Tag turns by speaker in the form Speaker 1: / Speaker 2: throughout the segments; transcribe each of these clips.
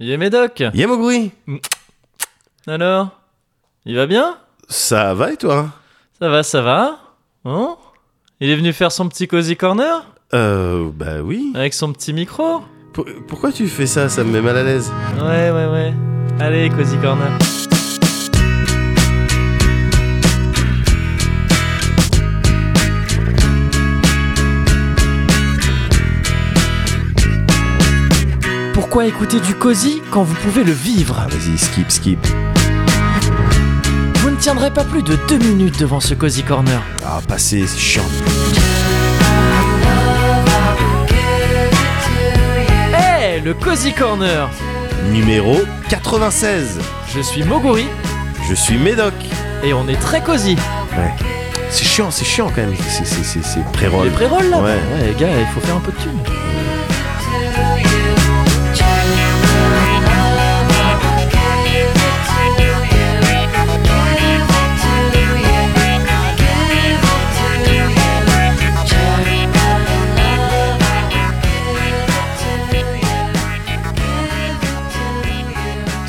Speaker 1: Yé Médoc
Speaker 2: Yamoguri,
Speaker 1: Alors Il va bien
Speaker 2: ça va et toi
Speaker 1: Ça va, ça va Hein Il est venu faire son petit cozy corner
Speaker 2: Euh, bah oui.
Speaker 1: Avec son petit micro
Speaker 2: Pour- pourquoi tu fais ça Ça me met mal à l'aise.
Speaker 1: Ouais, ouais, ouais. Allez, cozy corner Pourquoi écouter du cozy quand vous pouvez le vivre
Speaker 2: Ah, vas-y, skip, skip.
Speaker 1: Vous ne tiendrez pas plus de deux minutes devant ce cozy corner.
Speaker 2: Ah, passer, c'est chiant.
Speaker 1: Eh, le cozy corner
Speaker 2: Numéro 96.
Speaker 1: Je suis Moguri
Speaker 2: Je suis Médoc.
Speaker 1: et on est très cosy.
Speaker 2: C'est chiant, c'est chiant quand même. C'est, c'est, c'est, c'est
Speaker 1: Les
Speaker 2: pré-roll.
Speaker 1: pré-rolls là
Speaker 2: Ouais.
Speaker 1: les gars, il faut faire un peu de thune.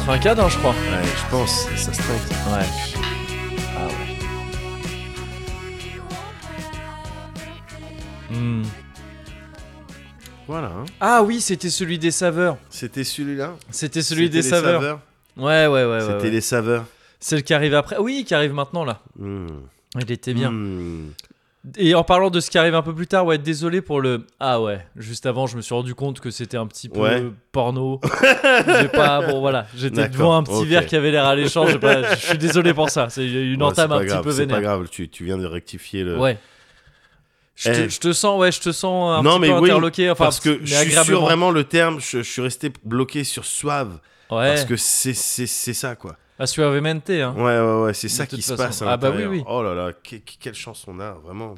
Speaker 1: Trincade, hein, je crois.
Speaker 2: Ouais, je pense, ça se traite.
Speaker 1: Ouais.
Speaker 2: Ah ouais.
Speaker 1: Hmm.
Speaker 2: Voilà. hein.
Speaker 1: Ah oui, c'était celui des saveurs.
Speaker 2: C'était celui-là.
Speaker 1: C'était celui
Speaker 2: C'était
Speaker 1: des
Speaker 2: les
Speaker 1: saveurs. Ouais, ouais, ouais. ouais,
Speaker 2: C'était
Speaker 1: ouais.
Speaker 2: les saveurs.
Speaker 1: C'est le qui arrive après. Oui, qui arrive maintenant là.
Speaker 2: Mmh.
Speaker 1: Il était bien.
Speaker 2: Mmh.
Speaker 1: Et en parlant de ce qui arrive un peu plus tard, ouais, désolé pour le. Ah ouais, juste avant, je me suis rendu compte que c'était un petit peu
Speaker 2: Ouais.
Speaker 1: porno. j'ai pas. Bon, voilà, j'étais
Speaker 2: D'accord,
Speaker 1: devant un petit
Speaker 2: ok.
Speaker 1: verre qui avait l'air alléchant. j'ai pas- Je suis désolé pour ça. C'est une
Speaker 2: Ouais, c'est
Speaker 1: entame
Speaker 2: pas
Speaker 1: un petit
Speaker 2: grave,
Speaker 1: peu
Speaker 2: C'est pas
Speaker 1: vénère.
Speaker 2: grave, tu, tu viens de rectifier le.
Speaker 1: Ouais. Je te,
Speaker 2: Euh, Eh.
Speaker 1: je te sens, ouais, je te sens un
Speaker 2: Non,
Speaker 1: petit
Speaker 2: mais
Speaker 1: peu
Speaker 2: oui,
Speaker 1: interloqué. Enfin,
Speaker 2: parce que
Speaker 1: mais
Speaker 2: je suis sur
Speaker 1: agréablement.
Speaker 2: vraiment le terme, je, je suis resté bloqué sur suave.
Speaker 1: Ouais,
Speaker 2: Parce que c'est, c'est, c'est ça, quoi.
Speaker 1: à suavemente, hein.
Speaker 2: Ouais, ouais, ouais, c'est
Speaker 1: De
Speaker 2: ça
Speaker 1: toute
Speaker 2: qui se
Speaker 1: façon.
Speaker 2: passe. à
Speaker 1: Ah bah oui,
Speaker 2: l'intérieur.
Speaker 1: oui.
Speaker 2: Oh là là, que- que- quelle chance on a, vraiment.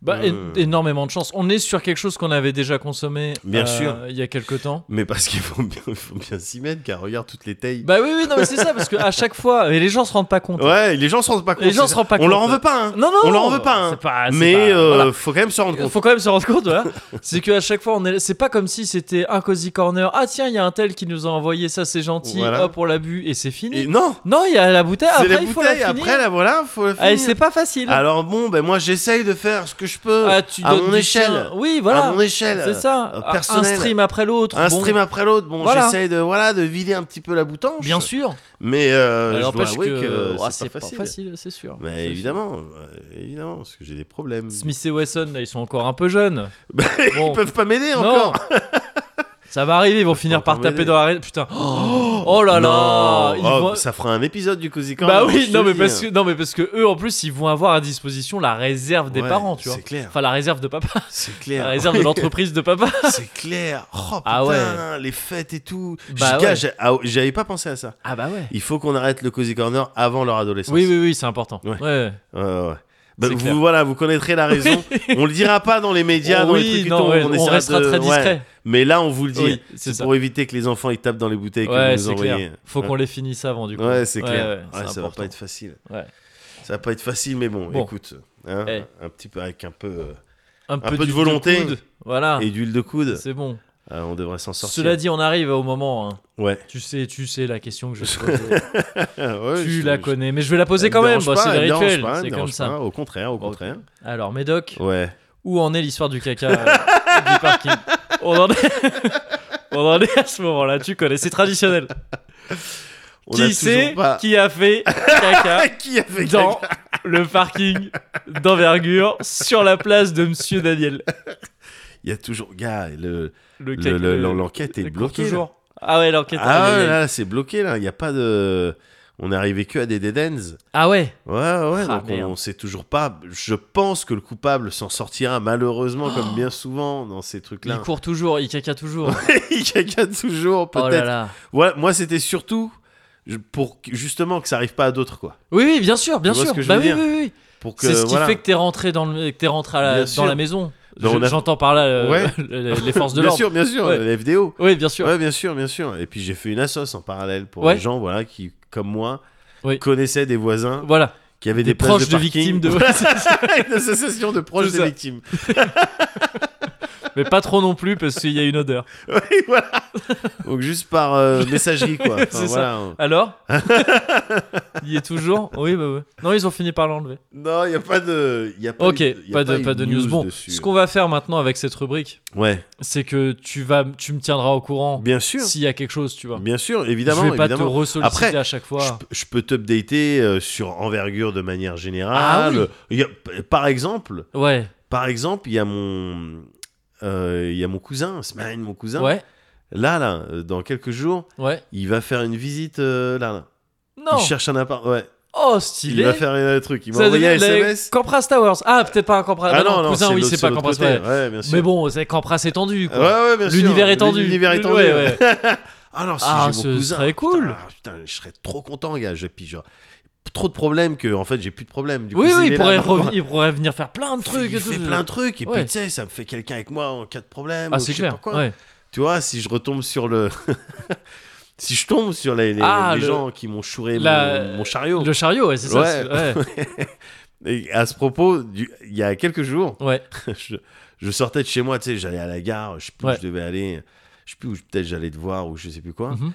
Speaker 1: Bah, é-
Speaker 2: Mm.
Speaker 1: énormément de chance. On est sur quelque chose qu'on avait déjà consommé
Speaker 2: Bien
Speaker 1: euh,
Speaker 2: sûr.
Speaker 1: il y a quelques temps.
Speaker 2: Mais parce qu'il faut bien, il faut bien s'y mettre, car regarde toutes les tailles.
Speaker 1: Bah oui, oui, non, mais c'est ça, parce que à chaque fois, et les gens se rendent pas compte.
Speaker 2: ouais, les gens se rendent pas compte.
Speaker 1: Les gens
Speaker 2: c'est
Speaker 1: se
Speaker 2: ça.
Speaker 1: rendent pas
Speaker 2: On leur en
Speaker 1: compte.
Speaker 2: veut pas, hein.
Speaker 1: Non, non,
Speaker 2: On leur en
Speaker 1: non,
Speaker 2: veut pas, hein.
Speaker 1: c'est pas- c'est
Speaker 2: Mais
Speaker 1: pas-
Speaker 2: euh,
Speaker 1: voilà.
Speaker 2: faut quand même se rendre compte.
Speaker 1: Faut quand même se rendre compte, voilà. c'est que à chaque fois, on est, c'est pas comme si c'était un cozy corner. Ah tiens, il y a un tel qui nous a envoyé ça, c'est gentil.
Speaker 2: Voilà.
Speaker 1: Hop, on l'a bu et c'est fini.
Speaker 2: Et non,
Speaker 1: Non, il y a la bouteille.
Speaker 2: c'est
Speaker 1: Après,
Speaker 2: la
Speaker 1: il faut la
Speaker 2: bouteille,
Speaker 1: finir.
Speaker 2: après, la voilà, faut la
Speaker 1: Ah, et
Speaker 2: finir.
Speaker 1: c'est pas facile.
Speaker 2: Alors bon, ben moi j'essaye de faire ce que je peux
Speaker 1: Ah, tu
Speaker 2: Euh, à
Speaker 1: donnes
Speaker 2: mon
Speaker 1: du
Speaker 2: échelle.
Speaker 1: chien. Oui, voilà.
Speaker 2: À mon échelle.
Speaker 1: c'est ça.
Speaker 2: euh,
Speaker 1: Un- Un
Speaker 2: personnel.
Speaker 1: stream après l'autre.
Speaker 2: Un
Speaker 1: Bon,
Speaker 2: stream après l'autre. Bon,
Speaker 1: Voilà.
Speaker 2: j'essaye de voilà de vider un petit peu la boutanche.
Speaker 1: Bien sûr.
Speaker 2: Mais euh,
Speaker 1: Alors,
Speaker 2: je dois
Speaker 1: n'empêche
Speaker 2: avouer
Speaker 1: que,
Speaker 2: que,
Speaker 1: oh,
Speaker 2: c'est pas, facile.
Speaker 1: c'est sûr. C'est
Speaker 2: Mais
Speaker 1: sûr.
Speaker 2: évidemment, euh, évidemment, parce que j'ai des problèmes.
Speaker 1: Smith et Wesson, là, ils sont encore un peu jeunes.
Speaker 2: Bah,
Speaker 1: Bon.
Speaker 2: Ils peuvent pas m'aider
Speaker 1: Non
Speaker 2: encore.
Speaker 1: Ça va arriver, ils vont finir par
Speaker 2: encore
Speaker 1: taper
Speaker 2: m'aider.
Speaker 1: dans la raie- Putain. Oh, là là
Speaker 2: Non.
Speaker 1: Ils
Speaker 2: Oh,
Speaker 1: vont-
Speaker 2: Ça fera un épisode du Cozy Corner,
Speaker 1: Bah
Speaker 2: je
Speaker 1: oui,
Speaker 2: te
Speaker 1: non
Speaker 2: le
Speaker 1: mais,
Speaker 2: dis. hein.
Speaker 1: parce que, non mais parce que eux en plus ils vont avoir à disposition la réserve des
Speaker 2: Ouais,
Speaker 1: parents, tu vois.
Speaker 2: C'est clair.
Speaker 1: Enfin la réserve de papa,
Speaker 2: C'est
Speaker 1: la
Speaker 2: clair.
Speaker 1: réserve de l'entreprise de papa.
Speaker 2: C'est clair. Oh
Speaker 1: Ah
Speaker 2: putain, les fêtes et tout.
Speaker 1: Bah
Speaker 2: Jusqu'à,
Speaker 1: ouais.
Speaker 2: j'ai- ah, j'avais pas pensé à ça.
Speaker 1: Ah bah ouais.
Speaker 2: Il faut qu'on arrête le Cozy Corner avant leur adolescence.
Speaker 1: Oui oui oui, c'est important.
Speaker 2: Ouais.
Speaker 1: ouais.
Speaker 2: Ouais, ouais, ouais. Bah,
Speaker 1: C'est
Speaker 2: vous,
Speaker 1: clair.
Speaker 2: voilà, vous connaîtrez la raison. on le dira pas dans les médias,
Speaker 1: Oh
Speaker 2: dans ah, les
Speaker 1: oui,
Speaker 2: trucs et
Speaker 1: non,
Speaker 2: tout,
Speaker 1: ouais, on,
Speaker 2: essaiera
Speaker 1: restera
Speaker 2: de-
Speaker 1: très discret.
Speaker 2: ouais. Mais là, on vous le dit.
Speaker 1: Oui, c'est
Speaker 2: c'est
Speaker 1: ça.
Speaker 2: pour éviter que les enfants ils tapent dans les bouteilles que
Speaker 1: Ouais,
Speaker 2: vous nous
Speaker 1: c'est
Speaker 2: envoyez.
Speaker 1: clair. Faut qu'on les finisse avant du coup.
Speaker 2: Ouais, c'est
Speaker 1: Ouais,
Speaker 2: clair.
Speaker 1: ouais,
Speaker 2: Ouais,
Speaker 1: c'est
Speaker 2: ça va
Speaker 1: important.
Speaker 2: pas être facile.
Speaker 1: Ouais.
Speaker 2: Ça va pas être facile, mais bon,
Speaker 1: Bon.
Speaker 2: écoute, hein,
Speaker 1: Eh.
Speaker 2: un petit peu avec un peu euh,
Speaker 1: Un
Speaker 2: peu de
Speaker 1: d'huile
Speaker 2: volonté.
Speaker 1: coude. Voilà.
Speaker 2: et d'huile de coude,
Speaker 1: Ah. C'est bon.
Speaker 2: euh, on devrait s'en sortir.
Speaker 1: Cela dit, on arrive au moment. hein.
Speaker 2: Ouais. Ah,
Speaker 1: Tu sais, tu sais la question que je te pose.
Speaker 2: Ouais,
Speaker 1: tu
Speaker 2: je-
Speaker 1: la
Speaker 2: je-
Speaker 1: connais, mais je vais la poser
Speaker 2: elle
Speaker 1: quand
Speaker 2: me
Speaker 1: même.
Speaker 2: dérange
Speaker 1: Bah,
Speaker 2: pas,
Speaker 1: c'est
Speaker 2: elle
Speaker 1: des
Speaker 2: me dérange
Speaker 1: rituels,
Speaker 2: pas, elle me
Speaker 1: c'est comme
Speaker 2: dérange
Speaker 1: ça.
Speaker 2: pas, Au contraire, au
Speaker 1: Ok.
Speaker 2: contraire.
Speaker 1: Alors, Médoc,
Speaker 2: Ouais.
Speaker 1: Où en est l'histoire du caca euh, du parking on en, est... on en est à ce moment-là, tu connais, c'est traditionnel.
Speaker 2: On a
Speaker 1: qui
Speaker 2: toujours
Speaker 1: sait
Speaker 2: pas- Ah,
Speaker 1: qui a fait caca
Speaker 2: Qui a fait
Speaker 1: dans le parking d'envergure sur la place de Monsieur Daniel
Speaker 2: Il y a toujours, gars, le
Speaker 1: Le
Speaker 2: Le-
Speaker 1: caca-
Speaker 2: le- le- l'enquête est
Speaker 1: le-
Speaker 2: bloquée,
Speaker 1: toujours. Ah ouais, l'enquête
Speaker 2: Ah
Speaker 1: aïe, aïe,
Speaker 2: ouais,
Speaker 1: aïe.
Speaker 2: là, c'est bloqué là, il n'y a pas de on est arrivé que à des dead ends.
Speaker 1: Ah ouais
Speaker 2: Ouais, ouais,
Speaker 1: Ah,
Speaker 2: donc
Speaker 1: merde.
Speaker 2: on, on sait toujours pas. Je pense que le coupable s'en sortira malheureusement, comme bien souvent dans ces
Speaker 1: Oh. il
Speaker 2: trucs-là.
Speaker 1: court toujours, il caca toujours.
Speaker 2: Il caca toujours,
Speaker 1: oh là
Speaker 2: peut-être.
Speaker 1: là.
Speaker 2: Ouais, moi, c'était surtout je- pour que- justement que ça arrive pas à d'autres, quoi.
Speaker 1: Oui, oui, bien sûr, bien
Speaker 2: vois
Speaker 1: sûr.
Speaker 2: ce que je
Speaker 1: bah
Speaker 2: veux
Speaker 1: oui,
Speaker 2: dire
Speaker 1: oui, oui.
Speaker 2: Pour que
Speaker 1: C'est ce qui
Speaker 2: voilà.
Speaker 1: fait que t'es rentré dans le, que t'es rentré à la-
Speaker 2: Bien
Speaker 1: dans
Speaker 2: sûr.
Speaker 1: la maison.
Speaker 2: Ben, on
Speaker 1: Je-
Speaker 2: a-
Speaker 1: J'entends par là euh,
Speaker 2: Ouais.
Speaker 1: le- les forces de
Speaker 2: bien
Speaker 1: l'ordre.
Speaker 2: sûr, bien sûr,
Speaker 1: Ouais.
Speaker 2: la FDO.
Speaker 1: Oui, bien sûr.
Speaker 2: Ouais, bien sûr, bien sûr. Et puis j'ai fait une assoce en parallèle pour
Speaker 1: Ouais.
Speaker 2: les gens, voilà, qui comme moi
Speaker 1: Oui.
Speaker 2: connaissaient des voisins
Speaker 1: Voilà.
Speaker 2: qui avaient
Speaker 1: Des
Speaker 2: des, places
Speaker 1: proches de
Speaker 2: parking.
Speaker 1: victimes de-
Speaker 2: Voilà, c'est ça, une association de proches
Speaker 1: C'est
Speaker 2: de
Speaker 1: ça.
Speaker 2: victimes.
Speaker 1: mais pas trop non plus parce qu'il y a une odeur.
Speaker 2: Oui, voilà. Donc juste par euh, messagerie, quoi. Enfin,
Speaker 1: C'est ça.
Speaker 2: voilà.
Speaker 1: Alors Il y est toujours Oui, bah ouais. Non, ils ont fini par l'enlever.
Speaker 2: Non, il n'y a pas de. y a pas
Speaker 1: Ok,
Speaker 2: eu- Ah y a
Speaker 1: pas, de,
Speaker 2: eu
Speaker 1: pas de news. Bon,
Speaker 2: dessus.
Speaker 1: ce qu'on va faire maintenant avec cette rubrique,
Speaker 2: Ouais,
Speaker 1: c'est que tu, vas, tu me tiendras au courant
Speaker 2: bien sûr.
Speaker 1: s'il y a quelque chose, tu vois.
Speaker 2: Bien sûr, évidemment.
Speaker 1: Oh, je vais pas
Speaker 2: évidemment.
Speaker 1: te ressolliciter
Speaker 2: Après,
Speaker 1: à chaque
Speaker 2: Je,
Speaker 1: fois.
Speaker 2: peux- je peux t'updater euh, sur envergure de manière
Speaker 1: Ah
Speaker 2: générale.
Speaker 1: oui.
Speaker 2: Il y a- p- par exemple,
Speaker 1: Ouais,
Speaker 2: par exemple, il y a mon, euh, il y a mon cousin, Smaïn, mon cousin.
Speaker 1: ouais,
Speaker 2: Là, là, euh, dans quelques jours,
Speaker 1: ouais.
Speaker 2: il va faire une visite. euh, là, là.
Speaker 1: Non
Speaker 2: Il cherche un appart. Ouais.
Speaker 1: Oh,
Speaker 2: Il,
Speaker 1: stylé
Speaker 2: va faire un truc. Il m'a
Speaker 1: Ça
Speaker 2: envoyé un
Speaker 1: devient les
Speaker 2: SMS.
Speaker 1: Compras Towers. Ah, peut-être pas Compras. bah non, cousin, oui,
Speaker 2: l'autre-
Speaker 1: c'est pas
Speaker 2: l'autre
Speaker 1: Compras.
Speaker 2: côté.
Speaker 1: ouais.
Speaker 2: Ouais, bien sûr.
Speaker 1: Mais bon, c'est Compras étendu,
Speaker 2: Ouais,
Speaker 1: quoi.
Speaker 2: ouais, bien sûr.
Speaker 1: L'univers étendu.
Speaker 2: L'univers étendu.
Speaker 1: Ouais,
Speaker 2: ouais.
Speaker 1: ouais.
Speaker 2: Alors, si
Speaker 1: Ah,
Speaker 2: j'ai
Speaker 1: ce
Speaker 2: mon cousin,
Speaker 1: serait cool.
Speaker 2: Putain, Ah, putain, je serais trop content, gars. Je puis genre, trop de problèmes que, en fait, j'ai plus de problèmes. Du
Speaker 1: oui,
Speaker 2: coup,
Speaker 1: oui,
Speaker 2: il
Speaker 1: il
Speaker 2: est là,
Speaker 1: pourrait,
Speaker 2: donc,
Speaker 1: rev- il pourrait venir faire plein de
Speaker 2: il
Speaker 1: trucs. et
Speaker 2: fait
Speaker 1: tout.
Speaker 2: plein de trucs. Et
Speaker 1: Ouais.
Speaker 2: puis, tu sais, ça me fait quelqu'un avec moi en cas de problème.
Speaker 1: Ah,
Speaker 2: ou
Speaker 1: c'est
Speaker 2: je sais
Speaker 1: clair.
Speaker 2: pas quoi.
Speaker 1: ouais.
Speaker 2: Tu vois, si je retombe sur le. si je tombe sur les, les-
Speaker 1: Ah,
Speaker 2: les
Speaker 1: le-
Speaker 2: gens qui m'ont chouré
Speaker 1: la-
Speaker 2: mon, mon chariot.
Speaker 1: Le chariot, ouais, c'est ça.
Speaker 2: Ouais.
Speaker 1: c'est- Ouais.
Speaker 2: Et à ce propos, du- il y a quelques jours,
Speaker 1: ouais.
Speaker 2: je, je sortais de chez moi, tu sais, j'allais à la gare, je sais plus
Speaker 1: Ouais.
Speaker 2: où je devais aller, je sais plus où je- peut-être j'allais te voir ou je sais plus quoi.
Speaker 1: Mhm.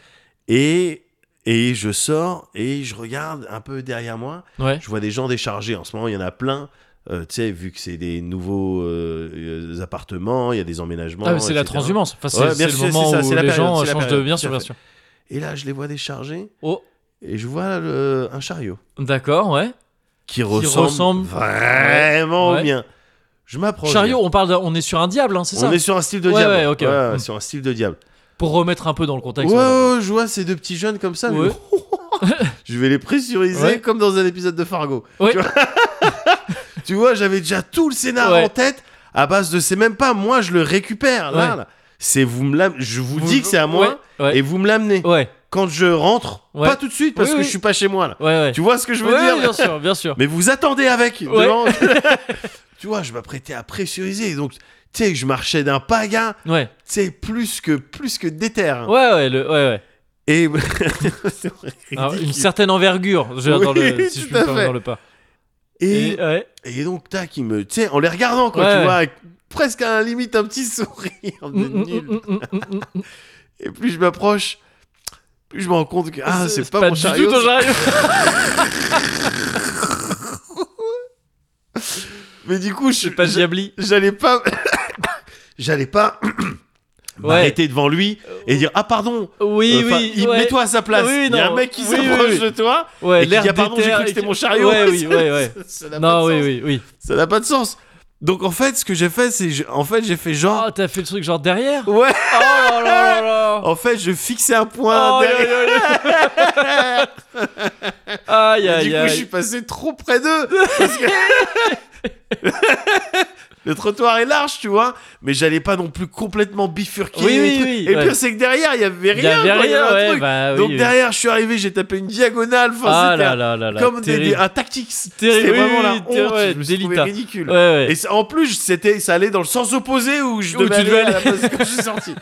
Speaker 2: Et et je sors et je regarde un peu derrière moi,
Speaker 1: ouais.
Speaker 2: je vois des gens déchargés. En ce moment, il y en a plein. euh, tu sais, vu que c'est des nouveaux euh, euh, appartements, il y a des emménagements.
Speaker 1: Ah, mais c'est la
Speaker 2: etc.
Speaker 1: transhumance. Enfin, c'est
Speaker 2: Ouais, bien
Speaker 1: c'est le
Speaker 2: sûr, c'est
Speaker 1: moment
Speaker 2: ça,
Speaker 1: où
Speaker 2: c'est la
Speaker 1: les
Speaker 2: période,
Speaker 1: gens euh,
Speaker 2: c'est la
Speaker 1: changent de
Speaker 2: période,
Speaker 1: bien
Speaker 2: tout
Speaker 1: sûr,
Speaker 2: à
Speaker 1: bien
Speaker 2: fait.
Speaker 1: sûr.
Speaker 2: Et là, je les vois déchargés
Speaker 1: Oh,
Speaker 2: et je vois le- un chariot
Speaker 1: d'accord, ouais.
Speaker 2: qui ressemble,
Speaker 1: ressemble-
Speaker 2: vraiment
Speaker 1: Ouais.
Speaker 2: au mien. Je m'approche.
Speaker 1: Chariot, on parle, d'un- on est sur un diable, hein, c'est ça.
Speaker 2: On est sur un style de
Speaker 1: Ouais,
Speaker 2: diable.
Speaker 1: ouais, ok, ouais. Mm.
Speaker 2: Sur un style de diable.
Speaker 1: Pour remettre un peu dans le contexte.
Speaker 2: Ouais,
Speaker 1: voilà.
Speaker 2: ouais, je vois ces deux petits jeunes comme ça.
Speaker 1: Ouais.
Speaker 2: mais- je vais les pressuriser
Speaker 1: Ouais.
Speaker 2: comme dans un épisode de Fargo.
Speaker 1: Ouais.
Speaker 2: Tu vois, Tu vois, j'avais déjà tout le scénar
Speaker 1: Ouais.
Speaker 2: en tête à base de c'est même pas moi, je le récupère là.
Speaker 1: Ouais.
Speaker 2: là. C'est vous me l'am- je vous, dis que c'est à moi
Speaker 1: Ouais. Ouais.
Speaker 2: et vous me l'amenez.
Speaker 1: ouais.
Speaker 2: Quand je rentre,
Speaker 1: Ouais.
Speaker 2: pas tout de suite parce
Speaker 1: Oui,
Speaker 2: que
Speaker 1: oui.
Speaker 2: je suis pas chez moi là.
Speaker 1: Ouais, ouais.
Speaker 2: Tu vois ce que je veux
Speaker 1: Ouais,
Speaker 2: dire
Speaker 1: bien sûr, bien sûr.
Speaker 2: Mais vous attendez avec.
Speaker 1: Ouais.
Speaker 2: devant. tu vois, je m'apprêtais à pressuriser donc tu sais, je marchais d'un pas gars,
Speaker 1: Ouais,
Speaker 2: tu sais plus que plus que déter. hein.
Speaker 1: ouais, ouais, le- ouais, ouais.
Speaker 2: Et C'est ridicule.
Speaker 1: Alors, Ah, une certaine envergure, je veux dire,
Speaker 2: Oui,
Speaker 1: dans le, si
Speaker 2: tout
Speaker 1: je puis me
Speaker 2: à
Speaker 1: permettre,
Speaker 2: fait.
Speaker 1: dans le pas.
Speaker 2: et,
Speaker 1: ouais.
Speaker 2: et donc tac, il me, tu sais, en les regardant quoi,
Speaker 1: euh, Ouais,
Speaker 2: tu
Speaker 1: ouais.
Speaker 2: vois, avec presque un limite un petit sourire de
Speaker 1: Mm, mm,
Speaker 2: nul.
Speaker 1: mm, mm, mm, mm, mm.
Speaker 2: Et plus je m'approche, plus je me rends compte que ah c'est pas, mon
Speaker 1: du tout
Speaker 2: chariot.
Speaker 1: ton chariot.
Speaker 2: Mais du coup, je
Speaker 1: C'est pas Diabli.
Speaker 2: j'allais pas, j'allais pas m'arrêter devant lui et dire ah pardon.
Speaker 1: Oui,
Speaker 2: Enfin,
Speaker 1: oui.
Speaker 2: il-
Speaker 1: ouais.
Speaker 2: Mets-toi à sa place.
Speaker 1: Oui,
Speaker 2: il y a
Speaker 1: non.
Speaker 2: un mec qui
Speaker 1: Oui,
Speaker 2: s'approche
Speaker 1: oui, oui.
Speaker 2: de toi.
Speaker 1: Ouais,
Speaker 2: et qui
Speaker 1: l'air
Speaker 2: dit, ah, pardon, j'ai
Speaker 1: déter-
Speaker 2: cru que c'était mon chariot.
Speaker 1: Ouais, oui, ouais, ouais.
Speaker 2: Ça n'a pas
Speaker 1: Non,
Speaker 2: de
Speaker 1: oui,
Speaker 2: sens.
Speaker 1: oui, oui.
Speaker 2: Ça n'a pas de sens. Donc en fait, ce que j'ai fait, c'est je- en fait j'ai fait genre
Speaker 1: Oh, t'as fait le truc genre derrière
Speaker 2: ouais.
Speaker 1: Oh là là là là
Speaker 2: En fait, je fixais un point
Speaker 1: Oh,
Speaker 2: derrière.
Speaker 1: Aïe,
Speaker 2: Et
Speaker 1: aïe,
Speaker 2: du coup, je suis
Speaker 1: aïe.
Speaker 2: passé trop près d'eux. parce que- Le trottoir est large, tu vois, mais j'allais pas non plus complètement bifurquer.
Speaker 1: Oui,
Speaker 2: et
Speaker 1: oui,
Speaker 2: tout.
Speaker 1: oui,
Speaker 2: et le
Speaker 1: ouais.
Speaker 2: pire, c'est que derrière, il y avait rien.
Speaker 1: Il y avait
Speaker 2: quoi, il y
Speaker 1: rien,
Speaker 2: avait un
Speaker 1: ouais,
Speaker 2: truc.
Speaker 1: bah oui,
Speaker 2: Donc
Speaker 1: oui.
Speaker 2: derrière, je suis arrivé, j'ai tapé une diagonale. Enfin,
Speaker 1: Ah
Speaker 2: c'était
Speaker 1: là
Speaker 2: un-
Speaker 1: là là là.
Speaker 2: comme des,
Speaker 1: terrible.
Speaker 2: des- un tactique. C'était
Speaker 1: Terrible, oui,
Speaker 2: vraiment la
Speaker 1: oui,
Speaker 2: honte.
Speaker 1: terrible, ouais,
Speaker 2: je me suis trouvé
Speaker 1: délicat.
Speaker 2: ridicule.
Speaker 1: Ouais, ouais.
Speaker 2: Et ça- en plus, c'était, ça allait dans le sens opposé où je
Speaker 1: Où
Speaker 2: devais
Speaker 1: tu
Speaker 2: aller,
Speaker 1: devais
Speaker 2: à la
Speaker 1: aller.
Speaker 2: place quand je suis sorti.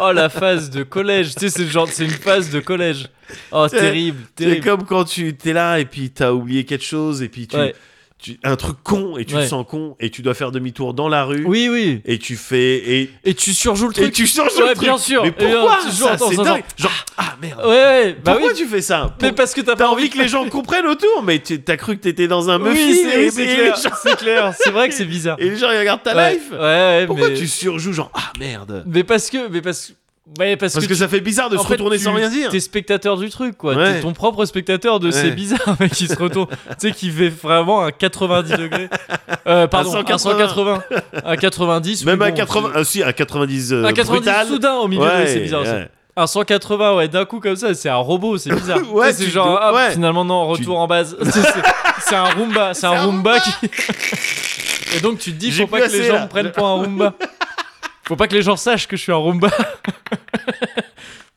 Speaker 1: Oh la phase de collège, tu sais, c'est le genre, c'est une phase de collège. Oh
Speaker 2: C'est-
Speaker 1: terrible,
Speaker 2: C'est
Speaker 1: terrible.
Speaker 2: comme quand tu t'es là et puis t'as oublié quelque chose et puis tu,
Speaker 1: Ouais.
Speaker 2: tu- un truc con et tu
Speaker 1: Ouais.
Speaker 2: te sens con et tu dois faire demi-tour dans la rue
Speaker 1: Oui, oui.
Speaker 2: et tu fais et,
Speaker 1: Et tu surjoues le
Speaker 2: et
Speaker 1: truc.
Speaker 2: tu changes
Speaker 1: Ouais,
Speaker 2: le truc.
Speaker 1: bien sûr.
Speaker 2: Mais
Speaker 1: Et bien,
Speaker 2: pourquoi
Speaker 1: tu joues en
Speaker 2: ça,
Speaker 1: temps-
Speaker 2: C'est
Speaker 1: en temps-
Speaker 2: dingue. Genre ah merde.
Speaker 1: Ouais, ouais, bah
Speaker 2: pourquoi
Speaker 1: oui.
Speaker 2: tu fais ça
Speaker 1: Mais
Speaker 2: Pour-
Speaker 1: parce que t'as
Speaker 2: T'as
Speaker 1: pas
Speaker 2: envie que les gens comprennent autour, mais tu- t'as cru que t'étais dans un
Speaker 1: Oui,
Speaker 2: muffin
Speaker 1: c'est-
Speaker 2: et,
Speaker 1: oui, c'est
Speaker 2: et
Speaker 1: clair.
Speaker 2: les gens,
Speaker 1: C'est clair, c'est vrai que c'est bizarre.
Speaker 2: et les gens, ils regardent ta
Speaker 1: ouais,
Speaker 2: life.
Speaker 1: ouais, ouais,
Speaker 2: Pourquoi
Speaker 1: mais...
Speaker 2: tu surjoues genre ah merde
Speaker 1: Mais parce que, mais parce, ouais, parce,
Speaker 2: Parce que,
Speaker 1: que.
Speaker 2: ça fait bizarre de
Speaker 1: en
Speaker 2: se
Speaker 1: fait,
Speaker 2: retourner
Speaker 1: tu-
Speaker 2: sans rien dire.
Speaker 1: T'es spectateur du truc, quoi.
Speaker 2: Ouais.
Speaker 1: T'es ton propre spectateur de c'est
Speaker 2: Ouais.
Speaker 1: bizarre, mec, qui se retourne. tu sais, qui fait vraiment un 90 degrés. Euh, pardon, un
Speaker 2: 180.
Speaker 1: 180. Un 90.
Speaker 2: Même
Speaker 1: oui,
Speaker 2: à
Speaker 1: bon,
Speaker 2: 80,
Speaker 1: c'est-
Speaker 2: ah, si, à 90 euh,
Speaker 1: Un 90
Speaker 2: brutal.
Speaker 1: soudain au milieu de
Speaker 2: Ouais,
Speaker 1: c'est bizarre. ça.
Speaker 2: ouais.
Speaker 1: Un 180, ouais, d'un coup comme ça, c'est un robot, c'est bizarre.
Speaker 2: Ouais,
Speaker 1: Tu sais, c'est
Speaker 2: tu-
Speaker 1: genre, ah,
Speaker 2: ouais.
Speaker 1: finalement, non,
Speaker 2: Tu-
Speaker 1: retour en base. C'est- c'est- c'est un Roomba, c'est
Speaker 2: C'est
Speaker 1: un
Speaker 2: un
Speaker 1: Roomba qui. Et donc, tu te dis,
Speaker 2: J'ai
Speaker 1: faut pas
Speaker 2: plus
Speaker 1: que les
Speaker 2: assez,
Speaker 1: gens
Speaker 2: là.
Speaker 1: me prennent pour un Roomba. Faut pas que les gens sachent que je suis un Roomba.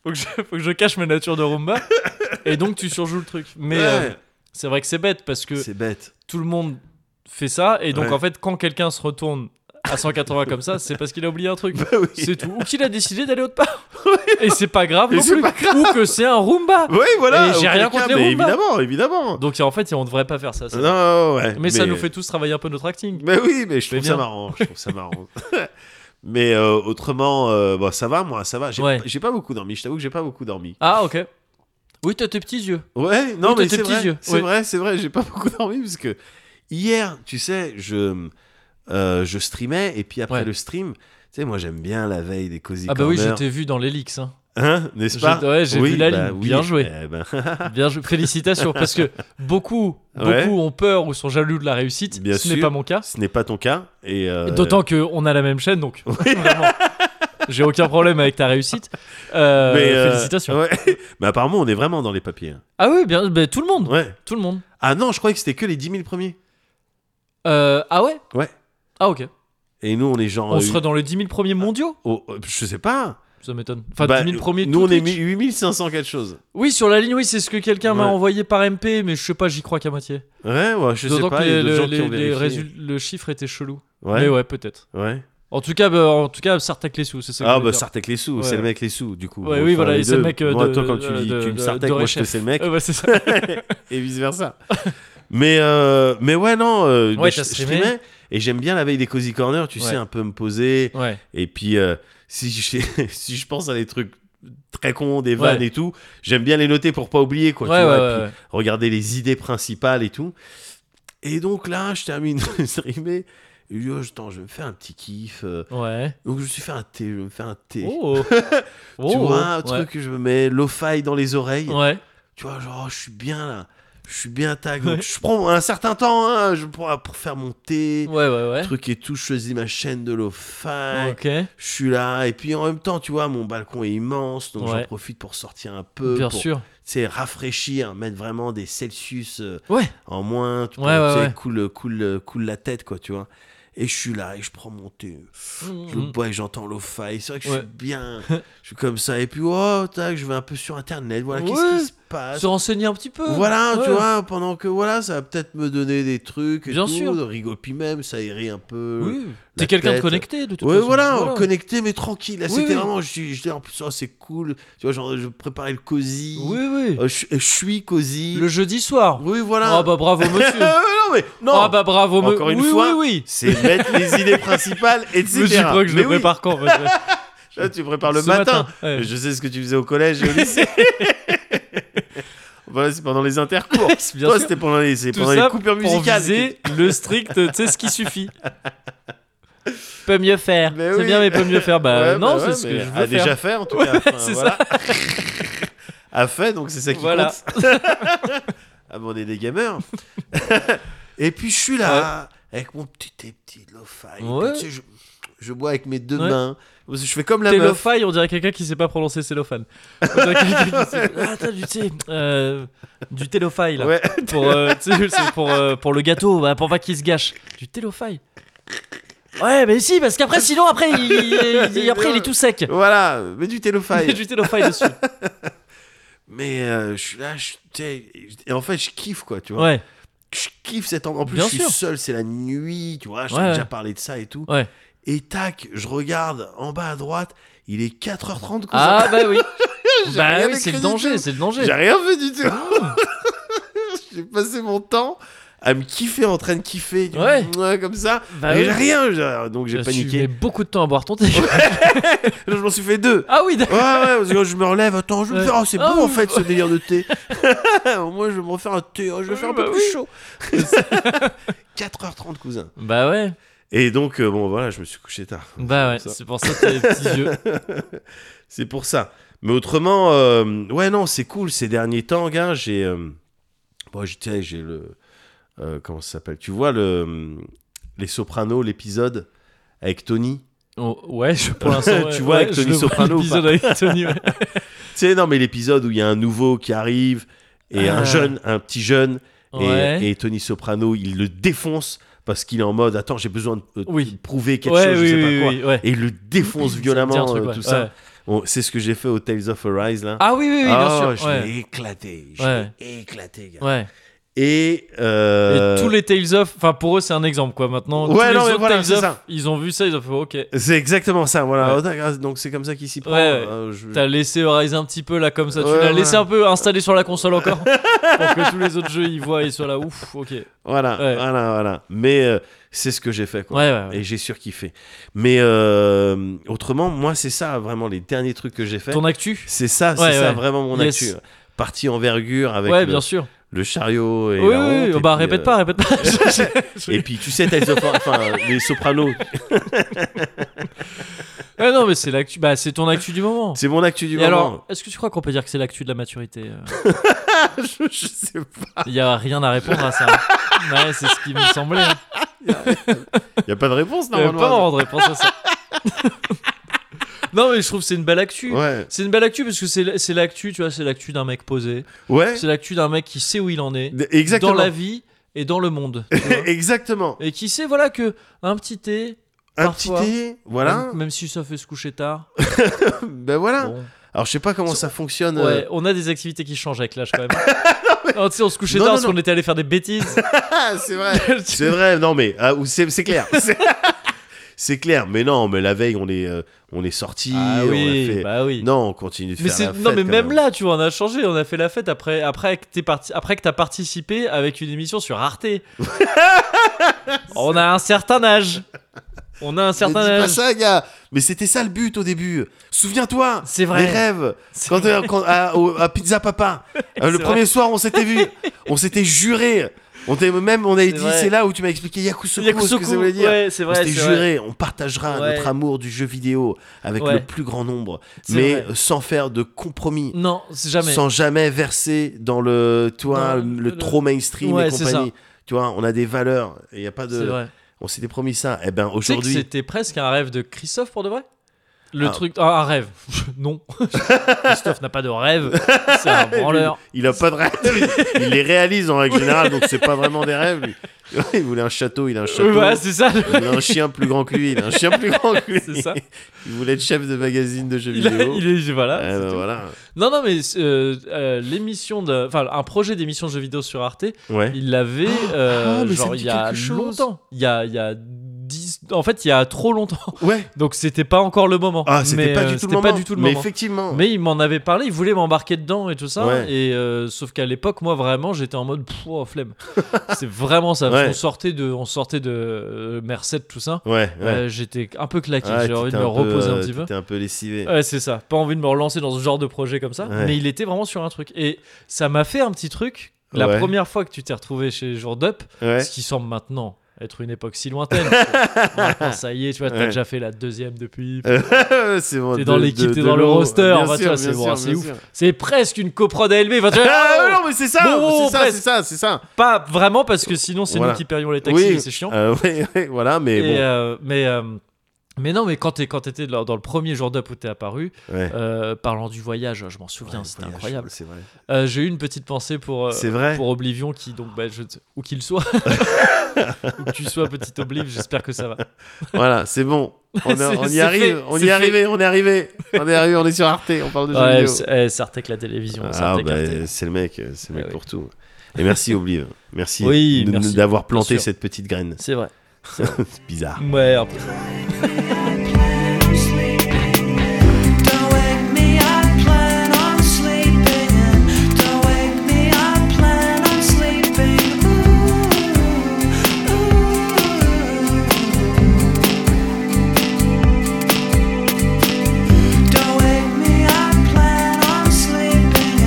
Speaker 1: faut, que je, faut que je cache ma nature de Roomba. Et donc, tu surjoues le truc. Mais
Speaker 2: Ouais.
Speaker 1: euh, c'est vrai que c'est bête parce que
Speaker 2: c'est bête.
Speaker 1: tout le monde fait ça. Et donc,
Speaker 2: Ouais.
Speaker 1: en fait, quand quelqu'un se retourne à 180 comme ça, c'est parce qu'il a oublié un truc.
Speaker 2: Bah oui.
Speaker 1: C'est tout. Ou qu'il a décidé d'aller autre part. Et c'est pas grave
Speaker 2: Et
Speaker 1: non
Speaker 2: c'est
Speaker 1: plus.
Speaker 2: pas grave.
Speaker 1: Ou que c'est un Roomba.
Speaker 2: Oui, voilà.
Speaker 1: Et j'ai
Speaker 2: auquel
Speaker 1: rien
Speaker 2: cas,
Speaker 1: contre les
Speaker 2: mais
Speaker 1: Roomba.
Speaker 2: Évidemment, évidemment.
Speaker 1: Donc en fait, on devrait pas faire ça. ça.
Speaker 2: Non, ouais.
Speaker 1: mais, ça nous fait tous travailler un peu notre acting.
Speaker 2: Mais oui, mais je
Speaker 1: Mais
Speaker 2: trouve ça
Speaker 1: bien.
Speaker 2: marrant. Je trouve ça marrant. mais euh, autrement, euh, bon, ça va, moi, ça va. J'ai
Speaker 1: Ouais.
Speaker 2: j'ai pas beaucoup dormi. Je t'avoue que j'ai pas beaucoup dormi.
Speaker 1: Ah, ok. Oui, t'as tes petits yeux.
Speaker 2: Ouais, non,
Speaker 1: Oui, t'as
Speaker 2: mais
Speaker 1: tes
Speaker 2: c'est
Speaker 1: petits
Speaker 2: vrai.
Speaker 1: yeux,
Speaker 2: C'est
Speaker 1: ouais.
Speaker 2: vrai, c'est vrai. J'ai pas beaucoup dormi parce que hier, tu sais, je euh, je streamais et puis après
Speaker 1: Ouais.
Speaker 2: le stream. Tu sais, moi j'aime bien la veille des cosy
Speaker 1: Ah, bah oui, je
Speaker 2: corners.
Speaker 1: t'ai vu dans l'Elix. Hein.
Speaker 2: Hein, n'est-ce
Speaker 1: Je-
Speaker 2: pas
Speaker 1: ouais, j'ai
Speaker 2: Oui,
Speaker 1: vu la
Speaker 2: bah
Speaker 1: ligne.
Speaker 2: oui.
Speaker 1: Bien joué.
Speaker 2: Eh ben,
Speaker 1: Bien joué. Félicitations. parce que beaucoup, beaucoup
Speaker 2: Ouais.
Speaker 1: ont peur ou sont jaloux de la réussite.
Speaker 2: Bien
Speaker 1: ce n'est
Speaker 2: sûr.
Speaker 1: pas mon cas.
Speaker 2: ce n'est pas ton cas. Et euh,
Speaker 1: D'autant que on a la même chaîne, donc vraiment, j'ai aucun problème avec ta réussite. Euh,
Speaker 2: mais, euh,
Speaker 1: félicitations.
Speaker 2: ouais. mais apparemment, on est vraiment dans les papiers. hein.
Speaker 1: Ah oui, bien, ben, tout le monde,
Speaker 2: Ouais.
Speaker 1: tout le monde.
Speaker 2: Ah non, je croyais que c'était que les 10 000 premiers.
Speaker 1: Euh, ah ouais.
Speaker 2: Ouais.
Speaker 1: Ah ok.
Speaker 2: Et nous, on est genre.
Speaker 1: on
Speaker 2: euh,
Speaker 1: serait dans les 10 000 premiers mondiaux.
Speaker 2: oh, euh, je sais pas.
Speaker 1: Ça m'étonne. Enfin,
Speaker 2: Bah,
Speaker 1: 10 000 premiers.
Speaker 2: Nous,
Speaker 1: tout
Speaker 2: on est
Speaker 1: Twitch.
Speaker 2: 8500 quelque chose.
Speaker 1: Oui, sur la ligne, oui, c'est ce que quelqu'un m'a
Speaker 2: Ouais.
Speaker 1: envoyé par MP, mais je sais pas, j'y crois qu'à moitié.
Speaker 2: Ouais, ouais, je sais
Speaker 1: D'autant que
Speaker 2: pas. il y a
Speaker 1: les-
Speaker 2: d'autres gens
Speaker 1: les-
Speaker 2: qui ont
Speaker 1: les
Speaker 2: vérifié.
Speaker 1: résul- le chiffre était chelou. Mais
Speaker 2: Ouais.
Speaker 1: ouais, peut-être.
Speaker 2: ouais.
Speaker 1: En tout cas, bah, en tout cas, Sartak les sous, c'est ça. que je
Speaker 2: Ah,
Speaker 1: voulais
Speaker 2: bah,
Speaker 1: dire.
Speaker 2: Sartek les sous.
Speaker 1: Ouais.
Speaker 2: C'est le mec les sous, du coup.
Speaker 1: Ouais,
Speaker 2: On
Speaker 1: oui,
Speaker 2: fait
Speaker 1: voilà,
Speaker 2: les
Speaker 1: c'est le
Speaker 2: deux.
Speaker 1: mec, euh,
Speaker 2: Moi,
Speaker 1: de-
Speaker 2: toi, quand tu
Speaker 1: de-
Speaker 2: dis
Speaker 1: de-
Speaker 2: tu me
Speaker 1: de-
Speaker 2: Sartek,
Speaker 1: de
Speaker 2: moi, je te
Speaker 1: Réchef.
Speaker 2: sais le mec.
Speaker 1: Euh, bah, c'est ça.
Speaker 2: et vice versa. mais euh, mais ouais non, euh,
Speaker 1: Ouais,
Speaker 2: je,
Speaker 1: t'as
Speaker 2: je
Speaker 1: streamé.
Speaker 2: streamais et j'aime bien la veille des cozy corners, tu
Speaker 1: Ouais.
Speaker 2: sais un peu me poser
Speaker 1: ouais.
Speaker 2: et puis euh, si je, si je pense à des trucs très cons, des vannes
Speaker 1: Ouais.
Speaker 2: et tout, j'aime bien les noter pour pas oublier quoi, tu
Speaker 1: Ouais, ouais,
Speaker 2: vois, et puis
Speaker 1: ouais, ouais.
Speaker 2: regarder les idées principales et tout. Et donc là, je termine de streamer. Et je dis, oh, attends, je vais me faire un petit kiff. euh.
Speaker 1: Ouais.
Speaker 2: Donc je me suis fait un thé, je vais me faire un thé.
Speaker 1: Oh.
Speaker 2: tu
Speaker 1: Oh.
Speaker 2: vois, un
Speaker 1: Ouais.
Speaker 2: truc que je me mets lo-fi dans les oreilles.
Speaker 1: Ouais.
Speaker 2: Tu vois, genre, oh, je suis bien là. Je suis bien tag.
Speaker 1: Ouais.
Speaker 2: Donc, je prends un certain temps hein, je prends pour faire mon thé,
Speaker 1: Ouais, ouais, ouais.
Speaker 2: truc et tout. Je choisis ma chaîne de lo-fi.
Speaker 1: Ok.
Speaker 2: Je suis là. Et puis, en même temps, tu vois, mon balcon est immense. Donc, j'en
Speaker 1: Ouais.
Speaker 2: profite pour sortir un peu.
Speaker 1: Bien
Speaker 2: pour,
Speaker 1: sûr.
Speaker 2: Tu sais, rafraîchir, mettre vraiment des Celsius euh,
Speaker 1: Ouais.
Speaker 2: en moins. Tu
Speaker 1: Ouais,
Speaker 2: prends, tu
Speaker 1: ouais,
Speaker 2: sais,
Speaker 1: ouais.
Speaker 2: Cool, cool, euh, cool la tête, quoi, tu vois. Et je suis là et je prends mon thé. Je le
Speaker 1: Mm, mm.
Speaker 2: bois et j'entends lo-fi. C'est vrai que je
Speaker 1: Ouais.
Speaker 2: suis bien. je suis comme ça. Et puis, oh, tac, je vais un peu sur Internet. Voilà, qu'est-ce
Speaker 1: Ouais.
Speaker 2: qui se passe
Speaker 1: Se renseigner un petit peu.
Speaker 2: Voilà, tu
Speaker 1: Ouais.
Speaker 2: vois, pendant que voilà, ça va peut-être me donner des trucs et
Speaker 1: Bien
Speaker 2: tout,
Speaker 1: sûr.
Speaker 2: de rigoler, puis même ça aérait un peu.
Speaker 1: Oui.
Speaker 2: euh, la
Speaker 1: T'es quelqu'un de
Speaker 2: tête.
Speaker 1: connecté de toute
Speaker 2: Ouais,
Speaker 1: façon.
Speaker 2: voilà, euh, connecté mais tranquille. Là,
Speaker 1: Oui,
Speaker 2: c'était
Speaker 1: oui.
Speaker 2: vraiment, je suis- j'étais en plus, oh, c'est cool. Tu vois, genre, je préparais le cosy.
Speaker 1: Oui, oui.
Speaker 2: Euh, je, je suis cosy.
Speaker 1: Le jeudi soir.
Speaker 2: Oui, voilà.
Speaker 1: Ah bah bravo monsieur.
Speaker 2: Euh, non, mais non.
Speaker 1: Ah bah bravo monsieur.
Speaker 2: Encore une
Speaker 1: oui,
Speaker 2: fois,
Speaker 1: Oui, oui.
Speaker 2: C'est mettre les idées principales, etc.
Speaker 1: Le JPRO que je
Speaker 2: Mais
Speaker 1: le
Speaker 2: oui,
Speaker 1: prépare quand monsieur
Speaker 2: là, tu prépares le
Speaker 1: Ce
Speaker 2: matin.
Speaker 1: ouais.
Speaker 2: Je sais ce que tu faisais au collège et au lycée. voilà, c'est pendant les intercours.
Speaker 1: Bien
Speaker 2: Toi,
Speaker 1: sûr.
Speaker 2: c'était pendant les, c'est
Speaker 1: Tout
Speaker 2: pendant
Speaker 1: ça
Speaker 2: les coupures
Speaker 1: pour
Speaker 2: musicales.
Speaker 1: viser le strict, tu sais ce qui suffit. Peut mieux faire.
Speaker 2: Mais
Speaker 1: C'est
Speaker 2: oui.
Speaker 1: bien, mais peut mieux faire. Bah
Speaker 2: Ouais,
Speaker 1: non,
Speaker 2: bah
Speaker 1: c'est
Speaker 2: ouais,
Speaker 1: ce
Speaker 2: mais
Speaker 1: que je
Speaker 2: a
Speaker 1: veux faire.
Speaker 2: déjà fait en tout cas. Enfin,
Speaker 1: c'est
Speaker 2: voilà. a fait, donc c'est ça qui
Speaker 1: Voilà.
Speaker 2: compte. ah bon, on est des gamers. et puis je suis là avec mon petit thé, petit lo-fi. Et puis,
Speaker 1: Ouais.
Speaker 2: tu sais, je, je bois avec mes deux
Speaker 1: Ouais.
Speaker 2: mains. Parce que Je fais comme la meuf.
Speaker 1: Télophile, on dirait quelqu'un qui sait pas prononcer cellophane. On dirait quelqu'un qui sait... Ah, t'as du thé. euh, du télophile.
Speaker 2: Ouais.
Speaker 1: Pour, euh, tu sais, c'est pour, euh, pour le gâteau, bah, pour pas qu'il se gâche. Du télophile. Ouais, mais si, parce qu'après, sinon, après, il, il- il- après, il est tout sec.
Speaker 2: Voilà, mais du télophile.
Speaker 1: du télophile dessus.
Speaker 2: Mais euh, je suis là, je, tu sais, et en fait, je kiffe quoi, tu vois.
Speaker 1: Ouais,
Speaker 2: Je kiffe cet endroit. En plus,
Speaker 1: Bien
Speaker 2: je suis
Speaker 1: sûr.
Speaker 2: seul, c'est la nuit, tu vois. Je t'ai
Speaker 1: Ouais,
Speaker 2: déjà
Speaker 1: ouais.
Speaker 2: parlé de ça et tout.
Speaker 1: ouais.
Speaker 2: Et tac, je regarde en bas à droite, il est 4h30.
Speaker 1: Ah, bah oui.
Speaker 2: J'ai
Speaker 1: bah
Speaker 2: rien
Speaker 1: oui, c'est
Speaker 2: écrit
Speaker 1: le
Speaker 2: du
Speaker 1: danger,
Speaker 2: tout.
Speaker 1: c'est le danger.
Speaker 2: J'ai rien fait du tout.
Speaker 1: Ah.
Speaker 2: J'ai passé mon temps à me kiffer, en train de kiffer, du-
Speaker 1: Ouais.
Speaker 2: mouah, comme ça.
Speaker 1: Bah
Speaker 2: et
Speaker 1: oui. Euh,
Speaker 2: j'ai rien, j'ai- donc j'ai
Speaker 1: Tu
Speaker 2: paniqué.
Speaker 1: mets beaucoup de temps à boire ton thé.
Speaker 2: Je m'en suis fait deux.
Speaker 1: ah oui,
Speaker 2: Ouais, ouais,
Speaker 1: d'accord.
Speaker 2: parce que je me relève, attends, je vais me
Speaker 1: Ouais.
Speaker 2: faire, oh, c'est
Speaker 1: Ah
Speaker 2: beau en
Speaker 1: oui.
Speaker 2: fait ce délire de thé. Au moins, je vais me refaire un thé, oh, je vais faire un
Speaker 1: Bah
Speaker 2: peu plus
Speaker 1: oui.
Speaker 2: chaud. 4h30, cousin.
Speaker 1: Bah ouais,
Speaker 2: Et donc, euh, bon, voilà, je me suis couché tard.
Speaker 1: bah ouais,
Speaker 2: Ça.
Speaker 1: c'est pour ça que t'as les petits yeux.
Speaker 2: C'est pour ça. Mais autrement, euh, ouais, non, c'est cool. Ces derniers temps, gars, j'ai. euh, bon, je- tu sais, j'ai le. euh, comment ça s'appelle Tu vois, le, euh, Les Sopranos, l'épisode avec Tony
Speaker 1: Oh, ouais, je, pour l'instant. ouais,
Speaker 2: Tu vois
Speaker 1: ouais,
Speaker 2: avec
Speaker 1: je le
Speaker 2: Tony
Speaker 1: vois,
Speaker 2: Soprano ou
Speaker 1: l'épisode
Speaker 2: pas
Speaker 1: avec Tony, ouais.
Speaker 2: Tu sais, non, mais l'épisode où il y a un nouveau qui arrive et un
Speaker 1: Ah.
Speaker 2: jeune, un petit jeune, et-
Speaker 1: Ouais.
Speaker 2: et, Tony Soprano, il le défonce parce qu'il est en mode Attends, j'ai besoin de, euh,
Speaker 1: Oui.
Speaker 2: de prouver quelque
Speaker 1: ouais,
Speaker 2: chose,
Speaker 1: oui,
Speaker 2: je sais
Speaker 1: oui,
Speaker 2: pas quoi.
Speaker 1: oui, ouais.
Speaker 2: Et il le défonce
Speaker 1: Ça me dit un
Speaker 2: violemment,
Speaker 1: truc,
Speaker 2: euh,
Speaker 1: ouais,
Speaker 2: tout
Speaker 1: ouais.
Speaker 2: ça. Bon, c'est ce que j'ai fait au Tales of Arise, là.
Speaker 1: Ah oui, oui, oui, bien
Speaker 2: Ah,
Speaker 1: sûr.
Speaker 2: Je
Speaker 1: ouais.
Speaker 2: l'ai éclaté. Je
Speaker 1: Ouais.
Speaker 2: l'ai éclaté, gars.
Speaker 1: Ouais.
Speaker 2: Et, euh,
Speaker 1: Et tous les Tales of, enfin pour eux c'est un exemple quoi maintenant. tous
Speaker 2: Ouais,
Speaker 1: les
Speaker 2: non, mais
Speaker 1: autres
Speaker 2: voilà,
Speaker 1: Tales
Speaker 2: c'est
Speaker 1: of,
Speaker 2: ça.
Speaker 1: ils ont vu ça, ils ont fait ok.
Speaker 2: C'est exactement ça, voilà.
Speaker 1: Ouais.
Speaker 2: Oh, d'accord, Donc c'est comme ça qu'il s'y prend.
Speaker 1: Ouais, ouais.
Speaker 2: Euh, je-
Speaker 1: T'as laissé Horizon un petit peu là comme ça, tu
Speaker 2: Ouais,
Speaker 1: l'as
Speaker 2: ouais.
Speaker 1: laissé un peu installé sur la console encore pour que tous les autres jeux y voient et soient là ouf ok. Ouais
Speaker 2: Voilà,
Speaker 1: Ouais.
Speaker 2: voilà, voilà. Mais euh, c'est ce que j'ai fait, quoi.
Speaker 1: ouais. ouais.
Speaker 2: Et j'ai surkiffé. Mais euh, autrement, moi, c'est ça, vraiment, les derniers trucs que j'ai fait.
Speaker 1: Ton actu.
Speaker 2: C'est ça, c'est
Speaker 1: Ouais,
Speaker 2: ça,
Speaker 1: ouais.
Speaker 2: vraiment mon
Speaker 1: Yes.
Speaker 2: actu. Partie envergure avec
Speaker 1: Ouais
Speaker 2: le,
Speaker 1: bien sûr.
Speaker 2: le chariot et
Speaker 1: Oui,
Speaker 2: la
Speaker 1: oui,
Speaker 2: honte,
Speaker 1: oui,
Speaker 2: et
Speaker 1: bah
Speaker 2: puis,
Speaker 1: répète
Speaker 2: euh,
Speaker 1: pas, répète pas. Je-
Speaker 2: Et puis, tu sais, Tales of- enfin, les sopranos.
Speaker 1: Ouais, non, mais c'est l'actu, bah c'est ton actu du moment.
Speaker 2: C'est mon actu du
Speaker 1: Et
Speaker 2: moment.
Speaker 1: alors, est-ce que tu crois qu'on peut dire que c'est l'actu de la maturité euh
Speaker 2: je, je sais pas.
Speaker 1: Il y a rien à répondre à ça. hein. Ouais, c'est ce qui me semblait. hein.
Speaker 2: Il a pas de réponse,
Speaker 1: Il y avait
Speaker 2: normalement.
Speaker 1: Euh, pas vraiment de réponse à ça. non, mais je trouve que c'est une belle actu.
Speaker 2: Ouais.
Speaker 1: C'est une belle actu parce que c'est l- c'est l'actu, tu vois, c'est l'actu d'un mec posé.
Speaker 2: Ouais.
Speaker 1: C'est l'actu d'un mec qui sait où il en est
Speaker 2: Exactement.
Speaker 1: dans la vie hein. et dans le monde. tu vois.
Speaker 2: Exactement.
Speaker 1: et qui sait, voilà, que un petit thé,
Speaker 2: Un
Speaker 1: Parfois.
Speaker 2: petit thé, voilà.
Speaker 1: même, même si ça fait se coucher tard.
Speaker 2: ben voilà.
Speaker 1: bon.
Speaker 2: Alors, je sais pas comment ça fonctionne. euh,
Speaker 1: Ouais, on a des activités qui changent avec l'âge quand même. Ah, tu sais, on se couchait
Speaker 2: Non,
Speaker 1: tard
Speaker 2: non,
Speaker 1: parce
Speaker 2: non.
Speaker 1: qu'on était allé faire des bêtises.
Speaker 2: Ah, c'est vrai. C'est vrai, non mais ah, ou c'est c'est clair. C'est- C'est clair, mais non, mais la veille on est euh, on est sorti,
Speaker 1: ah
Speaker 2: on a
Speaker 1: oui,
Speaker 2: fait.
Speaker 1: bah oui.
Speaker 2: Non, on continue de
Speaker 1: mais
Speaker 2: faire
Speaker 1: c'est
Speaker 2: la fête. hein.
Speaker 1: non mais
Speaker 2: quand
Speaker 1: même là tu vois on a changé on a fait la fête après après que t'es parti après que t'as participé avec une émission sur Arte on a un certain âge on a un certain
Speaker 2: Mais dis pas
Speaker 1: âge
Speaker 2: ça, gars. Mais c'était ça le but au début. Souviens-toi.
Speaker 1: C'est vrai.
Speaker 2: Les rêves.
Speaker 1: C'est
Speaker 2: Quand, euh, quand- à, au- à Pizza Papa, euh, le
Speaker 1: C'est
Speaker 2: premier soir, on s'était vu, on s'était juré. On t'avait même, on avait
Speaker 1: C'est
Speaker 2: dit,
Speaker 1: vrai.
Speaker 2: c'est là où tu m'as expliqué Yakusoku, ce que
Speaker 1: Yakusoku,
Speaker 2: ça voulait dire.
Speaker 1: ouais, c'est
Speaker 2: On
Speaker 1: vrai
Speaker 2: s'était
Speaker 1: c'est vrai.
Speaker 2: juré, on partagera
Speaker 1: Ouais.
Speaker 2: notre amour du jeu vidéo avec
Speaker 1: Ouais.
Speaker 2: le plus grand nombre,
Speaker 1: C'est
Speaker 2: mais
Speaker 1: vrai.
Speaker 2: sans faire de compromis.
Speaker 1: non c'est jamais
Speaker 2: sans jamais verser dans le toi
Speaker 1: Dans
Speaker 2: le
Speaker 1: le-
Speaker 2: trop mainstream
Speaker 1: Ouais,
Speaker 2: et
Speaker 1: c'est
Speaker 2: compagnie. Tu vois, on a des valeurs et il y a pas
Speaker 1: c'est
Speaker 2: de
Speaker 1: vrai
Speaker 2: on s'était promis ça. Eh ben
Speaker 1: tu sais que
Speaker 2: aujourd'hui,
Speaker 1: c'était presque un rêve de Christophe pour de vrai le
Speaker 2: Ah.
Speaker 1: truc ah, un rêve non Christophe n'a pas de rêve c'est un branleur
Speaker 2: il a pas de rêve. il les réalise en règle générale donc c'est pas vraiment des rêves lui. Il voulait un château, il a un château.
Speaker 1: Euh, voilà, c'est ça le-
Speaker 2: Il a un chien plus grand que lui, il a un chien plus grand que lui.
Speaker 1: C'est ça.
Speaker 2: Il voulait être chef de magazine de jeux
Speaker 1: il, a-
Speaker 2: vidéo.
Speaker 1: il est voilà
Speaker 2: Eh ben,
Speaker 1: c'est tout.
Speaker 2: voilà.
Speaker 1: Non, non, mais euh, euh, l'émission de. Enfin, un projet d'émission de jeux vidéo sur Arte,
Speaker 2: Ouais.
Speaker 1: il l'avait. euh,
Speaker 2: ah, mais ça
Speaker 1: genre,
Speaker 2: me dit
Speaker 1: il y a
Speaker 2: quelque chose.
Speaker 1: longtemps. Il y a, il y a 10. En fait, il y a trop longtemps.
Speaker 2: Ouais.
Speaker 1: Donc, c'était pas encore le moment.
Speaker 2: Ah, c'était
Speaker 1: Mais,
Speaker 2: pas
Speaker 1: euh,
Speaker 2: du tout le
Speaker 1: c'était
Speaker 2: moment.
Speaker 1: pas du tout le
Speaker 2: Mais
Speaker 1: moment.
Speaker 2: effectivement.
Speaker 1: Mais il m'en avait parlé, il voulait m'embarquer dedans et tout ça.
Speaker 2: Ouais.
Speaker 1: Et euh, sauf qu'à l'époque, moi vraiment, j'étais en mode pff, oh, flemme. C'est vraiment ça. parce
Speaker 2: Ouais.
Speaker 1: qu'on sortait de, on sortait de euh, Merced tout ça.
Speaker 2: Ouais, ouais.
Speaker 1: Euh, j'étais un peu claqué.
Speaker 2: Ouais,
Speaker 1: J'ai envie de
Speaker 2: t'étais
Speaker 1: me
Speaker 2: un peu,
Speaker 1: reposer un
Speaker 2: euh,
Speaker 1: petit peu.
Speaker 2: t'étais un peu lessivé.
Speaker 1: Ouais, c'est ça. Pas envie de me relancer dans ce genre de projet comme ça.
Speaker 2: Ouais.
Speaker 1: Mais il était vraiment sur un truc. Et ça m'a fait un petit truc. La
Speaker 2: Ouais.
Speaker 1: première fois que tu t'es retrouvé chez Jour d'Up,
Speaker 2: Ouais.
Speaker 1: ce qui semble maintenant être une époque si lointaine. parce que maintenant, ça y est, tu vois, t'as
Speaker 2: Ouais.
Speaker 1: déjà fait la deuxième depuis.
Speaker 2: c'est bon.
Speaker 1: T'es dans
Speaker 2: de-
Speaker 1: l'équipe,
Speaker 2: de-
Speaker 1: t'es
Speaker 2: de
Speaker 1: dans le
Speaker 2: l'euro.
Speaker 1: roster,
Speaker 2: Bien
Speaker 1: enfin, tu
Speaker 2: sûr,
Speaker 1: vois, c'est
Speaker 2: bien
Speaker 1: bon,
Speaker 2: sûr,
Speaker 1: c'est
Speaker 2: bien
Speaker 1: ouf.
Speaker 2: sûr.
Speaker 1: C'est presque une coprod à élever. Enfin, tu vois,
Speaker 2: Ah,
Speaker 1: oh,
Speaker 2: non, mais c'est ça,
Speaker 1: Bon,
Speaker 2: c'est ça,
Speaker 1: presque.
Speaker 2: c'est ça, c'est ça.
Speaker 1: pas vraiment parce que sinon c'est
Speaker 2: Voilà.
Speaker 1: nous qui payons les taxis,
Speaker 2: Oui.
Speaker 1: et c'est chiant.
Speaker 2: Euh, ouais, ouais, voilà, mais
Speaker 1: Et,
Speaker 2: bon.
Speaker 1: euh, mais euh, mais non, mais quand t'es- quand t'étais dans dans le premier jour d'up où t'es apparu,
Speaker 2: Ouais.
Speaker 1: euh, parlant du voyage, je m'en souviens,
Speaker 2: Ouais,
Speaker 1: c'était
Speaker 2: voyage,
Speaker 1: incroyable.
Speaker 2: C'est vrai.
Speaker 1: Euh, J'ai eu une petite pensée pour, euh,
Speaker 2: C'est vrai.
Speaker 1: pour Oblivion qui donc bah, je, où qu'il soit où que tu sois petit Obliv j'espère que ça va
Speaker 2: Voilà, c'est bon. On, a-
Speaker 1: C'est-
Speaker 2: on
Speaker 1: c'est
Speaker 2: y
Speaker 1: fait,
Speaker 2: arrive, on y
Speaker 1: c'est
Speaker 2: est arrivé, on est arrivé. On est arrivé, on est sur Arte, on parle de jeux
Speaker 1: ouais
Speaker 2: vidéo.
Speaker 1: c'est- eh, Sartec la télévision
Speaker 2: Ah,
Speaker 1: Sartec
Speaker 2: bah,
Speaker 1: Arte.
Speaker 2: c'est le mec, euh, c'est le mec
Speaker 1: Ah oui.
Speaker 2: pour tout. Et merci Oblive, merci,
Speaker 1: Oui,
Speaker 2: de-
Speaker 1: merci.
Speaker 2: d'avoir planté
Speaker 1: Bien sûr.
Speaker 2: cette petite graine.
Speaker 1: c'est vrai
Speaker 2: C'est bizarre.
Speaker 1: ouais un peu
Speaker 3: Don't wake me, I plan on sleeping Don't wake me, I plan on sleeping Don't wake me, I plan on sleeping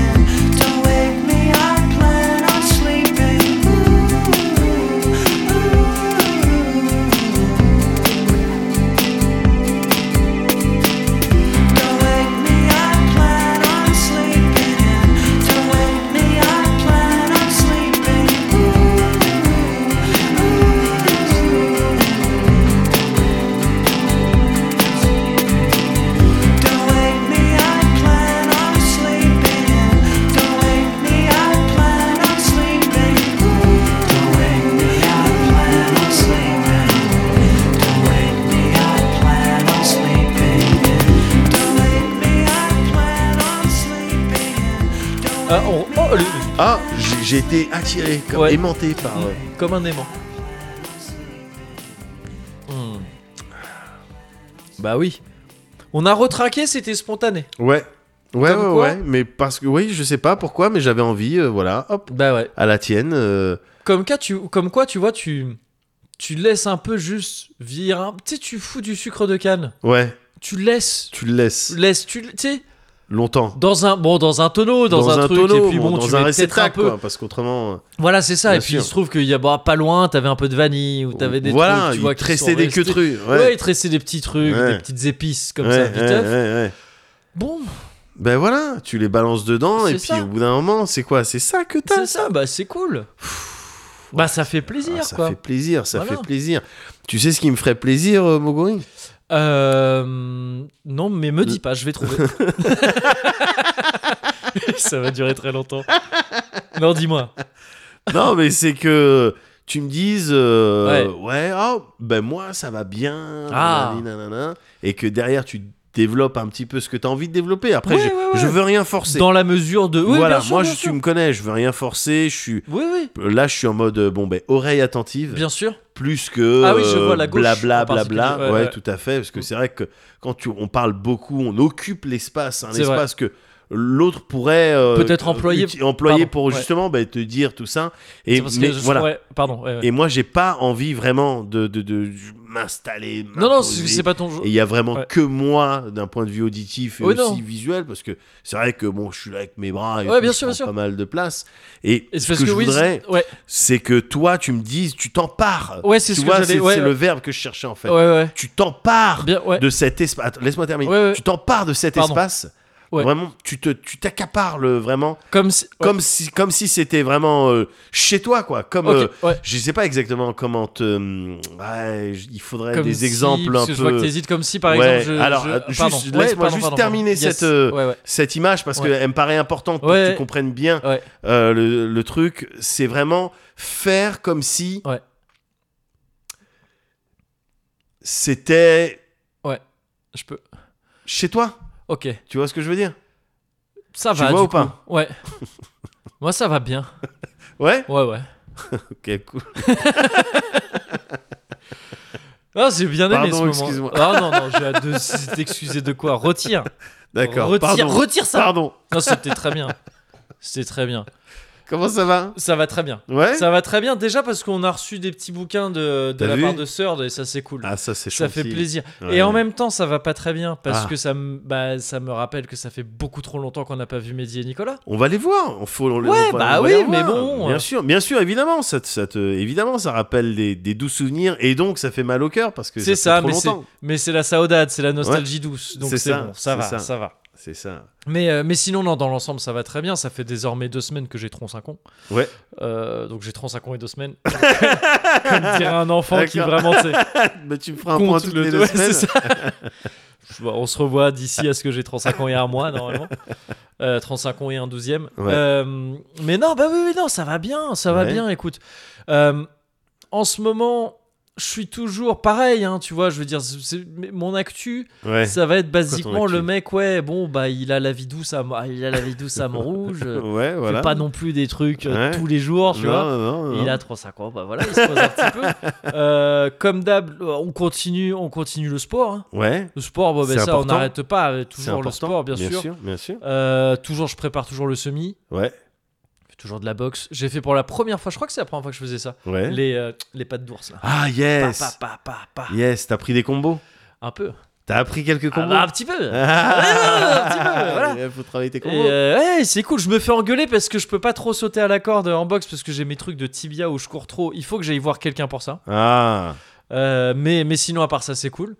Speaker 3: Don't wake me, I plan on sleeping Don't wake me, I plan on sleeping. Don't wake me, I plan on sleeping. Don't wake me, I plan on sleeping. Don't wake me, I plan on sleeping. Don't wake me, I plan on sleeping. Don't wake me, I plan on sleeping. Don't wake me, I plan on sleeping.
Speaker 1: Ah, on- oh, le-
Speaker 2: Ah, j'ai j'ai été attiré, comme
Speaker 1: Ouais.
Speaker 2: aimanté par. euh,
Speaker 1: Comme un aimant. Hmm. Bah oui. On a retraqué, c'était spontané.
Speaker 2: Ouais. Ouais,
Speaker 1: Comme
Speaker 2: ouais,
Speaker 1: quoi
Speaker 2: ouais, mais parce que oui, je sais pas pourquoi, mais j'avais envie, euh, voilà, hop,
Speaker 1: Bah ouais.
Speaker 2: à la tienne. euh,
Speaker 1: Comme, cas, tu, comme quoi, tu vois, tu, tu laisses un peu juste vieillir. un- Tu sais, tu fous du sucre de canne.
Speaker 2: ouais,
Speaker 1: Tu laisses.
Speaker 2: tu le laisses
Speaker 1: Tu laisses. Tu tu sais,
Speaker 2: longtemps.
Speaker 1: dans un, bon, dans un tonneau, dans, un, truc.
Speaker 2: tonneau,
Speaker 1: et puis bon,
Speaker 2: dans
Speaker 1: tu
Speaker 2: un
Speaker 1: mets peut-être un
Speaker 2: réceptacle,
Speaker 1: peu.
Speaker 2: quoi, parce qu'autrement. euh,
Speaker 1: Voilà, c'est ça.
Speaker 2: Bien
Speaker 1: et puis
Speaker 2: sûr.
Speaker 1: il se trouve qu'il y a bah, pas loin, t'avais un peu de vanille ou t'avais des
Speaker 2: voilà,
Speaker 1: trucs. tu vois,
Speaker 2: il te
Speaker 1: qui
Speaker 2: restait
Speaker 1: sont
Speaker 2: des
Speaker 1: restés.
Speaker 2: queues trues.
Speaker 1: Ouais.
Speaker 2: Ouais,
Speaker 1: il te restait des petits trucs,
Speaker 2: Ouais.
Speaker 1: des petites épices comme
Speaker 2: ouais,
Speaker 1: ça, viteuf.
Speaker 2: ouais, ouais, ouais.
Speaker 1: Bon,
Speaker 2: Ben voilà, tu les balances dedans et
Speaker 1: C'est
Speaker 2: puis
Speaker 1: ça.
Speaker 2: au bout d'un moment, c'est quoi C'est ça que t'as
Speaker 1: c'est ça, bah c'est cool. bah ça fait plaisir
Speaker 2: Ah, Ça
Speaker 1: quoi.
Speaker 2: fait plaisir, ça
Speaker 1: Voilà.
Speaker 2: fait plaisir. Tu sais ce qui me ferait plaisir, euh, Moguri
Speaker 1: Euh, non, mais me dis pas, je vais trouver. ça va durer très longtemps. Non, dis-moi.
Speaker 2: Non, mais c'est que tu me dises, euh, ouais, oh, ben moi, ça va bien,
Speaker 1: Ah.
Speaker 2: nanani, nanana, et que derrière, tu développes un petit peu ce que tu as envie de développer. Après,
Speaker 1: Ouais,
Speaker 2: je,
Speaker 1: ouais, ouais.
Speaker 2: je veux rien forcer.
Speaker 1: Dans la mesure de. Oui,
Speaker 2: voilà,
Speaker 1: bien sûr,
Speaker 2: moi,
Speaker 1: bien
Speaker 2: je,
Speaker 1: sûr.
Speaker 2: tu me connais, je veux rien forcer. Je suis,
Speaker 1: Oui, oui,
Speaker 2: là, je suis en mode, euh, bon, ben, oreille attentive,
Speaker 1: bien sûr.
Speaker 2: plus que
Speaker 1: Ah oui, je vois la gauche,
Speaker 2: blabla,
Speaker 1: en particulier.
Speaker 2: blabla.
Speaker 1: Ouais,
Speaker 2: Ouais,
Speaker 1: ouais. Mm.
Speaker 2: tout à fait, parce que c'est vrai que quand tu, on parle beaucoup, on occupe l'espace, un
Speaker 1: C'est vrai.
Speaker 2: espace que l'autre pourrait euh,
Speaker 1: Peut-être employer-
Speaker 2: uti- employer
Speaker 1: pardon,
Speaker 2: pour
Speaker 1: ouais.
Speaker 2: justement ben, te dire tout ça. Et
Speaker 1: C'est parce que
Speaker 2: mais
Speaker 1: je-
Speaker 2: voilà.
Speaker 1: ouais, pardon. ouais, ouais.
Speaker 2: Et moi, j'ai pas envie vraiment de, de, de m'installer.
Speaker 1: Non, non,
Speaker 2: m'imposer.
Speaker 1: c'est c'est pas ton jeu.
Speaker 2: Et il y a vraiment
Speaker 1: Ouais.
Speaker 2: que moi d'un point de vue auditif et
Speaker 1: Oui,
Speaker 2: aussi
Speaker 1: non.
Speaker 2: visuel, parce que c'est vrai que bon, je suis là avec mes bras et
Speaker 1: Ouais,
Speaker 2: tout,
Speaker 1: bien
Speaker 2: je
Speaker 1: sûr, bien
Speaker 2: prends
Speaker 1: sûr.
Speaker 2: pas mal de place. Et,
Speaker 1: Et
Speaker 2: ce que, je
Speaker 1: oui,
Speaker 2: voudrais,
Speaker 1: c'est- ouais,
Speaker 2: c'est que toi, tu me dises, tu t'empares.
Speaker 1: ouais c'est ce
Speaker 2: tu
Speaker 1: que
Speaker 2: vois,
Speaker 1: j'allais.
Speaker 2: c'est
Speaker 1: Ouais,
Speaker 2: c'est
Speaker 1: ouais.
Speaker 2: le verbe que je cherchais en fait.
Speaker 1: ouais, ouais.
Speaker 2: Tu t'empares
Speaker 1: Bien, ouais.
Speaker 2: de cet espace. Attends, Laisse-moi terminer.
Speaker 1: Ouais, ouais.
Speaker 2: Tu t'empares de cet
Speaker 1: Pardon.
Speaker 2: espace.
Speaker 1: Ouais.
Speaker 2: Vraiment, tu te, tu t'accapares le vraiment
Speaker 1: Comme si. ouais.
Speaker 2: comme si, comme si c'était vraiment euh, chez toi quoi. Comme
Speaker 1: Ok,
Speaker 2: euh,
Speaker 1: ouais.
Speaker 2: je sais pas exactement comment te. hum, ouais, j- il faudrait
Speaker 1: Comme
Speaker 2: des
Speaker 1: si,
Speaker 2: exemples
Speaker 1: parce
Speaker 2: un
Speaker 1: que Je vois que
Speaker 2: peu.
Speaker 1: t'hésites comme si, par
Speaker 2: Ouais,
Speaker 1: exemple. Je,
Speaker 2: alors,
Speaker 1: je-
Speaker 2: euh, juste-
Speaker 1: pardon.
Speaker 2: laisse-moi
Speaker 1: Ouais, pardon,
Speaker 2: juste
Speaker 1: pardon,
Speaker 2: terminer
Speaker 1: pardon.
Speaker 2: cette, euh,
Speaker 1: Ouais, ouais.
Speaker 2: Cette image, parce
Speaker 1: Ouais.
Speaker 2: qu'elle me paraît importante pour
Speaker 1: Ouais.
Speaker 2: que tu comprennes bien
Speaker 1: Ouais.
Speaker 2: euh, le, le truc, c'est vraiment faire comme si
Speaker 1: Ouais.
Speaker 2: c'était
Speaker 1: Je peux.
Speaker 2: chez toi.
Speaker 1: Ok.
Speaker 2: Tu vois ce que je veux dire
Speaker 1: Ça
Speaker 2: Tu
Speaker 1: va.
Speaker 2: vois
Speaker 1: du
Speaker 2: ou pas
Speaker 1: coup. Ouais. Moi, ça va bien.
Speaker 2: Ouais.
Speaker 1: Ouais, ouais.
Speaker 2: Ok, cool.
Speaker 1: Ah, j'ai bien aimé
Speaker 2: Pardon,
Speaker 1: ce moment.
Speaker 2: excuse-moi.
Speaker 1: Ah non, non, j'ai hâte de c'est- t'excuser de quoi. Retire.
Speaker 2: D'accord.
Speaker 1: Retire,
Speaker 2: Pardon. Ah.
Speaker 1: retire ça.
Speaker 2: Pardon.
Speaker 1: Non, c'était très bien. C'était très bien.
Speaker 2: Comment ça va
Speaker 1: Ça va très bien.
Speaker 2: Ouais.
Speaker 1: Ça va très bien déjà parce qu'on a reçu des petits bouquins de, de
Speaker 2: T'as
Speaker 1: la
Speaker 2: vu
Speaker 1: part de Sœur et ça, c'est cool.
Speaker 2: Ah, ça c'est
Speaker 1: ça fait
Speaker 2: gentil.
Speaker 1: plaisir.
Speaker 2: Ouais.
Speaker 1: Et en même temps, ça va pas très bien parce
Speaker 2: Ah.
Speaker 1: que ça me, bah, ça me rappelle que ça fait beaucoup trop longtemps qu'on n'a pas vu Mehdi et Nicolas.
Speaker 2: On va les voir. On faut, on les-
Speaker 1: Ouais,
Speaker 2: on va-
Speaker 1: bah
Speaker 2: on va
Speaker 1: oui,
Speaker 2: les
Speaker 1: mais
Speaker 2: revoir.
Speaker 1: bon,
Speaker 2: Bien
Speaker 1: euh.
Speaker 2: sûr, bien sûr, évidemment, ça, te- ça te, évidemment, ça rappelle des, des doux souvenirs et donc ça fait mal au cœur parce que
Speaker 1: C'est
Speaker 2: ça,
Speaker 1: ça,
Speaker 2: fait
Speaker 1: mais
Speaker 2: trop
Speaker 1: c'est,
Speaker 2: longtemps.
Speaker 1: mais c'est la saudade, c'est la nostalgie douce. Donc
Speaker 2: C'est
Speaker 1: c'est
Speaker 2: ça,
Speaker 1: bon, ça
Speaker 2: c'est
Speaker 1: va,
Speaker 2: ça.
Speaker 1: ça, va.
Speaker 2: C'est ça.
Speaker 1: Mais, euh, mais sinon, non, dans l'ensemble, ça va très bien. Ça fait désormais deux semaines que j'ai 35 ans.
Speaker 2: Ouais.
Speaker 1: Euh, donc j'ai 35 ans et deux semaines. Comme dirait un enfant qui
Speaker 2: D'accord.
Speaker 1: vraiment tu sais,
Speaker 2: mais tu me feras un point
Speaker 1: compte
Speaker 2: toutes
Speaker 1: le
Speaker 2: les deux
Speaker 1: ouais,
Speaker 2: semaines.
Speaker 1: c'est ça. Je- bon, on se revoit d'ici à ce que j'ai 35 ans et un mois, normalement. Euh, 35 ans et un douzième.
Speaker 2: Ouais.
Speaker 1: Euh, mais non, bah oui, oui, non, ça va bien, ça va
Speaker 2: Ouais.
Speaker 1: bien, écoute. Euh, en ce moment, je suis toujours pareil, hein, tu vois, je veux dire, c'est- c'est- mais mon actu,
Speaker 2: Ouais.
Speaker 1: ça va être
Speaker 2: Pourquoi
Speaker 1: basiquement
Speaker 2: ton actu
Speaker 1: le mec, ouais, bon, bah il a la vie douce à, mo- ah, il a la vie douce à Montrouge. euh,
Speaker 2: Ouais,
Speaker 1: fait
Speaker 2: voilà.
Speaker 1: pas non plus des trucs euh,
Speaker 2: Ouais.
Speaker 1: tous les jours, tu
Speaker 2: Non,
Speaker 1: vois.
Speaker 2: non, non,
Speaker 1: Il
Speaker 2: non.
Speaker 1: a 35 ans, bah voilà, il se pose un petit peu. Euh, comme d'hab, on continue, on continue le sport. hein.
Speaker 2: Ouais.
Speaker 1: Le sport, bah, bah,
Speaker 2: C'est
Speaker 1: ça, on
Speaker 2: important.
Speaker 1: n'arrête pas. euh,
Speaker 2: c'est
Speaker 1: Toujours
Speaker 2: important,
Speaker 1: le sport, bien, sûr.
Speaker 2: bien sûr.
Speaker 1: Euh, toujours, je prépare toujours le semi.
Speaker 2: Ouais,
Speaker 1: Je fais Toujours de la boxe. J'ai fait pour la première fois, je crois que c'est la première fois que je faisais ça.
Speaker 2: ouais.
Speaker 1: Les, euh, les pattes d'ours, là.
Speaker 2: Ah
Speaker 1: Pa,
Speaker 2: yes,
Speaker 1: pa, pa, pa, pa.
Speaker 2: yes. T'as pris des combos.
Speaker 1: Un peu.
Speaker 2: T'as appris quelques
Speaker 1: Ah,
Speaker 2: combos.
Speaker 1: bah, un petit peu. Ah, un petit peu, voilà.
Speaker 2: Il Ah, faut travailler tes
Speaker 1: Et,
Speaker 2: combos.
Speaker 1: euh, ouais, c'est cool. Je me fais engueuler parce que je peux pas trop sauter à la corde en boxe parce que j'ai mes trucs de tibia où je cours trop. Il faut que j'aille voir quelqu'un pour ça.
Speaker 2: Ah,
Speaker 1: Euh, mais, mais sinon, à part ça, c'est cool.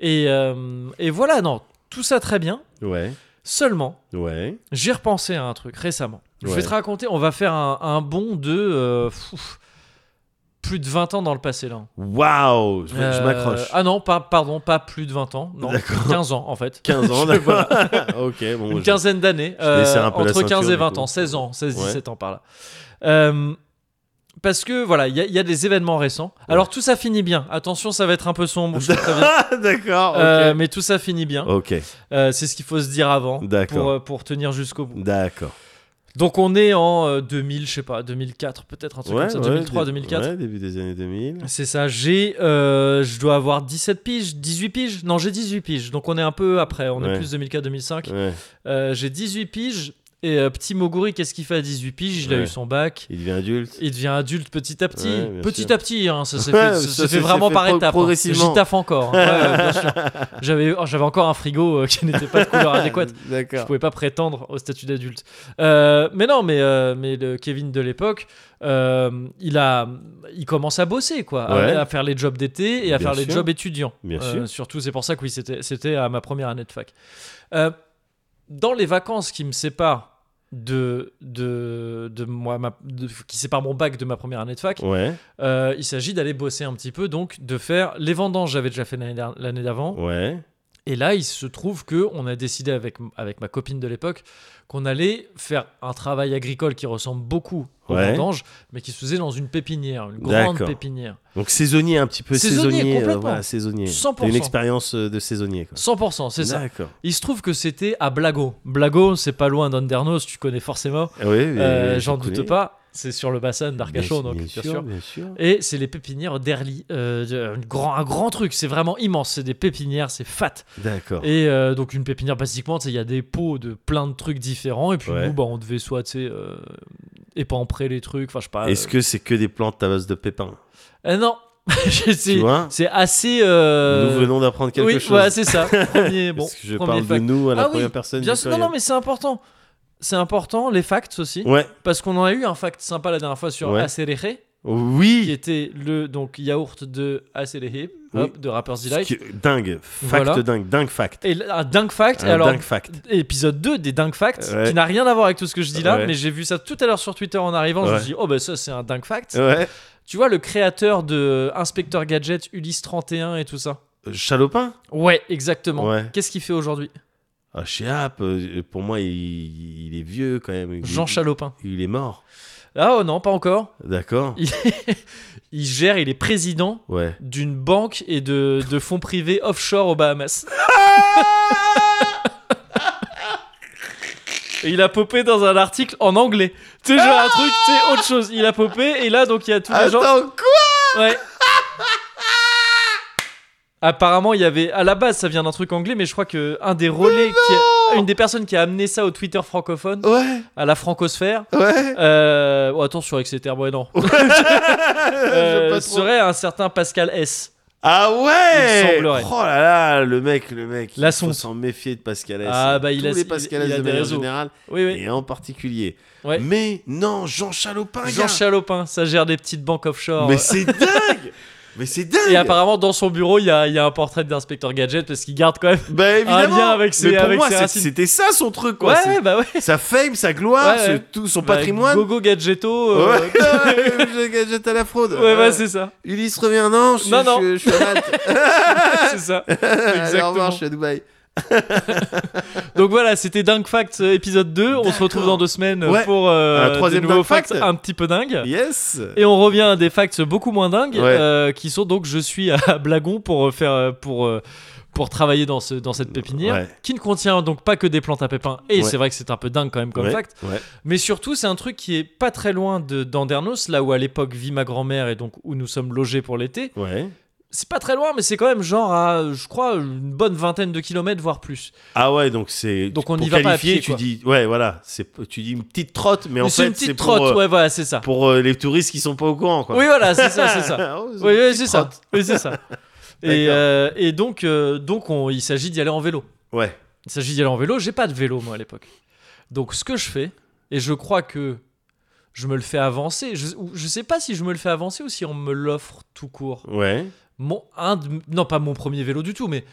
Speaker 1: Et, euh, et voilà, non, tout ça très bien.
Speaker 2: ouais,
Speaker 1: Seulement,
Speaker 2: ouais.
Speaker 1: j'ai repensé à un truc récemment. Je
Speaker 2: Ouais.
Speaker 1: vais te raconter, on va faire un, un bond de euh, pff, plus de 20 ans dans le passé là.
Speaker 2: Waouh, je, je
Speaker 1: Euh,
Speaker 2: m'accroche.
Speaker 1: Ah non, pas, pardon, pas plus de 20 ans. Non,
Speaker 2: D'accord.
Speaker 1: 15 ans en fait.
Speaker 2: 15 ans,
Speaker 1: Je-
Speaker 2: d'accord.
Speaker 1: voilà.
Speaker 2: ok, bon.
Speaker 1: Une
Speaker 2: je-
Speaker 1: quinzaine d'années. euh,
Speaker 2: je desserre un peu la
Speaker 1: entre
Speaker 2: ceinture,
Speaker 1: 15 et
Speaker 2: du
Speaker 1: 20
Speaker 2: coup.
Speaker 1: ans, 16 ans, 16,
Speaker 2: Ouais.
Speaker 1: 17 ans par là. Euh, parce que voilà, il y, a- il y a des événements récents. Alors tout ça finit bien. Attention, ça va être un peu sombre. je te préviens.
Speaker 2: Ah, d'accord, ok.
Speaker 1: Euh, mais tout ça finit bien.
Speaker 2: ok,
Speaker 1: Euh, c'est ce qu'il faut se dire avant
Speaker 2: D'accord.
Speaker 1: pour, euh, pour tenir jusqu'au bout.
Speaker 2: d'accord.
Speaker 1: Donc on est en euh, 2000, je sais pas, 2004 peut-être, un truc
Speaker 2: Ouais,
Speaker 1: comme ça,
Speaker 2: ouais,
Speaker 1: 2003,
Speaker 2: dé-
Speaker 1: 2004.
Speaker 2: ouais, début des années 2000.
Speaker 1: C'est ça, j'ai, euh, je dois avoir 17 piges, 18 piges, non j'ai 18 piges, donc on est un peu après, on est
Speaker 2: Ouais.
Speaker 1: plus 2004-2005.
Speaker 2: Ouais.
Speaker 1: Euh, j'ai 18 piges, et euh, petit Moguri, qu'est-ce qu'il fait à 18 piges Il a
Speaker 2: Ouais.
Speaker 1: eu son bac,
Speaker 2: Il devient adulte.
Speaker 1: il devient adulte petit à petit,
Speaker 2: Ouais, bien
Speaker 1: petit
Speaker 2: sûr.
Speaker 1: à petit, hein, ça s'est
Speaker 2: Ouais,
Speaker 1: fait, ça
Speaker 2: ça
Speaker 1: s'est
Speaker 2: s'est
Speaker 1: fait vraiment
Speaker 2: fait
Speaker 1: par
Speaker 2: pro-
Speaker 1: étapes. hein.
Speaker 2: progressivement.
Speaker 1: J'y taffe encore, hein. Ouais, ouais, bien sûr. J'avais, oh, j'avais encore un frigo euh, qui n'était pas de couleur adéquate. Je
Speaker 2: D'accord.
Speaker 1: pouvais pas prétendre au statut d'adulte. Euh, mais non, mais, euh, mais le Kevin de l'époque, euh, il a, il commence à bosser quoi, à-
Speaker 2: Ouais.
Speaker 1: à, faire les jobs d'été et à
Speaker 2: Bien
Speaker 1: faire les
Speaker 2: sûr.
Speaker 1: jobs étudiants.
Speaker 2: Bien
Speaker 1: Euh,
Speaker 2: sûr.
Speaker 1: Surtout, c'est pour ça que oui, c'était, c'était à ma première année de fac. Euh, dans les vacances qui me séparent de, de, de moi, ma- de- qui séparent mon bac de ma première année de fac,
Speaker 2: Ouais,
Speaker 1: euh, il s'agit d'aller bosser un petit peu, donc de faire les vendanges. J'avais déjà fait l'année der- l'année d'avant.
Speaker 2: ouais.
Speaker 1: Et là, il se trouve que on a décidé avec, avec ma copine de l'époque qu'on allait faire un travail agricole qui ressemble beaucoup aux
Speaker 2: Ouais.
Speaker 1: vendanges, mais qui se faisait dans une pépinière, une grande
Speaker 2: D'accord.
Speaker 1: pépinière.
Speaker 2: Donc saisonnier, un petit peu
Speaker 1: Saisonnier,
Speaker 2: saisonnier. euh,
Speaker 1: complètement.
Speaker 2: voilà, saisonnier.
Speaker 1: 100%.
Speaker 2: Une expérience euh, de saisonnier. quoi.
Speaker 1: 100%, c'est ça.
Speaker 2: D'accord.
Speaker 1: Il se trouve que c'était à Blago. Blago, c'est pas loin d'Andernos, tu connais forcément.
Speaker 2: Ah Oui, oui,
Speaker 1: Euh,
Speaker 2: oui,
Speaker 1: J'en
Speaker 2: je
Speaker 1: doute
Speaker 2: connais.
Speaker 1: pas. C'est sur le bassin d'Arcachon,
Speaker 2: Bien-
Speaker 1: donc
Speaker 2: bien
Speaker 1: bien sûr.
Speaker 2: bien sûr.
Speaker 1: Et c'est les pépinières d'Erly. Euh, une grand, un grand truc, c'est vraiment immense. C'est des pépinières, c'est fat.
Speaker 2: D'accord.
Speaker 1: Et euh, donc une pépinière, basiquement, tu sais, il y a des pots de plein de trucs différents. Et puis
Speaker 2: Ouais.
Speaker 1: nous, bah, on devait soit, tu sais, euh, épamprer les trucs. Enfin, je sais pas.
Speaker 2: Est-ce que c'est que des plantes à base de pépins
Speaker 1: euh, euh, non, Je-
Speaker 2: Tu
Speaker 1: c'est
Speaker 2: vois
Speaker 1: c'est assez. euh,
Speaker 2: Nous venons d'apprendre quelque
Speaker 1: oui,
Speaker 2: chose.
Speaker 1: voilà, c'est ça. Premier, bon,
Speaker 2: Parce que je
Speaker 1: premier
Speaker 2: parle de
Speaker 1: fact.
Speaker 2: nous à la
Speaker 1: Ah oui,
Speaker 2: première personne.
Speaker 1: Bien
Speaker 2: du
Speaker 1: sûr, non, non,
Speaker 2: pluriel.
Speaker 1: mais c'est important. C'est important, les facts aussi.
Speaker 2: Ouais.
Speaker 1: Parce qu'on en a eu un fact sympa la dernière fois sur
Speaker 2: Ouais.
Speaker 1: Acerejé, qui
Speaker 2: Oui.
Speaker 1: était le donc, yaourt de Acerejé,
Speaker 2: Oui.
Speaker 1: hop, de Rapper's
Speaker 2: Ce
Speaker 1: Delight.
Speaker 2: qui est Dingue. Fact
Speaker 1: Voilà.
Speaker 2: dingue. Dingue fact.
Speaker 1: Et là, un dingue fact. et
Speaker 2: Un
Speaker 1: alors,
Speaker 2: dingue fact.
Speaker 1: épisode 2 des Dunk Facts,
Speaker 2: Ouais.
Speaker 1: qui n'a rien à voir avec tout ce que je dis là,
Speaker 2: Ouais.
Speaker 1: mais j'ai vu ça tout à l'heure sur Twitter en arrivant, je me
Speaker 2: Ouais.
Speaker 1: suis dit, oh bah ça c'est un Dunk Fact.
Speaker 2: Ouais.
Speaker 1: Tu vois le créateur de Inspecteur Gadget, Ulysse 31 et tout ça
Speaker 2: Euh, Chalopin
Speaker 1: Ouais, exactement.
Speaker 2: Ouais.
Speaker 1: Qu'est-ce qu'il fait aujourd'hui
Speaker 2: Ah, chez App, euh, pour moi, il, il est vieux quand même. Il-
Speaker 1: Jean Chalopin.
Speaker 2: Il est mort.
Speaker 1: Ah oh non, pas encore.
Speaker 2: D'accord.
Speaker 1: Il gère, il est président
Speaker 2: Ouais.
Speaker 1: d'une banque et de, de fonds privés offshore aux Bahamas. Et il a popé dans un article en anglais. Tu sais, genre un truc, tu sais, autre chose. Il a popé et là, donc, il y a tous les gens.
Speaker 2: quoi
Speaker 1: Ouais. Apparemment, il y avait à la base, ça vient d'un truc anglais, mais je crois que un des relais, qui a- une des personnes qui a amené ça au Twitter francophone,
Speaker 2: Ouais.
Speaker 1: à la francosphère,
Speaker 2: Ouais.
Speaker 1: euh... oh, attends sur Exeter, bon, non,
Speaker 2: Je veux
Speaker 1: euh,
Speaker 2: pas trop.
Speaker 1: serait un certain Pascal S.
Speaker 2: Ah ouais
Speaker 1: Il semblerait.
Speaker 2: Oh là là, le mec, le mec.
Speaker 1: La
Speaker 2: il faut
Speaker 1: sonde.
Speaker 2: s'en méfier de Pascal S.
Speaker 1: Ah, bah, il
Speaker 2: Tous
Speaker 1: a-
Speaker 2: les
Speaker 1: il-
Speaker 2: Pascal
Speaker 1: il a
Speaker 2: S de
Speaker 1: des
Speaker 2: manière
Speaker 1: réseaux.
Speaker 2: générale
Speaker 1: Oui, oui.
Speaker 2: et en particulier.
Speaker 1: Ouais.
Speaker 2: Mais non, Jean Chalopin,
Speaker 1: Jean
Speaker 2: gars.
Speaker 1: Chalopin, ça gère des petites banques offshore.
Speaker 2: Mais c'est dingue Mais c'est dingue
Speaker 1: Et apparemment, dans son bureau, il y a, il y a un portrait d'inspecteur gadget parce qu'il garde quand même.
Speaker 2: Bah évidemment
Speaker 1: lien avec ses-
Speaker 2: Mais pour
Speaker 1: avec
Speaker 2: moi,
Speaker 1: ses
Speaker 2: c'est-
Speaker 1: racines.
Speaker 2: c'était ça son truc, quoi.
Speaker 1: ouais, bah ouais.
Speaker 2: C'est- Sa fame, sa gloire,
Speaker 1: Ouais,
Speaker 2: ce-
Speaker 1: ouais.
Speaker 2: tout son
Speaker 1: Bah,
Speaker 2: patrimoine.
Speaker 1: Gogo gadgeto.
Speaker 2: Ouais,
Speaker 1: euh,
Speaker 2: je gadget à la fraude.
Speaker 1: ouais, bah c'est ça.
Speaker 2: Ulysse revient, non, je suis,
Speaker 1: Non, non.
Speaker 2: Je, je suis à Malte.
Speaker 1: c'est ça.
Speaker 2: Allez, au
Speaker 1: Exactement.
Speaker 2: revoir, je suis à Dubaï.
Speaker 1: Donc voilà, c'était Dingue Fact euh, épisode 2. On se retrouve dans deux semaines
Speaker 2: Ouais.
Speaker 1: pour euh,
Speaker 2: Un troisième
Speaker 1: des nouveaux
Speaker 2: Dunk Fact.
Speaker 1: facts un petit peu dingue.
Speaker 2: Yes
Speaker 1: Et on revient à des facts beaucoup moins dingues,
Speaker 2: Ouais.
Speaker 1: euh, qui sont donc je suis à Blagon pour euh, faire euh, pour euh, pour travailler dans ce dans cette pépinière,
Speaker 2: Ouais.
Speaker 1: qui ne contient donc pas que des plantes à pépins. Et
Speaker 2: Ouais.
Speaker 1: c'est vrai que c'est un peu dingue quand même comme
Speaker 2: ouais,
Speaker 1: fact.
Speaker 2: ouais.
Speaker 1: Mais surtout, c'est un truc qui est pas très loin de d'Andernos, là où à l'époque vit ma grand-mère et donc où nous sommes logés pour l'été.
Speaker 2: Ouais.
Speaker 1: C'est pas très loin, mais c'est quand même genre à euh, je crois une bonne vingtaine de kilomètres voire plus.
Speaker 2: Ah ouais, donc c'est.
Speaker 1: Donc on
Speaker 2: pour
Speaker 1: y va pas à
Speaker 2: qualifier,
Speaker 1: pied,
Speaker 2: tu
Speaker 1: quoi.
Speaker 2: dis. Ouais, voilà. c'est- Tu dis une petite trotte, mais en
Speaker 1: Mais c'est une
Speaker 2: fait, c'est
Speaker 1: petite
Speaker 2: pour,
Speaker 1: trotte,
Speaker 2: euh,
Speaker 1: ouais, voilà, c'est ça.
Speaker 2: pour euh, les touristes qui sont pas au courant, quoi.
Speaker 1: Oui, voilà, c'est ça, c'est ça.
Speaker 2: Oh, c'est-
Speaker 1: Oui, oui, c'est ça. Oui, c'est ça. Et,
Speaker 2: D'accord.
Speaker 1: euh, et donc, euh, donc on- il s'agit d'y aller en vélo.
Speaker 2: Ouais.
Speaker 1: Il s'agit d'y aller en vélo. J'ai pas de vélo, moi, à l'époque. Donc, ce que je fais, et je crois que je me le fais avancer. Je, ou- je sais pas si je me le fais avancer ou si on me l'offre tout court.
Speaker 2: Ouais.
Speaker 1: Mon, un de- non, pas mon premier vélo du tout, mais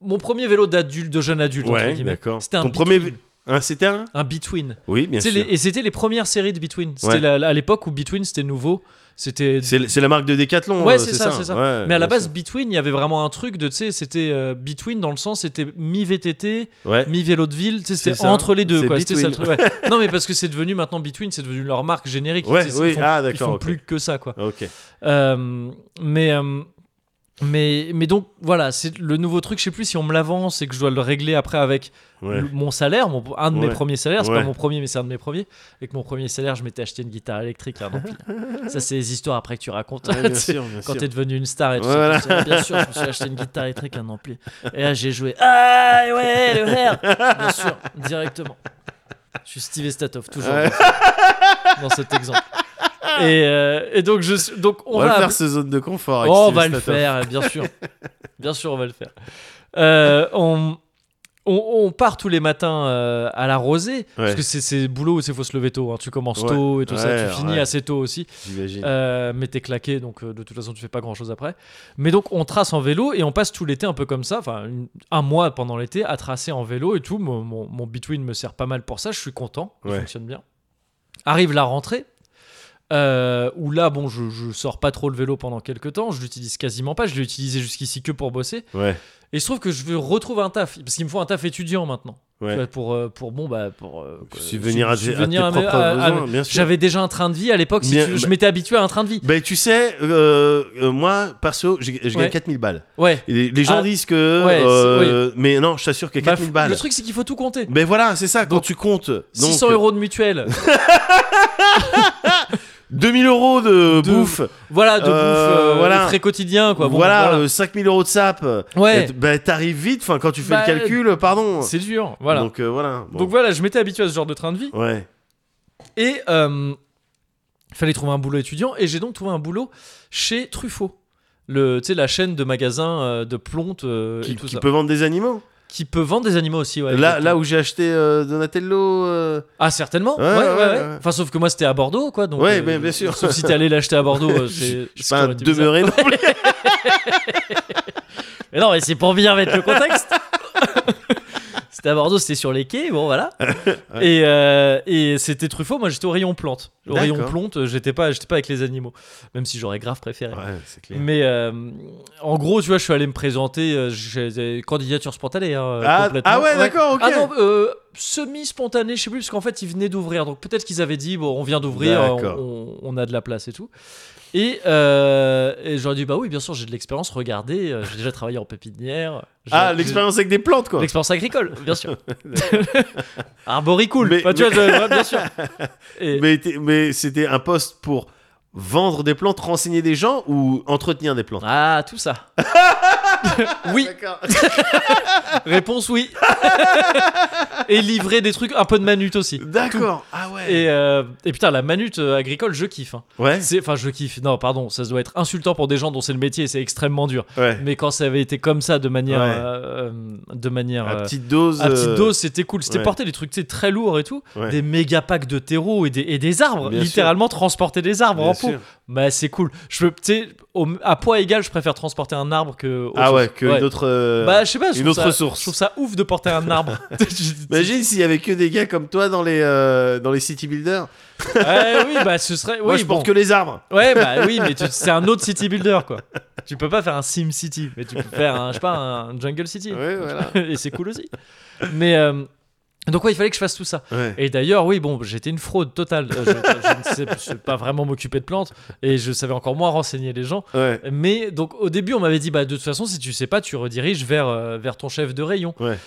Speaker 1: mon premier vélo d'adulte, de jeune adulte, entre
Speaker 2: Ouais,
Speaker 1: guillemets.
Speaker 2: d'accord.
Speaker 1: C'était un
Speaker 2: Ton
Speaker 1: between.
Speaker 2: premier. Hein, c'était un
Speaker 1: Un between.
Speaker 2: Oui, bien
Speaker 1: C'est
Speaker 2: sûr.
Speaker 1: les- et c'était les premières séries de Between. C'était
Speaker 2: Ouais.
Speaker 1: la- la- à l'époque où Between c'était nouveau. C'était
Speaker 2: C'est c'est la marque de Decathlon.
Speaker 1: Ouais,
Speaker 2: euh,
Speaker 1: c'est ça, c'est ça.
Speaker 2: Ouais,
Speaker 1: Mais à la
Speaker 2: bien
Speaker 1: base, Between, il y avait vraiment un truc de, tu sais, c'était euh, Between dans le sens, c'était mi-VTT,
Speaker 2: sûr. Ouais.
Speaker 1: mi-vélo de ville, tu sais,
Speaker 2: C'est
Speaker 1: c'était
Speaker 2: ça.
Speaker 1: entre les deux,
Speaker 2: C'est
Speaker 1: quoi. C'était ça le
Speaker 2: Between.
Speaker 1: truc, ouais. non, mais parce que c'est devenu maintenant Between, c'est devenu leur marque générique.
Speaker 2: Ouais,
Speaker 1: tu sais,
Speaker 2: oui,
Speaker 1: ils font,
Speaker 2: ah,
Speaker 1: ils font
Speaker 2: d'accord, ok.
Speaker 1: plus que ça, quoi.
Speaker 2: Ok.
Speaker 1: Euh, mais, euh, Mais, mais donc, voilà, c'est le nouveau truc. Je sais plus si on me l'avance et que je dois le régler après avec
Speaker 2: Ouais.
Speaker 1: le- mon salaire, mon, un de
Speaker 2: Ouais.
Speaker 1: mes premiers salaires, c'est
Speaker 2: Ouais.
Speaker 1: pas mon premier, mais c'est un de mes premiers. Avec mon premier salaire, je m'étais acheté une guitare électrique à un empire. ça, c'est les histoires après que tu racontes.
Speaker 2: Ouais, bien
Speaker 1: Tu sais,
Speaker 2: sûr, bien
Speaker 1: Quand
Speaker 2: sûr.
Speaker 1: t'es devenu une star et tout
Speaker 2: Voilà.
Speaker 1: ça, tu sais, bien sûr, je me suis acheté une guitare électrique, un ampli. Et là, j'ai joué. Ah ouais, le hair Bien sûr, directement. Je suis Steve Estatov, toujours
Speaker 2: Ouais.
Speaker 1: dans ce- dans cet exemple. Et, euh, et donc, je, suis- donc
Speaker 2: On,
Speaker 1: on,
Speaker 2: va le
Speaker 1: va
Speaker 2: faire, ce zone de confort. avec
Speaker 1: Oh, on
Speaker 2: Steve
Speaker 1: va le
Speaker 2: Statoff.
Speaker 1: faire, bien sûr. bien sûr, on va le faire. Euh, on, on, on part tous les matins euh, à la rosée, parce
Speaker 2: Ouais.
Speaker 1: que c'est- c'est boulot où il faut se lever tôt. hein. Tu commences
Speaker 2: Ouais.
Speaker 1: tôt et tout ça,
Speaker 2: Ouais,
Speaker 1: tu finis
Speaker 2: ouais.
Speaker 1: assez tôt aussi.
Speaker 2: J'imagine.
Speaker 1: Euh, mais t'es claqué, donc euh, de toute façon, tu fais pas grand chose après. Mais donc, on trace en vélo et on passe tout l'été un peu comme ça, enfin, une- un mois pendant l'été à tracer en vélo et tout. Mon, mon, mon between me sert pas mal pour ça, je suis content, ça
Speaker 2: Ouais.
Speaker 1: fonctionne bien. Arrive la rentrée. euh, où là, bon, je, je sors pas trop le vélo pendant quelques temps, je l'utilise quasiment pas, je l'ai utilisé jusqu'ici que pour bosser.
Speaker 2: Ouais.
Speaker 1: Et il se trouve que je veux- retrouve un taf, parce qu'il me faut un taf étudiant maintenant.
Speaker 2: Ouais.
Speaker 1: Tu vois, Pour, euh, pour, bon, bah, pour. euh,
Speaker 2: Subvenir à, tes- à
Speaker 1: subvenir à
Speaker 2: tes
Speaker 1: mes-
Speaker 2: propres
Speaker 1: à- à-
Speaker 2: besoins, bien sûr.
Speaker 1: J'avais déjà un train de vie à l'époque, si
Speaker 2: Bien,
Speaker 1: tu veux, je
Speaker 2: bah-
Speaker 1: m'étais habitué à un train de vie.
Speaker 2: Ben, tu sais, euh, euh, moi, perso, j'ai- je gagne
Speaker 1: Ouais.
Speaker 2: 4000 balles.
Speaker 1: Ouais.
Speaker 2: Et les, les gens
Speaker 1: Ah.
Speaker 2: disent que.
Speaker 1: Ouais, c'est-
Speaker 2: euh, Mais non, je t'assure que
Speaker 1: Bah,
Speaker 2: 4000
Speaker 1: f-
Speaker 2: balles.
Speaker 1: Le truc, c'est qu'il faut tout compter.
Speaker 2: Ben voilà, c'est ça, quand
Speaker 1: Donc,
Speaker 2: tu comptes. Donc, euh,
Speaker 1: 600 euros de mutuelle.
Speaker 2: 2000 euros de,
Speaker 1: De-
Speaker 2: bouffe.
Speaker 1: voilà, de
Speaker 2: Euh,
Speaker 1: bouffe,
Speaker 2: voilà.
Speaker 1: voilà. très quotidien, quoi. Bon,
Speaker 2: voilà,
Speaker 1: voilà.
Speaker 2: euh, 5000 euros de sap.
Speaker 1: Ouais.
Speaker 2: Et t- Ben t'arrives vite, enfin, quand tu fais
Speaker 1: Bah,
Speaker 2: le calcul, euh, pardon.
Speaker 1: C'est dur, voilà. Donc,
Speaker 2: Donc euh, voilà. Bon.
Speaker 1: voilà, je m'étais habitué à ce genre de train de vie.
Speaker 2: Ouais.
Speaker 1: Et euh, fallait trouver un boulot étudiant. Et j'ai donc trouvé un boulot chez Truffaut. Le, tu sais, la chaîne de magasins euh, de plontes euh, et
Speaker 2: Qui,
Speaker 1: tout
Speaker 2: qui
Speaker 1: ça.
Speaker 2: peut vendre des animaux.
Speaker 1: Qui peut vendre des animaux aussi, ouais.
Speaker 2: là,
Speaker 1: exactement.
Speaker 2: là où j'ai acheté euh, Donatello. euh,
Speaker 1: Ah, certainement.
Speaker 2: Ouais,
Speaker 1: Ouais, ouais,
Speaker 2: ouais,
Speaker 1: ouais.
Speaker 2: ouais.
Speaker 1: Enfin, sauf que moi, c'était à Bordeaux, quoi. Donc, euh,
Speaker 2: Ouais, mais bien sûr.
Speaker 1: Sauf si t'es allé l'acheter à Bordeaux, euh,
Speaker 2: je
Speaker 1: c'est.
Speaker 2: je suis
Speaker 1: ce
Speaker 2: pas
Speaker 1: qui
Speaker 2: un
Speaker 1: aurait été bizarre.
Speaker 2: demeuré non plus.
Speaker 1: Mais non, mais c'est pour bien mettre le contexte. c'était à Bordeaux, c'était sur les quais, bon voilà. Et, euh, et c'était Truffaut, moi j'étais au rayon plante. Au rayon
Speaker 2: D'accord.
Speaker 1: plante, j'étais pas, j'étais pas avec les animaux, même si j'aurais grave préféré.
Speaker 2: Ouais, c'est clair.
Speaker 1: Mais euh, en gros, tu vois, je suis allé me présenter, euh, j'ai des candidatures spontanées. hein,
Speaker 2: ah,
Speaker 1: complètement.
Speaker 2: ah ouais, d'accord, ok.
Speaker 1: Ah non, euh, semi-spontané, je sais plus, parce qu'en fait, ils venaient d'ouvrir. Donc peut-être qu'ils avaient dit, bon, on vient d'ouvrir, on,
Speaker 2: D'accord.
Speaker 1: on- on a de la place et tout. Et, euh, et j'aurais dit, bah oui, bien sûr, j'ai de l'expérience, regardez, euh, j'ai déjà travaillé en pépinière. J'ai-
Speaker 2: ah,
Speaker 1: j'ai-
Speaker 2: l'expérience avec des plantes, quoi.
Speaker 1: L'expérience agricole, bien sûr. Arboricool,
Speaker 2: Mais-
Speaker 1: enfin, tu vois, je- ouais, bien sûr. Et-
Speaker 2: Mais, t'es- mais c'était un poste pour vendre des plantes, renseigner des gens ou entretenir des plantes
Speaker 1: Ah, tout ça. oui,
Speaker 2: D'accord.
Speaker 1: réponse oui. et livrer des trucs, un peu de manute aussi.
Speaker 2: D'accord. Ah ouais.
Speaker 1: Et, euh, et putain, la manute euh, agricole, je kiffe. hein.
Speaker 2: Ouais.
Speaker 1: C'est- Enfin, je kiffe. Non, pardon, ça doit être insultant pour des gens dont c'est le métier, c'est extrêmement dur.
Speaker 2: ouais.
Speaker 1: Mais quand ça avait été comme ça, de manière,
Speaker 2: Ouais.
Speaker 1: euh, euh, de manière
Speaker 2: À
Speaker 1: euh,
Speaker 2: petite dose.
Speaker 1: à petite
Speaker 2: euh,
Speaker 1: dose, c'était cool. C'était
Speaker 2: ouais.
Speaker 1: porter des trucs tu sais, très lourds et tout,
Speaker 2: Ouais.
Speaker 1: des méga packs de terreau et des, et des arbres,
Speaker 2: Bien sûr.
Speaker 1: littéralement transporter des arbres
Speaker 2: bien
Speaker 1: en pot.
Speaker 2: sûr.
Speaker 1: Bah c'est cool. Je veux, tu sais, au- à poids égal, je préfère transporter un arbre que. autre
Speaker 2: Ah ouais,
Speaker 1: chose.
Speaker 2: que une autre. euh,
Speaker 1: Bah je sais pas. je
Speaker 2: une
Speaker 1: trouve
Speaker 2: autre
Speaker 1: ça-
Speaker 2: source.
Speaker 1: Je trouve ça ouf de porter un arbre.
Speaker 2: Imagine s'il y avait que des gars comme toi dans les euh, dans les city builders.
Speaker 1: Ouais, oui, bah ce serait.
Speaker 2: Moi,
Speaker 1: oui,
Speaker 2: je
Speaker 1: bon.
Speaker 2: porte que les arbres.
Speaker 1: Ouais, bah oui, mais tu- c'est un autre city builder, quoi. Tu peux pas faire un Sim City, mais tu peux faire un, je sais pas, un Jungle City.
Speaker 2: Ouais, voilà.
Speaker 1: Et c'est cool aussi. Mais euh, donc, ouais, il fallait que je fasse tout ça.
Speaker 2: Ouais.
Speaker 1: Et d'ailleurs, oui, bon, j'étais une fraude totale. Euh, Je, je ne sais, je sais pas vraiment m'occuper de plantes et je savais encore moins renseigner les gens.
Speaker 2: Ouais.
Speaker 1: Mais donc, au début, on m'avait dit, bah, de toute façon, si tu sais pas, tu rediriges vers, euh, vers ton chef de rayon.
Speaker 2: Ouais.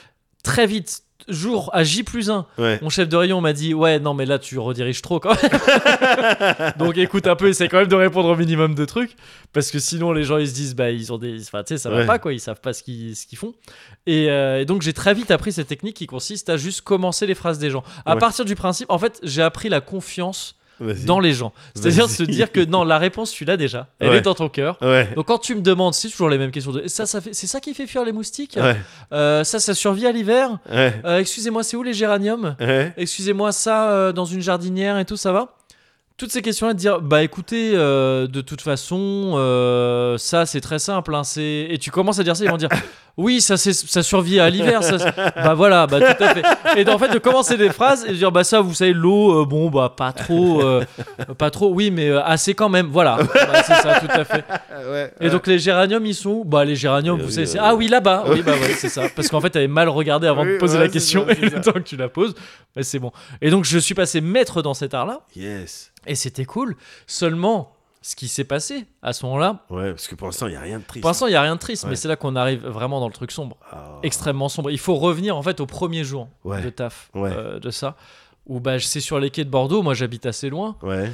Speaker 1: Très vite, jour à J plus 1,
Speaker 2: Ouais.
Speaker 1: mon chef de rayon m'a dit Ouais, non, mais là, tu rediriges trop quand même. Donc écoute un peu, essaie quand même de répondre au minimum de trucs. Parce que sinon, les gens, ils se disent Bah, ils ont des. Enfin, tu sais, ça va
Speaker 2: Ouais.
Speaker 1: pas, quoi. Ils savent pas ce qu'ils ce qu'ils font. Et, euh, et donc, j'ai très vite appris cette technique qui consiste à juste commencer les phrases des gens. À
Speaker 2: Ouais.
Speaker 1: partir du principe, en fait, j'ai appris la confiance
Speaker 2: Vas-y.
Speaker 1: dans les gens. C'est-à-dire se
Speaker 2: Vas-y.
Speaker 1: dire que non, la réponse, tu l'as déjà. Elle
Speaker 2: Ouais.
Speaker 1: est dans ton cœur.
Speaker 2: Ouais.
Speaker 1: Donc quand tu me demandes, c'est toujours les mêmes questions. De... Ça, ça fait... C'est ça qui fait fuir les moustiques
Speaker 2: Ouais.
Speaker 1: Euh, Ça, ça survit à l'hiver
Speaker 2: Ouais.
Speaker 1: Euh, Excusez-moi, c'est où les géraniums
Speaker 2: Ouais.
Speaker 1: excusez-moi, ça euh, dans une jardinière et tout, ça va Toutes ces questions-là, de dire, bah écoutez, euh, de toute façon, euh, ça c'est très simple, hein, c'est... et tu commences à dire ça, ils vont dire, oui, ça, c'est, ça survit à l'hiver, ça, c'est- bah voilà, bah tout à fait. Et en fait, de commencer des phrases et de dire, bah ça, vous savez, l'eau, euh, bon, bah pas trop, euh, pas trop, oui, mais euh, assez quand même, voilà, Bah, c'est ça, tout à fait.
Speaker 2: Ouais.
Speaker 1: Et donc les géraniums, ils sont où Bah les géraniums,
Speaker 2: Euh,
Speaker 1: vous
Speaker 2: oui,
Speaker 1: savez, c'est...
Speaker 2: euh,
Speaker 1: Ah oui, là-bas Oui, bah ouais, c'est ça. Parce qu'en fait, t'avais mal regardé avant de
Speaker 2: Oui,
Speaker 1: poser
Speaker 2: ouais,
Speaker 1: la
Speaker 2: c'est
Speaker 1: question,
Speaker 2: ça,
Speaker 1: et
Speaker 2: c'est
Speaker 1: le
Speaker 2: ça.
Speaker 1: temps que tu la poses, bah, c'est bon. Et donc je suis passé maître dans cet art-là,
Speaker 2: Yes.
Speaker 1: et c'était cool. Seulement, ce qui s'est passé à ce moment-là.
Speaker 2: Ouais, parce que pour l'instant, il n'y a rien de triste.
Speaker 1: Pour l'instant, il n'y a rien de triste,
Speaker 2: Ouais.
Speaker 1: mais c'est là qu'on arrive vraiment dans le truc sombre,
Speaker 2: Ah.
Speaker 1: extrêmement sombre. Il faut revenir en fait au premier jour
Speaker 2: Ouais.
Speaker 1: de taf
Speaker 2: Ouais.
Speaker 1: euh, de ça, où bah, c'est sur les quais de Bordeaux. Moi, j'habite assez loin.
Speaker 2: Ouais,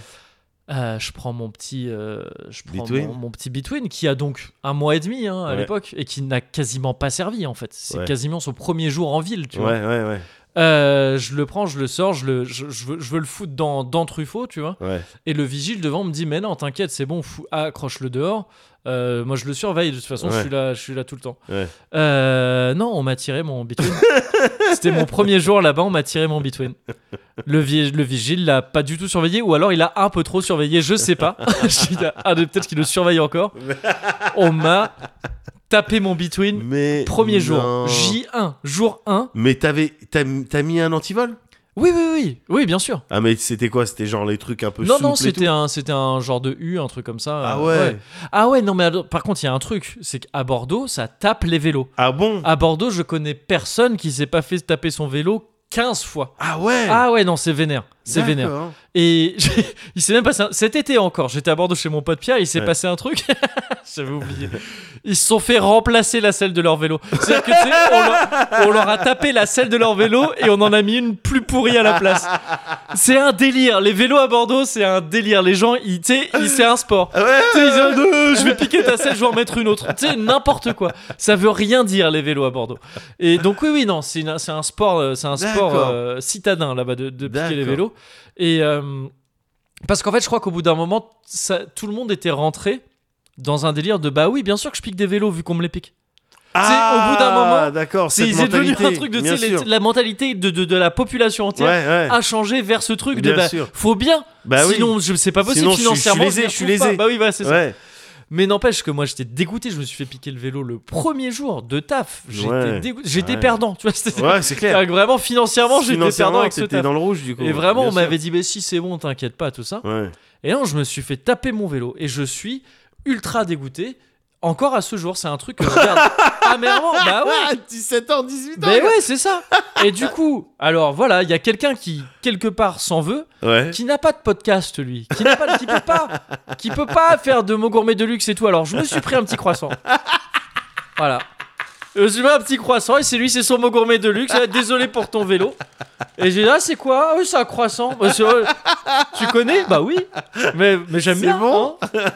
Speaker 1: Euh, je prends mon petit, euh, je prends
Speaker 2: Between.
Speaker 1: mon, mon petit Between qui a donc un mois et demi hein, à
Speaker 2: Ouais.
Speaker 1: l'époque et qui n'a quasiment pas servi en fait. C'est
Speaker 2: Ouais.
Speaker 1: quasiment son premier jour en ville, tu
Speaker 2: ouais,
Speaker 1: vois.
Speaker 2: ouais, ouais,
Speaker 1: Euh, je le prends, je le sors, je, le, je, je veux, je veux le foutre dans, dans Truffaut, tu vois.
Speaker 2: ouais.
Speaker 1: Et le vigile devant me dit Mais non, t'inquiète, c'est bon, fou- accroche-le dehors. Euh, moi, je le surveille, de toute façon, je,
Speaker 2: Ouais.
Speaker 1: suis là, je suis là tout le temps.
Speaker 2: Ouais.
Speaker 1: Euh, non, on m'a tiré mon between. C'était mon premier jour là-bas, on m'a tiré mon between. Le, vi- le vigile l'a pas du tout surveillé, ou alors il a un peu trop surveillé, je sais pas. Je suis là, ah, Peut-être qu'il le surveille encore. On m'a tapé mon between.
Speaker 2: Mais.
Speaker 1: Premier
Speaker 2: non.
Speaker 1: jour, J1, jour 1.
Speaker 2: Mais t'avais. T'as t'as mis un antivol
Speaker 1: Oui, oui, oui, oui, bien sûr.
Speaker 2: Ah, mais c'était quoi C'était genre les trucs un peu
Speaker 1: Non,
Speaker 2: souples
Speaker 1: non,
Speaker 2: et
Speaker 1: c'était
Speaker 2: tout
Speaker 1: un, c'était un genre de U, un truc comme ça.
Speaker 2: Ah
Speaker 1: euh,
Speaker 2: ouais.
Speaker 1: Ah ouais, non, mais alors, par contre, il y a un truc, c'est qu'à Bordeaux, ça tape les vélos.
Speaker 2: Ah bon
Speaker 1: À Bordeaux, je connais personne qui s'est pas fait taper son vélo 15 fois.
Speaker 2: Ah ouais
Speaker 1: Ah ouais, non, c'est vénère. C'est vénère.
Speaker 2: D'accord.
Speaker 1: Et j'ai- il s'est même passé. un- Cet été encore, j'étais à Bordeaux chez mon pote Pierre, il s'est
Speaker 2: Ouais.
Speaker 1: passé un truc. J'avais oublié. Ils se sont fait remplacer la selle de leur vélo. C'est-à-dire que, tu sais, on leur, on leur a tapé la selle de leur vélo et on en a mis une plus pourrie à la place. C'est un délire. Les vélos à Bordeaux, c'est un délire. Les gens, ils, tu sais, ils- c'est un sport.
Speaker 2: Ah ouais
Speaker 1: Tu sais, ils ont- Euh, je vais piquer ta selle, je vais en mettre une autre. Tu sais, n'importe quoi. Ça veut rien dire les vélos à Bordeaux. Et donc oui, oui, non, c'est une- c'est un sport, euh, c'est un sport
Speaker 2: D'accord.
Speaker 1: euh, citadin là-bas de, de piquer les
Speaker 2: D'accord.
Speaker 1: vélos. Et euh, parce qu'en fait, je crois qu'au bout d'un moment, ça- tout le monde était rentré dans un délire de bah oui, bien sûr que je pique des vélos vu qu'on me les pique.
Speaker 2: Ah,
Speaker 1: au bout d'un moment,
Speaker 2: d'accord,
Speaker 1: C'est
Speaker 2: cette
Speaker 1: c'est devenu
Speaker 2: mentalité,
Speaker 1: un truc de tu
Speaker 2: bien
Speaker 1: sais, les-
Speaker 2: sûr.
Speaker 1: la mentalité de, de- de la population
Speaker 2: Ouais,
Speaker 1: entière
Speaker 2: ouais.
Speaker 1: a changé vers ce truc de
Speaker 2: Bien
Speaker 1: bah,
Speaker 2: sûr.
Speaker 1: faut bien.
Speaker 2: bah oui.
Speaker 1: Ah, Sinon, je c'est pas possible
Speaker 2: Sinon, je suis- je suis
Speaker 1: financièrement.
Speaker 2: lésé,
Speaker 1: les
Speaker 2: je suis
Speaker 1: retrouve
Speaker 2: lésé.
Speaker 1: pas. Bah oui, voilà, c'est ça.
Speaker 2: ouais.
Speaker 1: Mais n'empêche que moi j'étais dégoûté, je me suis fait piquer le vélo le premier jour de taf. J'étais
Speaker 2: Ouais.
Speaker 1: dégoûté- j'étais
Speaker 2: Ouais.
Speaker 1: perdant, tu vois. c'était-
Speaker 2: ouais, c'est clair.
Speaker 1: C'est-à-dire que Vraiment financièrement, j'étais
Speaker 2: Financièrement,
Speaker 1: perdant avec ce
Speaker 2: t'étais
Speaker 1: taf.
Speaker 2: dans le rouge du coup.
Speaker 1: Et vraiment,
Speaker 2: bien
Speaker 1: on
Speaker 2: sûr.
Speaker 1: m'avait dit "Mais si c'est bon, t'inquiète pas, tout ça."
Speaker 2: Ouais.
Speaker 1: Et non, je me suis fait taper mon vélo et je suis ultra dégoûté encore à ce jour, c'est un truc que je garde amèrement. Bah ouais.
Speaker 2: 17 ans, 18
Speaker 1: Mais ouais, c'est ça. Et du coup, alors voilà, il y a quelqu'un qui quelque part s'en veut
Speaker 2: Ouais.
Speaker 1: qui n'a pas de podcast lui, qui n'a pas, qui peut pas, qui peut pas faire de mots gourmets de luxe et tout. Alors je me suis pris un petit croissant. Voilà. Je me suis pris un petit croissant et c'est lui, c'est son mot gourmet de luxe. Ah, Désolé pour ton vélo. Et j'ai dit, ah, c'est quoi Ah oui, c'est un croissant. Bah, c'est- euh, tu connais Bah oui. Mais, mais j'aime
Speaker 2: C'est
Speaker 1: bien.
Speaker 2: bon
Speaker 1: hein.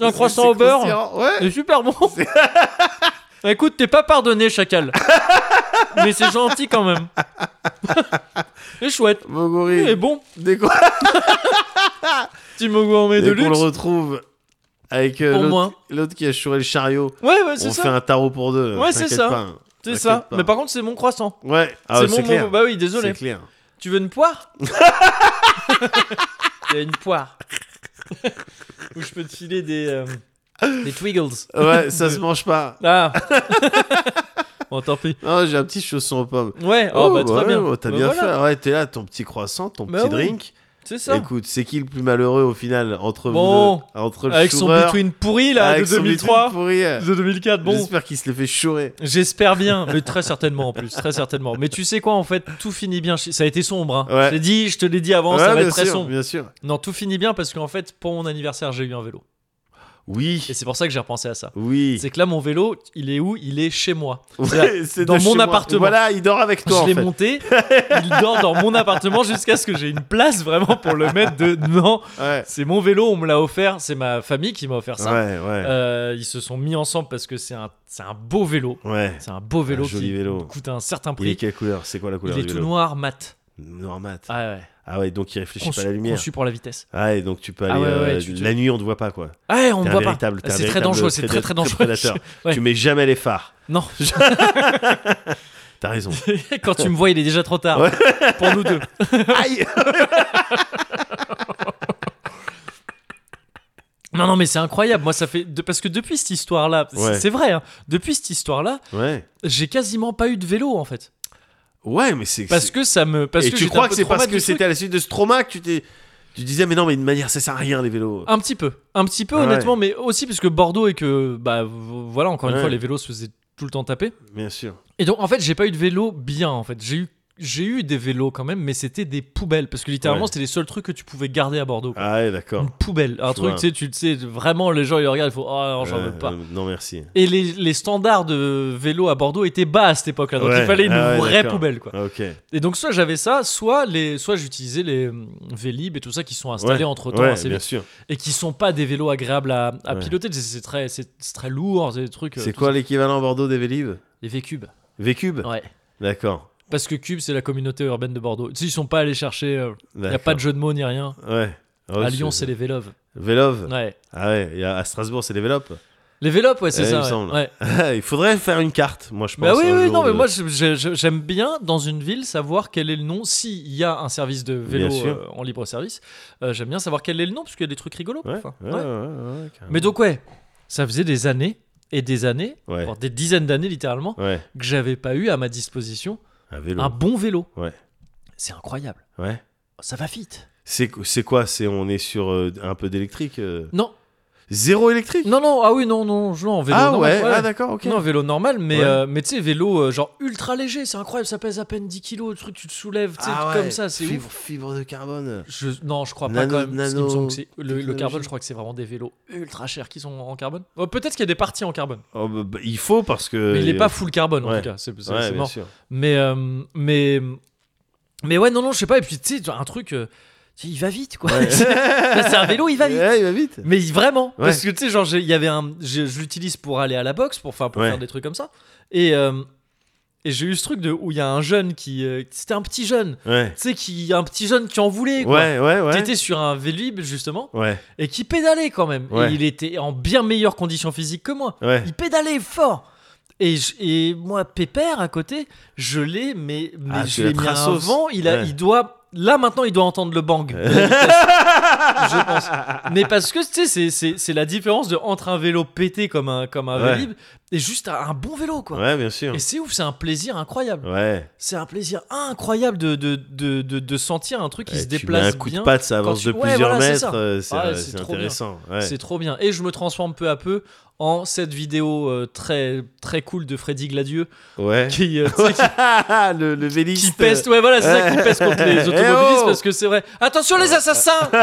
Speaker 1: un croissant au beurre.
Speaker 2: Ouais.
Speaker 1: C'est super bon. Bah, Écoute, t'es pas pardonné, chacal. mais c'est gentil quand même. c'est chouette.
Speaker 2: Mogori,
Speaker 1: Et bon,
Speaker 2: dès qu'on
Speaker 1: petit mot gourmet de
Speaker 2: dès qu'on
Speaker 1: luxe.
Speaker 2: le retrouve avec euh,
Speaker 1: Pour
Speaker 2: l'autre-
Speaker 1: moi.
Speaker 2: l'autre qui a chouré le chariot,
Speaker 1: Ouais, ouais,
Speaker 2: on
Speaker 1: c'est
Speaker 2: fait
Speaker 1: ça.
Speaker 2: un tarot pour deux.
Speaker 1: Ouais, c'est
Speaker 2: t'inquiète
Speaker 1: ça.
Speaker 2: pas.
Speaker 1: C'est
Speaker 2: T'inquiète
Speaker 1: ça.
Speaker 2: pas.
Speaker 1: Mais par contre, c'est mon croissant.
Speaker 2: Ouais, ah,
Speaker 1: c'est mon,
Speaker 2: clair.
Speaker 1: mon- Bah oui, désolé.
Speaker 2: C'est clair.
Speaker 1: Tu veux une poire Il y a une poire. Où je peux te filer des. euh, des Twiggles.
Speaker 2: Ouais, ça se mange pas.
Speaker 1: Ah Bon, tant pis.
Speaker 2: Non, j'ai un petit chausson aux pommes.
Speaker 1: Ouais, oh, bah très
Speaker 2: ouais,
Speaker 1: bien.
Speaker 2: ouais, T'as
Speaker 1: Bah,
Speaker 2: bien
Speaker 1: voilà.
Speaker 2: fait. Ouais, t'es là, ton petit croissant, ton
Speaker 1: Bah
Speaker 2: petit
Speaker 1: oui,
Speaker 2: drink.
Speaker 1: C'est ça.
Speaker 2: Écoute, c'est qui le plus malheureux au final entre
Speaker 1: Bon.
Speaker 2: vous deux entre le
Speaker 1: Avec son
Speaker 2: Schumer,
Speaker 1: between pourri là
Speaker 2: avec
Speaker 1: de
Speaker 2: son
Speaker 1: 2003,
Speaker 2: Between pourri, euh,
Speaker 1: de 2004. Bon,
Speaker 2: J'espère qu'il se le fait chourer.
Speaker 1: J'espère bien, mais très certainement en plus, très certainement. Mais tu sais quoi, en fait, tout finit bien. chez- Ça a été sombre. Hein.
Speaker 2: Ouais.
Speaker 1: Je t'ai dit, je te l'ai dit avant,
Speaker 2: Ouais,
Speaker 1: ça va
Speaker 2: bien
Speaker 1: être très
Speaker 2: sûr,
Speaker 1: sombre.
Speaker 2: bien sûr.
Speaker 1: Non, tout finit bien parce qu'en fait, pour mon anniversaire, j'ai eu un vélo.
Speaker 2: Oui,
Speaker 1: Et c'est pour ça que j'ai repensé à ça.
Speaker 2: oui.
Speaker 1: C'est que là, mon vélo, il est où Il est chez moi.
Speaker 2: Ouais, c'est
Speaker 1: dans
Speaker 2: de
Speaker 1: mon
Speaker 2: chez moi.
Speaker 1: appartement.
Speaker 2: Voilà, il dort avec toi
Speaker 1: je
Speaker 2: en
Speaker 1: l'ai
Speaker 2: fait.
Speaker 1: monté, il dort dans mon appartement jusqu'à ce que j'ai une place vraiment pour le mettre de non.
Speaker 2: Ouais.
Speaker 1: C'est mon vélo, on me l'a offert, c'est ma famille qui m'a offert ça.
Speaker 2: ouais, ouais,
Speaker 1: Euh, ils se sont mis ensemble parce que c'est un, c'est un beau vélo.
Speaker 2: ouais.
Speaker 1: C'est un beau vélo
Speaker 2: joli
Speaker 1: qui
Speaker 2: vélo.
Speaker 1: coûte un certain
Speaker 2: Il est
Speaker 1: prix.
Speaker 2: quelle couleur C'est quoi la
Speaker 1: Il est,
Speaker 2: couleur du
Speaker 1: tout
Speaker 2: vélo
Speaker 1: noir, mat.
Speaker 2: Normat. Ah.
Speaker 1: Ah ouais.
Speaker 2: ouais, donc il réfléchit
Speaker 1: Conçu,
Speaker 2: pas à la lumière.
Speaker 1: conçu pour la vitesse.
Speaker 2: Ah ouais, donc tu peux
Speaker 1: Ah
Speaker 2: aller
Speaker 1: ouais, ouais,
Speaker 2: euh,
Speaker 1: tu- tu-
Speaker 2: la nuit on te voit pas quoi.
Speaker 1: Ah ouais, on
Speaker 2: T'es
Speaker 1: me
Speaker 2: un
Speaker 1: voit pas.
Speaker 2: véritable- t'es un
Speaker 1: C'est très
Speaker 2: véritable
Speaker 1: dangereux, c'est très très
Speaker 2: prédateur-
Speaker 1: dangereux.
Speaker 2: prédateur.
Speaker 1: Ouais.
Speaker 2: Tu mets jamais les phares.
Speaker 1: Non,
Speaker 2: T'as raison.
Speaker 1: quand tu me vois, il est déjà trop tard
Speaker 2: Ouais.
Speaker 1: pour nous deux.
Speaker 2: Aïe.
Speaker 1: Non, non, mais c'est incroyable. Moi, ça fait de- parce que depuis cette histoire-là, c'est-
Speaker 2: Ouais.
Speaker 1: c'est vrai. hein, depuis cette histoire-là,
Speaker 2: Ouais.
Speaker 1: j'ai quasiment pas eu de vélo en fait.
Speaker 2: Ouais, mais c'est
Speaker 1: Parce que ça me. Parce
Speaker 2: et
Speaker 1: que
Speaker 2: tu
Speaker 1: j'étais un
Speaker 2: crois
Speaker 1: peu
Speaker 2: que c'est parce
Speaker 1: traumatisé
Speaker 2: que
Speaker 1: du truc.
Speaker 2: c'était à la suite de ce trauma que tu t'es. Tu disais, mais non, mais de manière, ça sert à rien les vélos.
Speaker 1: Un petit peu, un petit peu
Speaker 2: Ouais.
Speaker 1: honnêtement, mais aussi parce que Bordeaux et que bah v- voilà encore une
Speaker 2: Ouais.
Speaker 1: fois les vélos se faisaient tout le temps taper.
Speaker 2: Bien sûr.
Speaker 1: Et donc en fait j'ai pas eu de vélo bien en fait, j'ai eu j'ai eu des vélos quand même, mais c'était des poubelles. Parce que littéralement,
Speaker 2: Ouais.
Speaker 1: c'était les seuls trucs que tu pouvais garder à Bordeaux. quoi.
Speaker 2: Ah ouais, d'accord.
Speaker 1: Une poubelle. Un
Speaker 2: Je
Speaker 1: truc,
Speaker 2: vois.
Speaker 1: tu sais, tu le sais, vraiment, les gens, ils le regardent, ils font Oh non, j'en
Speaker 2: Euh,
Speaker 1: veux pas.
Speaker 2: euh, non, merci.
Speaker 1: Et les, les standards de vélo à Bordeaux étaient bas à cette époque-là. Donc
Speaker 2: Ouais.
Speaker 1: il fallait une
Speaker 2: Ah ouais,
Speaker 1: vraie
Speaker 2: d'accord.
Speaker 1: poubelle, quoi.
Speaker 2: Ok.
Speaker 1: Et donc, soit j'avais ça, soit, les, soit j'utilisais les hum, Vélib et tout ça qui sont installés
Speaker 2: Ouais.
Speaker 1: entre temps
Speaker 2: Ouais,
Speaker 1: assez
Speaker 2: bien
Speaker 1: vite.
Speaker 2: sûr.
Speaker 1: Et qui sont pas des vélos agréables à, à
Speaker 2: Ouais.
Speaker 1: piloter. C'est- C'est très, c'est c'est très lourd, c'est des trucs. euh,
Speaker 2: C'est
Speaker 1: tout
Speaker 2: quoi
Speaker 1: ça.
Speaker 2: l'équivalent à Bordeaux des Vélib
Speaker 1: Les V-Cube.
Speaker 2: V-Cube
Speaker 1: Ouais.
Speaker 2: D'accord.
Speaker 1: Parce que Cube, c'est la communauté urbaine de Bordeaux. Tu sais, ils sont pas allés chercher. il n'y a pas de jeu de mots ni rien.
Speaker 2: Ouais.
Speaker 1: à Lyon, c'est les Véloves.
Speaker 2: Vélov
Speaker 1: Ouais.
Speaker 2: Ah ouais, il y a- à Strasbourg, c'est les Vélop.
Speaker 1: Les Vélopes, ouais, c'est
Speaker 2: Ouais, il
Speaker 1: ça.
Speaker 2: me
Speaker 1: ouais.
Speaker 2: semble.
Speaker 1: Ouais.
Speaker 2: il faudrait faire une carte, moi, je pense.
Speaker 1: Bah oui,
Speaker 2: un
Speaker 1: oui,
Speaker 2: jour
Speaker 1: non, mais
Speaker 2: de-
Speaker 1: moi je- je- je- j'aime bien dans une ville savoir quel est le nom, s'il y a un service de vélo
Speaker 2: Bien sûr.
Speaker 1: euh, en libre service, euh, j'aime bien savoir quel est le nom, parce qu'il y a des trucs rigolos.
Speaker 2: Ouais,
Speaker 1: parfois.
Speaker 2: ouais,
Speaker 1: Ouais.
Speaker 2: ouais, ouais, ouais, carrément.
Speaker 1: Mais donc, ouais, ça faisait des années et des années,
Speaker 2: Ouais,
Speaker 1: voire des dizaines d'années littéralement,
Speaker 2: ouais.
Speaker 1: que j'avais pas eu à ma disposition
Speaker 2: Un vélo.
Speaker 1: un bon vélo.
Speaker 2: Ouais.
Speaker 1: C'est incroyable.
Speaker 2: Ouais.
Speaker 1: Ça va vite.
Speaker 2: C'est c'est quoi C'est on est sur euh, un peu d'électrique. euh,
Speaker 1: Non,
Speaker 2: Zéro électrique.
Speaker 1: non, non, ah oui, non, non, je non, en vélo.
Speaker 2: ah
Speaker 1: normal,
Speaker 2: ouais. Ah d'accord. Ok.
Speaker 1: Non, vélo normal, mais,
Speaker 2: Ouais.
Speaker 1: euh, mais tu sais, vélo euh, genre ultra léger, c'est incroyable, ça pèse à peine 10 kilos, le truc, tu te soulèves, tu sais,
Speaker 2: Ah ouais,
Speaker 1: comme ça, c'est ouf.
Speaker 2: fibre, fibre de carbone.
Speaker 1: Je, non, je crois pas
Speaker 2: Nano-
Speaker 1: quand même. parce qu'il me semble que c'est- le, le
Speaker 2: nanotechnologie.
Speaker 1: carbone, je crois que c'est vraiment des vélos ultra chers qui sont en carbone. Oh, Peut-être qu'il y a des parties en carbone,
Speaker 2: Oh, bah, bah, il faut parce que.
Speaker 1: mais il est pas full carbone en
Speaker 2: ouais.
Speaker 1: tout cas. C'est c'est-
Speaker 2: Ouais,
Speaker 1: c'est
Speaker 2: bien
Speaker 1: mort.
Speaker 2: sûr.
Speaker 1: Mais, euh, mais, mais ouais, non, non, je sais pas. Et puis tu sais, un truc, euh, tu sais, il va vite quoi.
Speaker 2: Ouais.
Speaker 1: Là, c'est un vélo, il va vite.
Speaker 2: Ouais, il va vite.
Speaker 1: Mais il- vraiment,
Speaker 2: Ouais.
Speaker 1: parce que tu sais, genre, j'ai- il y avait un, je, je l'utilise pour aller à la boxe, pour, enfin, pour
Speaker 2: Ouais.
Speaker 1: faire des trucs comme ça. Et, euh, et j'ai eu ce truc de où il y a un jeune qui, euh, c'était un petit jeune,
Speaker 2: Ouais.
Speaker 1: tu sais, qui, un petit jeune qui en voulait. Quoi.
Speaker 2: Ouais, ouais, ouais.
Speaker 1: T'étais sur un Vélib justement
Speaker 2: Ouais,
Speaker 1: et qui pédalait quand même.
Speaker 2: Ouais.
Speaker 1: Et il était en bien meilleure condition physique que moi.
Speaker 2: ouais.
Speaker 1: Il pédalait fort. Et, je- et moi, Pépère à côté, je l'ai, mais, mais
Speaker 2: Ah, tu
Speaker 1: je
Speaker 2: l'as
Speaker 1: l'ai mis à un
Speaker 2: traços.
Speaker 1: vent. Il, a,
Speaker 2: Ouais.
Speaker 1: il doit. Là maintenant, il doit entendre le bang. de la vitesse, je pense. Mais parce que tu sais, c'est- c'est- c'est la différence de entre un vélo pété comme un comme un
Speaker 2: Ouais.
Speaker 1: Vélib et juste un un bon vélo quoi.
Speaker 2: Ouais, bien sûr.
Speaker 1: Et c'est ouf, c'est un plaisir incroyable.
Speaker 2: Ouais.
Speaker 1: C'est un plaisir incroyable de, de, de, de, de sentir un truc qui
Speaker 2: Ouais,
Speaker 1: se
Speaker 2: tu mets
Speaker 1: déplace
Speaker 2: un coup
Speaker 1: bien.
Speaker 2: de patte, ça avance
Speaker 1: tu-
Speaker 2: de
Speaker 1: Ouais,
Speaker 2: plusieurs
Speaker 1: voilà, c'est ça.
Speaker 2: mètres. euh, C'est
Speaker 1: Ah ouais,
Speaker 2: euh,
Speaker 1: c'est
Speaker 2: c'est
Speaker 1: trop bien.
Speaker 2: intéressant. Ouais.
Speaker 1: C'est trop bien. Et je me transforme peu à peu en cette vidéo euh, très très cool de Freddy Gladieux
Speaker 2: Ouais.
Speaker 1: qui, euh, tu sais, qui-
Speaker 2: le, le
Speaker 1: qui
Speaker 2: véliste.
Speaker 1: pèse. Ouais, voilà, c'est ça qui pèse contre les
Speaker 2: Eh
Speaker 1: automobilistes
Speaker 2: oh
Speaker 1: parce que c'est vrai. Attention les assassins Les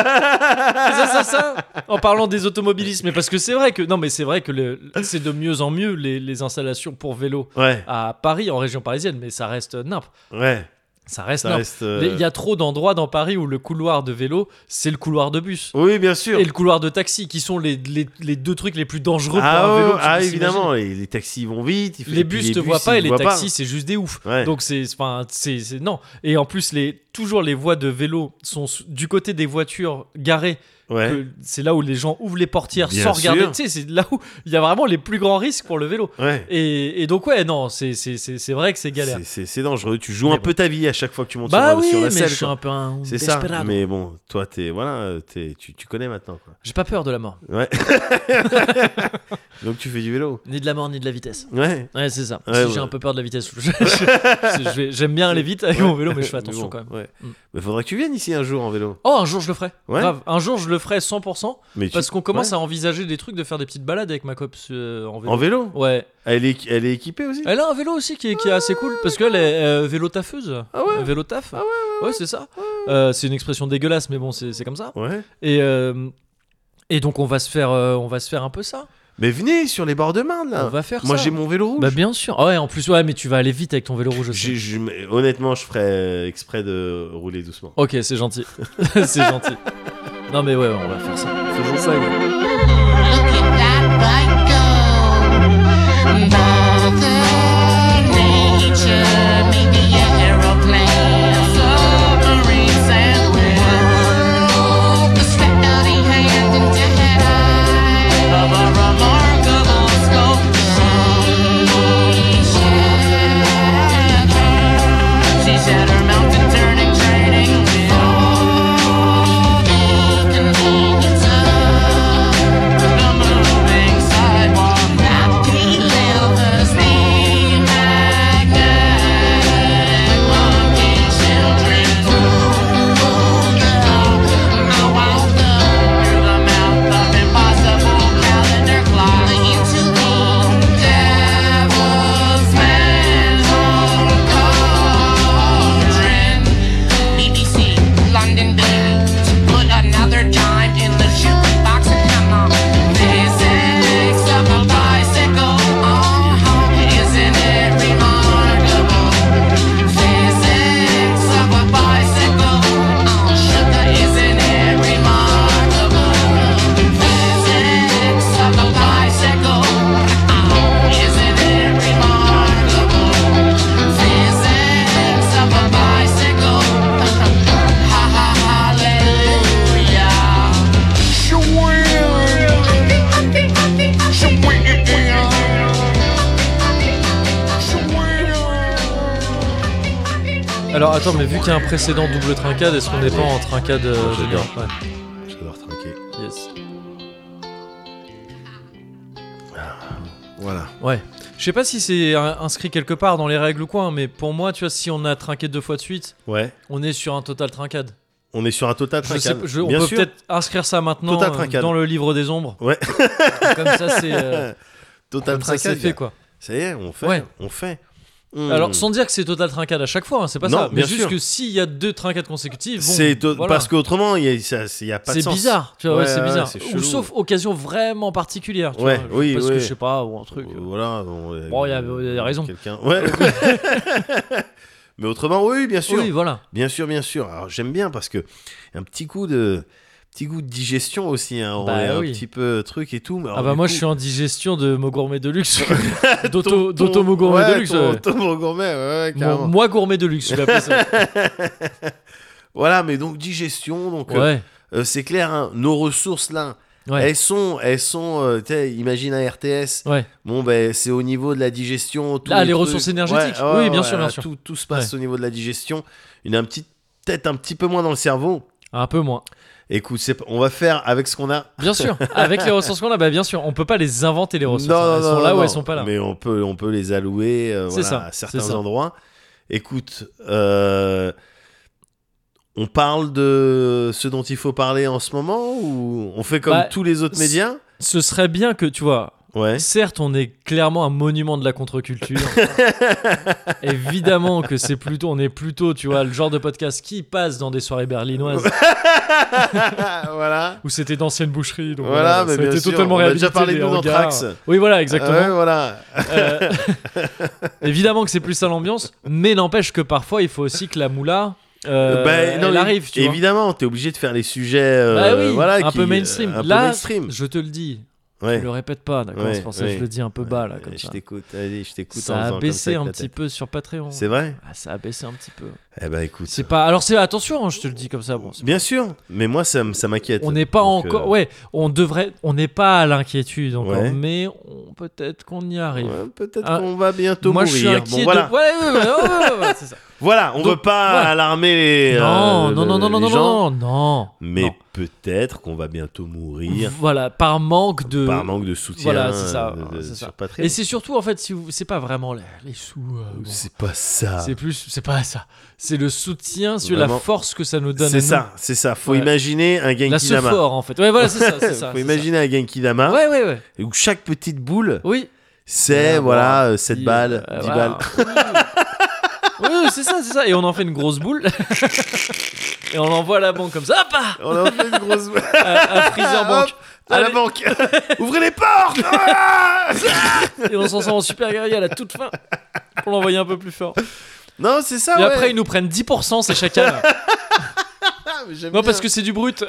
Speaker 1: assassins En parlant des automobilistes, mais parce que c'est vrai que non, mais c'est vrai que le- c'est de mieux en mieux les, les installations pour vélo
Speaker 2: Ouais,
Speaker 1: à Paris, en région parisienne, mais ça reste nimp.
Speaker 2: ouais.
Speaker 1: Ça reste
Speaker 2: Ça
Speaker 1: nimp.
Speaker 2: reste. euh,
Speaker 1: Les- Il y a trop d'endroits dans Paris où le couloir de vélo, c'est le couloir de bus.
Speaker 2: Oui, bien sûr.
Speaker 1: Et le couloir de taxi, qui sont les, les- les deux trucs les plus dangereux
Speaker 2: Ah,
Speaker 1: pour un vélo.
Speaker 2: ouais,
Speaker 1: tu
Speaker 2: ah,
Speaker 1: peux
Speaker 2: évidemment, les, les taxis vont vite. il fait-
Speaker 1: s'imaginer.
Speaker 2: et
Speaker 1: Les
Speaker 2: puis
Speaker 1: bus te voient pas
Speaker 2: ils
Speaker 1: et les
Speaker 2: voient pas.
Speaker 1: taxis, c'est juste des ouf.
Speaker 2: Ouais.
Speaker 1: Donc c'est enfin c'est c'est- non et en plus les toujours les voies de vélo sont s- du côté des voitures garées
Speaker 2: ouais.
Speaker 1: que c'est là où les gens ouvrent les portières
Speaker 2: Bien
Speaker 1: sans regarder
Speaker 2: sûr.
Speaker 1: tu sais c'est là où il y a vraiment les plus grands risques pour le vélo
Speaker 2: ouais.
Speaker 1: et, et donc ouais non c'est c'est- c'est c'est vrai que c'est galère
Speaker 2: C'est- C'est c'est dangereux. Tu joues
Speaker 1: Mais
Speaker 2: un peu ta vie à chaque fois que tu montes
Speaker 1: bah
Speaker 2: sur, la-
Speaker 1: oui
Speaker 2: sur
Speaker 1: mais
Speaker 2: la selle.
Speaker 1: je suis
Speaker 2: quoi.
Speaker 1: un peu un
Speaker 2: C'est ça.
Speaker 1: desperado.
Speaker 2: Mais bon, toi, t'es voilà, euh, t'es- tu, tu connais maintenant. Quoi.
Speaker 1: j'ai pas peur de la mort
Speaker 2: Ouais. Donc tu fais du vélo.
Speaker 1: ni de la mort ni de la vitesse
Speaker 2: Ouais.
Speaker 1: ouais c'est ça
Speaker 2: Ouais,
Speaker 1: si
Speaker 2: ouais.
Speaker 1: j'ai un peu peur de la vitesse je- je- je vais- j'aime bien aller vite avec mon vélo mais je fais attention
Speaker 2: bon,
Speaker 1: quand même
Speaker 2: Ouais.
Speaker 1: Mm.
Speaker 2: Mais faudrait que tu viennes ici un jour en vélo.
Speaker 1: oh un jour je le ferai
Speaker 2: Ouais.
Speaker 1: grave un jour je le ferai 100%
Speaker 2: Mais tu-
Speaker 1: Parce qu'on commence
Speaker 2: ouais.
Speaker 1: à envisager des trucs de faire des petites balades avec ma copse euh, en vélo.
Speaker 2: En vélo
Speaker 1: Ouais.
Speaker 2: elle est, elle est équipée aussi
Speaker 1: Elle a un vélo aussi qui est, qui est assez cool parce qu'elle est euh, vélo taffeuse.
Speaker 2: Ah ouais
Speaker 1: Euh, Vélo taf.
Speaker 2: Ah
Speaker 1: ouais, c'est ça. Euh, c'est une expression dégueulasse, mais bon, c'est c'est comme ça.
Speaker 2: Ouais.
Speaker 1: Et, euh, et donc, on va, se faire, euh, on va se faire un peu ça.
Speaker 2: Mais venez sur les bords de Marne
Speaker 1: on
Speaker 2: là.
Speaker 1: va faire
Speaker 2: Moi
Speaker 1: ça.
Speaker 2: j'ai mon vélo rouge.
Speaker 1: Bah, bien sûr. Ah Ouais, en plus, ouais, mais tu vas aller vite avec ton vélo rouge aussi.
Speaker 2: J'ai- je- mais honnêtement, je ferais exprès de rouler doucement.
Speaker 1: Ok, c'est gentil. c'est gentil. Non, mais ouais, ouais, on va faire ça. Faisons ça, gars.
Speaker 4: Look at that bike go. Mother nature, maybe an aeroplane, a submarine sailwell. The steady hand into hand of a remarkable sculptor. She said her mountain turning, training wheel. Convenience of the moving sidewalk, happy little Uh-huh.
Speaker 1: Alors attends, mais vu qu'il y a un précédent double trincade, est-ce qu'on n'est pas en trincade euh, de
Speaker 2: J'adore.
Speaker 1: merde Ouais,
Speaker 2: J'adore trinquer.
Speaker 1: yes.
Speaker 2: Voilà.
Speaker 1: Ouais. Je sais pas si c'est euh, inscrit quelque part dans les règles ou quoi, hein, mais pour moi, tu vois, si on a trinqué deux fois de suite,
Speaker 2: Ouais.
Speaker 1: on est sur un total trincade.
Speaker 2: On est sur un total
Speaker 1: Je sais
Speaker 2: trincade.
Speaker 1: pas, je- on
Speaker 2: Bien
Speaker 1: peut
Speaker 2: sûr.
Speaker 1: peut-être inscrire ça maintenant
Speaker 2: Total
Speaker 1: euh,
Speaker 2: trincade.
Speaker 1: dans le livre des ombres.
Speaker 2: Ouais.
Speaker 1: Comme ça, c'est euh,
Speaker 2: Total
Speaker 1: comme ça,
Speaker 2: trincade.
Speaker 1: c'est fait
Speaker 2: gars.
Speaker 1: quoi.
Speaker 2: Ça y est, on fait.
Speaker 1: Ouais.
Speaker 2: On fait. Hmm.
Speaker 1: Alors sans dire que c'est total trincade à chaque fois, hein, c'est pas
Speaker 2: Non,
Speaker 1: ça. Mais
Speaker 2: bien
Speaker 1: juste
Speaker 2: sûr.
Speaker 1: que s'il y a deux trincades consécutives, bon,
Speaker 2: c'est to-
Speaker 1: voilà.
Speaker 2: parce qu'autrement, il y a, ça- c'est- il y a pas de
Speaker 1: c'est
Speaker 2: sens.
Speaker 1: bizarre, tu vois, ouais,
Speaker 2: Ouais,
Speaker 1: c'est
Speaker 2: ouais,
Speaker 1: bizarre.
Speaker 2: c'est
Speaker 1: Ou
Speaker 2: chelou.
Speaker 1: sauf occasion vraiment particulière, tu
Speaker 2: Ouais,
Speaker 1: vois,
Speaker 2: oui,
Speaker 1: parce que
Speaker 2: oui.
Speaker 1: je sais pas ou un truc.
Speaker 2: Euh, Voilà. on-
Speaker 1: Bon, il y a- il y a raison.
Speaker 2: Quelqu'un. Ouais. Mais autrement, oui, bien sûr.
Speaker 1: Oui, voilà.
Speaker 2: Bien sûr, bien sûr. Alors j'aime bien parce que un petit coup de petit coup de digestion aussi. hein. On
Speaker 1: Bah
Speaker 2: est
Speaker 1: oui.
Speaker 2: un petit peu truc et tout. mais alors,
Speaker 1: ah bah
Speaker 2: du
Speaker 1: moi
Speaker 2: coup-
Speaker 1: je suis en digestion de mots gourmets de luxe, d'auto
Speaker 2: Ton-
Speaker 1: d'auto mots gourmets
Speaker 2: ouais,
Speaker 1: de luxe.
Speaker 2: ton-
Speaker 1: ouais.
Speaker 2: ton mot gourmet, ouais, ouais,
Speaker 1: Mon-
Speaker 2: carrément.
Speaker 1: moi gourmet de luxe, je vais appeler ça.
Speaker 2: Voilà, mais donc digestion, donc euh,
Speaker 1: ouais,
Speaker 2: euh, c'est clair, hein, nos ressources là,
Speaker 1: ouais,
Speaker 2: elles sont, elles sont, euh, tu sais, imagine un RTS,
Speaker 1: ouais.
Speaker 2: bon ben c'est au niveau de la digestion, tous
Speaker 1: Ah, les
Speaker 2: trucs.
Speaker 1: ressources énergétiques. Oui, bien sûr, bien sûr.
Speaker 2: Tout, tout se passe au niveau de la digestion, une un petit, peut-être un petit peu moins dans le cerveau.
Speaker 1: Un peu moins.
Speaker 2: Écoute, c'est pas- on va faire avec ce qu'on a.
Speaker 1: Bien sûr, avec les ressources qu'on a, bah bien sûr, on peut pas les inventer les ressources.
Speaker 2: Non,
Speaker 1: hein.
Speaker 2: non,
Speaker 1: elles
Speaker 2: non,
Speaker 1: sont là
Speaker 2: non,
Speaker 1: ou
Speaker 2: non.
Speaker 1: elles sont pas là.
Speaker 2: Mais on peut, on peut les allouer euh,
Speaker 1: C'est
Speaker 2: voilà,
Speaker 1: ça,
Speaker 2: à
Speaker 1: c'est
Speaker 2: certains
Speaker 1: ça.
Speaker 2: endroits. Écoute, euh, on parle de ce dont il faut parler en ce moment ou on fait comme
Speaker 1: Bah,
Speaker 2: tous les autres
Speaker 1: c'est-
Speaker 2: médias
Speaker 1: Ce serait bien que, tu vois,
Speaker 2: Ouais.
Speaker 1: certes, on est clairement un monument de la contre-culture. Évidemment que c'est plutôt, on est plutôt, tu vois, le genre de podcast qui passe dans des soirées berlinoises
Speaker 2: voilà.
Speaker 1: où c'était d'anciennes boucheries. Donc
Speaker 2: Voilà, mais
Speaker 1: ça a
Speaker 2: bien
Speaker 1: été
Speaker 2: sûr,
Speaker 1: totalement
Speaker 2: on a
Speaker 1: réhabilité.
Speaker 2: déjà parlé de
Speaker 1: les
Speaker 2: nous dans
Speaker 1: hangars.
Speaker 2: Trax. Ah
Speaker 1: Oui, voilà, exactement.
Speaker 2: Ouais, voilà.
Speaker 1: Euh, évidemment que c'est plus ça l'ambiance, mais n'empêche que parfois il faut aussi que la moula euh,
Speaker 2: Ben, non,
Speaker 1: elle
Speaker 2: mais
Speaker 1: arrive, tu vois.
Speaker 2: évidemment, t'es obligé de faire les sujets euh,
Speaker 1: Bah oui,
Speaker 2: voilà,
Speaker 1: un
Speaker 2: qui-
Speaker 1: peu mainstream.
Speaker 2: un peu
Speaker 1: Là,
Speaker 2: mainstream.
Speaker 1: Je te le dis,
Speaker 2: Ouais.
Speaker 1: je le répète pas, d'accord
Speaker 2: Ouais,
Speaker 1: C'est pour ça que
Speaker 2: ouais.
Speaker 1: je le dis un peu bas là, comme
Speaker 2: je
Speaker 1: ça.
Speaker 2: t'écoute, allez, je t'écoute. en
Speaker 1: Ça
Speaker 2: faisant
Speaker 1: a
Speaker 2: comme
Speaker 1: baissé
Speaker 2: avec
Speaker 1: un
Speaker 2: la
Speaker 1: petit
Speaker 2: tête.
Speaker 1: peu sur Patreon.
Speaker 2: C'est vrai
Speaker 1: Ah, ça a baissé un petit peu.
Speaker 2: Eh ben écoute.
Speaker 1: C'est pas. Alors c'est attention, hein, je te le dis comme ça. Bon, c'est-
Speaker 2: Bien sûr, mais moi ça, m- ça m'inquiète.
Speaker 1: on n'est pas
Speaker 2: Donc,
Speaker 1: encore.
Speaker 2: euh,
Speaker 1: Ouais, on devrait. On n'est pas à l'inquiétude encore,
Speaker 2: Ouais.
Speaker 1: mais on- peut-être qu'on y arrive.
Speaker 2: ouais, Peut-être
Speaker 1: Ah,
Speaker 2: qu'on va bientôt
Speaker 1: Moi, je suis
Speaker 2: mourir.
Speaker 1: inquiet.
Speaker 2: bon,
Speaker 1: de-
Speaker 2: voilà.
Speaker 1: Ouais, ouais, ouais, ouais, ouais, ouais, c'est ça.
Speaker 2: voilà, on
Speaker 1: Donc,
Speaker 2: veut pas
Speaker 1: voilà.
Speaker 2: alarmer les.
Speaker 1: non,
Speaker 2: euh,
Speaker 1: non, non, non,
Speaker 2: les
Speaker 1: non, non, non,
Speaker 2: gens,
Speaker 1: non.
Speaker 2: Mais
Speaker 1: Non.
Speaker 2: peut-être qu'on va bientôt mourir
Speaker 1: Voilà, par manque de.
Speaker 2: par manque de soutien
Speaker 1: voilà, c'est ça,
Speaker 2: euh, de-
Speaker 1: c'est ça.
Speaker 2: sur Patreon.
Speaker 1: Et c'est surtout en fait, si vous... c'est pas vraiment les, les sous. euh, bon.
Speaker 2: C'est pas ça.
Speaker 1: C'est plus, c'est pas ça. C'est le soutien, c'est la
Speaker 2: Vraiment.
Speaker 1: force que ça nous donne. à
Speaker 2: C'est
Speaker 1: nous.
Speaker 2: ça, c'est ça. Faut
Speaker 1: Ouais.
Speaker 2: imaginer un
Speaker 1: La ce
Speaker 2: Genkidama.
Speaker 1: fort en fait. Ouais, voilà, c'est ça, c'est ça.
Speaker 2: Faut
Speaker 1: c'est
Speaker 2: imaginer hein.
Speaker 1: ça.
Speaker 2: un Genkidama
Speaker 1: Ouais, Oh. ouais, ouais.
Speaker 2: où chaque petite boule,
Speaker 1: Oui. Voilà,
Speaker 2: c'est voilà,
Speaker 1: voilà,
Speaker 2: euh, 7
Speaker 1: dix,
Speaker 2: balles,
Speaker 1: euh,
Speaker 2: 10
Speaker 1: voilà.
Speaker 2: balles.
Speaker 1: Oui, oui, c'est ça, c'est ça. Et on en fait une grosse boule. Et on l'envoie à la banque comme ça. Hop ah
Speaker 2: On en fait une grosse boule.
Speaker 1: à, à Freezer Bank.
Speaker 2: à la
Speaker 1: Allez.
Speaker 2: banque. Ouvrez les portes Ah
Speaker 1: Et on s'en sort en super guerrier à la toute fin. Pour l'envoyer un peu plus fort.
Speaker 2: Non, c'est ça.
Speaker 1: Et
Speaker 2: Ah ouais.
Speaker 1: après, ils nous prennent 10%, ces chacun.
Speaker 2: Ah, mais j'aime
Speaker 1: Non, parce
Speaker 2: bien.
Speaker 1: que c'est du brut.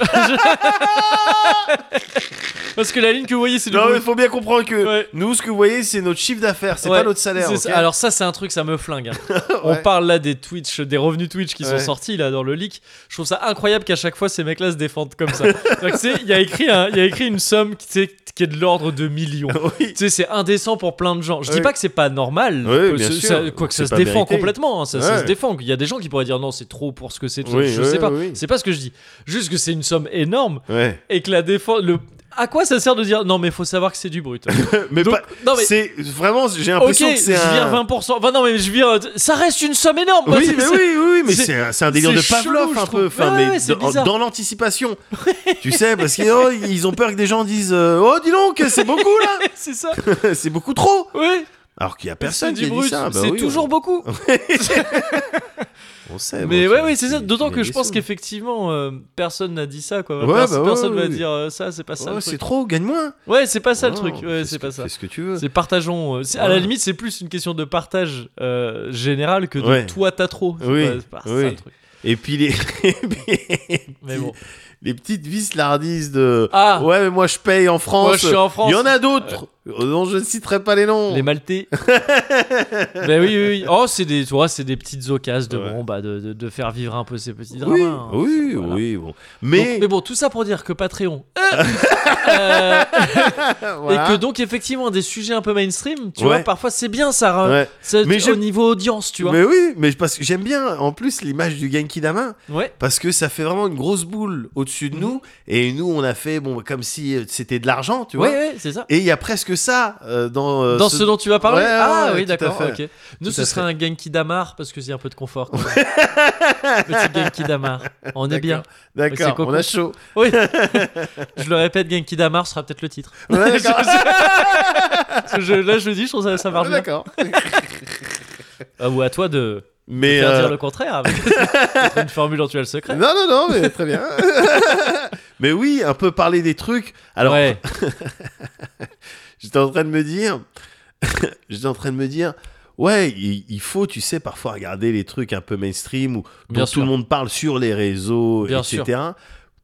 Speaker 1: parce que la ligne que vous voyez, c'est du
Speaker 2: Non, mais
Speaker 1: brut.
Speaker 2: faut bien comprendre que
Speaker 1: Ouais.
Speaker 2: nous, ce que vous voyez, c'est notre chiffre d'affaires, c'est
Speaker 1: Ouais,
Speaker 2: pas notre salaire.
Speaker 1: c'est
Speaker 2: ok
Speaker 1: ça. Alors ça c'est un truc ça me flingue. hein. On
Speaker 2: Ouais.
Speaker 1: parle là des Twitch, des revenus Twitch qui sont
Speaker 2: Ouais.
Speaker 1: sortis là dans le leak. Je trouve ça incroyable qu'à chaque fois ces mecs là se défendent comme ça. C'est-à-dire que, tu sais, Il y a écrit un- il y a écrit une somme qui, tu sais, qui est de l'ordre de millions.
Speaker 2: oui.
Speaker 1: Tu sais, c'est indécent pour plein de gens. Je dis
Speaker 2: Oui.
Speaker 1: pas que c'est pas normal,
Speaker 2: Oui,
Speaker 1: que
Speaker 2: bien
Speaker 1: ce-
Speaker 2: sûr.
Speaker 1: ça- quoi que ça
Speaker 2: C'est
Speaker 1: se
Speaker 2: pas
Speaker 1: défend
Speaker 2: mérité.
Speaker 1: complètement, hein, ça, ça
Speaker 2: Ouais.
Speaker 1: se défend. Il y a des gens qui pourraient dire non, c'est trop pour ce que c'est.
Speaker 2: Oui,
Speaker 1: je
Speaker 2: oui,
Speaker 1: sais pas.
Speaker 2: oui.
Speaker 1: C'est pas ce que je dis. Juste que c'est une somme énorme
Speaker 2: Ouais.
Speaker 1: et que la défense. Le... À quoi ça sert de dire non, mais faut savoir que c'est du brut.
Speaker 2: mais
Speaker 1: Donc-
Speaker 2: pas-
Speaker 1: non, mais-
Speaker 2: c'est vraiment, j'ai
Speaker 1: Ok,
Speaker 2: l'impression que
Speaker 1: je
Speaker 2: c'est
Speaker 1: vire
Speaker 2: un.
Speaker 1: 20%. Enfin, non, mais je vire. Ça reste une somme énorme. quoi.
Speaker 2: Oui,
Speaker 1: C'est-
Speaker 2: mais
Speaker 1: c'est-
Speaker 2: oui, oui, mais
Speaker 1: c'est-
Speaker 2: c'est un, c'est un délire
Speaker 1: c'est
Speaker 2: de
Speaker 1: chelou,
Speaker 2: Pavlov
Speaker 1: je
Speaker 2: un
Speaker 1: trouve.
Speaker 2: peu, enfin,
Speaker 1: Ouais,
Speaker 2: mais
Speaker 1: ouais, c'est
Speaker 2: dans,
Speaker 1: bizarre.
Speaker 2: dans l'anticipation. tu sais, parce qu'ils oh, ils ont peur que des gens disent euh, Oh, dis donc, c'est beaucoup là
Speaker 1: C'est ça.
Speaker 2: C'est beaucoup trop
Speaker 1: Oui.
Speaker 2: Alors qu'il y a personne
Speaker 1: C'est
Speaker 2: qui
Speaker 1: du
Speaker 2: a
Speaker 1: brut.
Speaker 2: dit ça. bah
Speaker 1: c'est
Speaker 2: oui,
Speaker 1: toujours beaucoup.
Speaker 2: On sait.
Speaker 1: mais
Speaker 2: bon,
Speaker 1: ouais,
Speaker 2: tu-
Speaker 1: oui, c'est ça.
Speaker 2: tu-
Speaker 1: D'autant
Speaker 2: tu
Speaker 1: que
Speaker 2: mets
Speaker 1: je
Speaker 2: des
Speaker 1: pense
Speaker 2: sous.
Speaker 1: qu'effectivement, euh, personne n'a dit ça, quoi.
Speaker 2: Ouais,
Speaker 1: Pers-
Speaker 2: bah ouais,
Speaker 1: personne
Speaker 2: ouais,
Speaker 1: va
Speaker 2: ouais.
Speaker 1: dire euh, ça, c'est pas ça.
Speaker 2: Ouais,
Speaker 1: le
Speaker 2: Oh, c'est
Speaker 1: truc.
Speaker 2: trop, gagne moins.
Speaker 1: Ouais, c'est pas ça le
Speaker 2: Non,
Speaker 1: truc. Ouais,
Speaker 2: fais
Speaker 1: c'est
Speaker 2: ce
Speaker 1: pas
Speaker 2: que-
Speaker 1: ça.
Speaker 2: Fais ce que tu veux.
Speaker 1: C'est partageons. euh, c'est- À la
Speaker 2: Voilà.
Speaker 1: limite, c'est plus une question de partage euh, général que de
Speaker 2: Ouais.
Speaker 1: toi t'as trop. C'est
Speaker 2: Oui,
Speaker 1: pas- c'est pas ça,
Speaker 2: oui.
Speaker 1: le truc.
Speaker 2: Et puis les, et puis-
Speaker 1: Mais bon.
Speaker 2: les petites vis lardises de
Speaker 1: Ah.
Speaker 2: ouais mais moi je paye en France.
Speaker 1: Moi, je suis en France.
Speaker 2: Il y en a d'autres. euh, dont je ne citerai pas les noms.
Speaker 1: Les Maltais. ben oui, oui, oui. Oh, c'est des, tu vois, c'est des petites occasions de,
Speaker 2: Ouais.
Speaker 1: bon, bah, de, de- de faire vivre un peu ces petits dramas.
Speaker 2: oui,
Speaker 1: hein.
Speaker 2: oui,
Speaker 1: Voilà.
Speaker 2: oui, bon.
Speaker 1: Donc,
Speaker 2: Mais,
Speaker 1: mais bon, tout ça pour dire que Patreon. euh, euh,
Speaker 2: voilà.
Speaker 1: Et que donc, effectivement, des sujets un peu mainstream, tu
Speaker 2: Ouais.
Speaker 1: vois, parfois c'est bien ça. euh,
Speaker 2: Ouais.
Speaker 1: c'est-
Speaker 2: Mais
Speaker 1: au
Speaker 2: j'aime-
Speaker 1: niveau audience, tu vois.
Speaker 2: Mais oui, mais parce que j'aime bien en plus l'image du Genki Dama
Speaker 1: Ouais.
Speaker 2: parce que ça fait vraiment une grosse boule au-dessus de nous et nous on a fait bon comme si euh, c'était de l'argent, tu
Speaker 1: ouais,
Speaker 2: vois.
Speaker 1: ouais, c'est ça.
Speaker 2: Et il y a presque ça euh, dans euh,
Speaker 1: Dans ce dont tu vas parler
Speaker 2: Ouais, ouais,
Speaker 1: Ah
Speaker 2: ouais,
Speaker 1: oui,
Speaker 2: tout à
Speaker 1: d'accord,
Speaker 2: fait.
Speaker 1: ok. Nous,
Speaker 2: Tout
Speaker 1: ce
Speaker 2: à
Speaker 1: serait
Speaker 2: fait.
Speaker 1: un Genki Damar, parce que c'est un peu de confort. quand même. Petit Genki Damar. On est
Speaker 2: D'accord.
Speaker 1: bien.
Speaker 2: D'accord,
Speaker 1: c'est coco.
Speaker 2: on a chaud.
Speaker 1: Oui. je le répète, Genki Damar sera peut-être le titre.
Speaker 2: Ouais, d'accord.
Speaker 1: Parce que je- là, je le dis, je trouve ça, ça marche bien.
Speaker 2: Ouais, d'accord.
Speaker 1: Ah, ou à toi de
Speaker 2: Mais
Speaker 1: faire
Speaker 2: euh,
Speaker 1: dire le contraire avec peut-être une formule dont tu as le secret.
Speaker 2: non, non, non, mais très bien. mais oui, un peu parler des trucs. Alors,
Speaker 1: ouais.
Speaker 2: j'étais en train de me dire, j'étais en train de me dire, ouais, il, il faut, tu sais, parfois regarder les trucs un peu mainstream ou dont
Speaker 1: Bien
Speaker 2: tout
Speaker 1: sûr.
Speaker 2: le monde parle sur les réseaux,
Speaker 1: Bien
Speaker 2: etc.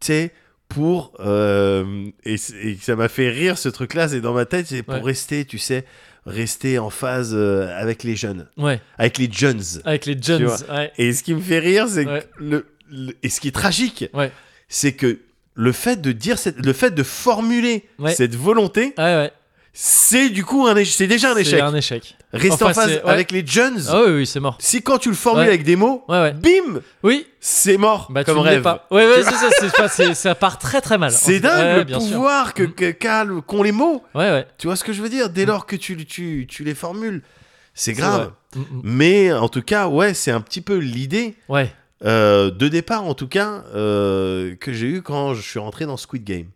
Speaker 2: Tu sais, pour euh, et, c- et ça m'a fait rire ce truc-là, c'est dans ma tête, c'est pour
Speaker 1: Ouais.
Speaker 2: rester, tu sais, rester en phase euh, avec les jeunes,
Speaker 1: ouais,
Speaker 2: avec les jeunes.
Speaker 1: avec les Jones.
Speaker 2: vois.
Speaker 1: Ouais.
Speaker 2: Et ce qui me fait rire, c'est que
Speaker 1: Ouais.
Speaker 2: le, le- et ce qui est tragique,
Speaker 1: Ouais.
Speaker 2: c'est que le fait de dire cette, le fait de formuler
Speaker 1: Ouais.
Speaker 2: cette volonté,
Speaker 1: Ouais, ouais.
Speaker 2: c'est du coup un éche- c'est déjà un
Speaker 1: C'est
Speaker 2: échec.
Speaker 1: un échec.
Speaker 2: Reste
Speaker 1: Enfin,
Speaker 2: en phase
Speaker 1: c'est- ouais.
Speaker 2: avec les jeunes.
Speaker 1: Ah oui, oui, c'est mort.
Speaker 2: Si quand tu le formules
Speaker 1: Ouais.
Speaker 2: avec des mots,
Speaker 1: Ouais, ouais.
Speaker 2: bim,
Speaker 1: Oui,
Speaker 2: c'est mort
Speaker 1: bah,
Speaker 2: comme
Speaker 1: tu ne l'es
Speaker 2: rêve.
Speaker 1: Pas. Ouais, ouais, c'est ça. c'est pas- c'est- ça part très très mal.
Speaker 2: C'est
Speaker 1: En fait. Ouais,
Speaker 2: dingue le
Speaker 1: bien sûr. Mm.
Speaker 2: pouvoir que- que- qu'a le- qu'ont les mots.
Speaker 1: Ouais, ouais.
Speaker 2: Tu vois ce que je veux dire Dès lors que tu, tu, tu les formules, c'est grave.
Speaker 1: Mm, mm.
Speaker 2: Mais en tout cas, ouais, c'est un petit peu l'idée
Speaker 1: Ouais.
Speaker 2: euh, de départ, en tout cas, euh, que j'ai eu quand je suis rentré dans Squid Game.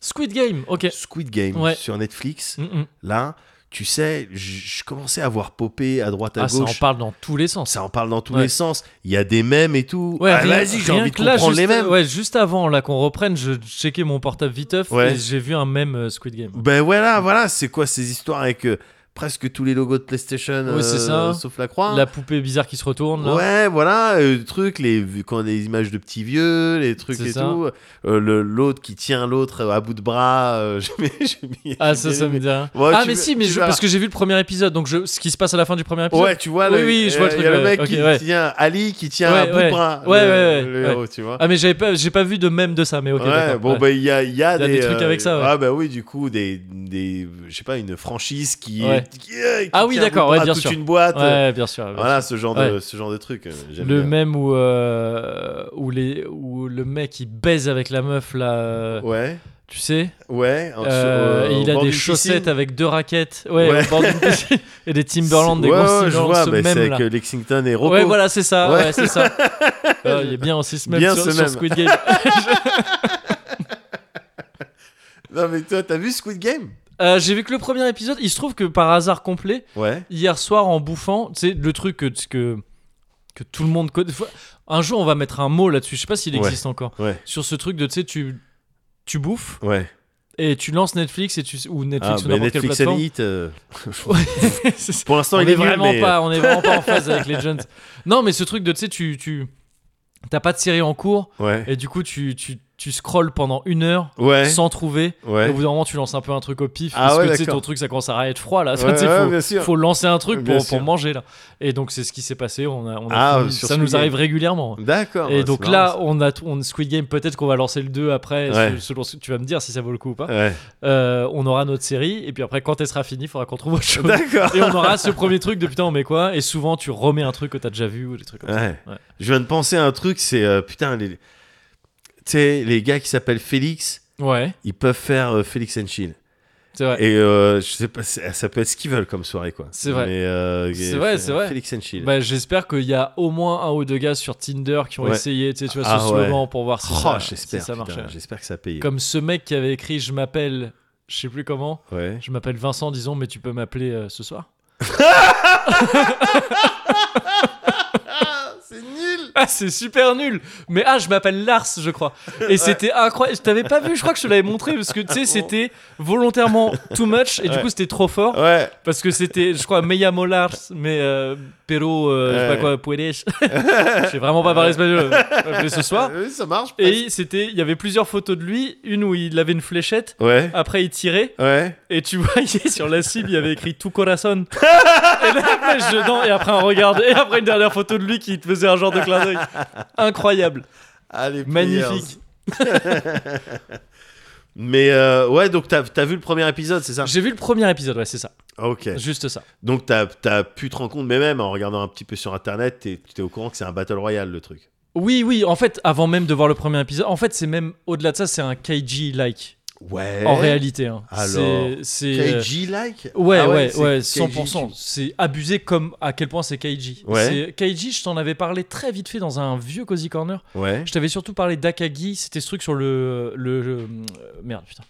Speaker 1: Squid Game, ok.
Speaker 2: Squid Game
Speaker 1: Ouais.
Speaker 2: sur Netflix.
Speaker 1: Mm, mm.
Speaker 2: Là, tu sais, j- je commençais à voir popper à droite à
Speaker 1: Ah, ça en
Speaker 2: gauche.
Speaker 1: parle dans tous les sens.
Speaker 2: Ça en parle dans tous
Speaker 1: Ouais.
Speaker 2: les sens. Il y a des mèmes et tout.
Speaker 1: Ouais,
Speaker 2: Ah,
Speaker 1: rien-
Speaker 2: Vas-y, j'ai
Speaker 1: rien
Speaker 2: envie de
Speaker 1: que là,
Speaker 2: comprendre
Speaker 1: juste,
Speaker 2: les mêmes.
Speaker 1: Ouais, juste avant là qu'on reprenne, je checkais mon portable viteuf
Speaker 2: Ouais.
Speaker 1: et j'ai vu un même Squid Game.
Speaker 2: Ben voilà, voilà, c'est quoi ces histoires avec euh, presque tous les logos de PlayStation,
Speaker 1: Ouais, c'est
Speaker 2: euh,
Speaker 1: ça.
Speaker 2: sauf la croix.
Speaker 1: La poupée bizarre qui se retourne là.
Speaker 2: Ouais, voilà, euh, le truc, les vu qu'on a des images de petits vieux, les trucs
Speaker 1: C'est
Speaker 2: et
Speaker 1: ça.
Speaker 2: tout, Euh, le l'autre qui tient l'autre à bout de bras. euh, j'ai mis- j'ai mis-
Speaker 1: Ah
Speaker 2: j'ai
Speaker 1: ça
Speaker 2: mis-
Speaker 1: ça me dit rien.
Speaker 2: Ouais,
Speaker 1: ah
Speaker 2: tu
Speaker 1: mais
Speaker 2: veux-
Speaker 1: si mais
Speaker 2: tu
Speaker 1: je,
Speaker 2: vas-
Speaker 1: parce que j'ai vu le premier épisode donc je, ce qui se passe à la fin du premier épisode.
Speaker 2: Ouais, tu vois,
Speaker 1: Oui,
Speaker 2: le,
Speaker 1: oui, je vois le
Speaker 2: euh,
Speaker 1: truc,
Speaker 2: y a
Speaker 1: ouais,
Speaker 2: le mec
Speaker 1: ok,
Speaker 2: qui
Speaker 1: ouais.
Speaker 2: tient Ali qui tient à
Speaker 1: Ouais,
Speaker 2: bout
Speaker 1: ouais.
Speaker 2: de bras.
Speaker 1: Ouais,
Speaker 2: le-
Speaker 1: ouais, ouais,
Speaker 2: le
Speaker 1: ouais.
Speaker 2: héros, tu vois.
Speaker 1: Ah mais j'avais pas j'ai pas vu de même de ça mais ok.
Speaker 2: ouais,
Speaker 1: d'accord,
Speaker 2: bon,
Speaker 1: ouais.
Speaker 2: bah, il y a, il y a
Speaker 1: Il y a des trucs
Speaker 2: euh,
Speaker 1: avec ça, ouais.
Speaker 2: Ah, bah oui, du coup, des, des je sais pas, une franchise qui.
Speaker 1: Ouais.
Speaker 2: qui- euh, qui
Speaker 1: Ah oui,
Speaker 2: tient
Speaker 1: d'accord,
Speaker 2: à bout de
Speaker 1: ouais,
Speaker 2: bras
Speaker 1: bien
Speaker 2: toute
Speaker 1: sûr.
Speaker 2: une boîte.
Speaker 1: Ouais, bien sûr. bien
Speaker 2: euh, Voilà, ce genre, de,
Speaker 1: Ouais.
Speaker 2: ce genre de truc. euh,
Speaker 1: sûr.
Speaker 2: j'aime
Speaker 1: Le
Speaker 2: bien.
Speaker 1: même où euh, où les où le mec il baise avec la meuf là. euh,
Speaker 2: Ouais,
Speaker 1: Tu sais.
Speaker 2: ouais. en dessous,
Speaker 1: euh,
Speaker 2: euh,
Speaker 1: et
Speaker 2: au
Speaker 1: il a
Speaker 2: bord
Speaker 1: des
Speaker 2: d'une
Speaker 1: chaussettes
Speaker 2: piscine.
Speaker 1: avec deux raquettes. Ouais.
Speaker 2: Ouais.
Speaker 1: au bord d'une piscine. et des Timberland des
Speaker 2: ouais,
Speaker 1: gros
Speaker 2: ouais, je
Speaker 1: Timberland,
Speaker 2: vois,
Speaker 1: ce
Speaker 2: bah,
Speaker 1: même
Speaker 2: c'est
Speaker 1: là.
Speaker 2: avec euh, Lexington et Rocco.
Speaker 1: Ouais, voilà, c'est ça. Ouais,
Speaker 2: Ouais.
Speaker 1: c'est ça. Euh, Il y a bien aussi ce même
Speaker 2: Bien
Speaker 1: sur,
Speaker 2: ce
Speaker 1: sur
Speaker 2: même.
Speaker 1: Squid Game.
Speaker 2: Non, mais toi, t'as vu Squid Game
Speaker 1: Euh, J'ai vu que le premier épisode. Il se trouve que par hasard complet,
Speaker 2: Ouais.
Speaker 1: hier soir en bouffant, c'est le truc que, que, que tout le monde connaît. Faut- Un jour, on va mettre un mot là-dessus. Je sais pas s'il
Speaker 2: Ouais.
Speaker 1: existe encore.
Speaker 2: Ouais.
Speaker 1: Sur ce truc de, tu sais, tu tu bouffes
Speaker 2: Ouais. et
Speaker 1: et tu lances Netflix et tu ou Netflix
Speaker 2: ah,
Speaker 1: ou
Speaker 2: mais
Speaker 1: n'importe quelle
Speaker 2: Netflix and
Speaker 1: plateforme.
Speaker 2: Hit. euh,
Speaker 1: C'est ça.
Speaker 2: Pour l'instant,
Speaker 1: on
Speaker 2: il
Speaker 1: est
Speaker 2: est mieux,
Speaker 1: vraiment
Speaker 2: mais.
Speaker 1: pas, on est vraiment pas en phase avec les jeunes. Non, mais ce truc de, tu sais, tu tu t'as pas de série en cours
Speaker 2: euh, Ouais.
Speaker 1: et du coup tu tu tu scrolles pendant une heure
Speaker 2: Ouais.
Speaker 1: sans trouver.
Speaker 2: Ouais.
Speaker 1: Au bout d'un moment, tu lances un peu un truc au pif.
Speaker 2: Ah
Speaker 1: parce
Speaker 2: ouais,
Speaker 1: que tu sais,
Speaker 2: d'accord.
Speaker 1: ton truc, ça commence à être froid là. Enfin,
Speaker 2: Ouais,
Speaker 1: tu sais,
Speaker 2: ouais,
Speaker 1: faut,
Speaker 2: bien sûr.
Speaker 1: faut lancer un truc
Speaker 2: Bien
Speaker 1: pour,
Speaker 2: sûr.
Speaker 1: pour manger là. Et donc, c'est ce qui s'est passé. On a, on a
Speaker 2: Ah,
Speaker 1: fini-
Speaker 2: sur
Speaker 1: ça nous
Speaker 2: Squid
Speaker 1: arrive régulièrement.
Speaker 2: D'accord.
Speaker 1: Et
Speaker 2: ouais,
Speaker 1: donc
Speaker 2: c'est
Speaker 1: là,
Speaker 2: marrant,
Speaker 1: on a t- on, Squid Game, peut-être qu'on va lancer le 2 après,
Speaker 2: Ouais.
Speaker 1: se- selon ce que tu vas me dire si ça vaut le coup ou pas.
Speaker 2: ça. Ouais.
Speaker 1: Euh, on aura notre série, et puis après, quand elle sera finie, il faudra qu'on trouve autre chose.
Speaker 2: D'accord.
Speaker 1: Et on aura ce premier truc de putain, on met quoi Et souvent, tu remets un truc que t'as déjà vu ou des trucs comme
Speaker 2: Ouais.
Speaker 1: Ouais.
Speaker 2: Je viens de penser à un truc, c'est euh, putain les, tu sais les gars qui s'appellent Félix,
Speaker 1: ça. Ouais,
Speaker 2: ils peuvent faire euh, Félix and Chill.
Speaker 1: c'est vrai.
Speaker 2: Et euh, je sais pas, c'est- ça peut être ce qu'ils veulent comme soirée quoi.
Speaker 1: C'est vrai.
Speaker 2: Mais, euh,
Speaker 1: C'est
Speaker 2: euh,
Speaker 1: vrai, c'est vrai.
Speaker 2: Félix and Chill.
Speaker 1: Bah, j'espère qu'il y a au moins un ou deux gars sur Tinder qui ont
Speaker 2: Ouais.
Speaker 1: essayé tu sais, tu vois,
Speaker 2: Ah
Speaker 1: ce
Speaker 2: ouais.
Speaker 1: slogan pour voir si
Speaker 2: Oh,
Speaker 1: ça,
Speaker 2: j'espère.
Speaker 1: si ça
Speaker 2: putain,
Speaker 1: marchait.
Speaker 2: J'espère que ça paye.
Speaker 1: Comme ce mec qui avait écrit Je m'appelle, je sais plus comment,
Speaker 2: Ouais.
Speaker 1: je m'appelle Vincent, disons, mais tu peux m'appeler euh, ce soir.
Speaker 2: c'est nul. nul.
Speaker 1: Ah, c'est super nul. Mais ah, je m'appelle Lars, je crois. Et c'était incroyable. Je t'avais pas vu, je crois que je te l'avais montré parce que tu sais, c'était volontairement too much et du
Speaker 2: Ouais.
Speaker 1: coup, c'était trop fort
Speaker 2: Ouais.
Speaker 1: parce que c'était, je crois, me llamo Lars, mais euh, pero, euh, je sais pas quoi, puedes. je sais vraiment pas parler espagnol. Je vais appeler ce soir.
Speaker 2: Ah Oui, ça marche. presque.
Speaker 1: Et c'était, il y avait plusieurs photos de lui, une où il avait une fléchette.
Speaker 2: Ouais.
Speaker 1: Après, il tirait
Speaker 2: Ouais.
Speaker 1: et tu voyais sur la cible, il y avait écrit tout corazon. et la flèche dedans, et après un regard, et après une dernière photo de lui qui te faisait un genre de clin d'œil. Incroyable,
Speaker 2: Allez,
Speaker 1: magnifique.
Speaker 2: Mais euh, ouais, donc t'as as vu le premier épisode, c'est ça
Speaker 1: J'ai vu le premier épisode, ouais, c'est ça,
Speaker 2: Ok.
Speaker 1: juste ça.
Speaker 2: Donc t'as as pu te rendre compte, mais même en regardant un petit peu sur internet, t'es- tu t'es au courant que c'est un battle royale le truc.
Speaker 1: Oui, oui, en fait, avant même de voir le premier épisode, en fait, c'est même au-delà de ça, c'est un KG-like,
Speaker 2: Ouais.
Speaker 1: en réalité. hein.
Speaker 2: Eh Alors,
Speaker 1: C'est- c'est. euh,
Speaker 2: KG like
Speaker 1: Ouais,
Speaker 2: Ah
Speaker 1: ouais,
Speaker 2: c'est
Speaker 1: ouais,
Speaker 2: KG.
Speaker 1: 100%. C'est abusé comme à quel point c'est Kaiji.
Speaker 2: Ouais.
Speaker 1: C'est- Kaiji, je t'en avais parlé très vite fait dans un vieux Cozy Corner.
Speaker 2: Ouais.
Speaker 1: Je t'avais surtout parlé d'Akagi, c'était ce truc sur le. le, le- euh, merde, putain.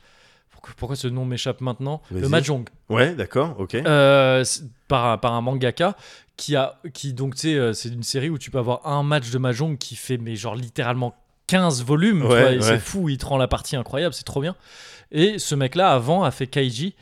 Speaker 1: Pourquoi, pourquoi ce nom m'échappe maintenant Le
Speaker 2: Vas-y.
Speaker 1: Mahjong.
Speaker 2: Ouais, d'accord, ok.
Speaker 1: Euh, c'est- par, un- par un mangaka qui a. Qui, donc, tu sais, euh, c'est une série où tu peux avoir un match de Mahjong qui fait, mais genre littéralement 15 volumes. tu
Speaker 2: Ouais,
Speaker 1: vois, et
Speaker 2: ouais.
Speaker 1: C'est fou, il te rend la partie incroyable, c'est trop bien. Et ce mec-là, avant, a fait Kaiji.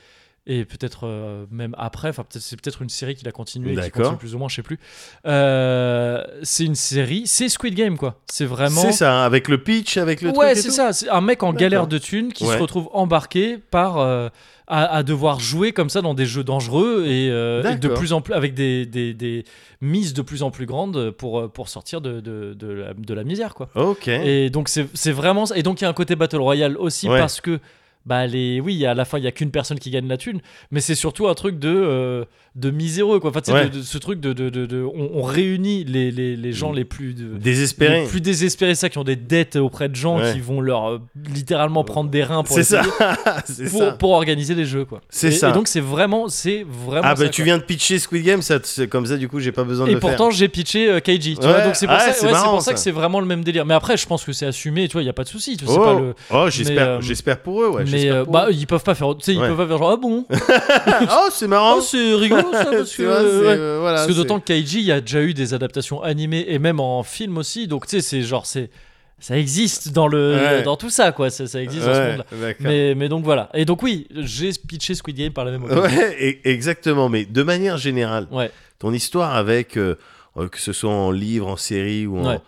Speaker 1: Et peut-être euh, même après, enfin peut-être c'est peut-être une série qu'il a continué, et qui
Speaker 2: D'accord.
Speaker 1: continue plus ou moins, je sais plus. Euh, c'est une série, c'est Squid Game quoi. C'est vraiment
Speaker 2: C'est ça, avec le pitch, avec le
Speaker 1: ouais,
Speaker 2: truc. et
Speaker 1: c'est
Speaker 2: tout
Speaker 1: ça. C'est un mec en
Speaker 2: D'accord.
Speaker 1: galère de thunes qui
Speaker 2: Ouais.
Speaker 1: se retrouve embarqué par euh, à, à devoir jouer comme ça dans des jeux dangereux et, euh, et de
Speaker 2: D'accord.
Speaker 1: plus en plus avec des, des, des mises de plus en plus grandes pour euh, pour sortir de de, de la, de la misère quoi.
Speaker 2: Ok.
Speaker 1: Et donc c'est c'est vraiment ça. et donc il y a un côté battle royale aussi
Speaker 2: Ouais.
Speaker 1: parce que bah les oui à la fin il y a qu'une personne qui gagne la thune mais c'est surtout un truc de euh, de miséreux quoi. Enfin tu sais,
Speaker 2: Ouais.
Speaker 1: de- de- ce truc de, de, de- de- on, on réunit les, les, les
Speaker 2: Mm.
Speaker 1: gens les plus de-
Speaker 2: Désespéré.
Speaker 1: les plus désespérés, ça, qui ont des dettes auprès de gens
Speaker 2: Ouais.
Speaker 1: qui vont leur euh, littéralement prendre des reins pour,
Speaker 2: C'est ça.
Speaker 1: essayer-
Speaker 2: c'est
Speaker 1: pour,
Speaker 2: ça.
Speaker 1: pour organiser les jeux, quoi.
Speaker 2: C'est
Speaker 1: Et-
Speaker 2: ça.
Speaker 1: Et donc c'est vraiment, c'est vraiment.
Speaker 2: Ah bah
Speaker 1: ça,
Speaker 2: tu
Speaker 1: quoi.
Speaker 2: viens de pitcher Squid Game, ça, te- c'est comme ça du coup j'ai pas besoin de
Speaker 1: Et
Speaker 2: le faire.
Speaker 1: pourtant j'ai pitché euh, Keiji, tu
Speaker 2: Ouais,
Speaker 1: vois, donc c'est pour,
Speaker 2: ouais,
Speaker 1: ça,
Speaker 2: c'est
Speaker 1: ouais, c'est
Speaker 2: marrant,
Speaker 1: pour ça, que
Speaker 2: ça.
Speaker 1: c'est vraiment le même délire. Mais après, je pense que c'est assumé, tu vois, il y a pas de souci. tu vois, c'est
Speaker 2: oh,
Speaker 1: pas le-
Speaker 2: oh, j'espère,
Speaker 1: mais, euh,
Speaker 2: j'espère pour eux, ouais.
Speaker 1: mais
Speaker 2: j'espère
Speaker 1: euh,
Speaker 2: pour
Speaker 1: bah
Speaker 2: eux.
Speaker 1: ils peuvent pas faire, tu sais, ils
Speaker 2: Ouais.
Speaker 1: peuvent pas faire genre ah bon,
Speaker 2: oh c'est marrant.
Speaker 1: oh, c'est rigolo ça parce
Speaker 2: Tu
Speaker 1: que.
Speaker 2: vois, c'est,
Speaker 1: ouais.
Speaker 2: euh, voilà,
Speaker 1: Parce que
Speaker 2: c'est-
Speaker 1: d'autant que Kaiji, il y a déjà eu des adaptations animées et même en film aussi. Donc, tu sais, c'est genre, c'est ça existe dans le
Speaker 2: Ouais.
Speaker 1: dans tout ça, quoi. Ça, ça existe dans ce
Speaker 2: Ouais,
Speaker 1: monde-là.
Speaker 2: d'accord.
Speaker 1: Mais, mais donc voilà. Et donc oui, j'ai pitché Squid Game par la même occasion.
Speaker 2: Ouais, e- exactement. Mais de manière générale,
Speaker 1: Ouais.
Speaker 2: ton histoire avec, euh, euh, que ce soit en livre, en série ou en,
Speaker 1: Ouais.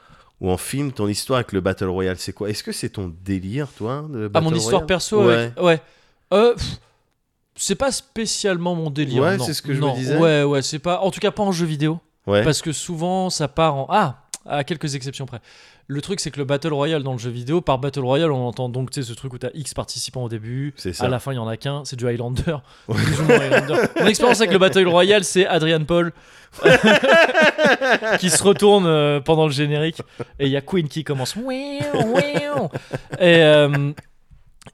Speaker 2: ou en film, ton histoire avec le Battle Royale, c'est quoi Est-ce que c'est ton délire, toi de
Speaker 1: Ah,
Speaker 2: Battle
Speaker 1: mon histoire
Speaker 2: Royale
Speaker 1: perso,
Speaker 2: Ouais.
Speaker 1: avec- ouais. Euh, pff, c'est pas spécialement mon délire.
Speaker 2: Ouais,
Speaker 1: non.
Speaker 2: c'est ce que je
Speaker 1: Non.
Speaker 2: me disais.
Speaker 1: Ouais, ouais, c'est pas. En tout cas, pas en jeu vidéo.
Speaker 2: Ouais.
Speaker 1: Parce que souvent, ça part en. Ah À quelques exceptions près. Le truc, c'est que le Battle Royale dans le jeu vidéo, par Battle Royale, on entend donc tu sais, ce truc où t'as X participants au début.
Speaker 2: C'est ça.
Speaker 1: À la fin, il y en a qu'un. C'est du Highlander. Plus ou moins Highlander. Mon expérience avec le Battle Royale, c'est Adrian Paul qui se retourne euh, pendant le générique. Et il y a Queen qui commence. Ouiou, ouiou. Et. euh,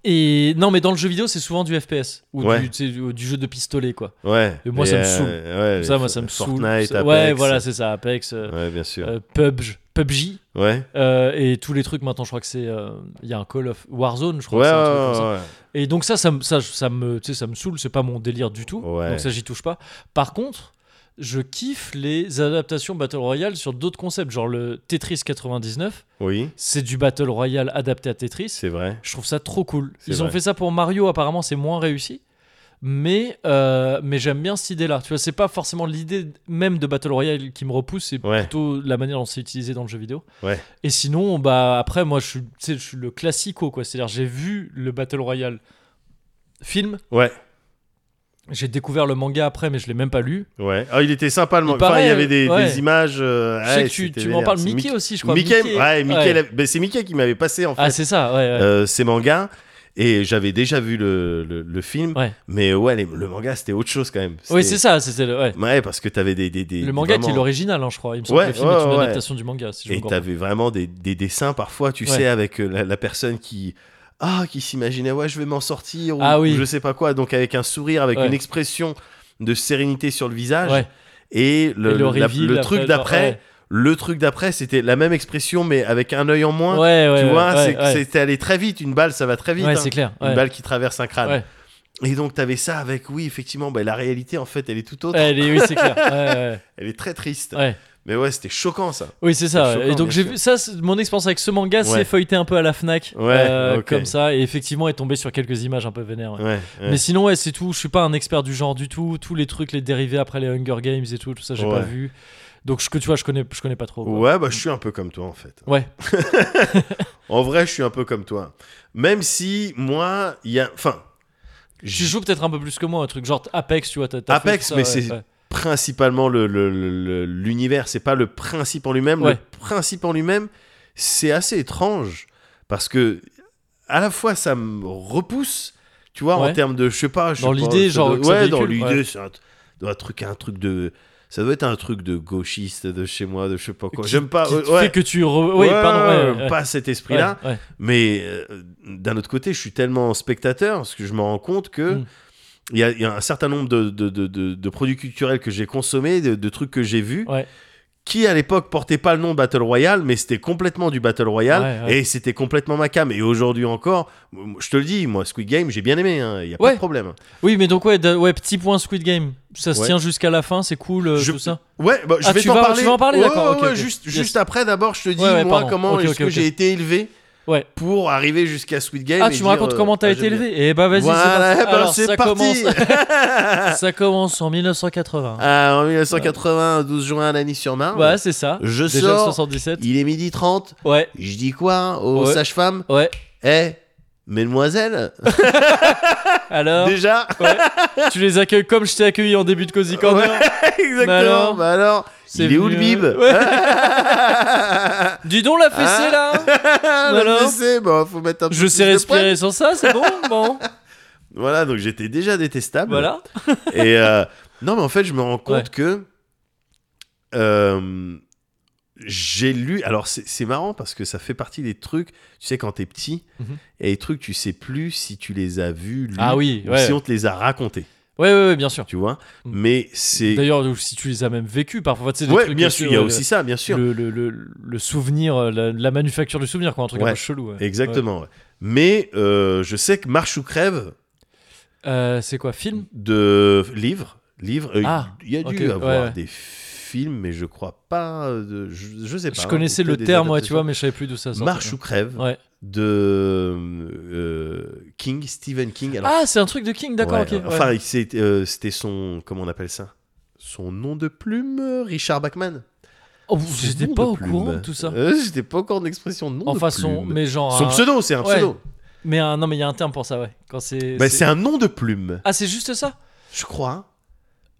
Speaker 1: et non, mais dans le jeu vidéo, c'est souvent du FPS ou
Speaker 2: Ouais.
Speaker 1: du, tu sais, du- du jeu de pistolet, quoi.
Speaker 2: Ouais. euh,
Speaker 1: Et moi, ça me saoule.
Speaker 2: ouais,
Speaker 1: Ça,
Speaker 2: les
Speaker 1: moi, ça me saoule.
Speaker 2: Fortnite,
Speaker 1: Ça- Ouais,
Speaker 2: Apex.
Speaker 1: voilà, c'est ça, Apex, euh,
Speaker 2: Ouais, bien sûr.
Speaker 1: euh, PUBG, PUBG
Speaker 2: ouais.
Speaker 1: euh, et tous les trucs maintenant. Je crois que c'est, euh, il y a un Call of Warzone, je
Speaker 2: Ouais,
Speaker 1: crois.
Speaker 2: ouais,
Speaker 1: que c'est un truc comme ça.
Speaker 2: ouais,
Speaker 1: Et donc ça, ça, me- ça, ça me, tu sais, ça me saoule. C'est pas mon délire du tout.
Speaker 2: Ouais.
Speaker 1: Donc ça, j'y touche pas. Par contre, je kiffe les adaptations Battle Royale sur d'autres concepts, genre le Tetris 99.
Speaker 2: Oui,
Speaker 1: C'est du Battle Royale adapté à Tetris.
Speaker 2: c'est vrai.
Speaker 1: Je trouve ça trop cool.
Speaker 2: C'est
Speaker 1: Ils ont
Speaker 2: vrai.
Speaker 1: fait ça pour Mario, apparemment c'est moins réussi. Mais, euh, mais j'aime bien cette idée-là. Tu vois, c'est pas forcément l'idée même de Battle Royale qui me repousse, c'est
Speaker 2: Ouais.
Speaker 1: plutôt la manière dont c'est utilisé dans le jeu vidéo.
Speaker 2: Ouais.
Speaker 1: Et sinon, bah après, moi je suis, tu sais, je suis le classico, quoi. C'est-à-dire, j'ai vu le Battle Royale film,
Speaker 2: Ouais,
Speaker 1: j'ai découvert le manga après, mais je l'ai même pas lu.
Speaker 2: ouais. Ah, il était sympa le
Speaker 1: Il
Speaker 2: manga. Enfin, il
Speaker 1: paraît,
Speaker 2: y avait des,
Speaker 1: ouais.
Speaker 2: des images. euh,
Speaker 1: je sais
Speaker 2: ouais,
Speaker 1: que tu,
Speaker 2: c'était
Speaker 1: tu m'en
Speaker 2: vénère.
Speaker 1: parles,
Speaker 2: C'est
Speaker 1: Mickey, aussi, je crois.
Speaker 2: Mickey, ouais, Mickey,
Speaker 1: ouais.
Speaker 2: la- ben, c'est Mickey qui m'avait passé en fait
Speaker 1: Ah, c'est ça, ouais. ouais.
Speaker 2: euh, ces mangas et j'avais déjà vu le, le, le film,
Speaker 1: Ouais.
Speaker 2: mais ouais, les- le manga c'était autre chose quand même.
Speaker 1: oui, c'est
Speaker 2: C'était-
Speaker 1: ça, c'était le, ouais.
Speaker 2: Ouais, parce que t'avais des, des, des
Speaker 1: Le manga qui est
Speaker 2: vraiment-
Speaker 1: l'original, hein, je crois. Il me semble
Speaker 2: Ouais,
Speaker 1: que le film
Speaker 2: ouais,
Speaker 1: est une
Speaker 2: ouais.
Speaker 1: adaptation du manga, si je me
Speaker 2: Et
Speaker 1: gourre pas.
Speaker 2: t'avais vraiment des, des dessins parfois, tu
Speaker 1: Ouais.
Speaker 2: sais, avec euh, la, la personne qui. Ah, qui s'imaginait, ouais, je vais m'en sortir, ou,
Speaker 1: Ah oui.
Speaker 2: ou je sais pas quoi. Donc, avec un sourire, avec
Speaker 1: Ouais.
Speaker 2: une expression de sérénité sur le visage.
Speaker 1: Ouais.
Speaker 2: Et le,
Speaker 1: Et le
Speaker 2: la-
Speaker 1: reveal
Speaker 2: le
Speaker 1: après,
Speaker 2: truc
Speaker 1: genre,
Speaker 2: d'après,
Speaker 1: ouais.
Speaker 2: le truc d'après, c'était la même expression, mais avec un œil en moins.
Speaker 1: Ouais, ouais,
Speaker 2: tu
Speaker 1: ouais,
Speaker 2: vois,
Speaker 1: ouais,
Speaker 2: c'est
Speaker 1: ouais.
Speaker 2: c'était allé très vite. Une balle, ça va très vite.
Speaker 1: Ouais,
Speaker 2: hein.
Speaker 1: c'est clair.
Speaker 2: Une
Speaker 1: ouais.
Speaker 2: balle qui traverse un crâne.
Speaker 1: Ouais.
Speaker 2: Et donc, t'avais ça avec, oui, effectivement, bah, la réalité, en fait, elle est tout autre.
Speaker 1: Elle est- oui, c'est clair. Ouais, ouais,
Speaker 2: Elle est très triste.
Speaker 1: ouais.
Speaker 2: Mais ouais, c'était choquant ça.
Speaker 1: Oui, c'est ça.
Speaker 2: C'est choquant,
Speaker 1: et donc
Speaker 2: bien
Speaker 1: j'ai
Speaker 2: sûr.
Speaker 1: vu ça, c'est- mon expérience avec ce manga,
Speaker 2: Ouais.
Speaker 1: c'est feuilleté un peu à la Fnac,
Speaker 2: Ouais,
Speaker 1: euh,
Speaker 2: ok.
Speaker 1: comme ça, et effectivement est tombé sur quelques images un peu vénères. ouais.
Speaker 2: Ouais, ouais.
Speaker 1: Mais sinon, ouais, c'est tout. Je suis pas un expert du genre du tout. Tous les trucs, les dérivés après les Hunger Games et tout, tout ça, j'ai
Speaker 2: Ouais.
Speaker 1: pas vu. Donc je, que tu vois, je connais, je connais pas trop. quoi.
Speaker 2: Ouais, bah je suis un peu comme toi en fait.
Speaker 1: Ouais.
Speaker 2: En vrai, je suis un peu comme toi. Même si moi, il y a, enfin,
Speaker 1: Tu
Speaker 2: je
Speaker 1: joues peut-être un peu plus que moi, un truc genre Apex, tu vois. t'as- t'as fait
Speaker 2: Apex,
Speaker 1: tout ça,
Speaker 2: mais
Speaker 1: ouais,
Speaker 2: c'est-
Speaker 1: ouais.
Speaker 2: principalement le- le- le- le- l'univers, c'est pas le principe en lui-même.
Speaker 1: Ouais.
Speaker 2: Le principe en lui-même, c'est assez étrange parce que à la fois ça me repousse, tu vois, en
Speaker 1: Ouais.
Speaker 2: termes de, je sais pas, je
Speaker 1: Dans
Speaker 2: sais pas,
Speaker 1: l'idée,
Speaker 2: ça
Speaker 1: genre,
Speaker 2: doit-
Speaker 1: que ça
Speaker 2: ouais, dans
Speaker 1: véhicule,
Speaker 2: l'idée,
Speaker 1: ouais.
Speaker 2: c'est un, dans un truc, un truc de, ça doit être un truc de gauchiste de chez moi, de je sais pas quoi.
Speaker 1: Qui-
Speaker 2: J'aime pas, euh,
Speaker 1: qui
Speaker 2: ouais,
Speaker 1: te fait que tu. re- Oui,
Speaker 2: ouais,
Speaker 1: pardon. ouais, ouais,
Speaker 2: pas cet
Speaker 1: ouais,
Speaker 2: esprit-là.
Speaker 1: ouais.
Speaker 2: Mais euh, d'un autre côté, je suis tellement spectateur parce que je me rends compte que
Speaker 1: Mm.
Speaker 2: il y, a- il y a un certain nombre de, de- de- de- de produits culturels que j'ai consommés, de, de trucs que j'ai vus,
Speaker 1: Ouais.
Speaker 2: qui à l'époque portaient pas le nom Battle Royale, mais c'était complètement du Battle Royale
Speaker 1: Ouais, ouais.
Speaker 2: et c'était complètement ma cam. Et aujourd'hui encore, m- je te le dis, moi, Squid Game, j'ai bien aimé, hein, il n'y a pas
Speaker 1: Ouais.
Speaker 2: de problème.
Speaker 1: Oui, mais donc ouais, da- ouais, petit point Squid Game. Ça se
Speaker 2: Ouais.
Speaker 1: tient jusqu'à la fin, c'est cool, euh,
Speaker 2: Je-
Speaker 1: tout ça.
Speaker 2: Ouais, bah, je
Speaker 1: Ah,
Speaker 2: vais
Speaker 1: tu
Speaker 2: t'en
Speaker 1: vas-
Speaker 2: parler.
Speaker 1: tu vas en parler,
Speaker 2: Ouais,
Speaker 1: d'accord,
Speaker 2: ouais,
Speaker 1: ok,
Speaker 2: ouais,
Speaker 1: ok.
Speaker 2: juste,
Speaker 1: Yes.
Speaker 2: juste après, d'abord, je te dis,
Speaker 1: Ouais, ouais,
Speaker 2: moi,
Speaker 1: pardon.
Speaker 2: comment
Speaker 1: Ok,
Speaker 2: est-ce
Speaker 1: ok,
Speaker 2: que
Speaker 1: ok.
Speaker 2: j'ai été élevé
Speaker 1: Ouais.
Speaker 2: pour arriver jusqu'à Squid Game.
Speaker 1: Ah,
Speaker 2: et
Speaker 1: tu me
Speaker 2: dire,
Speaker 1: racontes
Speaker 2: euh,
Speaker 1: comment t'as
Speaker 2: ah,
Speaker 1: été
Speaker 2: j'aime bien.
Speaker 1: élevé Eh bah vas-y,
Speaker 2: Voilà,
Speaker 1: c'est
Speaker 2: eh
Speaker 1: parti.
Speaker 2: ben,
Speaker 1: Alors,
Speaker 2: c'est
Speaker 1: ça
Speaker 2: parti.
Speaker 1: commence. ça commence en 1980.
Speaker 2: Ah, en 1980, 12 juin à Lannis-sur-Marne.
Speaker 1: ouais, c'est ça.
Speaker 2: Ah. je
Speaker 1: Déjà
Speaker 2: sors.
Speaker 1: 77.
Speaker 2: Il est midi 30.
Speaker 1: Ouais,
Speaker 2: Je dis quoi hein, aux
Speaker 1: Ouais.
Speaker 2: sages-femmes
Speaker 1: ouais.
Speaker 2: Eh, mesdemoiselles
Speaker 1: Alors,
Speaker 2: Déjà
Speaker 1: tu les accueilles comme je t'ai accueilli en début de Cozy Corner.
Speaker 2: Ouais, Exactement. Bah
Speaker 1: Bah
Speaker 2: alors,
Speaker 1: alors
Speaker 2: Il
Speaker 1: C'est
Speaker 2: est où le
Speaker 1: venu, euh,
Speaker 2: bib Hein
Speaker 1: ouais. Dis donc la fessée là.
Speaker 2: Le
Speaker 1: alors
Speaker 2: PC, bon, faut mettre un peu
Speaker 1: Je
Speaker 2: plus
Speaker 1: sais
Speaker 2: de poids.
Speaker 1: respirer sans ça, c'est bon. Bon,
Speaker 2: Voilà, donc j'étais déjà détestable.
Speaker 1: voilà.
Speaker 2: Et euh, non, mais en fait, je me rends compte
Speaker 1: Ouais.
Speaker 2: que euh, j'ai lu. Alors, c'est c'est marrant parce que ça fait partie des trucs. Tu sais, quand t'es petit,
Speaker 1: Mhm.
Speaker 2: et les trucs, tu sais plus si tu les as vus, lus,
Speaker 1: Ah oui,
Speaker 2: ou
Speaker 1: ouais.
Speaker 2: si on te les a racontés.
Speaker 1: Ouais, ouais, ouais, bien sûr.
Speaker 2: Tu vois
Speaker 1: Mm.
Speaker 2: Mais c'est.
Speaker 1: D'ailleurs, donc, si tu les as même vécu, parfois, tu sais, des
Speaker 2: Ouais,
Speaker 1: trucs
Speaker 2: bien
Speaker 1: que
Speaker 2: sûr,
Speaker 1: tu-
Speaker 2: il y a
Speaker 1: ouais,
Speaker 2: aussi ça, bien sûr.
Speaker 1: le, le, le, le souvenir, euh, la, la manufacture du souvenir, quoi, un truc
Speaker 2: Ouais,
Speaker 1: un peu chelou. ouais.
Speaker 2: Exactement. ouais. Mais euh, je sais que Marche ou Crève,
Speaker 1: Ouais. Euh, c'est quoi, film
Speaker 2: de livres. Livres, euh,
Speaker 1: Ah,
Speaker 2: il y a dû
Speaker 1: ok,
Speaker 2: avoir
Speaker 1: ouais, ouais.
Speaker 2: des films, mais je crois pas. euh, de- je, je sais pas.
Speaker 1: Je
Speaker 2: hein,
Speaker 1: connaissais
Speaker 2: peut-être
Speaker 1: le
Speaker 2: des
Speaker 1: terme, ouais, tu
Speaker 2: adaptations.
Speaker 1: vois, mais je savais plus d'où ça sortait. hein.
Speaker 2: Marche ou crève
Speaker 1: Ouais.
Speaker 2: de euh, King, Stephen King. Alors,
Speaker 1: Ah, c'est un truc de King, d'accord,
Speaker 2: ouais,
Speaker 1: ok. ouais.
Speaker 2: Enfin, il- c'est, euh, c'était son. Comment on appelle ça Son nom de plume, euh, Richard Bachman.
Speaker 1: Oh,
Speaker 2: Son
Speaker 1: j'étais
Speaker 2: nom
Speaker 1: pas
Speaker 2: de
Speaker 1: au
Speaker 2: plume.
Speaker 1: courant de tout ça.
Speaker 2: Euh, j'étais pas au courant de l'expression nom de
Speaker 1: enfin, son,
Speaker 2: plume.
Speaker 1: mais genre.
Speaker 2: Son
Speaker 1: un-
Speaker 2: pseudo, c'est un
Speaker 1: Ouais.
Speaker 2: pseudo.
Speaker 1: Mais un, non, mais il y a un terme pour ça, ouais. Quand c'est.
Speaker 2: Bah,
Speaker 1: c'est-
Speaker 2: c'est un nom de plume,
Speaker 1: Ah, c'est juste ça
Speaker 2: je crois.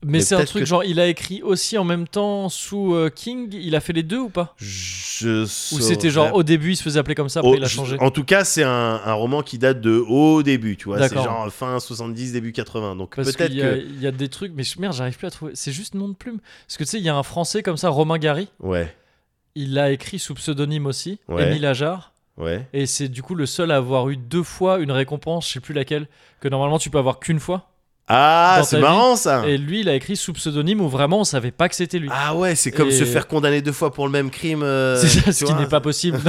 Speaker 2: Mais
Speaker 1: Mais, c'est un
Speaker 2: peut-être
Speaker 1: truc
Speaker 2: que-
Speaker 1: genre, il a écrit aussi en même temps sous euh, King, il a fait les deux ou pas
Speaker 2: Je
Speaker 1: Ou c'était genre
Speaker 2: saurais
Speaker 1: au début, il se faisait appeler comme ça, après
Speaker 2: Oh,
Speaker 1: il a
Speaker 2: je-
Speaker 1: changé
Speaker 2: En tout cas, c'est un, un roman qui date de au début, tu vois. C'est
Speaker 1: D'accord.
Speaker 2: genre fin 70, début 80. Donc
Speaker 1: Parce
Speaker 2: peut-être
Speaker 1: qu'il y, a-
Speaker 2: que.
Speaker 1: il y a des trucs, mais je- merde, j'arrive plus à trouver. C'est juste nom de plume. Parce que tu sais, il y a un français comme ça, Romain Gary,
Speaker 2: Ouais,
Speaker 1: il a écrit sous pseudonyme aussi,
Speaker 2: Ouais.
Speaker 1: Émile Ajar.
Speaker 2: ouais.
Speaker 1: Et c'est du coup le seul à avoir eu deux fois une récompense, je sais plus laquelle, que normalement tu peux avoir qu'une fois.
Speaker 2: Ah,
Speaker 1: Dans
Speaker 2: c'est
Speaker 1: ta
Speaker 2: marrant ça!
Speaker 1: Et lui, il a écrit sous pseudonyme où vraiment on savait pas que c'était lui.
Speaker 2: Ah ouais, c'est comme
Speaker 1: Et-
Speaker 2: se faire condamner deux fois pour le même crime. euh,
Speaker 1: c'est ça,
Speaker 2: tu
Speaker 1: ce qui
Speaker 2: vois.
Speaker 1: n'est pas possible.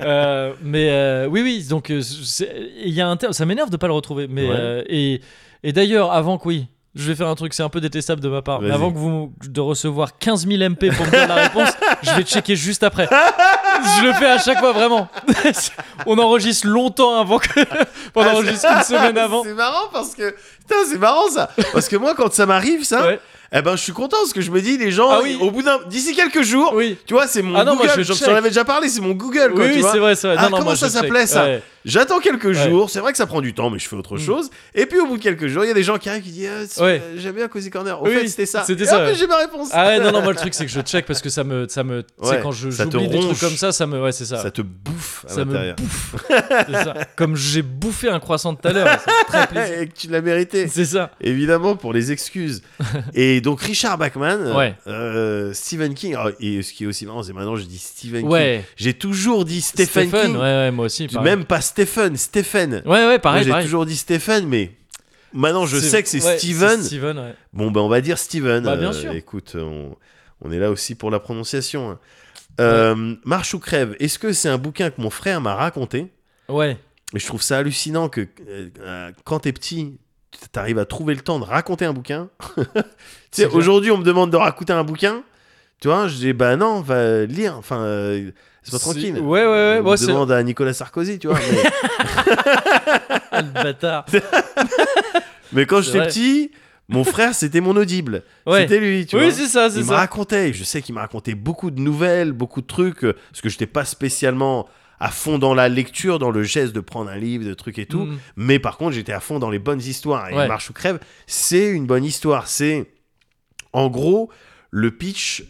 Speaker 1: Euh, mais euh, oui, oui, donc euh, c'est- il y a un terme, ça m'énerve de pas le retrouver. Mais,
Speaker 2: Ouais.
Speaker 1: euh, et et d'ailleurs, avant que oui, je vais faire un truc, c'est un peu détestable de ma part, mais
Speaker 2: Vas-y.
Speaker 1: avant que vous de recevoir 15 000 MP pour me dire la réponse, je vais checker juste après. Je le fais à chaque fois, vraiment. on enregistre longtemps avant que. on
Speaker 2: Ah,
Speaker 1: enregistre une semaine avant.
Speaker 2: C'est marrant parce que. Putain, c'est marrant ça! Parce que moi, quand ça m'arrive ça,
Speaker 1: Ouais.
Speaker 2: eh ben je suis content parce que je me dis, les gens,
Speaker 1: Ah oui.
Speaker 2: au bout d'un. D'ici quelques jours,
Speaker 1: Oui.
Speaker 2: tu vois, c'est mon
Speaker 1: Ah non, moi,
Speaker 2: Google.
Speaker 1: je
Speaker 2: J'en
Speaker 1: check.
Speaker 2: j'en avais déjà parlé, Oh, c'est mon Google quoi,
Speaker 1: oui,
Speaker 2: tu
Speaker 1: oui,
Speaker 2: vois.
Speaker 1: c'est vrai, c'est vrai.
Speaker 2: Ah,
Speaker 1: non, non,
Speaker 2: comment
Speaker 1: moi,
Speaker 2: ça
Speaker 1: je check.
Speaker 2: s'appelait, ça
Speaker 1: Ouais.
Speaker 2: J'attends quelques
Speaker 1: Ouais.
Speaker 2: jours, c'est vrai que ça prend du temps, mais je fais autre
Speaker 1: Mm.
Speaker 2: chose. Et puis au bout de quelques jours, il y a des gens qui arrivent qui disent Ah, c'est-
Speaker 1: Ouais.
Speaker 2: euh, J'aime bien Cozy Corner. Au
Speaker 1: Oui,
Speaker 2: fait, c'était ça.
Speaker 1: c'était
Speaker 2: Et
Speaker 1: ça,
Speaker 2: après,
Speaker 1: ouais.
Speaker 2: j'ai ma réponse.
Speaker 1: Ah ouais, non, non, moi le truc c'est que je check parce que ça me. Ça me tu
Speaker 2: Ouais,
Speaker 1: sais, quand je-
Speaker 2: ça te
Speaker 1: j'oublie des
Speaker 2: ronge.
Speaker 1: trucs comme ça, ça me. Ouais, c'est ça.
Speaker 2: Ça te bouffe à
Speaker 1: Ça me
Speaker 2: l'intérieur.
Speaker 1: C'est ça. Comme j'ai bouffé un croissant tout à l'heure. c'est très plaisir.
Speaker 2: Et que Eh, tu l'as mérité.
Speaker 1: C'est ça.
Speaker 2: Évidemment, pour les excuses. et donc, Richard Bachman, euh,
Speaker 1: Ouais.
Speaker 2: euh, Stephen King. Alors, et ce qui est aussi marrant, c'est maintenant, je dis Stephen King.
Speaker 1: Ouais.
Speaker 2: J'ai toujours dit Stephen, King.
Speaker 1: Ouais, ouais, moi aussi. pareil.
Speaker 2: Même pas Stephen, Stephen.
Speaker 1: Ouais, ouais,
Speaker 2: Moi,
Speaker 1: pareil.
Speaker 2: J'ai
Speaker 1: pareil.
Speaker 2: toujours dit Stephen, mais maintenant, je sais que c'est
Speaker 1: ouais,
Speaker 2: Steven.
Speaker 1: c'est Steven, ouais.
Speaker 2: Bon, ben on va dire Steven.
Speaker 1: Bah, bien
Speaker 2: Euh,
Speaker 1: sûr.
Speaker 2: écoute, on, on est là aussi pour la prononciation. hein. Euh, Marche ou crève, est-ce que c'est un bouquin que mon frère m'a raconté
Speaker 1: Ouais.
Speaker 2: Et je trouve ça hallucinant que euh, euh, quand t'es petit, t'arrives à trouver le temps de raconter un bouquin. tu sais,
Speaker 1: C'est clair.
Speaker 2: aujourd'hui, on me demande de raconter un bouquin. Tu vois, je dis, bah non, va lire, enfin, euh, sois
Speaker 1: C'est-
Speaker 2: tranquille.
Speaker 1: Ouais, ouais, ouais.
Speaker 2: On
Speaker 1: bon, c'est
Speaker 2: demande à Nicolas Sarkozy, tu vois. mais,
Speaker 1: Ah, le bâtard.
Speaker 2: mais quand
Speaker 1: C'est
Speaker 2: j'étais
Speaker 1: vrai.
Speaker 2: petit, mon frère, c'était mon audible.
Speaker 1: Ouais.
Speaker 2: C'était lui, tu
Speaker 1: Oui,
Speaker 2: vois.
Speaker 1: c'est ça, c'est
Speaker 2: il me
Speaker 1: ça.
Speaker 2: racontait, je sais qu'il me racontait beaucoup de nouvelles, beaucoup de trucs, euh, parce que j'étais pas spécialement à fond dans la lecture, dans le geste de prendre un livre, de trucs et tout.
Speaker 1: Mm.
Speaker 2: Mais par contre, j'étais à fond dans les bonnes histoires. Et
Speaker 1: Ouais.
Speaker 2: Marche ou crève, c'est une bonne histoire. C'est, en gros, le pitch.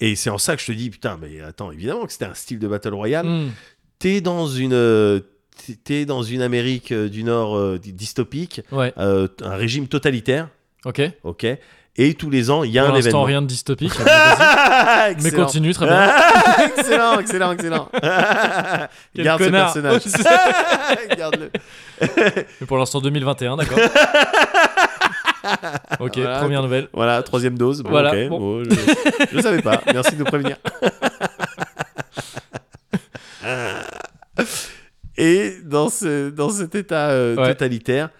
Speaker 2: Et c'est en ça que je te dis, putain, mais attends, évidemment que c'était un style de Battle Royale.
Speaker 1: Mm.
Speaker 2: T'es dans une. euh, t'es- T'es dans une Amérique euh, du Nord euh, dy- dystopique,
Speaker 1: Ouais,
Speaker 2: euh, un régime totalitaire,
Speaker 1: ok.
Speaker 2: ok Et tous les ans, il y a
Speaker 1: Pour
Speaker 2: un
Speaker 1: l'instant,
Speaker 2: événement.
Speaker 1: rien de dystopique. mais
Speaker 2: Excellent.
Speaker 1: continue, très bien.
Speaker 2: Ah, excellent, excellent, excellent.
Speaker 1: Quel
Speaker 2: Garde
Speaker 1: connard.
Speaker 2: ce personnage. Garde-le.
Speaker 1: Mais pour l'instant, 2021, d'accord. ok,
Speaker 2: Voilà.
Speaker 1: première nouvelle.
Speaker 2: Voilà, troisième dose. Bon,
Speaker 1: Voilà,
Speaker 2: ok,
Speaker 1: bon.
Speaker 2: bon, je ne savais pas. Merci de nous prévenir.
Speaker 1: Ah.
Speaker 2: Et dans, ce, dans cet état euh,
Speaker 1: Ouais.
Speaker 2: totalitaire,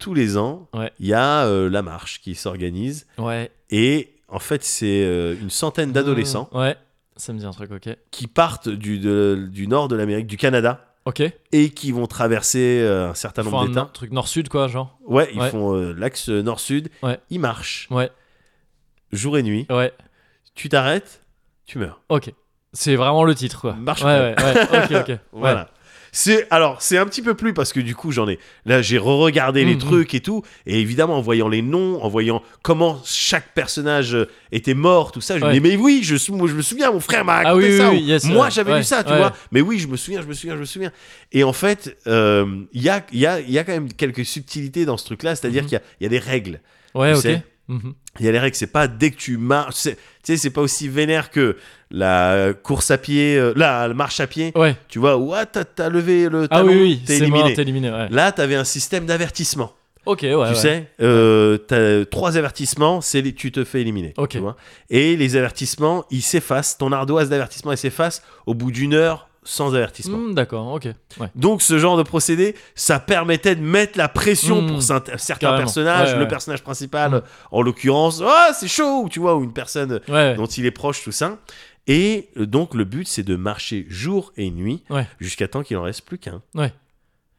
Speaker 2: tous les ans, il
Speaker 1: Ouais.
Speaker 2: y a euh, la marche qui s'organise.
Speaker 1: Ouais.
Speaker 2: Et en fait, c'est euh, une centaine d'adolescents
Speaker 1: Mm. Ouais, ça me dit un truc, ok.
Speaker 2: qui partent du, de- du nord de l'Amérique, du Canada,
Speaker 1: Ok.
Speaker 2: et qui vont traverser euh, un certain
Speaker 1: Faut
Speaker 2: nombre
Speaker 1: un
Speaker 2: d'États.
Speaker 1: truc nord-sud, quoi, genre.
Speaker 2: Ouais, ils
Speaker 1: Ouais.
Speaker 2: font euh, l'axe nord-sud.
Speaker 1: Ouais.
Speaker 2: Ils marchent
Speaker 1: Ouais,
Speaker 2: jour et nuit.
Speaker 1: ouais,
Speaker 2: Tu t'arrêtes, tu meurs.
Speaker 1: ok. C'est vraiment le titre, quoi.
Speaker 2: Marche
Speaker 1: ouais, ouais, ouais, ok, ok.
Speaker 2: Voilà. C'est alors c'est un petit peu plus parce que du coup j'en ai là j'ai re-regardé les
Speaker 1: Mhm.
Speaker 2: trucs et tout et évidemment en voyant les noms en voyant comment chaque personnage euh, était mort tout ça je me
Speaker 1: Ouais.
Speaker 2: dis mais oui je, sou- je me souviens mon frère m'a
Speaker 1: Ah
Speaker 2: raconté
Speaker 1: oui,
Speaker 2: ça
Speaker 1: oui,
Speaker 2: ou
Speaker 1: oui, yes,
Speaker 2: moi
Speaker 1: ouais,
Speaker 2: j'avais
Speaker 1: ouais,
Speaker 2: lu ça tu
Speaker 1: ouais.
Speaker 2: vois mais oui je me souviens je me souviens je me souviens et en fait euh, il y a il y a il y a quand même quelques subtilités dans ce truc là c'est-à-dire
Speaker 1: Mhm.
Speaker 2: qu'il y a- il y, a des règles
Speaker 1: Ouais,
Speaker 2: Tu
Speaker 1: ok.
Speaker 2: sais.
Speaker 1: Mhm.
Speaker 2: il y a les règles c'est pas dès que tu marches c'est- tu sais c'est pas aussi vénère que la course à pied euh, la marche à pied
Speaker 1: Ouais.
Speaker 2: tu vois, ouah, t'as, t'as levé le
Speaker 1: Ah
Speaker 2: talon,
Speaker 1: oui, oui,
Speaker 2: t'es
Speaker 1: c'est mort,
Speaker 2: éliminé.
Speaker 1: t'es éliminé. Ouais.
Speaker 2: Là, t'avais un système d'avertissement.
Speaker 1: Ok, ouais. ouais.
Speaker 2: tu sais, euh, t'as trois avertissements, c'est les- tu te fais éliminer.
Speaker 1: Ok.
Speaker 2: tu vois. Et les avertissements, ils s'effacent. Ton ardoise d'avertissement, elle s'efface au bout d'une heure sans avertissement.
Speaker 1: Hmm, D'accord, ok. Ouais.
Speaker 2: Donc, ce genre de procédé, ça permettait de mettre la pression
Speaker 1: Mm.
Speaker 2: pour ceint- certains
Speaker 1: Carrément.
Speaker 2: personnages,
Speaker 1: Ouais, ouais,
Speaker 2: le
Speaker 1: ouais.
Speaker 2: personnage principal,
Speaker 1: Mm.
Speaker 2: en l'occurrence, ah, c'est chaud, tu vois, ou une personne
Speaker 1: Ouais, ouais.
Speaker 2: dont il est proche, tout ça. Et euh, donc, le but, c'est de marcher jour et nuit
Speaker 1: Ouais.
Speaker 2: jusqu'à temps qu'il en reste plus qu'un.
Speaker 1: Ouais.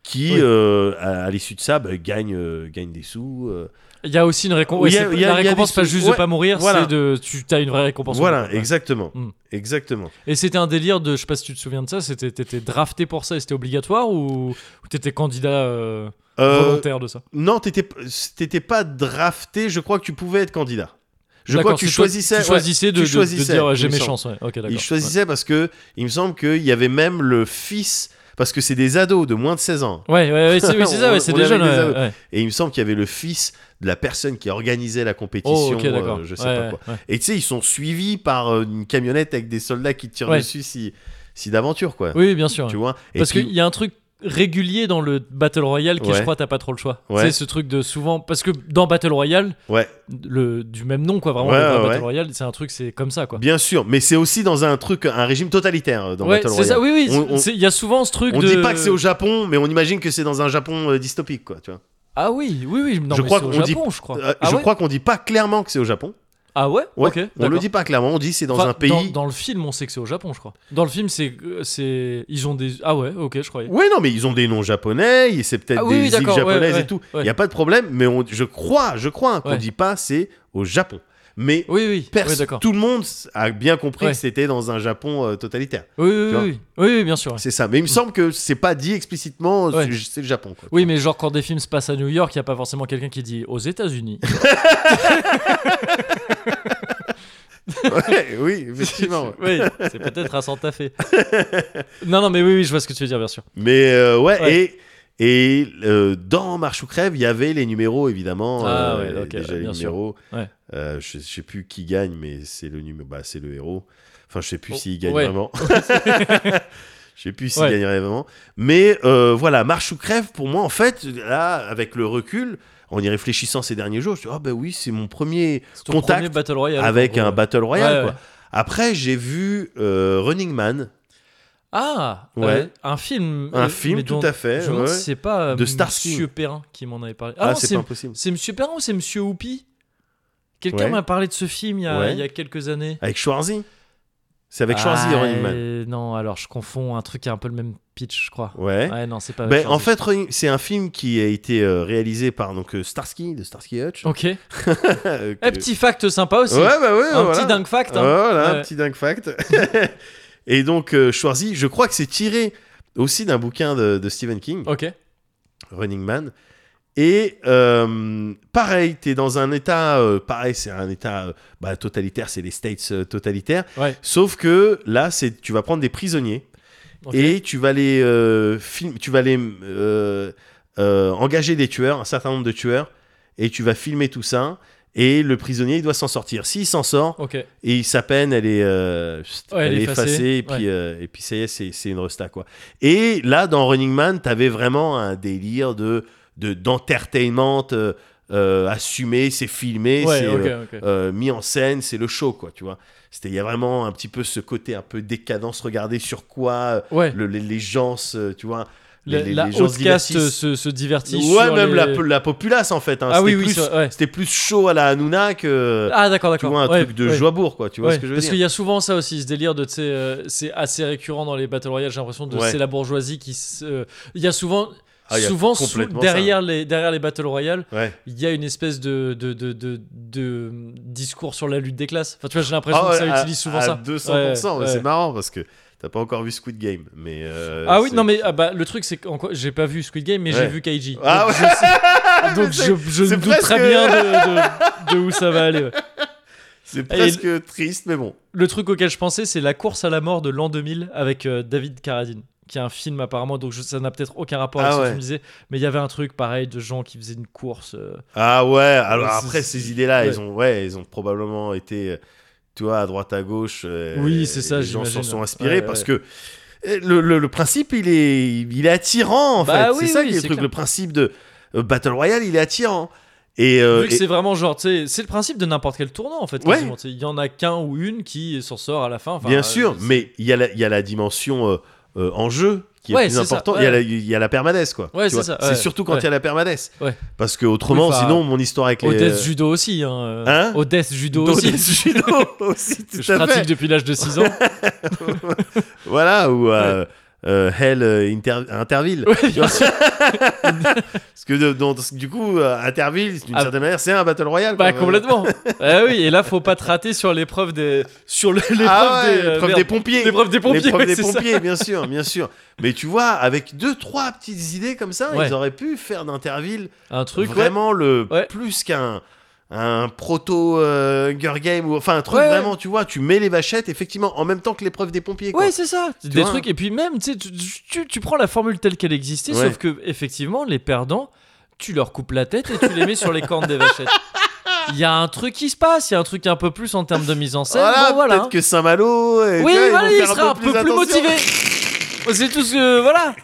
Speaker 2: Qui,
Speaker 1: Oui.
Speaker 2: euh, à, à l'issue de ça, bah, gagne, euh, gagne des sous. euh.
Speaker 1: Il y a aussi une récompense.
Speaker 2: Il y a- il
Speaker 1: la
Speaker 2: y a- il y a
Speaker 1: récompense,
Speaker 2: des
Speaker 1: pas
Speaker 2: sous-
Speaker 1: juste
Speaker 2: ouais,
Speaker 1: de pas mourir,
Speaker 2: voilà.
Speaker 1: c'est de. Tu as une vraie récompense.
Speaker 2: Voilà,
Speaker 1: Ouais.
Speaker 2: exactement.
Speaker 1: Mm.
Speaker 2: Exactement.
Speaker 1: Et c'était un délire de. Je sais pas si tu te souviens de ça, c'était t'étais drafté pour ça et c'était obligatoire ou, ou t'étais candidat euh,
Speaker 2: Euh,
Speaker 1: volontaire de ça
Speaker 2: non, t'étais p- t'étais pas drafté, je crois que tu pouvais être candidat. Je crois
Speaker 1: D'accord,
Speaker 2: que tu
Speaker 1: c'est toi-
Speaker 2: choisissais.
Speaker 1: Tu
Speaker 2: ouais,
Speaker 1: choisissais de,
Speaker 2: tu
Speaker 1: de- de
Speaker 2: choisissais,
Speaker 1: dire ouais,
Speaker 2: il
Speaker 1: j'ai
Speaker 2: me
Speaker 1: mes
Speaker 2: semble.
Speaker 1: chances. Ouais. Ok, d'accord.
Speaker 2: Il choisissait parce que il me semble qu'il y avait même le fils, parce que c'est des ados de moins de 16 ans.
Speaker 1: Ouais, ouais, ouais, c'est oui, c'est ça,
Speaker 2: On-
Speaker 1: ouais, c'est
Speaker 2: on
Speaker 1: des
Speaker 2: avait
Speaker 1: jeunes.
Speaker 2: des
Speaker 1: ouais,
Speaker 2: ados.
Speaker 1: ouais.
Speaker 2: Et il me semble qu'il y avait le fils de la personne qui organisait la compétition.
Speaker 1: Oh, ok,
Speaker 2: euh,
Speaker 1: d'accord.
Speaker 2: je sais
Speaker 1: Ouais,
Speaker 2: pas
Speaker 1: ouais,
Speaker 2: quoi.
Speaker 1: ouais.
Speaker 2: Et tu sais, ils sont suivis par euh, une camionnette avec des soldats qui tirent
Speaker 1: Ouais.
Speaker 2: dessus si, si d'aventure, quoi.
Speaker 1: Oui, bien sûr.
Speaker 2: Tu vois Et
Speaker 1: Parce
Speaker 2: puis-
Speaker 1: qu'il y a un truc régulier dans le Battle Royale qui,
Speaker 2: Ouais.
Speaker 1: je crois, t'as pas trop le choix.
Speaker 2: Ouais.
Speaker 1: C'est ce truc de souvent. Parce que dans Battle Royale,
Speaker 2: Ouais,
Speaker 1: le, du même nom, quoi, vraiment,
Speaker 2: Ouais,
Speaker 1: le vrai
Speaker 2: ouais,
Speaker 1: Battle
Speaker 2: ouais.
Speaker 1: Royale, c'est un truc, c'est comme ça, quoi.
Speaker 2: bien sûr. Mais c'est aussi dans un truc, un régime totalitaire euh, dans
Speaker 1: ouais,
Speaker 2: Battle
Speaker 1: c'est ça, oui, oui.
Speaker 2: Royale. On- on-
Speaker 1: c'est- Il y a souvent ce truc
Speaker 2: On
Speaker 1: de.
Speaker 2: dit pas que c'est au Japon, mais on imagine que c'est dans un Japon euh, dystopique, quoi. Tu vois
Speaker 1: Ah oui, oui, oui. Non,
Speaker 2: Je
Speaker 1: mais
Speaker 2: crois
Speaker 1: c'est au
Speaker 2: qu'on dit-
Speaker 1: Japon, je crois.
Speaker 2: Euh,
Speaker 1: ah,
Speaker 2: je
Speaker 1: ouais
Speaker 2: crois qu'on dit pas clairement que c'est au Japon.
Speaker 1: ah ouais
Speaker 2: Ouais,
Speaker 1: Ok.
Speaker 2: on
Speaker 1: d'accord.
Speaker 2: le dit pas clairement. On dit c'est dans
Speaker 1: Enfin,
Speaker 2: un pays.
Speaker 1: Dans, le film, on sait que c'est au Japon, je crois. Dans le film, c'est. euh, c'est- Ils ont des. Ah ouais, ok, je croyais.
Speaker 2: Ouais, non, mais ils ont des noms japonais, et c'est peut-être
Speaker 1: Ah oui,
Speaker 2: des
Speaker 1: oui,
Speaker 2: îles
Speaker 1: d'accord, ouais,
Speaker 2: japonaises
Speaker 1: ouais,
Speaker 2: et tout. Il
Speaker 1: ouais.
Speaker 2: n'y a pas de problème, mais on- je crois, je crois hein, qu'on
Speaker 1: Ouais.
Speaker 2: dit pas c'est au Japon. Mais
Speaker 1: Oui, oui.
Speaker 2: perso-
Speaker 1: oui, d'accord.
Speaker 2: tout le monde a bien compris
Speaker 1: Ouais.
Speaker 2: que c'était dans un Japon euh, totalitaire.
Speaker 1: Oui,
Speaker 2: tu
Speaker 1: oui,
Speaker 2: vois.
Speaker 1: oui, oui. Oui, oui, bien sûr. ouais. Mm.
Speaker 2: C'est ça. Mais il me semble que c'est pas dit explicitement, euh,
Speaker 1: Ouais.
Speaker 2: c'est c'est le Japon. Quoi.
Speaker 1: Oui, mais genre quand des films se passent à New York, il n'y a pas forcément quelqu'un qui dit aux États-Unis.
Speaker 2: Ouais, oui, effectivement. ouais.
Speaker 1: oui, c'est peut-être à Santa Fe. non, non, mais oui, oui, je vois ce que tu veux dire, bien sûr.
Speaker 2: Mais euh, ouais,
Speaker 1: Ouais.
Speaker 2: et. Et euh, dans Marche ou Crève, il y avait les numéros, évidemment.
Speaker 1: Ah
Speaker 2: euh,
Speaker 1: ouais, ok,
Speaker 2: déjà
Speaker 1: ouais,
Speaker 2: les
Speaker 1: bien sûr.
Speaker 2: numéros.
Speaker 1: Ouais.
Speaker 2: Euh, je, je sais plus qui gagne, mais c'est le numéro. Bah, c'est le héros. Enfin, je sais plus
Speaker 1: Oh,
Speaker 2: s'il gagne
Speaker 1: ouais.
Speaker 2: vraiment. Je sais plus s'il
Speaker 1: Ouais.
Speaker 2: gagnerait vraiment. Mais euh, voilà, marche ou crève, pour moi, en fait, là, avec le recul, en y réfléchissant ces derniers jours, je me suis dit, ah ben oui, c'est mon premier
Speaker 1: C'est ton
Speaker 2: contact
Speaker 1: premier Battle Royale.
Speaker 2: avec
Speaker 1: en
Speaker 2: un
Speaker 1: gros.
Speaker 2: Battle Royale.
Speaker 1: Ouais,
Speaker 2: quoi.
Speaker 1: ouais.
Speaker 2: Après, j'ai vu euh, Running Man,
Speaker 1: Ah,
Speaker 2: Ouais.
Speaker 1: euh, un film.
Speaker 2: un
Speaker 1: euh, mais
Speaker 2: film tout
Speaker 1: dont-
Speaker 2: à fait.
Speaker 1: Je me demande
Speaker 2: ouais.
Speaker 1: si c'est pas euh,
Speaker 2: De Starsky.
Speaker 1: Monsieur Perrin qui m'en avait parlé. Ah,
Speaker 2: Ah,
Speaker 1: non,
Speaker 2: c'est
Speaker 1: c'est
Speaker 2: pas impossible.
Speaker 1: c'est Monsieur Perrin ou c'est Monsieur Houpi Quelqu'un
Speaker 2: Ouais.
Speaker 1: m'a parlé de ce film il y a,
Speaker 2: Ouais.
Speaker 1: il y a quelques années.
Speaker 2: Avec Schwarzy C'est avec Schwarzy,
Speaker 1: Ah,
Speaker 2: Running Man.
Speaker 1: euh, Non, alors je confonds un truc qui a un peu le même pitch, je crois.
Speaker 2: Ouais.
Speaker 1: Ouais, non, c'est pas.
Speaker 2: Ben,
Speaker 1: Schwarzy.
Speaker 2: en fait, Running- c'est un film qui a été euh, réalisé par donc, euh, Starsky, de Starsky Hutch.
Speaker 1: Ok. Eh,
Speaker 2: Euh, que-
Speaker 1: petit fact sympa aussi.
Speaker 2: Ouais, bah ouais,
Speaker 1: un
Speaker 2: voilà.
Speaker 1: petit dingue fact. hein.
Speaker 2: Voilà,
Speaker 1: Ouais.
Speaker 2: un petit dingue fact. Et donc, euh, Schwarzy, je crois que c'est tiré aussi d'un bouquin de, de Stephen King,
Speaker 1: Ok.
Speaker 2: Running Man. Et euh, pareil, t'es dans un état, euh, pareil, c'est un état euh, bah, totalitaire, c'est les States euh, totalitaires.
Speaker 1: Ouais.
Speaker 2: Sauf que là, c'est tu vas prendre des prisonniers
Speaker 1: Ok.
Speaker 2: et tu vas les euh, film- tu vas les euh, euh, engager des tueurs, un certain nombre de tueurs, et tu vas filmer tout ça. Et le prisonnier, il doit s'en sortir. S'il s'en sort,
Speaker 1: Ok.
Speaker 2: et sa peine, elle est, euh, chut,
Speaker 1: Ouais, elle
Speaker 2: elle
Speaker 1: est
Speaker 2: est effacée,
Speaker 1: effacée,
Speaker 2: et, puis,
Speaker 1: ouais.
Speaker 2: euh, et puis ça y est, c'est, c'est une resta quoi. Et là, dans Running Man, t'avais vraiment un délire de, de d'entertainment euh, euh, assumé, c'est filmé,
Speaker 1: Ouais,
Speaker 2: c'est
Speaker 1: ok,
Speaker 2: euh,
Speaker 1: ok.
Speaker 2: euh, mis en scène, c'est le show quoi, tu vois. C'était il y a vraiment un petit peu ce côté un peu décadence, regarder sur quoi euh,
Speaker 1: Ouais.
Speaker 2: le- les, les gens, se- tu vois, les,
Speaker 1: la
Speaker 2: les-
Speaker 1: la
Speaker 2: les gens se
Speaker 1: haute caste
Speaker 2: divertissent.
Speaker 1: se, se divertit.
Speaker 2: Ouais,
Speaker 1: sur
Speaker 2: même
Speaker 1: les-
Speaker 2: la, la populace en fait. hein.
Speaker 1: Ah oui,
Speaker 2: c'était
Speaker 1: oui,
Speaker 2: plus,
Speaker 1: ça, ouais.
Speaker 2: c'était plus chaud à la Hanouna que
Speaker 1: Ah d'accord,
Speaker 2: tu
Speaker 1: d'accord.
Speaker 2: vois un
Speaker 1: Ouais,
Speaker 2: truc de
Speaker 1: ouais.
Speaker 2: joibourg quoi. Tu vois
Speaker 1: Ouais,
Speaker 2: ce que je veux
Speaker 1: parce
Speaker 2: dire
Speaker 1: qu'il y a souvent ça aussi, ce délire de, tu sais, euh, c'est assez récurrent dans les battle royale. J'ai l'impression de
Speaker 2: Ouais.
Speaker 1: c'est la bourgeoisie qui, se- euh, il y a souvent,
Speaker 2: Ah, il y a
Speaker 1: souvent sous-
Speaker 2: complètement
Speaker 1: derrière les derrière les battle royale,
Speaker 2: Ouais.
Speaker 1: il y a une espèce de de, de, de, de discours sur la lutte des classes. Enfin, tu vois, j'ai l'impression
Speaker 2: Ah
Speaker 1: que
Speaker 2: ouais,
Speaker 1: ça
Speaker 2: à-
Speaker 1: utilise souvent
Speaker 2: à
Speaker 1: ça.
Speaker 2: 200%,
Speaker 1: Ouais,
Speaker 2: mais c'est
Speaker 1: ouais.
Speaker 2: marrant parce que t'as pas encore vu Squid Game. Mais euh,
Speaker 1: Ah oui,
Speaker 2: c'est-
Speaker 1: non mais ah bah, le truc c'est que en quoi- j'ai pas vu Squid Game, mais j'ai
Speaker 2: Ouais.
Speaker 1: vu Kaiji.
Speaker 2: Ah
Speaker 1: donc
Speaker 2: ouais.
Speaker 1: je, donc
Speaker 2: c'est-
Speaker 1: je, je
Speaker 2: c'est
Speaker 1: me doute très
Speaker 2: presque-
Speaker 1: bien de, de, de où ça va aller. ouais.
Speaker 2: C'est presque triste, mais bon.
Speaker 1: Le truc auquel je pensais, c'est La course à la mort de l'an 2000 avec euh, David Carradine, qui est un film apparemment, donc je- ça n'a peut-être aucun rapport avec
Speaker 2: Ah
Speaker 1: ce que
Speaker 2: ouais.
Speaker 1: tu me disais, mais il y avait un truc pareil de gens qui faisaient une course. euh,
Speaker 2: Ah ouais. Alors
Speaker 1: Ouais, c'est-
Speaker 2: après, ces idées-là,
Speaker 1: ouais.
Speaker 2: ils ont, ouais, ils ont probablement été, euh, tu vois, à droite à gauche. euh,
Speaker 1: Oui, c'est ça,
Speaker 2: Les gens s'en
Speaker 1: j'imagine.
Speaker 2: sont inspirés
Speaker 1: Ouais,
Speaker 2: parce
Speaker 1: ouais.
Speaker 2: que. euh, Le, le- le principe, il est, il est attirant en
Speaker 1: Bah
Speaker 2: fait.
Speaker 1: oui,
Speaker 2: c'est ça
Speaker 1: oui,
Speaker 2: qui est le
Speaker 1: c'est
Speaker 2: truc.
Speaker 1: clair.
Speaker 2: Le principe de euh, Battle Royale, il est attirant. Et, euh,
Speaker 1: vu que
Speaker 2: et-
Speaker 1: c'est vraiment genre, tu sais, c'est le principe de n'importe quel tournant en fait.
Speaker 2: Ouais.
Speaker 1: quasiment, tu sais. Il y en a qu'un ou une qui s'en sort à la fin. enfin,
Speaker 2: Bien
Speaker 1: euh,
Speaker 2: sûr,
Speaker 1: c'est-
Speaker 2: mais il y, a la- il y a la dimension euh, euh, en jeu qui est
Speaker 1: Ouais,
Speaker 2: plus
Speaker 1: c'est ça,
Speaker 2: importante. Il
Speaker 1: ouais.
Speaker 2: y a la- il y, a la permanence, quoi.
Speaker 1: Ouais,
Speaker 2: tu
Speaker 1: c'est
Speaker 2: vois.
Speaker 1: ça, ouais.
Speaker 2: C'est surtout quand il y a la permanence.
Speaker 1: Ouais.
Speaker 2: Parce que autrement,
Speaker 1: Oui, enfin,
Speaker 2: sinon, mon histoire avec
Speaker 1: Au
Speaker 2: les.
Speaker 1: death judo aussi. Hein, euh,
Speaker 2: euh, Hein
Speaker 1: au death judo
Speaker 2: Dans
Speaker 1: aussi.
Speaker 2: les judo aussi, tout
Speaker 1: Je
Speaker 2: à
Speaker 1: pratique
Speaker 2: fait.
Speaker 1: depuis l'âge de 6 ans.
Speaker 2: Voilà, ou euh, euh, Hell euh, Inter- Interville.
Speaker 1: Ouais, bien sûr.
Speaker 2: Parce que de- dans- du coup, euh, Interville, d'une
Speaker 1: Ah.
Speaker 2: certaine manière, c'est un Battle Royale.
Speaker 1: Bah
Speaker 2: quoi.
Speaker 1: complètement. ah oui, et là faut pas te rater sur l'épreuve des sur le- l'épreuve
Speaker 2: Ah ouais,
Speaker 1: des, euh,
Speaker 2: l'épreuve
Speaker 1: merde.
Speaker 2: des pompiers.
Speaker 1: L'épreuve des pompiers.
Speaker 2: L'épreuve
Speaker 1: ouais,
Speaker 2: des
Speaker 1: c'est ça.
Speaker 2: pompiers, bien sûr, bien sûr. Mais tu vois, avec deux, trois petites idées comme ça,
Speaker 1: Ouais.
Speaker 2: ils auraient pu faire d'Interville
Speaker 1: Un truc ouais.
Speaker 2: vraiment le
Speaker 1: Ouais.
Speaker 2: plus qu'un un proto euh, Hunger Game ou enfin un truc
Speaker 1: Ouais, ouais.
Speaker 2: vraiment tu vois tu mets les vachettes effectivement en même temps que l'épreuve des pompiers quoi.
Speaker 1: Ouais, c'est ça.
Speaker 2: Tu
Speaker 1: des
Speaker 2: vois,
Speaker 1: trucs. Et puis même, tu, sais, tu, tu- tu prends la formule telle qu'elle existait,
Speaker 2: Ouais.
Speaker 1: sauf que effectivement, les perdants, tu leur coupes la tête et tu les mets sur les cornes des vachettes. Il y a un truc qui se passe, il y a un truc un peu plus en termes de mise en scène.
Speaker 2: voilà,
Speaker 1: bon, voilà.
Speaker 2: peut-être que Saint-Malo et
Speaker 1: Oui,
Speaker 2: tu vois, ils
Speaker 1: voilà,
Speaker 2: vont
Speaker 1: il
Speaker 2: faire
Speaker 1: sera un peu plus
Speaker 2: attention.
Speaker 1: motivé. Oh, C'est tout ce que. Voilà.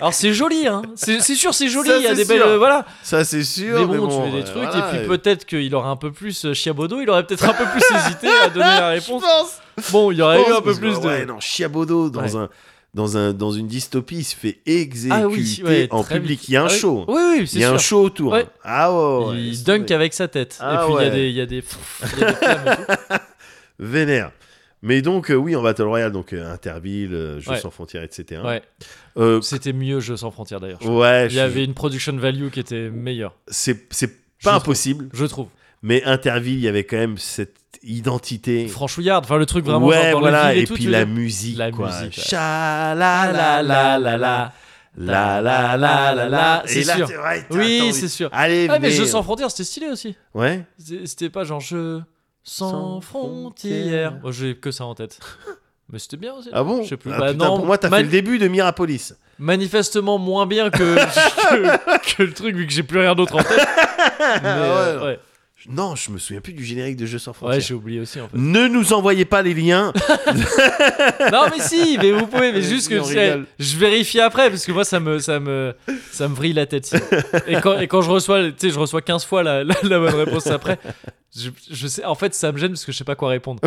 Speaker 1: Alors c'est joli, hein. C'est c'est sûr, c'est joli.
Speaker 2: Ça,
Speaker 1: Il y a
Speaker 2: c'est
Speaker 1: des belles.
Speaker 2: sûr.
Speaker 1: euh, voilà.
Speaker 2: ça c'est
Speaker 1: Mais
Speaker 2: sûr
Speaker 1: bon,
Speaker 2: mais bon,
Speaker 1: tu fais
Speaker 2: euh,
Speaker 1: des trucs.
Speaker 2: voilà,
Speaker 1: et puis peut-être qu'il aurait un peu plus. euh, Chiabodo, il aurait peut-être un peu plus hésité à donner la
Speaker 2: je
Speaker 1: réponse.
Speaker 2: pense,
Speaker 1: Bon, il y
Speaker 2: je
Speaker 1: aurait eu
Speaker 2: pense,
Speaker 1: un peu
Speaker 2: parce que,
Speaker 1: plus de.
Speaker 2: ouais, non Chiabodo dans
Speaker 1: Ouais. Ah
Speaker 2: un dans un dans une dystopie il se fait exécuter
Speaker 1: ouais,
Speaker 2: en
Speaker 1: très
Speaker 2: public
Speaker 1: vite.
Speaker 2: il y a un
Speaker 1: Ah oui.
Speaker 2: show
Speaker 1: Oui, oui, c'est
Speaker 2: il y a
Speaker 1: sûr.
Speaker 2: un show autour
Speaker 1: Ouais.
Speaker 2: ah ouais, ouais,
Speaker 1: il
Speaker 2: se
Speaker 1: dunk
Speaker 2: fait
Speaker 1: avec sa tête. et
Speaker 2: Ah
Speaker 1: puis il y a
Speaker 2: ouais.
Speaker 1: des- il y a des. il y a des flammes et tout.
Speaker 2: vénère mais donc euh, oui en Battle Royale donc euh, Interville euh, Jeux
Speaker 1: Ouais.
Speaker 2: sans frontières etc
Speaker 1: Ouais,
Speaker 2: Euh,
Speaker 1: c'était mieux Jeux sans frontières d'ailleurs.
Speaker 2: Ouais,
Speaker 1: Il y
Speaker 2: je-
Speaker 1: avait une production value qui était meilleure,
Speaker 2: c'est c'est
Speaker 1: Je
Speaker 2: pas
Speaker 1: trouve.
Speaker 2: impossible,
Speaker 1: je trouve.
Speaker 2: mais Interville, il y avait quand même cette identité.
Speaker 1: Franchouillard, enfin le truc vraiment.
Speaker 2: ouais,
Speaker 1: genre dans
Speaker 2: voilà,
Speaker 1: les villes et,
Speaker 2: et,
Speaker 1: tout,
Speaker 2: puis
Speaker 1: tu
Speaker 2: la
Speaker 1: veux dire
Speaker 2: musique,
Speaker 1: La
Speaker 2: quoi.
Speaker 1: musique, ouais.
Speaker 2: Cha la la la la la la la la la la.
Speaker 1: C'est
Speaker 2: Et là,
Speaker 1: sûr.
Speaker 2: t'es- ouais, t'as
Speaker 1: Oui,
Speaker 2: envie.
Speaker 1: c'est sûr.
Speaker 2: Allez,
Speaker 1: Ah, mais
Speaker 2: venez.
Speaker 1: Jeux sans frontières, c'était stylé aussi.
Speaker 2: Ouais.
Speaker 1: C'est- C'était pas genre Jeux sans
Speaker 2: Sans
Speaker 1: frontières.
Speaker 2: frontières.
Speaker 1: Moi, j'ai que ça en tête. Mais c'était bien aussi.
Speaker 2: Ah bon
Speaker 1: Je sais plus.
Speaker 2: Ah,
Speaker 1: Bah,
Speaker 2: putain,
Speaker 1: non,
Speaker 2: pour moi, t'as
Speaker 1: man-
Speaker 2: fait le début de Mirapolis.
Speaker 1: manifestement moins bien que, que, que le truc vu que j'ai plus rien d'autre en tête. Mais, euh,
Speaker 2: Ah ouais,
Speaker 1: ouais,
Speaker 2: Non, je me souviens plus du générique de Jeux sans
Speaker 1: Ouais,
Speaker 2: frontières.
Speaker 1: j'ai oublié aussi en fait.
Speaker 2: Ne nous envoyez pas les liens.
Speaker 1: non mais si, mais vous pouvez, mais
Speaker 2: Mais
Speaker 1: juste
Speaker 2: si,
Speaker 1: que
Speaker 2: on
Speaker 1: tu sais,
Speaker 2: rigole.
Speaker 1: je vérifie après parce que moi ça me ça me ça me vrille la tête. sinon. Et quand, et quand je reçois, tu sais, je reçois 15 fois la, la, la bonne réponse après. Je, je sais, en fait, ça me gêne parce que je sais pas quoi répondre.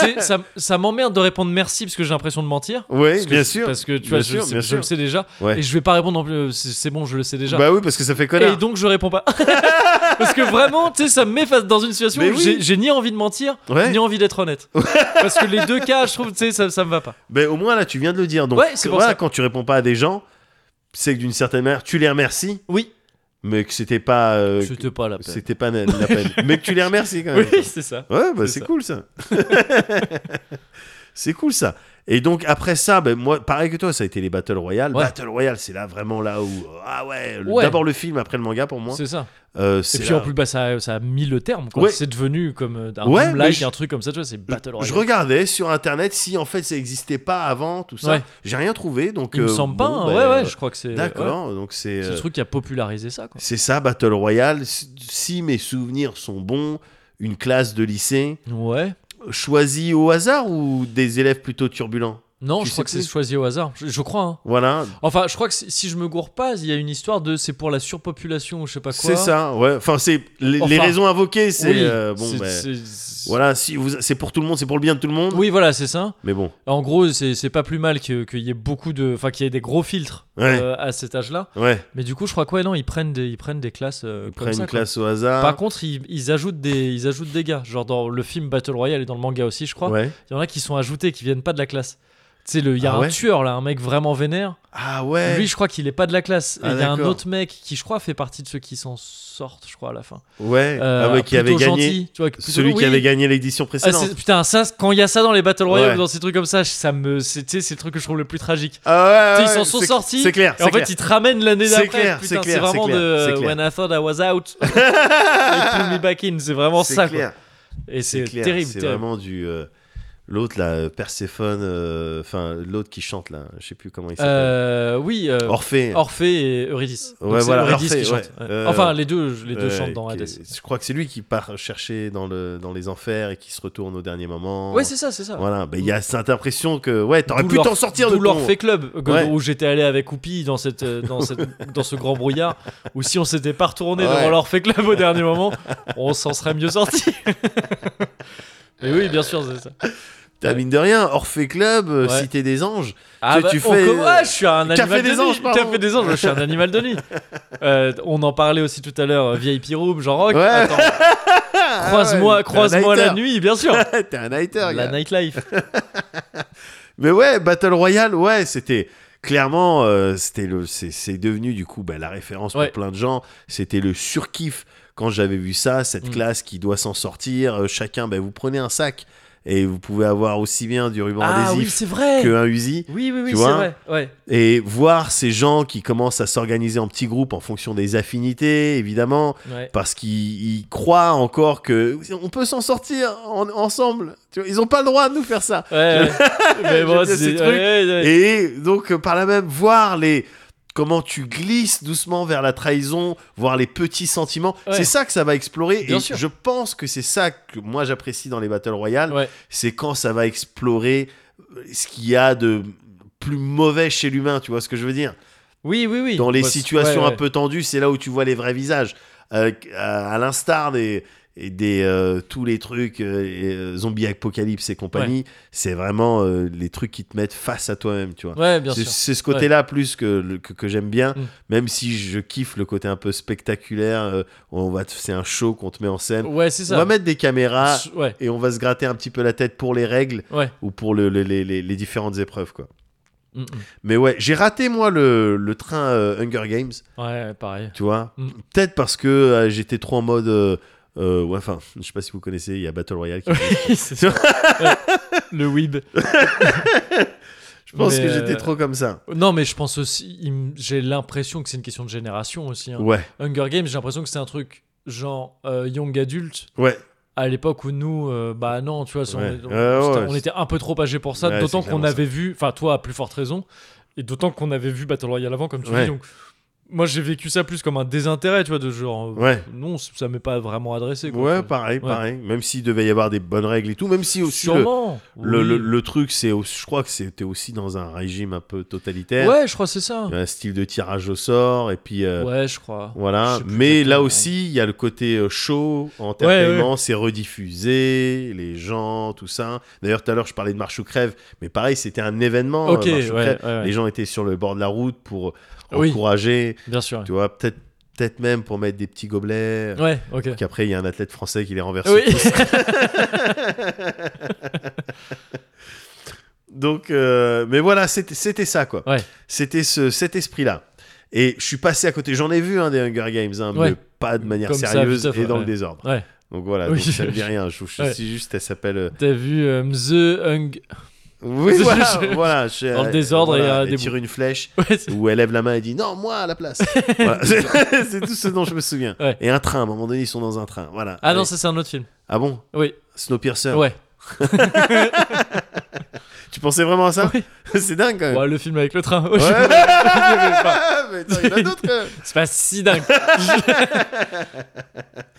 Speaker 1: Tu sais, ça, m- ça m'emmerde de répondre merci parce que j'ai l'impression de mentir.
Speaker 2: Oui,
Speaker 1: Parce que
Speaker 2: bien
Speaker 1: je-
Speaker 2: sûr.
Speaker 1: Parce que tu
Speaker 2: Bien
Speaker 1: vois,
Speaker 2: sûr,
Speaker 1: je,
Speaker 2: bien
Speaker 1: je le
Speaker 2: sûr.
Speaker 1: sais déjà.
Speaker 2: Ouais.
Speaker 1: Et je vais pas répondre non plus. euh, C'est c'est bon, je le sais déjà.
Speaker 2: Bah oui, parce que ça fait connard.
Speaker 1: et donc je réponds pas. parce que vraiment, tu sais, ça me met face dans une situation
Speaker 2: Mais
Speaker 1: où
Speaker 2: oui.
Speaker 1: j'ai- j'ai ni envie de mentir,
Speaker 2: Ouais.
Speaker 1: ni envie d'être honnête. parce que les deux cas, je trouve, tu sais, ça, ça me va pas.
Speaker 2: Ben, au moins, là, tu viens de le dire. Donc,
Speaker 1: Ouais, c'est pour
Speaker 2: voilà,
Speaker 1: ça.
Speaker 2: quand tu réponds pas à des gens, c'est que d'une certaine manière, tu les remercies,
Speaker 1: Oui,
Speaker 2: mais que c'était pas. euh,
Speaker 1: c'était pas la peine.
Speaker 2: c'était pas la, la peine. mais que tu les remercies quand même.
Speaker 1: Oui, c'est ça.
Speaker 2: Ouais,
Speaker 1: C'est
Speaker 2: bah, c'est
Speaker 1: ça.
Speaker 2: cool ça. c'est cool ça. Et donc, après ça, ben, moi, pareil que toi, ça a été les Battle Royale.
Speaker 1: Ouais.
Speaker 2: Battle Royale, c'est là vraiment là où. euh, Ah ouais, le-
Speaker 1: Ouais.
Speaker 2: d'abord le film, après le manga pour moi.
Speaker 1: C'est ça.
Speaker 2: Euh,
Speaker 1: Et
Speaker 2: c'est
Speaker 1: puis
Speaker 2: là-
Speaker 1: en plus, bah, ça, ça a mis le terme. quoi.
Speaker 2: Ouais.
Speaker 1: C'est devenu comme euh, un
Speaker 2: Ouais,
Speaker 1: room
Speaker 2: mais
Speaker 1: like,
Speaker 2: je-
Speaker 1: un truc comme ça, tu vois, c'est Battle
Speaker 2: Je
Speaker 1: Royale.
Speaker 2: regardais sur internet si en fait ça existait pas avant, tout ça.
Speaker 1: Ouais.
Speaker 2: J'ai rien trouvé, donc.
Speaker 1: Il me
Speaker 2: euh,
Speaker 1: semble pas,
Speaker 2: bon,
Speaker 1: hein.
Speaker 2: ben,
Speaker 1: ouais, ouais, je crois que c'est. ouais.
Speaker 2: D'accord, donc c'est.
Speaker 1: C'est
Speaker 2: euh,
Speaker 1: le truc qui a popularisé ça, quoi.
Speaker 2: C'est ça, Battle Royale. Si mes souvenirs sont bons, une classe de lycée
Speaker 1: Ouais.
Speaker 2: choisie au hasard ou des élèves plutôt turbulents
Speaker 1: Non,
Speaker 2: Tu
Speaker 1: je crois que
Speaker 2: sais
Speaker 1: c'est
Speaker 2: plus.
Speaker 1: choisi au hasard. Je, je crois. hein.
Speaker 2: Voilà,
Speaker 1: Enfin, je crois que si si je me gourre pas, il y a une histoire de c'est pour la surpopulation ou je sais pas quoi.
Speaker 2: c'est ça. Ouais. Enfin, c'est les,
Speaker 1: Enfin,
Speaker 2: les raisons invoquées. C'est
Speaker 1: Oui,
Speaker 2: euh, bon,
Speaker 1: c'est-
Speaker 2: ben,
Speaker 1: c'est-
Speaker 2: voilà. Si vous, c'est pour tout le monde, c'est pour le bien de tout le monde.
Speaker 1: Oui, voilà, c'est ça.
Speaker 2: Mais bon,
Speaker 1: En gros, c'est c'est pas plus mal que- qu'il y ait beaucoup de. Enfin, qu'il y ait des gros filtres
Speaker 2: Ouais.
Speaker 1: euh, à cet âge-là.
Speaker 2: ouais.
Speaker 1: Mais du coup, je crois quoi non, ils prennent des, ils prennent des classes euh,
Speaker 2: Prends
Speaker 1: comme ça.
Speaker 2: une
Speaker 1: quoi.
Speaker 2: classe au hasard.
Speaker 1: Par contre, ils, ils ajoutent des, ils ajoutent des gars. Genre dans le film Battle Royale et dans le manga aussi, je crois. Il
Speaker 2: ouais.
Speaker 1: y en a qui sont ajoutés, qui viennent pas de la classe. Tu sais, le- il y a
Speaker 2: Ah
Speaker 1: un
Speaker 2: ouais
Speaker 1: tueur là, un mec vraiment vénère.
Speaker 2: Ah ouais.
Speaker 1: Lui, je crois qu'il est pas de la classe. Et
Speaker 2: Ah,
Speaker 1: il y a un
Speaker 2: d'accord.
Speaker 1: autre mec qui, je crois, fait partie de ceux qui s'en sortent, je crois, à la fin.
Speaker 2: ouais.
Speaker 1: Euh,
Speaker 2: ah ouais, qui
Speaker 1: plutôt
Speaker 2: avait gagné.
Speaker 1: gentil, tu vois, plutôt-
Speaker 2: Celui qui
Speaker 1: oui.
Speaker 2: avait gagné l'édition
Speaker 1: Ah,
Speaker 2: précédente.
Speaker 1: c'est- putain, ça, quand il y a ça dans les Battle Royale
Speaker 2: Ouais.
Speaker 1: ou dans ces trucs comme ça, ça me, c'est tu sais, c'est le truc que je trouve le plus tragique.
Speaker 2: Ah
Speaker 1: Tu
Speaker 2: ouais,
Speaker 1: sais, ils
Speaker 2: ouais,
Speaker 1: s'en sont
Speaker 2: c'est-
Speaker 1: sortis.
Speaker 2: C'est
Speaker 1: Et en
Speaker 2: clair. Ah, c'est
Speaker 1: fait,
Speaker 2: clair.
Speaker 1: ils te ramènent l'année
Speaker 2: C'est
Speaker 1: d'après.
Speaker 2: clair, c'est
Speaker 1: Putain, c'est
Speaker 2: clair, c'est
Speaker 1: vraiment
Speaker 2: clair, c'est
Speaker 1: de
Speaker 2: clair.
Speaker 1: When I Thought I Was Out. They Pull Me Back In. C'est vraiment
Speaker 2: C'est
Speaker 1: ça,
Speaker 2: clair.
Speaker 1: quoi. Et
Speaker 2: C'est
Speaker 1: c'est
Speaker 2: clair,
Speaker 1: terrible,
Speaker 2: C'est
Speaker 1: terrible.
Speaker 2: vraiment du. euh, L'autre, là, euh, Perséphone, euh, enfin, l'autre qui chante, là, je sais plus comment il s'appelle.
Speaker 1: Euh, oui, euh,
Speaker 2: Orphée.
Speaker 1: Orphée et Eurydice. Donc,
Speaker 2: Ouais,
Speaker 1: c'est
Speaker 2: voilà,
Speaker 1: Eurydice
Speaker 2: Orphée,
Speaker 1: qui chante.
Speaker 2: ouais.
Speaker 1: Ouais.
Speaker 2: Euh,
Speaker 1: Enfin, les deux, les deux
Speaker 2: Ouais,
Speaker 1: chantent dans
Speaker 2: qui-
Speaker 1: Hades.
Speaker 2: Je crois que c'est lui qui part chercher dans, le, dans les enfers et qui se retourne au dernier moment.
Speaker 1: Ouais, c'est ça, c'est ça.
Speaker 2: Voilà, ben, il y a cette impression que, ouais, t'aurais
Speaker 1: D'où
Speaker 2: pu
Speaker 1: leur-
Speaker 2: t'en sortir de
Speaker 1: d'où leur
Speaker 2: ton-
Speaker 1: fait club euh,
Speaker 2: Ouais.
Speaker 1: où j'étais allé avec Oupi dans cette euh, dans cette dans ce grand brouillard ou si on s'était pas retourné
Speaker 2: Ouais.
Speaker 1: devant leur fait club au dernier moment on s'en serait mieux sorti mais oui bien sûr c'est ça
Speaker 2: T'as mine de rien, Orphée Club, euh,
Speaker 1: Ouais.
Speaker 2: Cité des Anges.
Speaker 1: ah
Speaker 2: Tu-
Speaker 1: bah,
Speaker 2: tu
Speaker 1: on
Speaker 2: fais,
Speaker 1: com-
Speaker 2: euh,
Speaker 1: ah, je suis un
Speaker 2: Café
Speaker 1: animal
Speaker 2: des
Speaker 1: de
Speaker 2: anges,
Speaker 1: nuit
Speaker 2: pardon.
Speaker 1: Café des anges je suis un animal de nuit Euh, on en parlait aussi tout à l'heure euh, VIP Room Jean Rock
Speaker 2: Ouais. Ah
Speaker 1: Attends, croise-moi
Speaker 2: ouais,
Speaker 1: croise-moi
Speaker 2: t'es un
Speaker 1: la
Speaker 2: nighter.
Speaker 1: nuit bien sûr
Speaker 2: T'es un hater,
Speaker 1: la
Speaker 2: gars.
Speaker 1: nightlife
Speaker 2: Mais ouais, Battle Royale, ouais, c'était clairement, euh, c'était le, c'est, c'est devenu du coup bah, la référence pour
Speaker 1: Ouais.
Speaker 2: plein de gens. C'était le surkiff quand j'avais vu ça, cette
Speaker 1: Mm.
Speaker 2: classe qui doit s'en sortir. euh, chacun, bah, vous prenez un sac et vous pouvez avoir aussi bien du ruban
Speaker 1: ah oui
Speaker 2: adhésif
Speaker 1: c'est vrai
Speaker 2: que un Uzi.
Speaker 1: oui oui oui c'est
Speaker 2: Tu vois hein.
Speaker 1: vrai ouais
Speaker 2: Et voir ces gens qui commencent à s'organiser en petits groupes en fonction des affinités, évidemment,
Speaker 1: ouais
Speaker 2: parce qu'ils ils croient encore que on peut s'en sortir en- ensemble. Tu vois, ils n'ont pas le droit de nous faire ça.
Speaker 1: Ouais, ouais. mais bon,
Speaker 2: J'aime bien ces
Speaker 1: c'est-
Speaker 2: trucs.
Speaker 1: ouais, ouais.
Speaker 2: Et donc, euh, par là même, voir les. Comment tu glisses doucement vers la trahison, voir les petits sentiments.
Speaker 1: Ouais.
Speaker 2: C'est ça que ça va explorer.
Speaker 1: Bien
Speaker 2: et
Speaker 1: sûr.
Speaker 2: je pense que c'est ça que moi j'apprécie dans les Battle Royale.
Speaker 1: Ouais.
Speaker 2: C'est quand ça va explorer euh, ce qu'il y a de plus mauvais chez l'humain. Tu vois ce que je veux dire
Speaker 1: Oui, oui, oui.
Speaker 2: Dans les
Speaker 1: Bah, c'est-
Speaker 2: situations
Speaker 1: ouais,
Speaker 2: un
Speaker 1: ouais.
Speaker 2: peu tendues, c'est là où tu vois les vrais visages. Euh, à à l'instar des. Et des euh, tous les trucs euh, et, euh, zombie apocalypse et compagnie c'est vraiment euh, les trucs qui te mettent face à toi-même tu vois
Speaker 1: Ouais, bien
Speaker 2: c'est-
Speaker 1: sûr.
Speaker 2: C'est ce côté-là plus que, le- que, que j'aime bien,
Speaker 1: Mm.
Speaker 2: même si je kiffe le côté un peu spectaculaire. euh, on va, te- c'est un show qu'on te met en scène.
Speaker 1: Ouais, c'est
Speaker 2: On
Speaker 1: ça.
Speaker 2: va mettre des caméras
Speaker 1: S- Ouais,
Speaker 2: et on va se gratter un petit peu la tête pour les règles
Speaker 1: ouais.
Speaker 2: ou pour le- le- les, les- les différentes épreuves, quoi.
Speaker 1: Mm, mm.
Speaker 2: Mais ouais, j'ai raté moi le, le train euh, Hunger Games,
Speaker 1: Ouais, pareil.
Speaker 2: tu vois.
Speaker 1: Mm.
Speaker 2: Peut-être parce que euh, j'étais trop en mode. euh, euh, ouais, enfin, je sais pas si vous connaissez, il y a Battle Royale. qui-
Speaker 1: C'est ça. Ouais. Le weeb.
Speaker 2: Je pense que
Speaker 1: Mais,
Speaker 2: j'étais
Speaker 1: euh,
Speaker 2: trop comme ça.
Speaker 1: Non, mais je pense aussi. il me- J'ai l'impression que c'est une question de génération aussi. hein.
Speaker 2: Ouais,
Speaker 1: Hunger Games, j'ai l'impression que c'est un truc genre euh, young adulte
Speaker 2: ouais.
Speaker 1: à l'époque où nous, euh, bah non, tu vois, on,
Speaker 2: Ouais.
Speaker 1: est- on-
Speaker 2: Ouais, ouais,
Speaker 1: putain,
Speaker 2: ouais.
Speaker 1: on était un peu trop âgés pour ça,
Speaker 2: Ouais,
Speaker 1: d'autant
Speaker 2: c'est
Speaker 1: qu'on
Speaker 2: clairement
Speaker 1: avait vu, enfin toi à plus forte raison, et d'autant qu'on avait vu Battle Royale avant, comme tu
Speaker 2: Ouais.
Speaker 1: dis, donc Moi, j'ai vécu ça plus comme un désintérêt, tu vois, de genre. euh,
Speaker 2: Ouais.
Speaker 1: Non, c- ça m'est pas vraiment adressé. Quoi,
Speaker 2: Ouais,
Speaker 1: Tu vois.
Speaker 2: pareil,
Speaker 1: Ouais.
Speaker 2: pareil. Même s'il devait y avoir des bonnes règles et tout, même si aussi le,
Speaker 1: Sûrement.
Speaker 2: le,
Speaker 1: oui.
Speaker 2: le- le truc, c'est, au- je crois que c'était aussi dans un régime un peu totalitaire.
Speaker 1: Ouais, je crois que c'est ça.
Speaker 2: Il y a un style de tirage au sort et puis euh,
Speaker 1: Ouais, je crois.
Speaker 2: voilà.
Speaker 1: Je sais plus
Speaker 2: Mais là
Speaker 1: exactement.
Speaker 2: aussi, il y a le côté euh, show, entertainment,
Speaker 1: Ouais,
Speaker 2: c'est rediffusé, les gens, tout ça. D'ailleurs, tout à l'heure, je parlais de marche ou crève, mais pareil, c'était un événement.
Speaker 1: Ok,
Speaker 2: euh, Marche ou
Speaker 1: ouais,
Speaker 2: Crève.
Speaker 1: ouais, ouais.
Speaker 2: Les gens étaient sur le bord de la route pour
Speaker 1: Oui.
Speaker 2: encourager,
Speaker 1: Bien sûr.
Speaker 2: tu vois, peut-être peut-être même pour mettre des petits gobelets.
Speaker 1: Ouais, ok.
Speaker 2: Puis après, il y a un athlète français qui les renverse.
Speaker 1: Oui.
Speaker 2: Donc, euh, mais voilà, c'était c'était ça, quoi.
Speaker 1: Ouais.
Speaker 2: C'était ce, cet esprit-là. Et je suis passé à côté, j'en ai vu hein, des Hunger Games, hein,
Speaker 1: Ouais.
Speaker 2: mais pas de manière
Speaker 1: Comme ça,
Speaker 2: sérieuse
Speaker 1: vite,
Speaker 2: et dans
Speaker 1: ouais.
Speaker 2: le désordre.
Speaker 1: Ouais.
Speaker 2: Donc voilà,
Speaker 1: Oui.
Speaker 2: donc ça ne dit rien. Je, je
Speaker 1: Ouais.
Speaker 2: sais juste, elle s'appelle. euh,
Speaker 1: T'as vu euh, The Hung.
Speaker 2: Oui,
Speaker 1: Je-
Speaker 2: voilà,
Speaker 1: je-
Speaker 2: voilà, je-
Speaker 1: Dans le désordre,
Speaker 2: voilà,
Speaker 1: il y a
Speaker 2: elle
Speaker 1: des
Speaker 2: tire une flèche
Speaker 1: Ouais, c'est-
Speaker 2: où elle lève la main et dit non, moi à la place. Voilà. C'est c'est tout ce dont je me souviens.
Speaker 1: Ouais.
Speaker 2: Et un train, à un moment donné, ils sont dans un train. Voilà.
Speaker 1: Ah non,
Speaker 2: Allez.
Speaker 1: ça c'est un autre film.
Speaker 2: ah bon
Speaker 1: Oui.
Speaker 2: Snowpiercer.
Speaker 1: Ouais.
Speaker 2: Tu pensais vraiment à ça
Speaker 1: Oui.
Speaker 2: C'est dingue quand même.
Speaker 1: Ouais, le film avec le train.
Speaker 2: Euh. Ouais.
Speaker 1: pas.
Speaker 2: Mais attends, il y en a d'autres. euh.
Speaker 1: C'est pas si dingue.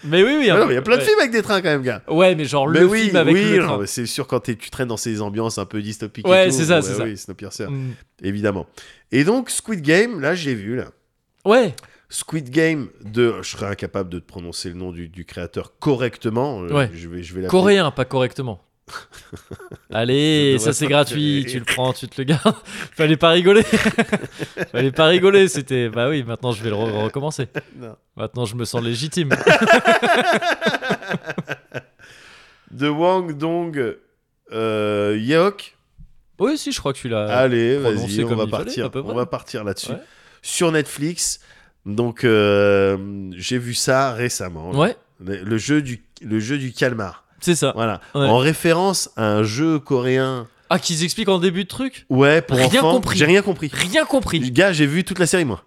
Speaker 1: mais oui, oui.
Speaker 2: Ah
Speaker 1: un
Speaker 2: non,
Speaker 1: peu.
Speaker 2: mais il y a plein de
Speaker 1: Hein. Ouais.
Speaker 2: films avec des trains quand même, gars.
Speaker 1: Ouais, mais genre
Speaker 2: mais
Speaker 1: le
Speaker 2: oui,
Speaker 1: film avec
Speaker 2: oui,
Speaker 1: le
Speaker 2: non,
Speaker 1: train.
Speaker 2: mais c'est sûr quand t'es- tu traînes dans ces ambiances un peu dystopiques. et
Speaker 1: Ouais,
Speaker 2: tout,
Speaker 1: c'est ça,
Speaker 2: ouais,
Speaker 1: c'est ça.
Speaker 2: Oui, Snowpiercer,
Speaker 1: Mm.
Speaker 2: évidemment. Et donc Squid Game, là j'ai vu là. Euh,
Speaker 1: Ouais.
Speaker 2: Squid Game de, je serais incapable de te prononcer le nom du, du créateur correctement. euh,
Speaker 1: Ouais.
Speaker 2: Je vais, je vais l'appeler.
Speaker 1: Coréen, pas correctement. Allez,
Speaker 2: Je devrais
Speaker 1: ça c'est
Speaker 2: pas
Speaker 1: gratuit,
Speaker 2: tirer.
Speaker 1: tu le prends, tu te le gardes. Fallait pas rigoler. Fallait pas rigoler, c'était. Bah oui, maintenant je vais le re- recommencer.
Speaker 2: Non.
Speaker 1: Maintenant je me sens légitime.
Speaker 2: De Wang Dong euh, Yeok.
Speaker 1: Oui, si, je crois que tu l'as.
Speaker 2: Allez,
Speaker 1: Euh, prononcé
Speaker 2: vas-y, on
Speaker 1: comme
Speaker 2: va
Speaker 1: il fallait, à
Speaker 2: partir.
Speaker 1: peu près.
Speaker 2: on va partir là-dessus.
Speaker 1: Ouais.
Speaker 2: Sur Netflix. Donc, euh, j'ai vu ça récemment.
Speaker 1: Ouais,
Speaker 2: Le, le jeu du, le jeu du calmar.
Speaker 1: c'est ça.
Speaker 2: Voilà.
Speaker 1: Ouais.
Speaker 2: En référence à un jeu coréen.
Speaker 1: Ah, qu'ils expliquent en début de truc
Speaker 2: Ouais, pour
Speaker 1: Rien
Speaker 2: enfants.
Speaker 1: compris.
Speaker 2: J'ai rien compris.
Speaker 1: Rien compris.
Speaker 2: Gars, j'ai vu toute la série, moi.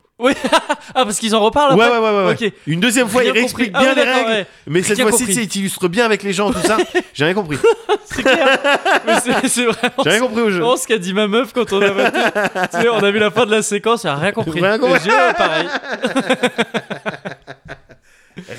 Speaker 1: Ah, parce qu'ils en reparlent
Speaker 2: Ouais, ouais,
Speaker 1: après
Speaker 2: ouais, ouais. ouais.
Speaker 1: Ok.
Speaker 2: Une deuxième fois,
Speaker 1: Rien
Speaker 2: il réexplique
Speaker 1: compris. Ah
Speaker 2: bien les
Speaker 1: oui, d'accord,
Speaker 2: règles.
Speaker 1: ouais.
Speaker 2: Mais cette
Speaker 1: Rien
Speaker 2: fois-ci,
Speaker 1: compris.
Speaker 2: tu sais, il illustre bien avec les gens, tout ça. j'ai rien compris.
Speaker 1: C'est clair. Mais c'est- c'est vraiment.
Speaker 2: J'ai rien compris au jeu.
Speaker 1: vraiment ce qu'a dit ma meuf quand on a maté. tu sais, on a vu la fin de la séquence, elle a rien compris.
Speaker 2: Rien compris.
Speaker 1: Et j'ai, ouais, pareil.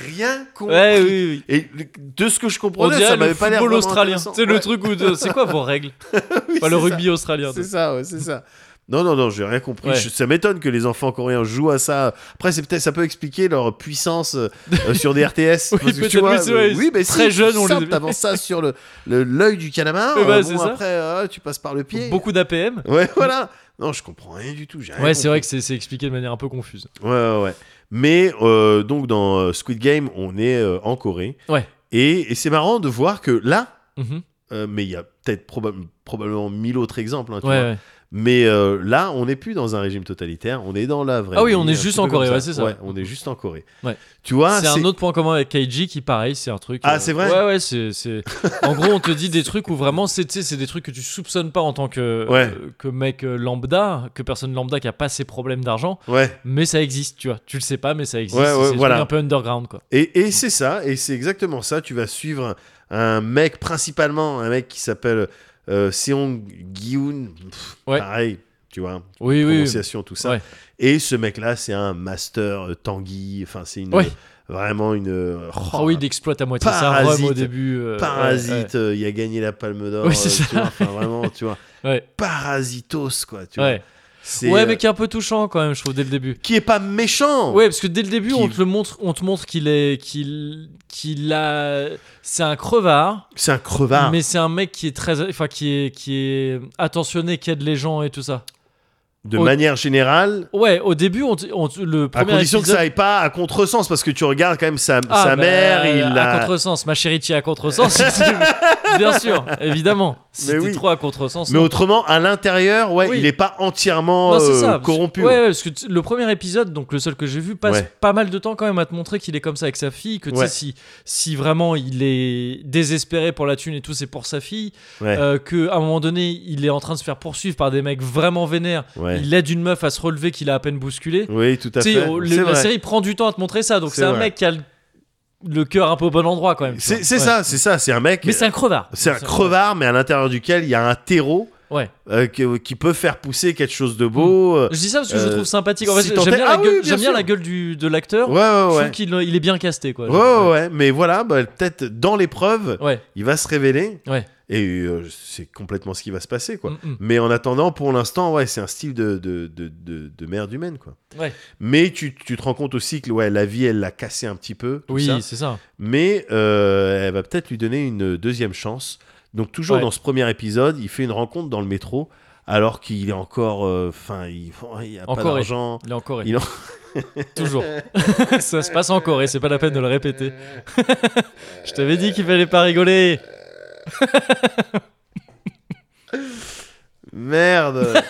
Speaker 2: Rien compris.
Speaker 1: Ouais, oui, oui.
Speaker 2: Et le- de ce que je
Speaker 1: On
Speaker 2: comprenais,
Speaker 1: dirait
Speaker 2: ça
Speaker 1: le
Speaker 2: m'avait pas l'air.
Speaker 1: football
Speaker 2: vraiment
Speaker 1: australien.
Speaker 2: intéressant.
Speaker 1: C'est
Speaker 2: Ouais.
Speaker 1: le truc où de- c'est quoi vos règles
Speaker 2: Oui,
Speaker 1: Pas le
Speaker 2: c'est ça.
Speaker 1: rugby australien.
Speaker 2: C'est ça, ouais, c'est ça. Non, non, non, j'ai rien compris.
Speaker 1: Ouais.
Speaker 2: Je- ça m'étonne que les enfants coréens jouent à ça. Après, c'est peut-être, ça peut expliquer leur puissance euh, euh, sur des RTS.
Speaker 1: Oui,
Speaker 2: parce que
Speaker 1: peut-être,
Speaker 2: tu vois,
Speaker 1: oui, c'est vrai,
Speaker 2: euh, oui, mais
Speaker 1: très
Speaker 2: si,
Speaker 1: jeune, on
Speaker 2: simple,
Speaker 1: les a-
Speaker 2: T'avances ça sur le le- l'œil du calamar.
Speaker 1: Eh ben,
Speaker 2: euh,
Speaker 1: c'est
Speaker 2: bon,
Speaker 1: ça.
Speaker 2: après, euh, tu passes par le pied.
Speaker 1: Beaucoup d'APM.
Speaker 2: Ouais, voilà. Non, je comprends rien du tout. j'ai rien
Speaker 1: Ouais, c'est
Speaker 2: compris.
Speaker 1: vrai que c'est c'est expliqué de manière un peu confuse.
Speaker 2: Ouais, ouais, ouais. Mais euh, donc dans euh, Squid Game, on est euh, en Corée.
Speaker 1: Ouais.
Speaker 2: Et, et c'est marrant de voir que là,
Speaker 1: Mhm.
Speaker 2: euh, mais il y a peut-être probab- probablement mille autres exemples. hein, tu
Speaker 1: Ouais,
Speaker 2: vois.
Speaker 1: ouais.
Speaker 2: Mais euh, là, on n'est plus dans un régime totalitaire, on est dans la vraie.
Speaker 1: Ah oui, on
Speaker 2: vie,
Speaker 1: est
Speaker 2: un
Speaker 1: juste
Speaker 2: petit peu
Speaker 1: en Corée,
Speaker 2: comme
Speaker 1: ouais, c'est ça.
Speaker 2: on est juste en Corée.
Speaker 1: Ouais.
Speaker 2: Tu vois,
Speaker 1: c'est un autre point commun avec Kaiji qui, pareil, c'est un truc.
Speaker 2: Bah,
Speaker 1: euh,
Speaker 2: Ah, c'est vrai
Speaker 1: Ouais, ouais, c'est. c'est- En gros, on te dit des trucs où vraiment, c'est tu sais, c'est des trucs que tu soupçonnes pas en tant que,
Speaker 2: Ouais.
Speaker 1: euh, que mec euh, lambda, que personne lambda qui a pas ses problèmes d'argent,
Speaker 2: Ouais.
Speaker 1: mais ça existe, tu vois. Tu le sais pas, mais ça existe.
Speaker 2: Ouais,
Speaker 1: C'est-
Speaker 2: ouais,
Speaker 1: c'est des
Speaker 2: voilà.
Speaker 1: trucs un peu underground, quoi.
Speaker 2: Et, et c'est ça, et c'est exactement ça. Tu vas suivre un, un mec, principalement un mec qui s'appelle euh, Seong Gyun. Pff,
Speaker 1: Ouais.
Speaker 2: Pareil, tu vois,
Speaker 1: Oui, oui. oui.
Speaker 2: prononciation, tout ça.
Speaker 1: Ouais.
Speaker 2: Et ce mec-là, c'est un master euh, Tanguy. Enfin, c'est une.
Speaker 1: Ouais.
Speaker 2: Vraiment une. oh,
Speaker 1: Ah oui, il exploite à moitié sa Rome au
Speaker 2: Parasite.
Speaker 1: début. euh,
Speaker 2: parasite,
Speaker 1: ouais, ouais.
Speaker 2: euh, il a gagné la palme d'or.
Speaker 1: Ouais, c'est
Speaker 2: euh, tu
Speaker 1: ça.
Speaker 2: vois, enfin, vraiment, tu vois.
Speaker 1: Ouais.
Speaker 2: Parasitos, quoi. Tu vois.
Speaker 1: Ouais.
Speaker 2: C'est,
Speaker 1: ouais,
Speaker 2: euh,
Speaker 1: mais qui est un peu touchant quand même, je trouve, dès le début.
Speaker 2: qui est pas méchant.
Speaker 1: Ouais, parce que dès le début,
Speaker 2: Qui-
Speaker 1: on te le montre, on te montre qu'il est, qu'il, qu'il a, c'est un crevard,
Speaker 2: C'est un crevard.
Speaker 1: mais c'est un mec qui est très, enfin qui est, qui est attentionné, qui aide les gens et tout ça.
Speaker 2: De
Speaker 1: au-
Speaker 2: manière générale,
Speaker 1: Ouais, au début, on, te- on te- le
Speaker 2: à
Speaker 1: premier
Speaker 2: condition
Speaker 1: épisode.
Speaker 2: que ça aille pas à contresens, parce que tu regardes quand même sa,
Speaker 1: Ah,
Speaker 2: sa
Speaker 1: bah,
Speaker 2: mère,
Speaker 1: euh,
Speaker 2: il
Speaker 1: à
Speaker 2: a.
Speaker 1: contresens, ma chérie, tu es à contresens. Bien sûr, évidemment. Si
Speaker 2: Mais
Speaker 1: t'es
Speaker 2: oui.
Speaker 1: trop à contresens.
Speaker 2: Mais autrement, à l'intérieur, ouais,
Speaker 1: Oui.
Speaker 2: il est pas entièrement
Speaker 1: Non, c'est
Speaker 2: euh,
Speaker 1: ça. parce-
Speaker 2: corrompu.
Speaker 1: Ouais, ouais, parce que t- le premier épisode, donc le seul que j'ai vu, passe
Speaker 2: Ouais.
Speaker 1: pas mal de temps quand même à te montrer qu'il est comme ça avec sa fille, que tu sais,
Speaker 2: Ouais.
Speaker 1: si, si vraiment il est désespéré pour la thune et tout, c'est pour sa fille,
Speaker 2: Ouais.
Speaker 1: euh, que à un moment donné, il est en train de se faire poursuivre par des mecs vraiment vénères,
Speaker 2: Ouais.
Speaker 1: il aide une meuf à se relever qu'il a à peine bousculé.
Speaker 2: Oui, tout à
Speaker 1: Tu
Speaker 2: fait.
Speaker 1: sais, on- le-
Speaker 2: C'est
Speaker 1: la
Speaker 2: vrai.
Speaker 1: série prend du temps à te montrer ça, donc
Speaker 2: C'est
Speaker 1: c'est un
Speaker 2: vrai.
Speaker 1: mec qui a le, le cœur un peu au bon endroit quand même. tu
Speaker 2: C'est
Speaker 1: vois.
Speaker 2: c'est
Speaker 1: Ouais.
Speaker 2: ça, c'est ça. C'est un mec.
Speaker 1: Mais c'est un crevard.
Speaker 2: C'est un crevard, mais à l'intérieur duquel il y a un terreau
Speaker 1: Ouais.
Speaker 2: euh, que- qui peut faire pousser quelque chose de beau. euh,
Speaker 1: Je dis ça parce que je
Speaker 2: Euh,
Speaker 1: trouve sympathique. En fait,
Speaker 2: si
Speaker 1: j'aime
Speaker 2: tant
Speaker 1: bien,
Speaker 2: est-
Speaker 1: la
Speaker 2: Ah oui,
Speaker 1: gueule,
Speaker 2: bien
Speaker 1: j'aime bien
Speaker 2: sûr.
Speaker 1: la gueule du, de l'acteur.
Speaker 2: Ouais, ouais,
Speaker 1: Je
Speaker 2: ouais.
Speaker 1: trouve qu'il il est bien casté, quoi.
Speaker 2: Ouais, ouais, ouais. Mais voilà, bah, peut-être dans l'épreuve,
Speaker 1: Ouais.
Speaker 2: il va se révéler.
Speaker 1: Ouais.
Speaker 2: Et euh, c'est complètement ce qui va se passer, quoi.
Speaker 1: Mm, mm.
Speaker 2: Mais en attendant, pour l'instant, ouais, c'est un style de, de, de, de, de merde humaine, quoi.
Speaker 1: Ouais.
Speaker 2: Mais tu, tu te rends compte aussi que ouais, la vie, elle l'a cassé un petit peu. tout
Speaker 1: Oui,
Speaker 2: ça.
Speaker 1: c'est ça.
Speaker 2: Mais euh, elle va peut-être lui donner une deuxième chance. Donc toujours
Speaker 1: Ouais.
Speaker 2: dans ce premier épisode, il fait une rencontre dans le métro alors qu'il est encore, euh, enfin, il, il a pas
Speaker 1: Encore,
Speaker 2: d'argent.
Speaker 1: Il est en Corée.
Speaker 2: Il est
Speaker 1: Toujours. ça se passe en Corée, c'est pas la peine de le répéter. je t'avais dit qu'il fallait pas rigoler.
Speaker 2: Merde.
Speaker 1: Là,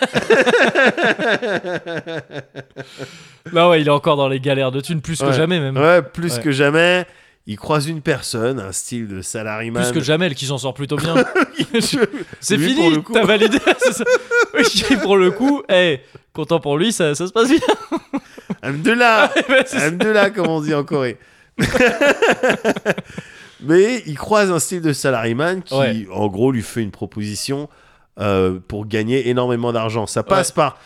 Speaker 1: Bah ouais, il est encore dans les galères de thunes, plus que
Speaker 2: Ouais.
Speaker 1: jamais même.
Speaker 2: ouais, plus
Speaker 1: Ouais.
Speaker 2: que jamais, il croise une personne, un style de salariman.
Speaker 1: Plus que jamais, elle qui s'en sort plutôt bien. c'est
Speaker 2: Lui, pour
Speaker 1: fini,
Speaker 2: le coup.
Speaker 1: t'as validé. c'est ça. Oui, pour le coup, hey, content pour lui, ça, ça se passe bien.
Speaker 2: Amdullah.
Speaker 1: Ouais, c'est ça.
Speaker 2: Amdullah, comme on dit en Corée. Mais il croise un style de salaryman qui,
Speaker 1: Ouais.
Speaker 2: en gros, lui fait une proposition euh, pour gagner énormément d'argent. Ça passe par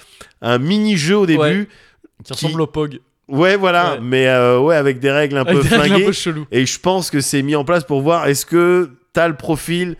Speaker 2: un mini-jeu au début.
Speaker 1: Qui
Speaker 2: Qui-
Speaker 1: ressemble au POG.
Speaker 2: Ouais, voilà.
Speaker 1: Ouais.
Speaker 2: Mais euh, ouais, avec des règles un
Speaker 1: Avec
Speaker 2: peu
Speaker 1: des règles
Speaker 2: flinguées.
Speaker 1: un peu chelou.
Speaker 2: Et je pense que c'est mis en place pour voir est-ce que t'as le profil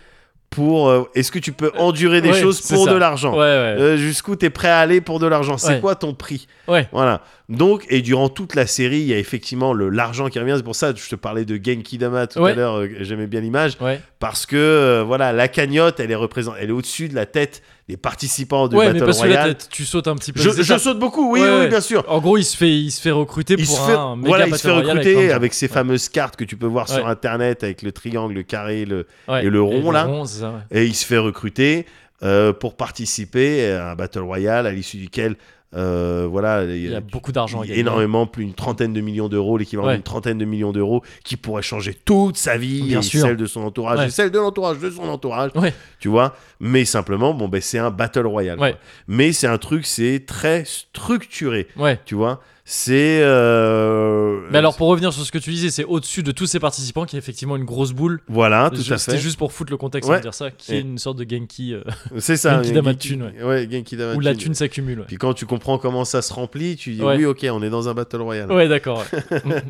Speaker 2: pour. euh, est-ce que tu peux endurer des
Speaker 1: ouais,
Speaker 2: choses
Speaker 1: c'est
Speaker 2: pour
Speaker 1: ça.
Speaker 2: de l'argent
Speaker 1: Ouais, ouais.
Speaker 2: Euh, jusqu'où t'es prêt à aller pour de l'argent C'est
Speaker 1: Ouais.
Speaker 2: quoi ton prix
Speaker 1: Ouais.
Speaker 2: Voilà. Donc, et durant toute la série, il y a effectivement le- l'argent qui revient. C'est pour ça que je te parlais de Genki Dama tout
Speaker 1: Ouais.
Speaker 2: à l'heure. euh, J'aimais bien l'image
Speaker 1: Ouais,
Speaker 2: parce que euh, voilà, la cagnotte, elle est représentée, elle est au-dessus de la tête des participants de
Speaker 1: ouais mais
Speaker 2: Battle
Speaker 1: parce que là,
Speaker 2: Royale.
Speaker 1: t'as- tu sautes un petit peu.
Speaker 2: je
Speaker 1: c'est
Speaker 2: je
Speaker 1: ça.
Speaker 2: saute beaucoup. Oui,
Speaker 1: Ouais,
Speaker 2: oui,
Speaker 1: ouais.
Speaker 2: bien sûr.
Speaker 1: En gros, il se fait, il se fait recruter
Speaker 2: Il
Speaker 1: pour
Speaker 2: se fait,
Speaker 1: un méga
Speaker 2: voilà, il se fait
Speaker 1: Battle Royale
Speaker 2: recruter
Speaker 1: plein
Speaker 2: avec,
Speaker 1: de gens.
Speaker 2: ces
Speaker 1: Ouais.
Speaker 2: fameuses cartes que tu peux voir sur
Speaker 1: Ouais.
Speaker 2: internet avec le triangle, le carré, le
Speaker 1: Ouais.
Speaker 2: et le rond, là.
Speaker 1: rond, c'est ça, ouais.
Speaker 2: et il se fait recruter euh, pour participer à un battle royale à l'issue duquel euh, voilà
Speaker 1: Il y a beaucoup d'argent à gagner.
Speaker 2: énormément plus une trentaine de millions d'euros l'équivalent
Speaker 1: Ouais.
Speaker 2: d'une trentaine de millions d'euros qui pourrait changer toute sa vie
Speaker 1: Bien
Speaker 2: et
Speaker 1: sûr.
Speaker 2: celle de son entourage
Speaker 1: Ouais.
Speaker 2: et celle de l'entourage de son entourage
Speaker 1: Ouais.
Speaker 2: tu vois mais simplement bon ben c'est un battle royale
Speaker 1: Ouais.
Speaker 2: quoi. mais c'est un truc c'est très structuré
Speaker 1: Ouais.
Speaker 2: tu vois c'est euh,
Speaker 1: Mais alors, pour revenir sur ce que tu disais, c'est au-dessus de tous ces participants qui est effectivement une grosse boule.
Speaker 2: voilà Ah, tout
Speaker 1: Je-
Speaker 2: à
Speaker 1: C'était
Speaker 2: fait
Speaker 1: juste pour foutre le contexte, on
Speaker 2: Ouais.
Speaker 1: va dire ça, qui est
Speaker 2: Et-
Speaker 1: une sorte de Genki euh,
Speaker 2: c'est ça
Speaker 1: Genki Dama
Speaker 2: Genki-
Speaker 1: Thune, ouais.
Speaker 2: ouais Genki Dama
Speaker 1: où la
Speaker 2: Thune.
Speaker 1: thune s'accumule. Ouais,
Speaker 2: Euh, Puis quand tu comprends comment ça se remplit, tu dis
Speaker 1: Ouais.
Speaker 2: oui, ok, on est dans un battle royale.
Speaker 1: Ouais, d'accord. ouais.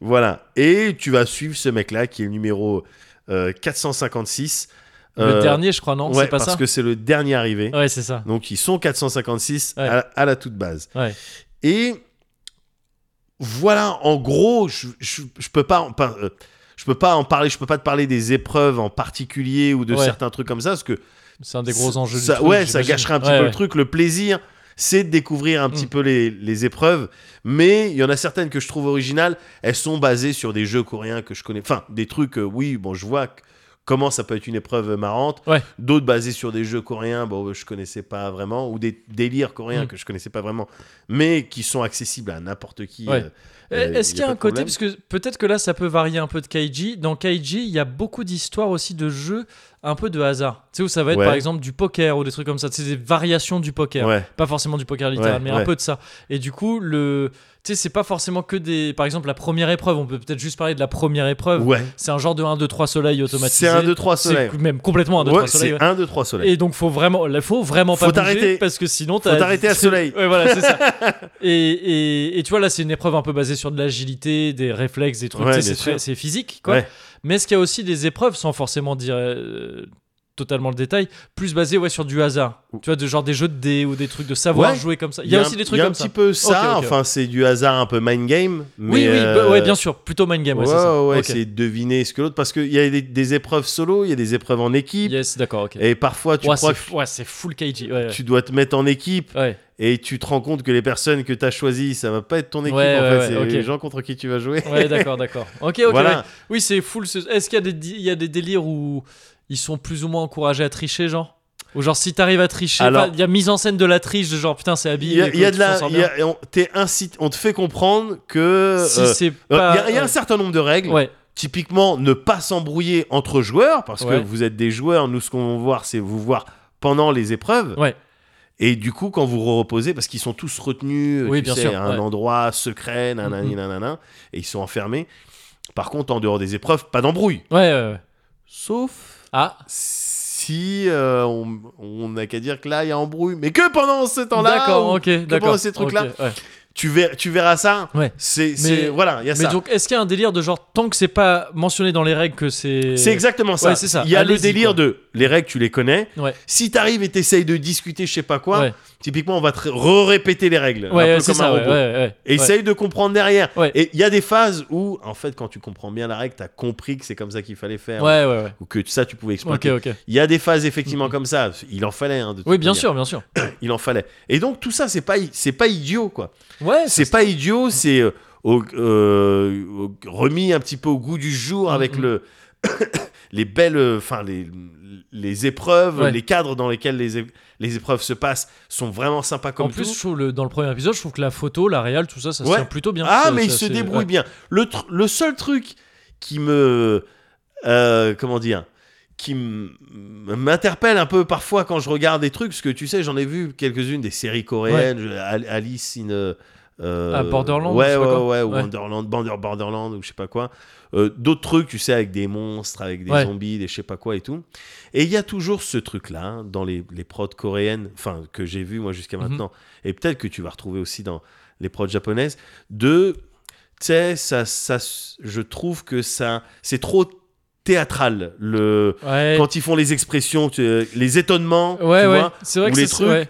Speaker 2: Voilà. Et tu vas suivre ce mec-là qui est le numéro euh, 456.
Speaker 1: Le
Speaker 2: Euh,
Speaker 1: dernier, je crois, non
Speaker 2: ouais,
Speaker 1: C'est pas
Speaker 2: parce
Speaker 1: ça
Speaker 2: que c'est le dernier arrivé.
Speaker 1: Ouais, c'est ça.
Speaker 2: Donc ils sont 456
Speaker 1: Ouais.
Speaker 2: à, à la toute base.
Speaker 1: Ouais.
Speaker 2: Et voilà, en gros, je, je, je peux pas en par- euh, je peux pas en parler, je peux pas te parler des épreuves en particulier ou de
Speaker 1: Ouais.
Speaker 2: certains trucs comme ça, parce que
Speaker 1: C'est un des gros enjeux du
Speaker 2: ça,
Speaker 1: truc,
Speaker 2: ouais, ça
Speaker 1: j'imagine.
Speaker 2: gâcherait un petit
Speaker 1: Ouais,
Speaker 2: peu
Speaker 1: ouais.
Speaker 2: le truc. Le plaisir, c'est de découvrir un petit
Speaker 1: Mm.
Speaker 2: peu les, les épreuves. Mais il y en a certaines que je trouve originales. Elles sont basées sur des jeux coréens que je connais. Enfin, des trucs, euh, oui, bon, je vois que- comment ça peut être une épreuve marrante.
Speaker 1: Ouais.
Speaker 2: D'autres basées sur des jeux coréens, bon, je connaissais pas vraiment. Ou des délires coréens
Speaker 1: Mm.
Speaker 2: que je connaissais pas vraiment. Mais qui sont accessibles à n'importe qui.
Speaker 1: Ouais.
Speaker 2: euh,
Speaker 1: Eh,
Speaker 2: euh,
Speaker 1: Est-ce
Speaker 2: y a
Speaker 1: qu'il y a
Speaker 2: pas
Speaker 1: un
Speaker 2: de
Speaker 1: côté,
Speaker 2: problème.
Speaker 1: parce que peut-être que là ça peut varier un peu de Kaiji, dans Kaiji il y a beaucoup d'histoires aussi de jeux un peu de hasard, tu sais où ça va être
Speaker 2: Ouais.
Speaker 1: par exemple du poker ou des trucs comme ça, c'est des variations du poker,
Speaker 2: euh, Ouais,
Speaker 1: pas forcément du poker littéral
Speaker 2: Ouais,
Speaker 1: mais un
Speaker 2: ouais.
Speaker 1: peu de ça. Et du coup le, tu sais c'est pas forcément que des, par exemple la première épreuve, on peut peut-être juste parler de la première épreuve,
Speaker 2: ouais.
Speaker 1: c'est un genre de 1, 2, 3 soleil automatisé.
Speaker 2: C'est un 2-3
Speaker 1: C'est
Speaker 2: soleil.
Speaker 1: Même complètement un 2,
Speaker 2: Ouais,
Speaker 1: 3 soleil.
Speaker 2: c'est
Speaker 1: ouais.
Speaker 2: 1, 2, 3 soleil.
Speaker 1: Et donc faut vraiment, là, faut vraiment pas
Speaker 2: Faut
Speaker 1: bouger,
Speaker 2: t'arrêter.
Speaker 1: parce que sinon
Speaker 2: Faut t'arrêter à soleil.
Speaker 1: Ouais, voilà, c'est ça. Et, et, et tu vois, là, c'est une épreuve un peu basée sur de l'agilité, des réflexes, des trucs.
Speaker 2: Ouais,
Speaker 1: tu sais,
Speaker 2: bien
Speaker 1: c'est très-
Speaker 2: sûr.
Speaker 1: c'est physique, quoi.
Speaker 2: Ouais.
Speaker 1: Mais est-ce qu'il y a aussi des épreuves, sans forcément dire euh, totalement le détail, plus basées ouais, sur du hasard Tu vois, de, genre des jeux de dés ou des trucs de savoir
Speaker 2: Ouais.
Speaker 1: jouer comme ça. Il y a,
Speaker 2: un-
Speaker 1: aussi des trucs
Speaker 2: il y a
Speaker 1: comme
Speaker 2: un
Speaker 1: ça.
Speaker 2: petit peu ça.
Speaker 1: Ok, ok.
Speaker 2: Enfin, c'est du hasard un peu mind game. Mais
Speaker 1: oui, oui,
Speaker 2: euh,
Speaker 1: bah, ouais, bien sûr. Plutôt mind game, ouais,
Speaker 2: ouais,
Speaker 1: c'est ça.
Speaker 2: ouais,
Speaker 1: Ok.
Speaker 2: c'est deviner ce que l'autre. Parce qu'il y a des, des épreuves solo, il y a des épreuves en équipe.
Speaker 1: Yes, d'accord, ok.
Speaker 2: Et parfois, tu
Speaker 1: Ouais,
Speaker 2: crois
Speaker 1: c'est
Speaker 2: que
Speaker 1: f- ouais, c'est full Kaiji. Ouais, ouais.
Speaker 2: tu dois te mettre en équipe
Speaker 1: Ouais.
Speaker 2: et tu te rends compte que les personnes que tu as choisies, ça va pas être ton équipe.
Speaker 1: Ouais,
Speaker 2: en
Speaker 1: ouais,
Speaker 2: fait,
Speaker 1: ouais,
Speaker 2: c'est
Speaker 1: ok.
Speaker 2: les gens contre qui tu vas jouer.
Speaker 1: Ouais, d'accord, d'accord. Ok, ok.
Speaker 2: Voilà.
Speaker 1: ouais. Oui, c'est full. ce- Est-ce qu'il y, a des di- il y a des délires où ils sont plus ou moins encouragés à tricher, genre Ou genre, si t'arrives à tricher,
Speaker 2: Alors-
Speaker 1: enfin, il y a mise en scène de la triche, de genre, putain, c'est habillé.
Speaker 2: Il y a,
Speaker 1: mais
Speaker 2: il y a
Speaker 1: écoute,
Speaker 2: de
Speaker 1: tu t'en
Speaker 2: la.
Speaker 1: sors
Speaker 2: il y
Speaker 1: bien.
Speaker 2: a- on, t'es incite- on te fait comprendre que.
Speaker 1: Si
Speaker 2: euh,
Speaker 1: c'est
Speaker 2: euh,
Speaker 1: pas.
Speaker 2: il y a- il y, a un certain nombre de règles.
Speaker 1: Ouais,
Speaker 2: Typiquement, ne pas s'embrouiller entre joueurs, parce
Speaker 1: Ouais.
Speaker 2: que vous êtes des joueurs. Nous, ce qu'on va voir, c'est vous voir pendant les épreuves.
Speaker 1: ouais,
Speaker 2: Et du coup, quand vous reposez, parce qu'ils sont tous retenus, euh,
Speaker 1: Oui,
Speaker 2: tu
Speaker 1: bien
Speaker 2: sais,
Speaker 1: sûr,
Speaker 2: à un
Speaker 1: ouais.
Speaker 2: endroit secret, nanani,
Speaker 1: Mhm.
Speaker 2: nanana, et ils sont enfermés. Par contre, en dehors des épreuves, pas d'embrouille.
Speaker 1: ouais, ouais, ouais.
Speaker 2: Sauf
Speaker 1: Ah,
Speaker 2: si ici, euh, on on n'a qu'à dire que là, il y a embrouille. Mais que pendant ce temps-là
Speaker 1: D'accord,
Speaker 2: ou-
Speaker 1: ok, d'accord.
Speaker 2: pendant ces trucs-là,
Speaker 1: ok, ouais.
Speaker 2: tu, verras, tu verras ça.
Speaker 1: Ouais.
Speaker 2: C'est, c'est- voilà, il y a
Speaker 1: Mais
Speaker 2: ça.
Speaker 1: donc, est-ce qu'il y a un délire de genre, tant que c'est pas mentionné dans les règles que c'est.
Speaker 2: c'est exactement ça.
Speaker 1: euh, Ouais, c'est ça.
Speaker 2: Il y a le
Speaker 1: Allez-y,
Speaker 2: délire
Speaker 1: quoi.
Speaker 2: de les règles, tu les connais.
Speaker 1: Ouais.
Speaker 2: Si t'arrives et t'essayes de discuter, je sais pas quoi,
Speaker 1: Ouais.
Speaker 2: typiquement, on va te répéter les règles.
Speaker 1: Ouais,
Speaker 2: un
Speaker 1: ouais,
Speaker 2: peu
Speaker 1: c'est
Speaker 2: comme
Speaker 1: ça,
Speaker 2: un
Speaker 1: ouais,
Speaker 2: robot.
Speaker 1: ouais, ouais,
Speaker 2: Et
Speaker 1: ouais.
Speaker 2: essaye de comprendre derrière.
Speaker 1: Ouais.
Speaker 2: Et il y a des phases où, en fait, quand tu comprends bien la règle, t'as compris que c'est comme ça qu'il fallait faire.
Speaker 1: Ouais, ouais, ouais.
Speaker 2: Ou que ça, tu pouvais
Speaker 1: Ok,
Speaker 2: exploiter.
Speaker 1: ok.
Speaker 2: Il y a des phases, effectivement, comme ça. Il en fallait. hein, de
Speaker 1: Oui,
Speaker 2: toute
Speaker 1: bien
Speaker 2: manière.
Speaker 1: sûr, bien sûr.
Speaker 2: Il en fallait. Et donc, tout ça, c'est pas, i- c'est pas idiot, quoi.
Speaker 1: Ouais, ça,
Speaker 2: C'est pas idiot, c'est euh, au- euh, au- remis un petit peu au goût du jour avec
Speaker 1: Mhm.
Speaker 2: le les belles, euh, enfin les les épreuves,
Speaker 1: Ouais.
Speaker 2: les cadres dans lesquels les, é- les épreuves se passent sont vraiment sympas comme
Speaker 1: en plus,
Speaker 2: tout.
Speaker 1: je trouve le- dans le premier épisode, je trouve que la photo, la réal, tout ça, ça se
Speaker 2: Ouais.
Speaker 1: tient plutôt bien.
Speaker 2: ah
Speaker 1: C'est-
Speaker 2: mais
Speaker 1: c'est
Speaker 2: ils se
Speaker 1: assez-
Speaker 2: débrouillent
Speaker 1: ouais.
Speaker 2: bien. Le tr- le seul truc qui me euh, comment dire qui m- m'interpelle un peu parfois quand je regarde des trucs, parce que tu sais, j'en ai vu quelques-unes des séries coréennes, je- Al- Alice in euh,
Speaker 1: Ah, Borderland, je
Speaker 2: ouais,
Speaker 1: sais
Speaker 2: ouais,
Speaker 1: pas quoi.
Speaker 2: ouais, ou
Speaker 1: Ouais.
Speaker 2: Wonderland, Bander- Borderland, ou je sais pas quoi, Euh, d'autres trucs, tu sais, avec des monstres, avec des
Speaker 1: Ouais.
Speaker 2: zombies, des je sais pas quoi et tout. Et il y a toujours ce truc-là hein, dans les, les prods coréennes, enfin que j'ai vu moi jusqu'à
Speaker 1: Mhm.
Speaker 2: maintenant, et peut-être que tu vas retrouver aussi dans les prods japonaises, de tu sais, ça, ça, je trouve que ça, c'est trop théâtral. Le
Speaker 1: Ouais.
Speaker 2: quand ils font les expressions, tu- euh, les étonnements,
Speaker 1: Ouais,
Speaker 2: tu
Speaker 1: ouais.
Speaker 2: vois.
Speaker 1: C'est vrai
Speaker 2: ou
Speaker 1: que
Speaker 2: les
Speaker 1: ça-
Speaker 2: trucs.
Speaker 1: ouais.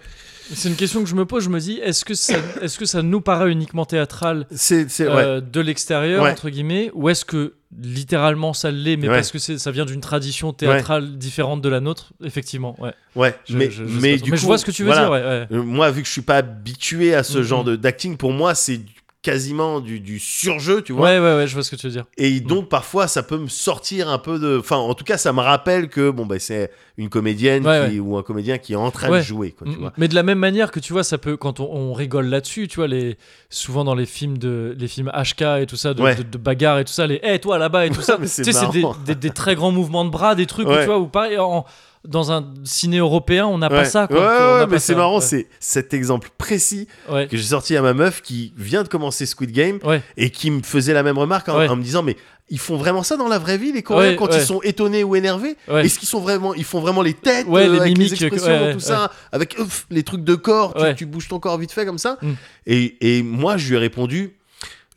Speaker 1: C'est une question que je me pose. Je me dis, est-ce que ça, est-ce que ça nous paraît uniquement théâtral
Speaker 2: C'est, c'est- ouais.
Speaker 1: euh, de l'extérieur
Speaker 2: Ouais.
Speaker 1: entre guillemets, ou est-ce que littéralement ça l'est, mais
Speaker 2: Ouais.
Speaker 1: parce que c'est, ça vient d'une tradition théâtrale différente de la nôtre, effectivement. Ouais.
Speaker 2: ouais.
Speaker 1: Je-
Speaker 2: mais
Speaker 1: je- je sais
Speaker 2: mais
Speaker 1: pas
Speaker 2: du
Speaker 1: trop.
Speaker 2: coup,
Speaker 1: Mais je vois ce que tu veux
Speaker 2: voilà.
Speaker 1: dire. Ouais, ouais.
Speaker 2: Euh, Moi, vu que je suis pas habitué à ce
Speaker 1: Mhm.
Speaker 2: genre de, d'acting, pour moi, c'est du- quasiment du, du surjeu, tu vois.
Speaker 1: Ouais, ouais, ouais, je vois ce que tu veux dire.
Speaker 2: Et donc parfois ça peut me sortir un peu de, enfin en tout cas ça me rappelle que bon bah c'est une comédienne
Speaker 1: Ouais,
Speaker 2: qui- ou un comédien qui est en train
Speaker 1: Ouais.
Speaker 2: de jouer quoi, tu
Speaker 1: Mm,
Speaker 2: vois.
Speaker 1: Mais de la même manière que tu vois, ça peut quand on, on rigole là-dessus, tu vois, les souvent dans les films de les films HK et tout ça, de,
Speaker 2: Ouais.
Speaker 1: de, de bagarre et tout ça, les hé toi là-bas et tout ça,
Speaker 2: Mais c'est
Speaker 1: tu sais, c'est des,
Speaker 2: marrant.
Speaker 1: des- des très grands mouvements de bras, des trucs, où,
Speaker 2: Ouais.
Speaker 1: tu vois, ou pareil, en- dans un ciné européen, on n'a pas
Speaker 2: Ouais.
Speaker 1: ça. Quoi, tu
Speaker 2: Ouais,
Speaker 1: vois, on
Speaker 2: ouais,
Speaker 1: n'a
Speaker 2: mais
Speaker 1: pas
Speaker 2: c'est
Speaker 1: ça.
Speaker 2: marrant,
Speaker 1: Ouais.
Speaker 2: c'est cet exemple précis
Speaker 1: Ouais.
Speaker 2: que j'ai sorti à ma meuf qui vient de commencer Squid Game
Speaker 1: Ouais.
Speaker 2: et qui me faisait la même remarque en,
Speaker 1: Ouais.
Speaker 2: en me disant mais ils font vraiment ça dans la vraie vie les Coréens
Speaker 1: Ouais,
Speaker 2: quand
Speaker 1: ouais.
Speaker 2: ils sont étonnés ou énervés
Speaker 1: Ouais.
Speaker 2: est-ce qu'ils sont vraiment ils font vraiment les têtes euh,
Speaker 1: Ouais, les
Speaker 2: avec
Speaker 1: mimiques,
Speaker 2: les expressions
Speaker 1: ouais, ouais,
Speaker 2: tout ça avec ouf, les trucs de corps tu-
Speaker 1: Ouais.
Speaker 2: tu, bouges ton corps vite fait comme ça
Speaker 1: Mm.
Speaker 2: et, et moi je lui ai répondu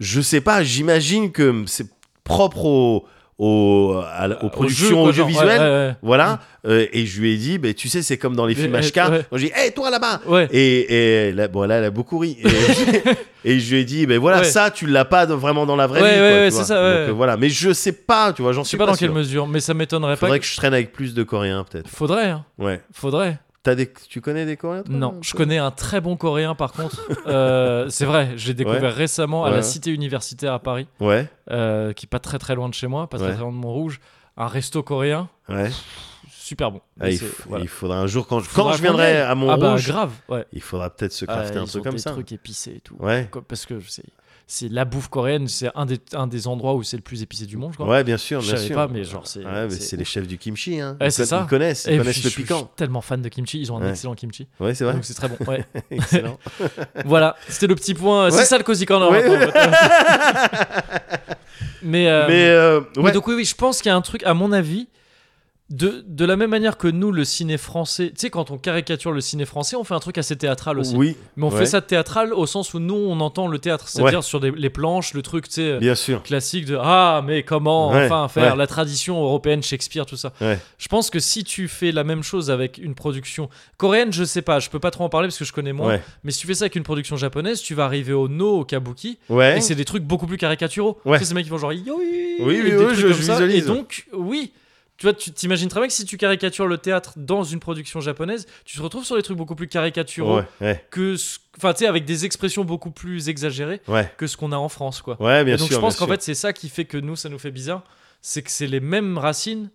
Speaker 2: je sais pas j'imagine que c'est propre au, au- à la- aux
Speaker 1: Au jeu,
Speaker 2: productions
Speaker 1: quoi, genre,
Speaker 2: audiovisuelles
Speaker 1: ouais,
Speaker 2: voilà euh, et je lui ai dit bah, tu sais c'est comme dans les
Speaker 1: Mais,
Speaker 2: films
Speaker 1: euh,
Speaker 2: HK
Speaker 1: ouais.
Speaker 2: j'ai dit hé toi là-bas
Speaker 1: ouais, ouais. Ouais.
Speaker 2: et, et là, bon, là, elle a beaucoup ri. Et, et je lui ai dit, ben voilà,
Speaker 1: Ouais.
Speaker 2: ça, tu l'as pas dans- vraiment dans la vraie
Speaker 1: Ouais,
Speaker 2: vie.
Speaker 1: ouais,
Speaker 2: quoi,
Speaker 1: ouais,
Speaker 2: tu
Speaker 1: c'est
Speaker 2: vois.
Speaker 1: ça, ouais.
Speaker 2: Donc, euh, voilà. Mais je sais pas, tu vois, j'en
Speaker 1: Je
Speaker 2: suis
Speaker 1: sais pas
Speaker 2: pas,
Speaker 1: dans
Speaker 2: sûr.
Speaker 1: quelle mesure, mais ça m'étonnerait pas.
Speaker 2: Faudrait
Speaker 1: que-
Speaker 2: que je traîne avec plus de Coréens, peut-être.
Speaker 1: Faudrait, hein,
Speaker 2: Ouais.
Speaker 1: faudrait.
Speaker 2: T'as des... Tu connais des Coréens toi, un
Speaker 1: Non,
Speaker 2: peu
Speaker 1: je connais un très bon Coréen par contre. Euh, c'est vrai, j'ai découvert
Speaker 2: Ouais.
Speaker 1: récemment à
Speaker 2: Ouais.
Speaker 1: la Cité universitaire à Paris,
Speaker 2: Ouais,
Speaker 1: euh, qui est pas très très loin de chez moi, pas très,
Speaker 2: Ouais.
Speaker 1: très loin de Montrouge, un resto coréen
Speaker 2: ouais.
Speaker 1: super bon.
Speaker 2: Ah,
Speaker 1: Mais
Speaker 2: il,
Speaker 1: c'est-
Speaker 2: f-
Speaker 1: voilà.
Speaker 2: il faudra un jour, quand je,
Speaker 1: Faudra
Speaker 2: quand
Speaker 1: qu'on
Speaker 2: je viendrai
Speaker 1: aille.
Speaker 2: à
Speaker 1: ah bah,
Speaker 2: Montrouge,
Speaker 1: grave, ouais.
Speaker 2: il faudra peut-être se crafter
Speaker 1: Ah,
Speaker 2: un
Speaker 1: ils ont
Speaker 2: truc comme
Speaker 1: des
Speaker 2: ça.
Speaker 1: trucs épicés et tout.
Speaker 2: Ouais.
Speaker 1: Quoi, Parce que c'est c'est la bouffe coréenne, c'est un des, un des endroits où c'est le plus épicé du monde, je crois.
Speaker 2: Ouais, bien sûr,
Speaker 1: Je
Speaker 2: bien
Speaker 1: savais
Speaker 2: sûr.
Speaker 1: pas, mais genre, c'est-
Speaker 2: Ouais, mais
Speaker 1: c'est
Speaker 2: c'est
Speaker 1: ouf.
Speaker 2: les chefs du kimchi, hein.
Speaker 1: Ouais,
Speaker 2: Ils
Speaker 1: c'est
Speaker 2: con-
Speaker 1: ça.
Speaker 2: Ils connaissent,
Speaker 1: Et
Speaker 2: ils connaissent
Speaker 1: puis,
Speaker 2: le
Speaker 1: je- Je
Speaker 2: piquant.
Speaker 1: suis tellement fan de kimchi, ils ont un
Speaker 2: Ouais.
Speaker 1: excellent kimchi.
Speaker 2: Ouais, c'est vrai.
Speaker 1: Donc c'est très bon. Ouais.
Speaker 2: Excellent.
Speaker 1: voilà, c'était le petit point. C'est
Speaker 2: Ouais.
Speaker 1: ça le cozy corner.
Speaker 2: Ouais.
Speaker 1: maintenant, en fait. mais, euh,
Speaker 2: Mais, euh,
Speaker 1: Mais
Speaker 2: ouais.
Speaker 1: donc oui, oui, je pense qu'il y a un truc, à mon avis, de, de la même manière que nous, le ciné français, tu sais, quand on caricature le ciné français, on fait un truc assez théâtral aussi.
Speaker 2: Oui,
Speaker 1: Mais on
Speaker 2: ouais.
Speaker 1: fait ça de théâtral au sens où nous, on entend le théâtre, c'est-à-dire sur des- les planches, le truc, tu sais, euh,
Speaker 2: bien sûr.
Speaker 1: classique de ah mais comment
Speaker 2: Ouais,
Speaker 1: enfin faire
Speaker 2: ouais.
Speaker 1: la tradition européenne Shakespeare tout ça.
Speaker 2: Ouais.
Speaker 1: Je pense que si tu fais la même chose avec une production coréenne, je sais pas, je peux pas trop en parler parce que je connais moins,
Speaker 2: Ouais.
Speaker 1: mais si tu fais ça avec une production japonaise, tu vas arriver au no au kabuki
Speaker 2: Ouais.
Speaker 1: et c'est des trucs beaucoup plus caricaturaux.
Speaker 2: Ouais.
Speaker 1: Tu sais, ces mecs qui vont genre yo oui,
Speaker 2: oui,
Speaker 1: des
Speaker 2: oui,
Speaker 1: trucs
Speaker 2: je-
Speaker 1: comme
Speaker 2: je
Speaker 1: ça.
Speaker 2: visualise.
Speaker 1: Et donc oui, tu vois, tu t'imagines très bien que si tu caricatures le théâtre dans une production japonaise, tu te retrouves sur des trucs beaucoup plus caricaturaux
Speaker 2: Ouais, ouais,
Speaker 1: que ce- enfin tu sais avec des expressions beaucoup plus exagérées
Speaker 2: ouais.
Speaker 1: que ce qu'on a en France quoi.
Speaker 2: Ouais, bien
Speaker 1: Et donc
Speaker 2: sûr.
Speaker 1: je pense
Speaker 2: bien
Speaker 1: qu'en
Speaker 2: sûr.
Speaker 1: fait c'est ça qui fait que nous ça nous fait bizarre, c'est que c'est les mêmes racines.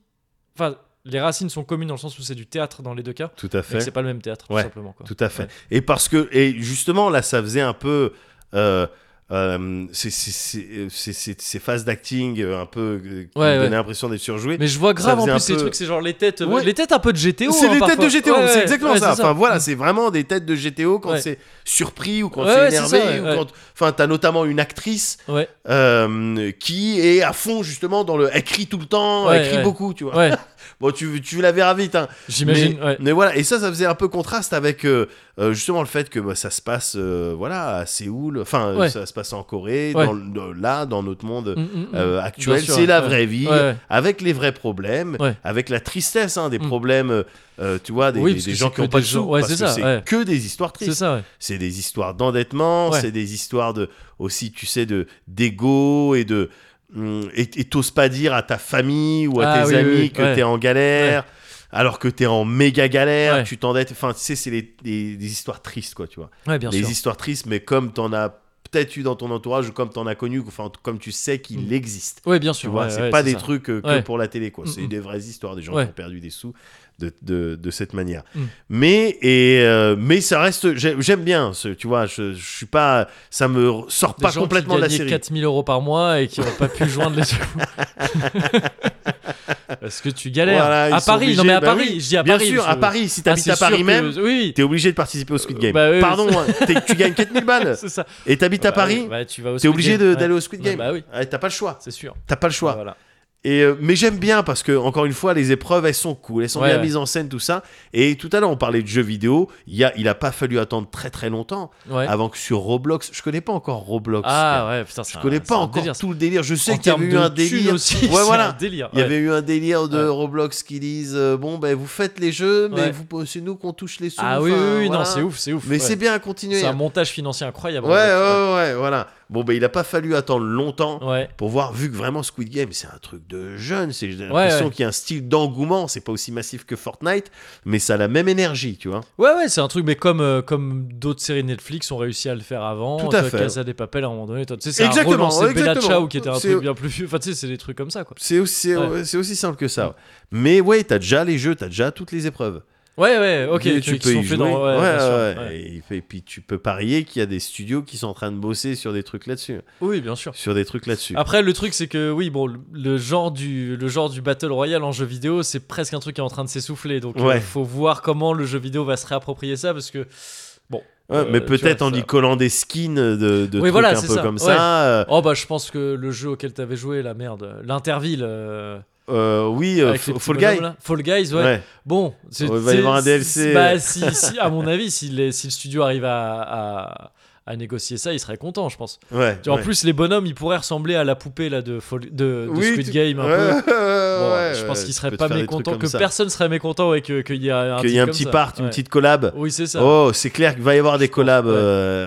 Speaker 1: Enfin, les racines sont communes dans le sens où c'est du théâtre dans les deux cas,
Speaker 2: Tout à
Speaker 1: mais que c'est
Speaker 2: fait.
Speaker 1: pas le même théâtre
Speaker 2: Ouais,
Speaker 1: tout simplement quoi.
Speaker 2: Tout à fait.
Speaker 1: Ouais.
Speaker 2: Et parce que, et justement, là, ça faisait un peu. euh, euh, ces- ces- ces ces- ces- ces phases d'acting euh, un peu euh,
Speaker 1: Ouais,
Speaker 2: qui me
Speaker 1: ouais.
Speaker 2: donnaient l'impression d'être surjouées.
Speaker 1: Mais je vois grave en
Speaker 2: faisait
Speaker 1: plus
Speaker 2: un
Speaker 1: ces
Speaker 2: peu-
Speaker 1: trucs, c'est genre les têtes,
Speaker 2: Ouais.
Speaker 1: les têtes un peu de GTO.
Speaker 2: C'est
Speaker 1: hein,
Speaker 2: les têtes
Speaker 1: parfois.
Speaker 2: de GTO,
Speaker 1: Ouais,
Speaker 2: c'est
Speaker 1: ouais,
Speaker 2: exactement
Speaker 1: ouais,
Speaker 2: ça.
Speaker 1: c'est
Speaker 2: Enfin voilà, c'est vraiment des têtes de GTO quand
Speaker 1: Ouais.
Speaker 2: c'est surpris ou quand
Speaker 1: Ouais,
Speaker 2: c'est
Speaker 1: ouais, c'est
Speaker 2: énervé.
Speaker 1: ça, ouais,
Speaker 2: ou
Speaker 1: ouais.
Speaker 2: quand... Enfin, t'as notamment une actrice
Speaker 1: Ouais,
Speaker 2: euh, qui est à fond justement dans le. Elle crie tout le temps, elle
Speaker 1: Ouais,
Speaker 2: crie
Speaker 1: ouais.
Speaker 2: beaucoup, tu vois.
Speaker 1: ouais,
Speaker 2: Bon, tu, tu la verras vite, hein.
Speaker 1: j'imagine.
Speaker 2: Mais,
Speaker 1: ouais.
Speaker 2: mais voilà, et ça, ça faisait un peu contraste avec euh, euh, justement le fait que bah, ça se passe euh, voilà, à Séoul, enfin, euh,
Speaker 1: Ouais.
Speaker 2: ça se passe en Corée,
Speaker 1: Ouais.
Speaker 2: dans le- dans- là, dans notre monde
Speaker 1: Mm, mm, mm.
Speaker 2: euh, actuel.
Speaker 1: Bien sûr,
Speaker 2: C'est la
Speaker 1: ouais.
Speaker 2: vraie vie,
Speaker 1: Ouais, ouais.
Speaker 2: avec les vrais problèmes,
Speaker 1: Ouais.
Speaker 2: avec la tristesse hein, des
Speaker 1: Mm.
Speaker 2: problèmes, euh, tu vois, des,
Speaker 1: Oui,
Speaker 2: des-
Speaker 1: parce
Speaker 2: des
Speaker 1: que
Speaker 2: gens
Speaker 1: c'est
Speaker 2: qui
Speaker 1: que
Speaker 2: n'ont pas
Speaker 1: des
Speaker 2: de
Speaker 1: gens-
Speaker 2: sous.
Speaker 1: ouais,
Speaker 2: parce
Speaker 1: c'est
Speaker 2: que
Speaker 1: ça,
Speaker 2: c'est
Speaker 1: ouais.
Speaker 2: que des histoires
Speaker 1: C'est
Speaker 2: tristes.
Speaker 1: ça, ouais.
Speaker 2: C'est des histoires d'endettement,
Speaker 1: Ouais.
Speaker 2: c'est des histoires de aussi, tu sais, de d'ego et de hum, et et t'oses pas dire à ta famille ou à
Speaker 1: Ah
Speaker 2: tes
Speaker 1: oui, oui,
Speaker 2: amis
Speaker 1: oui,
Speaker 2: que
Speaker 1: ouais.
Speaker 2: t'es en galère, alors que t'es en méga galère,
Speaker 1: Ouais.
Speaker 2: tu t'endettes. Enfin, tu sais, c'est les- les- des histoires tristes, quoi, tu vois.
Speaker 1: Ouais, bien
Speaker 2: des
Speaker 1: sûr.
Speaker 2: histoires tristes, mais comme t'en as peut-être eu dans ton entourage ou comme t'en as connu, enfin, comme tu sais qu'il
Speaker 1: Mm.
Speaker 2: existe.
Speaker 1: Ouais, bien
Speaker 2: Tu
Speaker 1: sûr.
Speaker 2: vois,
Speaker 1: ouais,
Speaker 2: c'est
Speaker 1: ouais,
Speaker 2: pas des
Speaker 1: ça.
Speaker 2: trucs euh, que
Speaker 1: Ouais.
Speaker 2: pour la télé, quoi. C'est
Speaker 1: Mm, mm.
Speaker 2: des vraies histoires des gens
Speaker 1: Ouais.
Speaker 2: qui ont perdu des sous de, de, de cette manière.
Speaker 1: Mm.
Speaker 2: Mais et euh, mais ça reste, j'ai- j'aime bien. ce- tu vois, je, je suis pas, ça me r- sort
Speaker 1: Des
Speaker 2: pas
Speaker 1: gens
Speaker 2: complètement de
Speaker 1: qui
Speaker 2: la
Speaker 1: gagnaient
Speaker 2: série.
Speaker 1: 4000 euros par mois et qui n'ont pas pu joindre les Parce que tu galères.
Speaker 2: Voilà, ils
Speaker 1: à
Speaker 2: sont
Speaker 1: Paris, non
Speaker 2: obligés,
Speaker 1: mais à
Speaker 2: bah
Speaker 1: Paris,
Speaker 2: oui.
Speaker 1: je dis à
Speaker 2: bien
Speaker 1: Paris.
Speaker 2: sûr,
Speaker 1: parce
Speaker 2: à
Speaker 1: que-
Speaker 2: Paris, si
Speaker 1: Ah,
Speaker 2: t'habites
Speaker 1: c'est
Speaker 2: à Paris
Speaker 1: sûr que-
Speaker 2: même.
Speaker 1: Oui,
Speaker 2: T'es obligé de participer au Squid Game.
Speaker 1: bah oui,
Speaker 2: Pardon, hein, t'es- tu gagnes 4000 balles
Speaker 1: c'est ça.
Speaker 2: et euh, t'habites à
Speaker 1: Bah oui,
Speaker 2: Paris,
Speaker 1: bah, tu vas au
Speaker 2: t'es
Speaker 1: Squid
Speaker 2: obligé
Speaker 1: Game,
Speaker 2: de-
Speaker 1: ouais.
Speaker 2: d'aller au Squid
Speaker 1: Ouais,
Speaker 2: Game.
Speaker 1: Bah oui,
Speaker 2: Ouais, T'as pas le choix.
Speaker 1: c'est sûr.
Speaker 2: T'as pas le choix.
Speaker 1: Voilà.
Speaker 2: Et euh, mais j'aime bien parce que encore une fois les épreuves elles sont cool, elles sont
Speaker 1: Ouais,
Speaker 2: bien
Speaker 1: ouais.
Speaker 2: mises en scène tout ça. Et tout à l'heure on parlait de jeux vidéo, il y a il a pas fallu attendre très très longtemps
Speaker 1: Ouais.
Speaker 2: avant que sur Roblox, je connais pas encore Roblox.
Speaker 1: Ah
Speaker 2: gars.
Speaker 1: ouais, putain, c'est
Speaker 2: je
Speaker 1: un-
Speaker 2: connais
Speaker 1: c'est
Speaker 2: pas
Speaker 1: un
Speaker 2: encore
Speaker 1: délire, ça.
Speaker 2: tout le délire. Je
Speaker 1: En
Speaker 2: sais qu'il y avait
Speaker 1: termes
Speaker 2: eu
Speaker 1: de
Speaker 2: un
Speaker 1: thunes
Speaker 2: délire
Speaker 1: aussi.
Speaker 2: Ouais, voilà.
Speaker 1: C'est un délire.
Speaker 2: Il y
Speaker 1: ouais.
Speaker 2: avait eu un délire de
Speaker 1: Ouais.
Speaker 2: Roblox qui disent euh, bon ben vous faites les jeux mais
Speaker 1: Ouais.
Speaker 2: vous c'est nous qu'on touche les sous.
Speaker 1: Ah oui, oui,
Speaker 2: enfin,
Speaker 1: oui, non,
Speaker 2: voilà.
Speaker 1: c'est ouf, c'est ouf.
Speaker 2: Mais
Speaker 1: ouais.
Speaker 2: c'est bien à continuer.
Speaker 1: C'est un montage financier incroyable.
Speaker 2: Ouais, ouais, ouais, ouais, voilà. Bon ben il a pas fallu attendre longtemps
Speaker 1: ouais. Ouais.
Speaker 2: pour voir, vu que vraiment Squid Game, c'est un truc de jeune, c'est j'ai l'impression
Speaker 1: ouais.
Speaker 2: qu'il y a un style d'engouement, c'est pas aussi massif que Fortnite, mais ça a la même énergie, tu vois.
Speaker 1: Ouais, ouais, c'est un truc, mais comme, euh, comme d'autres séries Netflix ont réussi à le faire avant,
Speaker 2: Tout à
Speaker 1: toi,
Speaker 2: fait.
Speaker 1: Casa des Papel à un moment donné, toi, tu sais, c'est
Speaker 2: Exactement,
Speaker 1: relancé Bella
Speaker 2: exactement.
Speaker 1: Ciao qui était un
Speaker 2: C'est-
Speaker 1: truc bien plus vieux. Enfin, tu sais, c'est des trucs comme ça, quoi.
Speaker 2: C'est aussi, c'est-
Speaker 1: Ouais.
Speaker 2: ouais, c'est aussi simple que ça. ouais. Mm. Mais ouais, t'as déjà les jeux, t'as déjà toutes les épreuves.
Speaker 1: Ouais, ouais, ok,
Speaker 2: Et
Speaker 1: les trucs qui sont faits dans. Ouais, bien sûr,
Speaker 2: ouais,
Speaker 1: ouais.
Speaker 2: ouais. Et, puis- et puis tu peux parier qu'il y a des studios qui sont en train de bosser sur des trucs là-dessus.
Speaker 1: Oui, bien sûr.
Speaker 2: Sur des trucs là-dessus.
Speaker 1: Après, le truc, c'est que oui, bon, le- le genre du, le genre du Battle Royale en jeu vidéo, c'est presque un truc qui est en train de s'essouffler. Donc, il
Speaker 2: Ouais.
Speaker 1: faut voir comment le jeu vidéo va se réapproprier ça parce que. Bon.
Speaker 2: Ouais,
Speaker 1: euh,
Speaker 2: mais
Speaker 1: tu
Speaker 2: peut-être
Speaker 1: vois,
Speaker 2: en
Speaker 1: ça-
Speaker 2: y collant des skins de, de trucs
Speaker 1: voilà,
Speaker 2: un
Speaker 1: c'est
Speaker 2: peu
Speaker 1: ça,
Speaker 2: comme
Speaker 1: ouais.
Speaker 2: ça. euh,
Speaker 1: Oh, bah, je pense que le jeu auquel t'avais joué, la merde, l'Interville. euh,
Speaker 2: euh, oui, euh,
Speaker 1: avec les
Speaker 2: F-
Speaker 1: petits
Speaker 2: Fall
Speaker 1: bonhommes,
Speaker 2: Guy.
Speaker 1: là. Fall Guys, ouais.
Speaker 2: Ouais.
Speaker 1: Bon, c'est-
Speaker 2: Ouais, il va y
Speaker 1: c'est-
Speaker 2: avoir un
Speaker 1: c'est-
Speaker 2: DLC.
Speaker 1: Bah, si, si, à mon avis, si, les- si le studio arrive à, à- à négocier ça, il serait content, je pense.
Speaker 2: ouais,
Speaker 1: Tu vois, En
Speaker 2: ouais.
Speaker 1: plus, les bonhommes, ils pourraient ressembler à la poupée là de, Fall- de, de Squid
Speaker 2: tu-
Speaker 1: Game un
Speaker 2: ouais,
Speaker 1: peu.
Speaker 2: ouais,
Speaker 1: Bon,
Speaker 2: ouais,
Speaker 1: je pense
Speaker 2: ouais,
Speaker 1: qu'il
Speaker 2: tu
Speaker 1: serait
Speaker 2: peux te
Speaker 1: pas
Speaker 2: faire des
Speaker 1: mécontent,
Speaker 2: trucs
Speaker 1: que
Speaker 2: comme ça.
Speaker 1: personne serait mécontent et que- qu'il y a un,
Speaker 2: Qu'il y ait un
Speaker 1: titre
Speaker 2: petit
Speaker 1: comme ça.
Speaker 2: part, une
Speaker 1: Ouais.
Speaker 2: petite collab.
Speaker 1: Oui, c'est ça.
Speaker 2: Oh, c'est clair qu'il va y avoir des
Speaker 1: pense,
Speaker 2: collabs
Speaker 1: ouais.
Speaker 2: euh,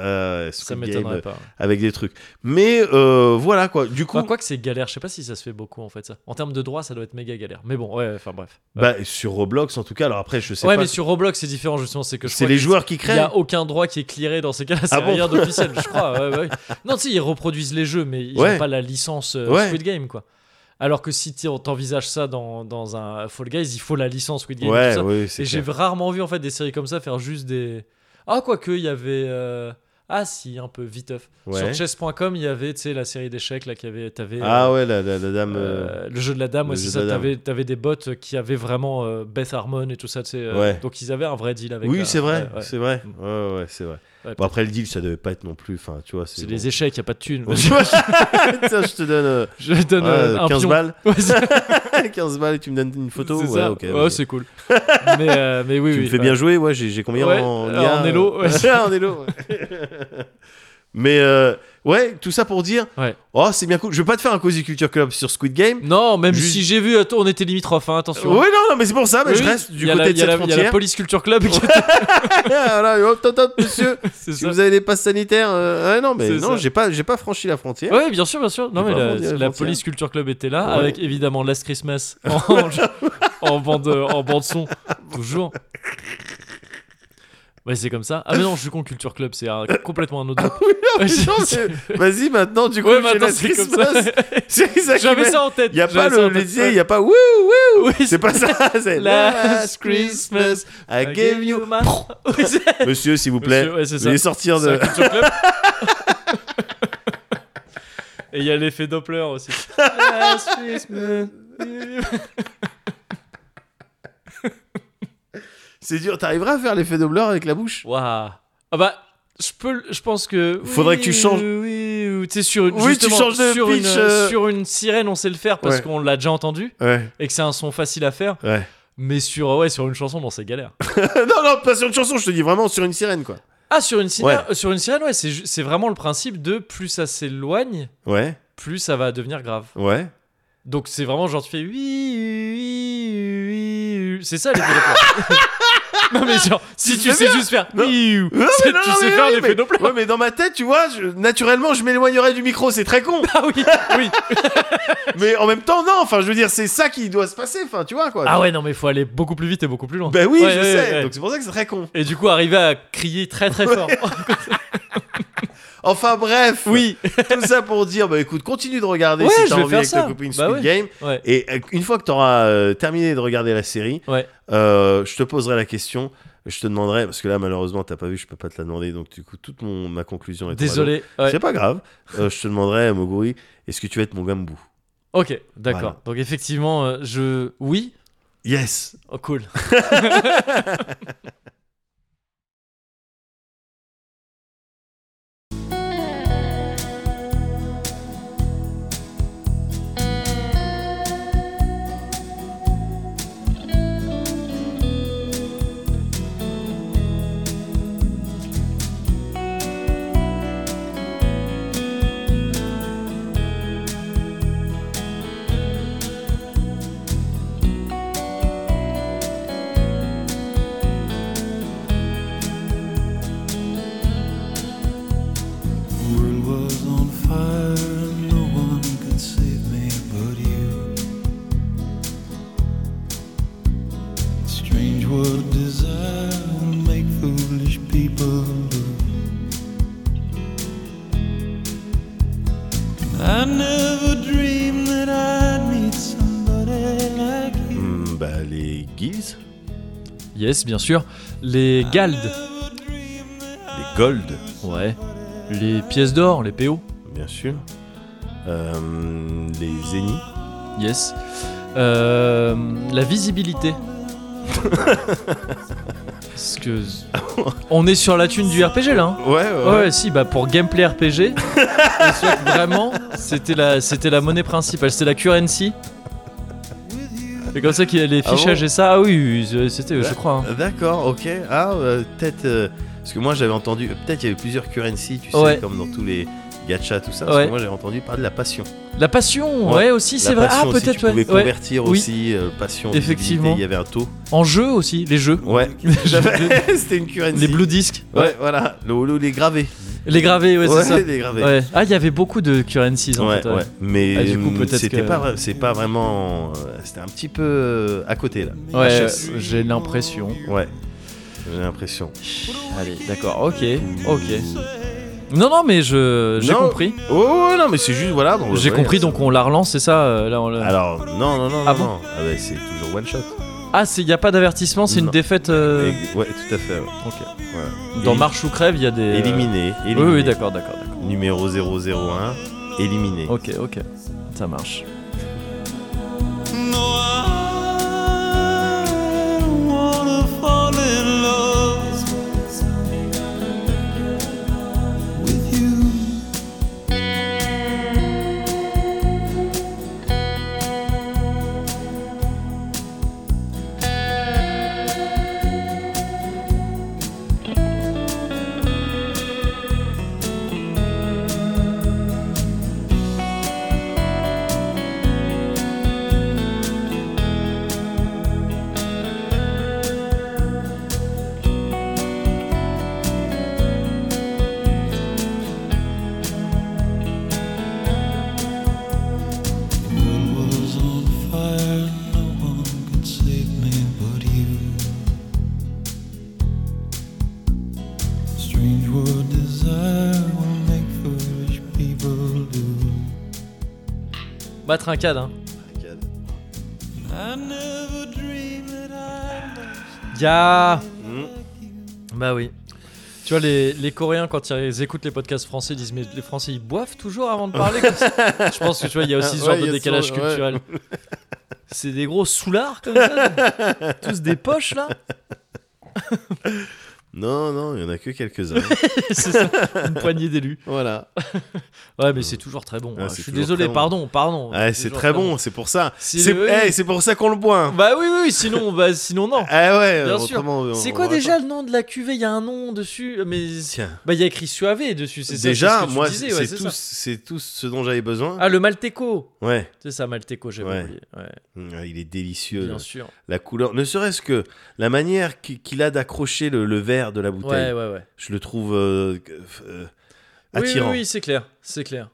Speaker 2: euh,
Speaker 1: ça
Speaker 2: Squid Game,
Speaker 1: m'étonnerait pas. Bah,
Speaker 2: avec des trucs. Mais euh, voilà quoi. Du coup,
Speaker 1: Quoi, quoi que c'est galère, je sais pas si ça se fait beaucoup en fait ça. En termes de droit, ça doit être méga galère. Mais bon, ouais, enfin bref.
Speaker 2: bah, sur Roblox en tout cas. Alors après, je sais
Speaker 1: Ouais,
Speaker 2: pas.
Speaker 1: mais sur Roblox, c'est différent justement, c'est que je
Speaker 2: c'est
Speaker 1: crois
Speaker 2: les
Speaker 1: que-
Speaker 2: joueurs qui
Speaker 1: Il
Speaker 2: créent.
Speaker 1: n'y a aucun droit qui est clearé dans ces cas-là, c'est
Speaker 2: Ah bon
Speaker 1: rien d'officiel, je crois. ouais, ouais. Non, tu sais, ils reproduisent les jeux, mais ils n'ont
Speaker 2: Ouais.
Speaker 1: pas la licence euh,
Speaker 2: Ouais.
Speaker 1: Squid Game, quoi. Alors que si tu- on t'envisage ça dans, dans un Fall Guys, il faut la licence Squid Game. et tout
Speaker 2: Ouais,
Speaker 1: ça.
Speaker 2: ouais,
Speaker 1: et
Speaker 2: c'est
Speaker 1: j'ai
Speaker 2: clair.
Speaker 1: rarement vu en fait des séries comme ça faire juste des. Ah, quoique, il y avait. euh, Ah, si, un peu viteuf. Sur
Speaker 2: Ouais.
Speaker 1: chess.com, il y avait tu sais, la série d'échecs, là, qui avait. T'avais, euh,
Speaker 2: Ah ouais, la, la- la dame. euh,
Speaker 1: euh, le jeu de la dame,
Speaker 2: le
Speaker 1: ouais, c'est
Speaker 2: jeu de
Speaker 1: ça.
Speaker 2: la dame.
Speaker 1: T'avais, t'avais des bots qui avaient vraiment euh, Beth Harmon et tout ça. tu sais, euh,
Speaker 2: Ouais.
Speaker 1: Donc ils avaient un vrai deal avec.
Speaker 2: Oui,
Speaker 1: la-
Speaker 2: c'est vrai,
Speaker 1: ouais, ouais.
Speaker 2: c'est vrai.
Speaker 1: Mm.
Speaker 2: Ouais, ouais, c'est vrai.
Speaker 1: Ouais,
Speaker 2: Bon après le deal, ça devait pas être non plus. Enfin, tu vois,
Speaker 1: C'est
Speaker 2: c'est.
Speaker 1: des
Speaker 2: bon.
Speaker 1: échecs, il a pas de thunes.
Speaker 2: Tu vois, je tiens, je te donne euh,
Speaker 1: Je donne
Speaker 2: ouais,
Speaker 1: euh, un
Speaker 2: 15
Speaker 1: pion.
Speaker 2: balles,
Speaker 1: Ouais, c'est
Speaker 2: 15 balles et tu me donnes une photo.
Speaker 1: c'est
Speaker 2: ouais,
Speaker 1: ça.
Speaker 2: ok,
Speaker 1: Ouais,
Speaker 2: vas-y.
Speaker 1: c'est cool. mais, euh, mais oui,
Speaker 2: tu
Speaker 1: oui.
Speaker 2: me fais
Speaker 1: ouais.
Speaker 2: bien jouer, ouais, j'ai j'ai combien
Speaker 1: Ouais,
Speaker 2: en,
Speaker 1: euh,
Speaker 2: IA,
Speaker 1: en Elo,
Speaker 2: euh, en Elo, ouais. Mais euh, ouais, tout ça pour dire,
Speaker 1: Ouais.
Speaker 2: oh c'est bien cool. Je veux pas te faire un Cozy Culture Club sur Squid Game.
Speaker 1: Non, même
Speaker 2: Juste-
Speaker 1: si j'ai vu, attends, on était limitrophes, hein,
Speaker 2: Oui,
Speaker 1: attention.
Speaker 2: non, non, mais c'est pour ça, mais
Speaker 1: Oui,
Speaker 2: je reste du
Speaker 1: il y a
Speaker 2: côté
Speaker 1: la-
Speaker 2: de
Speaker 1: il y a
Speaker 2: cette
Speaker 1: la- Il y a la
Speaker 2: frontière.
Speaker 1: police culture club. qui-
Speaker 2: Voilà, hop, top, top, monsieur.
Speaker 1: c'est
Speaker 2: si
Speaker 1: ça.
Speaker 2: vous avez des passes sanitaires, euh, ouais, non, mais
Speaker 1: C'est
Speaker 2: non,
Speaker 1: ça.
Speaker 2: j'ai pas, j'ai pas franchi la frontière.
Speaker 1: Ouais, bien sûr, bien sûr. Non,
Speaker 2: J'ai
Speaker 1: mais
Speaker 2: pas
Speaker 1: la,
Speaker 2: vraiment dit la
Speaker 1: la
Speaker 2: frontière.
Speaker 1: police culture club était là,
Speaker 2: Ouais.
Speaker 1: avec évidemment Last Christmas en, en bande, en bande son, toujours. Ouais, c'est comme ça. Ah, mais non, je suis con, Culture Club, c'est un- complètement un autre. groupe. Ouais, c'est-
Speaker 2: Non, c'est- Vas-y, maintenant, du coup,
Speaker 1: Ouais,
Speaker 2: Ah, j'ai
Speaker 1: maintenant,
Speaker 2: la
Speaker 1: c'est comme
Speaker 2: Christmas.
Speaker 1: ça.
Speaker 2: C'est ça qui
Speaker 1: J'avais
Speaker 2: m'a-
Speaker 1: ça en tête.
Speaker 2: Y a pas
Speaker 1: j'avais ça
Speaker 2: le
Speaker 1: en tête.
Speaker 2: laisier, y a pas wouh, wouh.
Speaker 1: Oui,
Speaker 2: C'est pas ça, c'est
Speaker 1: Last Christmas,
Speaker 2: I gave you.
Speaker 1: my- Oui, c'est-
Speaker 2: Monsieur, s'il vous plaît,
Speaker 1: Monsieur, ouais, c'est ça.
Speaker 2: veuillez sortir
Speaker 1: C'est un
Speaker 2: de.
Speaker 1: culture club. Et il y a l'effet Doppler aussi. Last Christmas.
Speaker 2: C'est dur, t'arriveras à faire l'effet Dobler avec la bouche
Speaker 1: Waouh. Ah bah, je peux, le- je pense que.
Speaker 2: Faudrait que tu changes.
Speaker 1: Oui, oui, ou tu sais, sur une.
Speaker 2: Oui, tu
Speaker 1: justement,
Speaker 2: changes de
Speaker 1: sur
Speaker 2: pitch,
Speaker 1: Une,
Speaker 2: euh.
Speaker 1: Sur une sirène, on sait le faire parce
Speaker 2: Ouais.
Speaker 1: qu'on l'a déjà entendu
Speaker 2: Ouais,
Speaker 1: et que c'est un son facile à faire.
Speaker 2: ouais.
Speaker 1: Mais sur, euh, ouais, sur une chanson, bon, c'est galère.
Speaker 2: non, non, pas sur une chanson, je te dis vraiment sur une sirène, quoi.
Speaker 1: Ah, sur une sirène,
Speaker 2: Ouais.
Speaker 1: euh, sur une sirène, ouais, c'est ju- c'est vraiment le principe de plus ça s'éloigne,
Speaker 2: Ouais,
Speaker 1: plus ça va devenir grave.
Speaker 2: ouais.
Speaker 1: Donc c'est vraiment genre tu fais oui, oui, oui, oui. c'est ça l'effet Doppler. non mais genre si tu
Speaker 2: fais
Speaker 1: sais juste faire
Speaker 2: Non.
Speaker 1: oui, oui,
Speaker 2: Non,
Speaker 1: c'est-
Speaker 2: mais non,
Speaker 1: tu
Speaker 2: non,
Speaker 1: sais
Speaker 2: mais
Speaker 1: faire
Speaker 2: oui,
Speaker 1: l'effet
Speaker 2: mais-
Speaker 1: Doppler.
Speaker 2: Ouais, mais dans ma tête, tu vois, je- naturellement, je m'éloignerais du micro, c'est très con.
Speaker 1: Ah oui, oui.
Speaker 2: mais en même temps, non, enfin, je veux dire, c'est ça qui doit se passer, enfin, tu vois, quoi.
Speaker 1: Ah ouais non mais faut aller beaucoup plus vite et beaucoup plus loin.
Speaker 2: Ben oui,
Speaker 1: Ouais,
Speaker 2: je
Speaker 1: ouais,
Speaker 2: sais,
Speaker 1: ouais.
Speaker 2: donc c'est pour ça que c'est très con.
Speaker 1: Et du coup arriver à crier très très fort.
Speaker 2: Enfin, bref.
Speaker 1: oui.
Speaker 2: Tout ça pour dire, bah écoute, continue de regarder
Speaker 1: Ouais,
Speaker 2: si
Speaker 1: je
Speaker 2: t'as
Speaker 1: vais
Speaker 2: envie
Speaker 1: faire
Speaker 2: avec
Speaker 1: ça.
Speaker 2: ta copine
Speaker 1: Bah
Speaker 2: Squid
Speaker 1: ouais.
Speaker 2: Game.
Speaker 1: Ouais.
Speaker 2: Et euh, une fois que t'auras euh, terminé de regarder la série,
Speaker 1: Ouais.
Speaker 2: euh, je te poserai la question. Je te demanderai, parce que là, malheureusement, t'as pas vu, je peux pas te la demander. Donc, du coup, toute mon, ma conclusion est.
Speaker 1: Désolé. Ouais.
Speaker 2: C'est pas grave. Euh, je te demanderai, Moguri, est-ce que tu vas être mon gambou
Speaker 1: Ok, d'accord.
Speaker 2: Voilà.
Speaker 1: Donc effectivement euh, je oui,
Speaker 2: Yes
Speaker 1: oh, cool.
Speaker 3: world was on fire and no one could save me but you. Strange what desire will make foolish people do. I never dreamed that I'd meet somebody like you.
Speaker 2: Hmm, Bah, les Guise
Speaker 1: Yes, bien sûr. Les galdes.
Speaker 2: Les Gold
Speaker 1: Ouais. Les pièces d'or, les PO.
Speaker 2: Bien sûr. Euh, les Zénith
Speaker 1: Yes. Euh, la visibilité. Parce que on est sur la thune du RPG là. hein.
Speaker 2: Ouais, ouais.
Speaker 1: Ouais, si, bah pour gameplay RPG, je souhaite vraiment, c'était la, c'était la monnaie principale, c'était la currency. C'est comme ça qu'il y a les
Speaker 2: Ah bon
Speaker 1: fichages et ça. Ah oui, oui, c'était, je crois. hein.
Speaker 2: D'accord, ok. Ah, euh, peut-être. euh, parce que moi j'avais entendu. euh, Peut-être il y avait plusieurs currencies, tu sais,
Speaker 1: Ouais.
Speaker 2: comme dans tous les gachas, tout ça.
Speaker 1: Ouais.
Speaker 2: Parce que moi j'avais entendu parler de la passion.
Speaker 1: hein. La passion,
Speaker 2: Ouais.
Speaker 1: ouais, aussi, c'est vrai. Ah,
Speaker 2: peut-être. Tu
Speaker 1: peut-être, ouais.
Speaker 2: pouvais
Speaker 1: ouais.
Speaker 2: convertir
Speaker 1: Oui.
Speaker 2: aussi euh, passion. visibilité,
Speaker 1: Effectivement.
Speaker 2: Il y avait un taux.
Speaker 1: En jeu aussi, les jeux.
Speaker 2: Ouais. J'avais- C'était une currency.
Speaker 1: les blue discs.
Speaker 2: Ouais, voilà. Le holo, les gravés.
Speaker 1: Les gravés, ouais, c'est ça.
Speaker 2: les gravés.
Speaker 1: Ouais. Ah, il y avait beaucoup de currencies en
Speaker 2: Ouais,
Speaker 1: fait. ouais.
Speaker 2: ouais. mais
Speaker 1: Ah, du coup,
Speaker 2: hum,
Speaker 1: peut-être
Speaker 2: c'était
Speaker 1: que-
Speaker 2: pas, vra- c'est pas vraiment, euh, c'était un petit peu euh, à côté là.
Speaker 1: Ouais, euh,
Speaker 2: HS.
Speaker 1: j'ai l'impression.
Speaker 2: Ouais, j'ai l'impression.
Speaker 1: Allez, d'accord, ok, ok. Non, non, mais je, j'ai
Speaker 2: Non.
Speaker 1: compris.
Speaker 2: Oh ouais, non, mais c'est juste voilà. bon,
Speaker 1: J'ai
Speaker 2: ouais,
Speaker 1: compris,
Speaker 2: ça-
Speaker 1: donc on la relance, c'est ça euh, là, on la-
Speaker 2: Alors, non, non, non,
Speaker 1: Ah
Speaker 2: non,
Speaker 1: bon
Speaker 2: non. Ah bah, c'est toujours one shot.
Speaker 1: Ah, il n'y a pas d'avertissement, c'est une
Speaker 2: Non.
Speaker 1: défaite. euh,
Speaker 2: Et- ouais, tout à fait. ouais.
Speaker 1: ok.
Speaker 2: Voilà.
Speaker 1: Dans
Speaker 2: Éli-
Speaker 1: Marche ou Crève, il y a des. euh,
Speaker 2: Éliminé.
Speaker 1: Oui,
Speaker 2: éliminé.
Speaker 1: oui, d'accord, d'accord, d'accord.
Speaker 2: Numéro 001, éliminé.
Speaker 1: Ok, ok, ça marche.
Speaker 3: No, I don't wanna fall in love with you. Moon was on fire, no one could save me but you. Strange what desire will make foolish people do.
Speaker 1: Battre un cadre. hein.
Speaker 3: I never dreamed that I'd
Speaker 1: Ya
Speaker 2: Hmm.
Speaker 1: Bah oui. Tu vois, les, les Coréens, quand ils écoutent les podcasts français, ils disent Mais les Français, ils boivent toujours avant de parler comme ça. Je pense que tu vois, il y a aussi ce genre
Speaker 2: Ouais, il y
Speaker 1: de
Speaker 2: a
Speaker 1: décalage
Speaker 2: ce- ouais.
Speaker 1: culturel. C'est des gros soulards comme ça Tous des poches là
Speaker 2: Non, non, il y en a que quelques-uns.
Speaker 1: C'est ça, une poignée d'élus.
Speaker 2: voilà.
Speaker 1: Ouais, mais c'est toujours très bon.
Speaker 2: Ah,
Speaker 1: hein.
Speaker 2: c'est
Speaker 1: Je suis
Speaker 2: toujours
Speaker 1: désolé,
Speaker 2: très bon.
Speaker 1: pardon, pardon.
Speaker 2: Ah Ouais, c'est
Speaker 1: toujours
Speaker 2: très bon, c'est pour ça.
Speaker 1: Si-
Speaker 2: C'est
Speaker 1: oui.
Speaker 2: hey, c'est pour ça qu'on le boit.
Speaker 1: Bah oui, oui, oui, sinon, bah, sinon non.
Speaker 2: Eh ouais,
Speaker 1: Bien sûr.
Speaker 2: autrement, on-
Speaker 1: C'est
Speaker 2: on
Speaker 1: quoi
Speaker 2: aurait
Speaker 1: déjà le nom de la cuvée Il y a un nom dessus, mais
Speaker 2: Tiens.
Speaker 1: bah il y a écrit Suave dessus. C'est ça,
Speaker 2: Déjà,
Speaker 1: c'est ce que tu
Speaker 2: moi,
Speaker 1: disais,
Speaker 2: c'est
Speaker 1: ouais,
Speaker 2: tout,
Speaker 1: ça.
Speaker 2: c'est tout ce dont j'avais besoin.
Speaker 1: Ah le Malteco,
Speaker 2: Ouais,
Speaker 1: c'est ça Malteco, j'avais
Speaker 2: Ouais.
Speaker 1: oublié. Ouais,
Speaker 2: Mm, il est délicieux.
Speaker 1: bien
Speaker 2: là.
Speaker 1: sûr.
Speaker 2: La couleur, ne serait-ce que la manière qui- qu'il a d'accrocher le, le verre de la
Speaker 1: Ouais, ouais,
Speaker 2: bouteille,
Speaker 1: ouais.
Speaker 2: je le trouve euh, euh,
Speaker 1: Oui, oui,
Speaker 2: attirant.
Speaker 1: oui, c'est clair, c'est clair.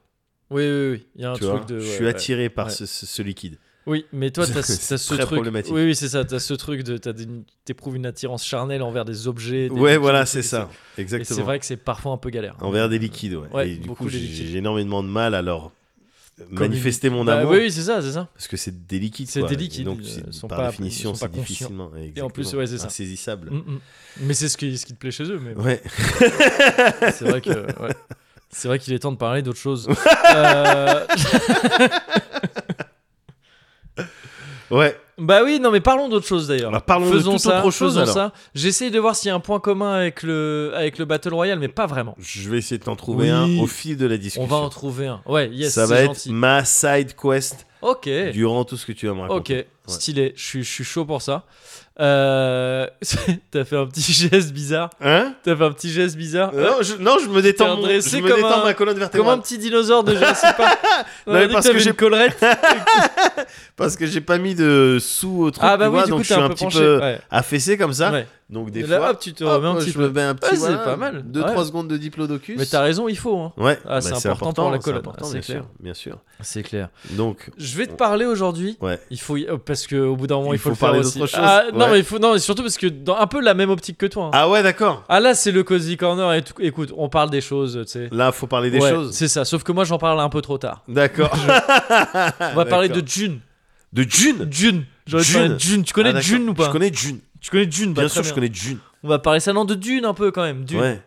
Speaker 1: Oui, oui, oui. Il y a un
Speaker 2: tu
Speaker 1: truc
Speaker 2: vois,
Speaker 1: de.
Speaker 2: je
Speaker 1: ouais,
Speaker 2: suis
Speaker 1: ouais.
Speaker 2: attiré par
Speaker 1: Ouais.
Speaker 2: ce, ce- ce liquide.
Speaker 1: Oui, mais toi, t'as,
Speaker 2: C'est
Speaker 1: t'as ce
Speaker 2: très
Speaker 1: truc.
Speaker 2: problématique.
Speaker 1: Oui, oui, c'est ça. T'as ce truc de, t'as des- t'éprouves une attirance charnelle envers des objets. des
Speaker 2: Ouais,
Speaker 1: liquides,
Speaker 2: voilà,
Speaker 1: des
Speaker 2: c'est
Speaker 1: trucs,
Speaker 2: ça.
Speaker 1: Et c'est
Speaker 2: Exactement.
Speaker 1: vrai que c'est parfois un peu galère.
Speaker 2: Envers des liquides, ouais.
Speaker 1: Ouais,
Speaker 2: Et du
Speaker 1: beaucoup
Speaker 2: coup,
Speaker 1: des
Speaker 2: j'ai
Speaker 1: liquides.
Speaker 2: j'ai énormément de mal à leur manifester mon
Speaker 1: Bah
Speaker 2: amour.
Speaker 1: oui, oui, c'est ça, c'est ça.
Speaker 2: Parce que c'est des liquides.
Speaker 1: C'est
Speaker 2: quoi.
Speaker 1: des
Speaker 2: Et
Speaker 1: liquides,
Speaker 2: Donc,
Speaker 1: ils,
Speaker 2: c'est-
Speaker 1: euh, sont
Speaker 2: par
Speaker 1: pas-
Speaker 2: définition,
Speaker 1: ils sont
Speaker 2: c'est
Speaker 1: pas conscients.
Speaker 2: difficilement.
Speaker 1: Et en plus,
Speaker 2: exactement,
Speaker 1: ouais, c'est ça.
Speaker 2: Insaisissable.
Speaker 1: Mm, mm. Mais c'est ce qui, ce qui te plaît chez eux. Mais
Speaker 2: Ouais.
Speaker 1: c'est vrai que, ouais. c'est vrai qu'il est temps de parler d'autre chose. Euh,
Speaker 2: Ouais.
Speaker 1: Bah oui, non, mais parlons d'autre chose d'ailleurs.
Speaker 2: Bah, parlons de
Speaker 1: faisons
Speaker 2: toute
Speaker 1: ça,
Speaker 2: autre chose,
Speaker 1: faisons
Speaker 2: alors.
Speaker 1: ça. J'essaye de voir s'il y a un point commun avec le avec le battle royale, mais pas vraiment.
Speaker 2: Je vais essayer de t'en trouver
Speaker 1: Oui.
Speaker 2: un au fil de la discussion.
Speaker 1: On va en trouver un. Ouais, yes,
Speaker 2: ça
Speaker 1: c'est
Speaker 2: va
Speaker 1: gentil.
Speaker 2: être ma side quest
Speaker 1: Ok.
Speaker 2: durant tout ce que tu vas me
Speaker 1: Ok,
Speaker 2: raconter.
Speaker 1: stylé, je suis- je suis chaud pour ça. Euh, T'as fait un petit geste bizarre.
Speaker 2: Hein
Speaker 1: T'as fait un petit geste bizarre.
Speaker 2: Euh, non, je, non, je me
Speaker 1: T'es
Speaker 2: détends, mon- je
Speaker 1: dressé
Speaker 2: me
Speaker 1: comme
Speaker 2: détends
Speaker 1: un-
Speaker 2: ma colonne
Speaker 1: Comme un
Speaker 2: vertébrale.
Speaker 1: petit dinosaure de Jurassic Park. On
Speaker 2: Non,
Speaker 1: a
Speaker 2: mais
Speaker 1: dit que
Speaker 2: parce
Speaker 1: t'avais
Speaker 2: que
Speaker 1: une
Speaker 2: j'ai-
Speaker 1: collerette.
Speaker 2: Parce que j'ai pas mis de sous au truc,
Speaker 1: Ah bah
Speaker 2: tu
Speaker 1: oui,
Speaker 2: vois,
Speaker 1: du
Speaker 2: donc
Speaker 1: coup
Speaker 2: je
Speaker 1: t'es
Speaker 2: suis
Speaker 1: un
Speaker 2: un
Speaker 1: peu
Speaker 2: petit
Speaker 1: penché.
Speaker 2: peu
Speaker 1: ouais.
Speaker 2: affaissé comme ça.
Speaker 1: Ouais.
Speaker 2: Donc des
Speaker 1: Et là,
Speaker 2: fois,
Speaker 1: hop, tu te remets un
Speaker 2: hop,
Speaker 1: petit
Speaker 2: je
Speaker 1: peu.
Speaker 2: me mets un petit
Speaker 1: Ouais, c'est
Speaker 2: voilà,
Speaker 1: pas mal.
Speaker 2: Deux
Speaker 1: Ouais.
Speaker 2: trois secondes de diplodocus.
Speaker 1: Mais t'as raison, il faut. hein.
Speaker 2: Ouais,
Speaker 1: Ah, c'est
Speaker 2: bah,
Speaker 1: important pour la
Speaker 2: c'est
Speaker 1: colonne.
Speaker 2: important,
Speaker 1: Ah, c'est
Speaker 2: bien
Speaker 1: clair.
Speaker 2: sûr, bien sûr.
Speaker 1: C'est clair.
Speaker 2: Donc
Speaker 1: Je vais te parler aujourd'hui.
Speaker 2: ouais,
Speaker 1: Il faut y- euh, parce que au bout d'un moment
Speaker 2: Il
Speaker 1: il faut,
Speaker 2: faut
Speaker 1: le faire
Speaker 2: parler
Speaker 1: aussi.
Speaker 2: d'autre chose.
Speaker 1: Ah, non
Speaker 2: Ouais.
Speaker 1: mais il faut non mais surtout parce que dans un peu la même optique que toi. hein.
Speaker 2: ah ouais, d'accord.
Speaker 1: Ah là c'est le cozy corner et tout. Écoute, on parle des choses, tu sais.
Speaker 2: Là, faut parler des
Speaker 1: Ouais,
Speaker 2: choses.
Speaker 1: C'est ça, sauf que moi j'en parle un peu trop tard.
Speaker 2: D'accord.
Speaker 1: On va parler de June.
Speaker 2: de Ah, June.
Speaker 1: June. J'aurais dû parler
Speaker 2: Dune.
Speaker 1: de Dune. Tu connais
Speaker 2: Ah, d'accord.
Speaker 1: Dune ou pas
Speaker 2: Je connais June.
Speaker 1: Tu connais Dune bah,
Speaker 2: Bien
Speaker 1: très
Speaker 2: sûr, je connais June.
Speaker 1: On va parler ça non de Dune un peu quand même. Dune.
Speaker 2: Ouais.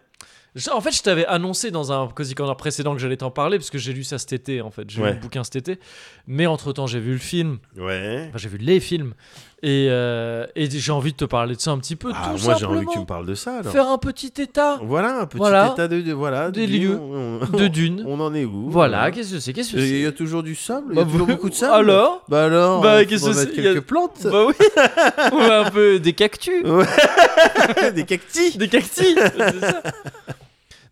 Speaker 1: Je- En fait, je t'avais annoncé dans un Cozy Corner précédent que j'allais t'en parler parce que j'ai lu ça cet été en fait. J'ai
Speaker 2: Ouais.
Speaker 1: lu le bouquin cet été, mais entre temps j'ai vu le film.
Speaker 2: Ouais.
Speaker 1: Enfin, j'ai vu les films et, euh, et j'ai envie de te parler de ça un petit peu.
Speaker 2: Ah,
Speaker 1: tout
Speaker 2: moi j'ai
Speaker 1: simplement.
Speaker 2: envie que tu me parles de ça alors.
Speaker 1: Faire un petit état
Speaker 2: Voilà, un petit
Speaker 1: Voilà.
Speaker 2: état de, de- voilà,
Speaker 1: Des
Speaker 2: Dune,
Speaker 1: lieux.
Speaker 2: on-
Speaker 1: de Dune.
Speaker 2: On en est où
Speaker 1: Voilà, qu'est-ce que c'est Qu'est-ce que
Speaker 2: Il y a
Speaker 1: c'est
Speaker 2: toujours du sable, il y
Speaker 1: Bah,
Speaker 2: a toujours
Speaker 1: vous-
Speaker 2: beaucoup de sable.
Speaker 1: Alors
Speaker 2: Bah alors,
Speaker 1: Bah,
Speaker 2: faut
Speaker 1: qu'est-ce
Speaker 2: en
Speaker 1: que
Speaker 2: mettre
Speaker 1: c'est Il y a-
Speaker 2: quelques plantes,
Speaker 1: Bah oui On a un peu des cactus Bah,
Speaker 2: des cactus.
Speaker 1: Des cactus c'est ça.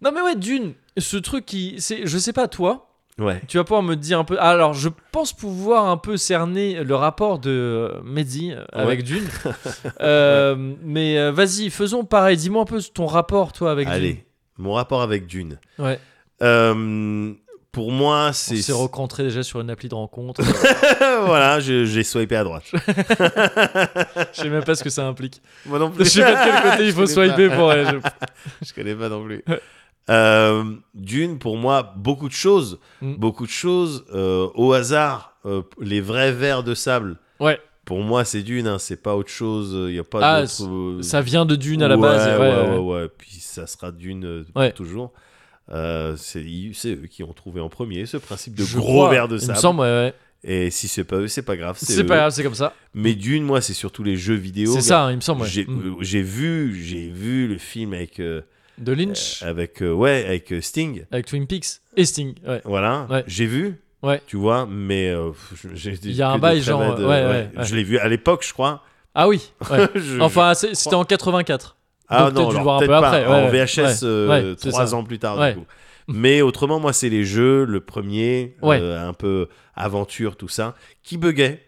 Speaker 1: Non mais ouais, Dune, ce truc qui. c'est- Je sais pas toi,
Speaker 2: Ouais.
Speaker 1: Tu vas pouvoir me dire un peu. Alors, je pense pouvoir un peu cerner le rapport de euh, Mehdi euh, avec
Speaker 2: Ouais.
Speaker 1: Dune. Euh, Mais euh, vas-y, faisons pareil. Dis-moi un peu ton rapport, toi, avec
Speaker 2: Allez, mon rapport avec Dune.
Speaker 1: Dune. Ouais.
Speaker 2: Euh, pour moi,
Speaker 1: On
Speaker 2: c'est
Speaker 1: s'est rencontré déjà sur une appli de rencontre.
Speaker 2: voilà, je- j'ai swipé à droite.
Speaker 1: je sais même pas ce que ça implique.
Speaker 2: Moi non
Speaker 1: Je
Speaker 2: plus.
Speaker 1: sais pas de quel côté il faut
Speaker 2: Je connais
Speaker 1: swiper
Speaker 2: pas.
Speaker 1: pour aller. je-
Speaker 2: Je connais pas non plus.
Speaker 1: Ouais.
Speaker 2: Euh, Dune, pour moi, beaucoup de choses,
Speaker 1: Mm.
Speaker 2: beaucoup de choses euh, au hasard. euh, les vrais vers de sable.
Speaker 1: Ouais.
Speaker 2: Pour moi, c'est Dune, hein, c'est pas autre chose. Il y a pas
Speaker 1: Ah,
Speaker 2: d'autre. euh,
Speaker 1: Ça vient de Dune à la
Speaker 2: Ouais,
Speaker 1: base. et
Speaker 2: Ouais,
Speaker 1: ouais, ouais.
Speaker 2: ouais, ouais. Puis ça sera Dune euh,
Speaker 1: Ouais.
Speaker 2: toujours. Euh, c'est ils- c'est eux qui ont trouvé en premier ce principe de
Speaker 1: Je
Speaker 2: gros
Speaker 1: crois,
Speaker 2: vers de
Speaker 1: il
Speaker 2: sable.
Speaker 1: me semble, ouais, ouais.
Speaker 2: Et si c'est pas eux, c'est pas grave.
Speaker 1: C'est
Speaker 2: eux.
Speaker 1: pas grave, c'est comme ça.
Speaker 2: Mais Dune, moi, c'est surtout les jeux vidéo.
Speaker 1: C'est ça, hein, il me semble. ouais.
Speaker 2: J'ai
Speaker 1: Mm.
Speaker 2: euh, j'ai vu, j'ai vu le film avec euh,
Speaker 1: De Lynch
Speaker 2: avec euh, ouais avec euh, Sting.
Speaker 1: avec Twin Peaks et Sting. Ouais.
Speaker 2: Voilà,
Speaker 1: Ouais.
Speaker 2: j'ai vu.
Speaker 1: Ouais.
Speaker 2: Tu vois, mais euh, pff, j'ai
Speaker 1: Il y a
Speaker 2: que
Speaker 1: un
Speaker 2: des
Speaker 1: bail,
Speaker 2: très
Speaker 1: genre,
Speaker 2: bad,
Speaker 1: ouais,
Speaker 2: euh,
Speaker 1: ouais, ouais.
Speaker 2: Je l'ai vu à l'époque, je crois.
Speaker 1: Ah oui. ouais.
Speaker 2: Je-
Speaker 1: Enfin, c'est- c'était en 84.
Speaker 2: ah
Speaker 1: donc t'as
Speaker 2: non,
Speaker 1: dû le
Speaker 2: alors,
Speaker 1: voir un peu
Speaker 2: peut-être pas
Speaker 1: après,
Speaker 2: en
Speaker 1: ouais,
Speaker 2: VHS
Speaker 1: ouais,
Speaker 2: euh,
Speaker 1: ouais, c'est
Speaker 2: trois
Speaker 1: ça.
Speaker 2: ans plus tard.
Speaker 1: Ouais.
Speaker 2: Du coup. Mais autrement, moi, c'est les jeux, le premier,
Speaker 1: Ouais.
Speaker 2: euh, un peu aventure, tout ça, qui buguait,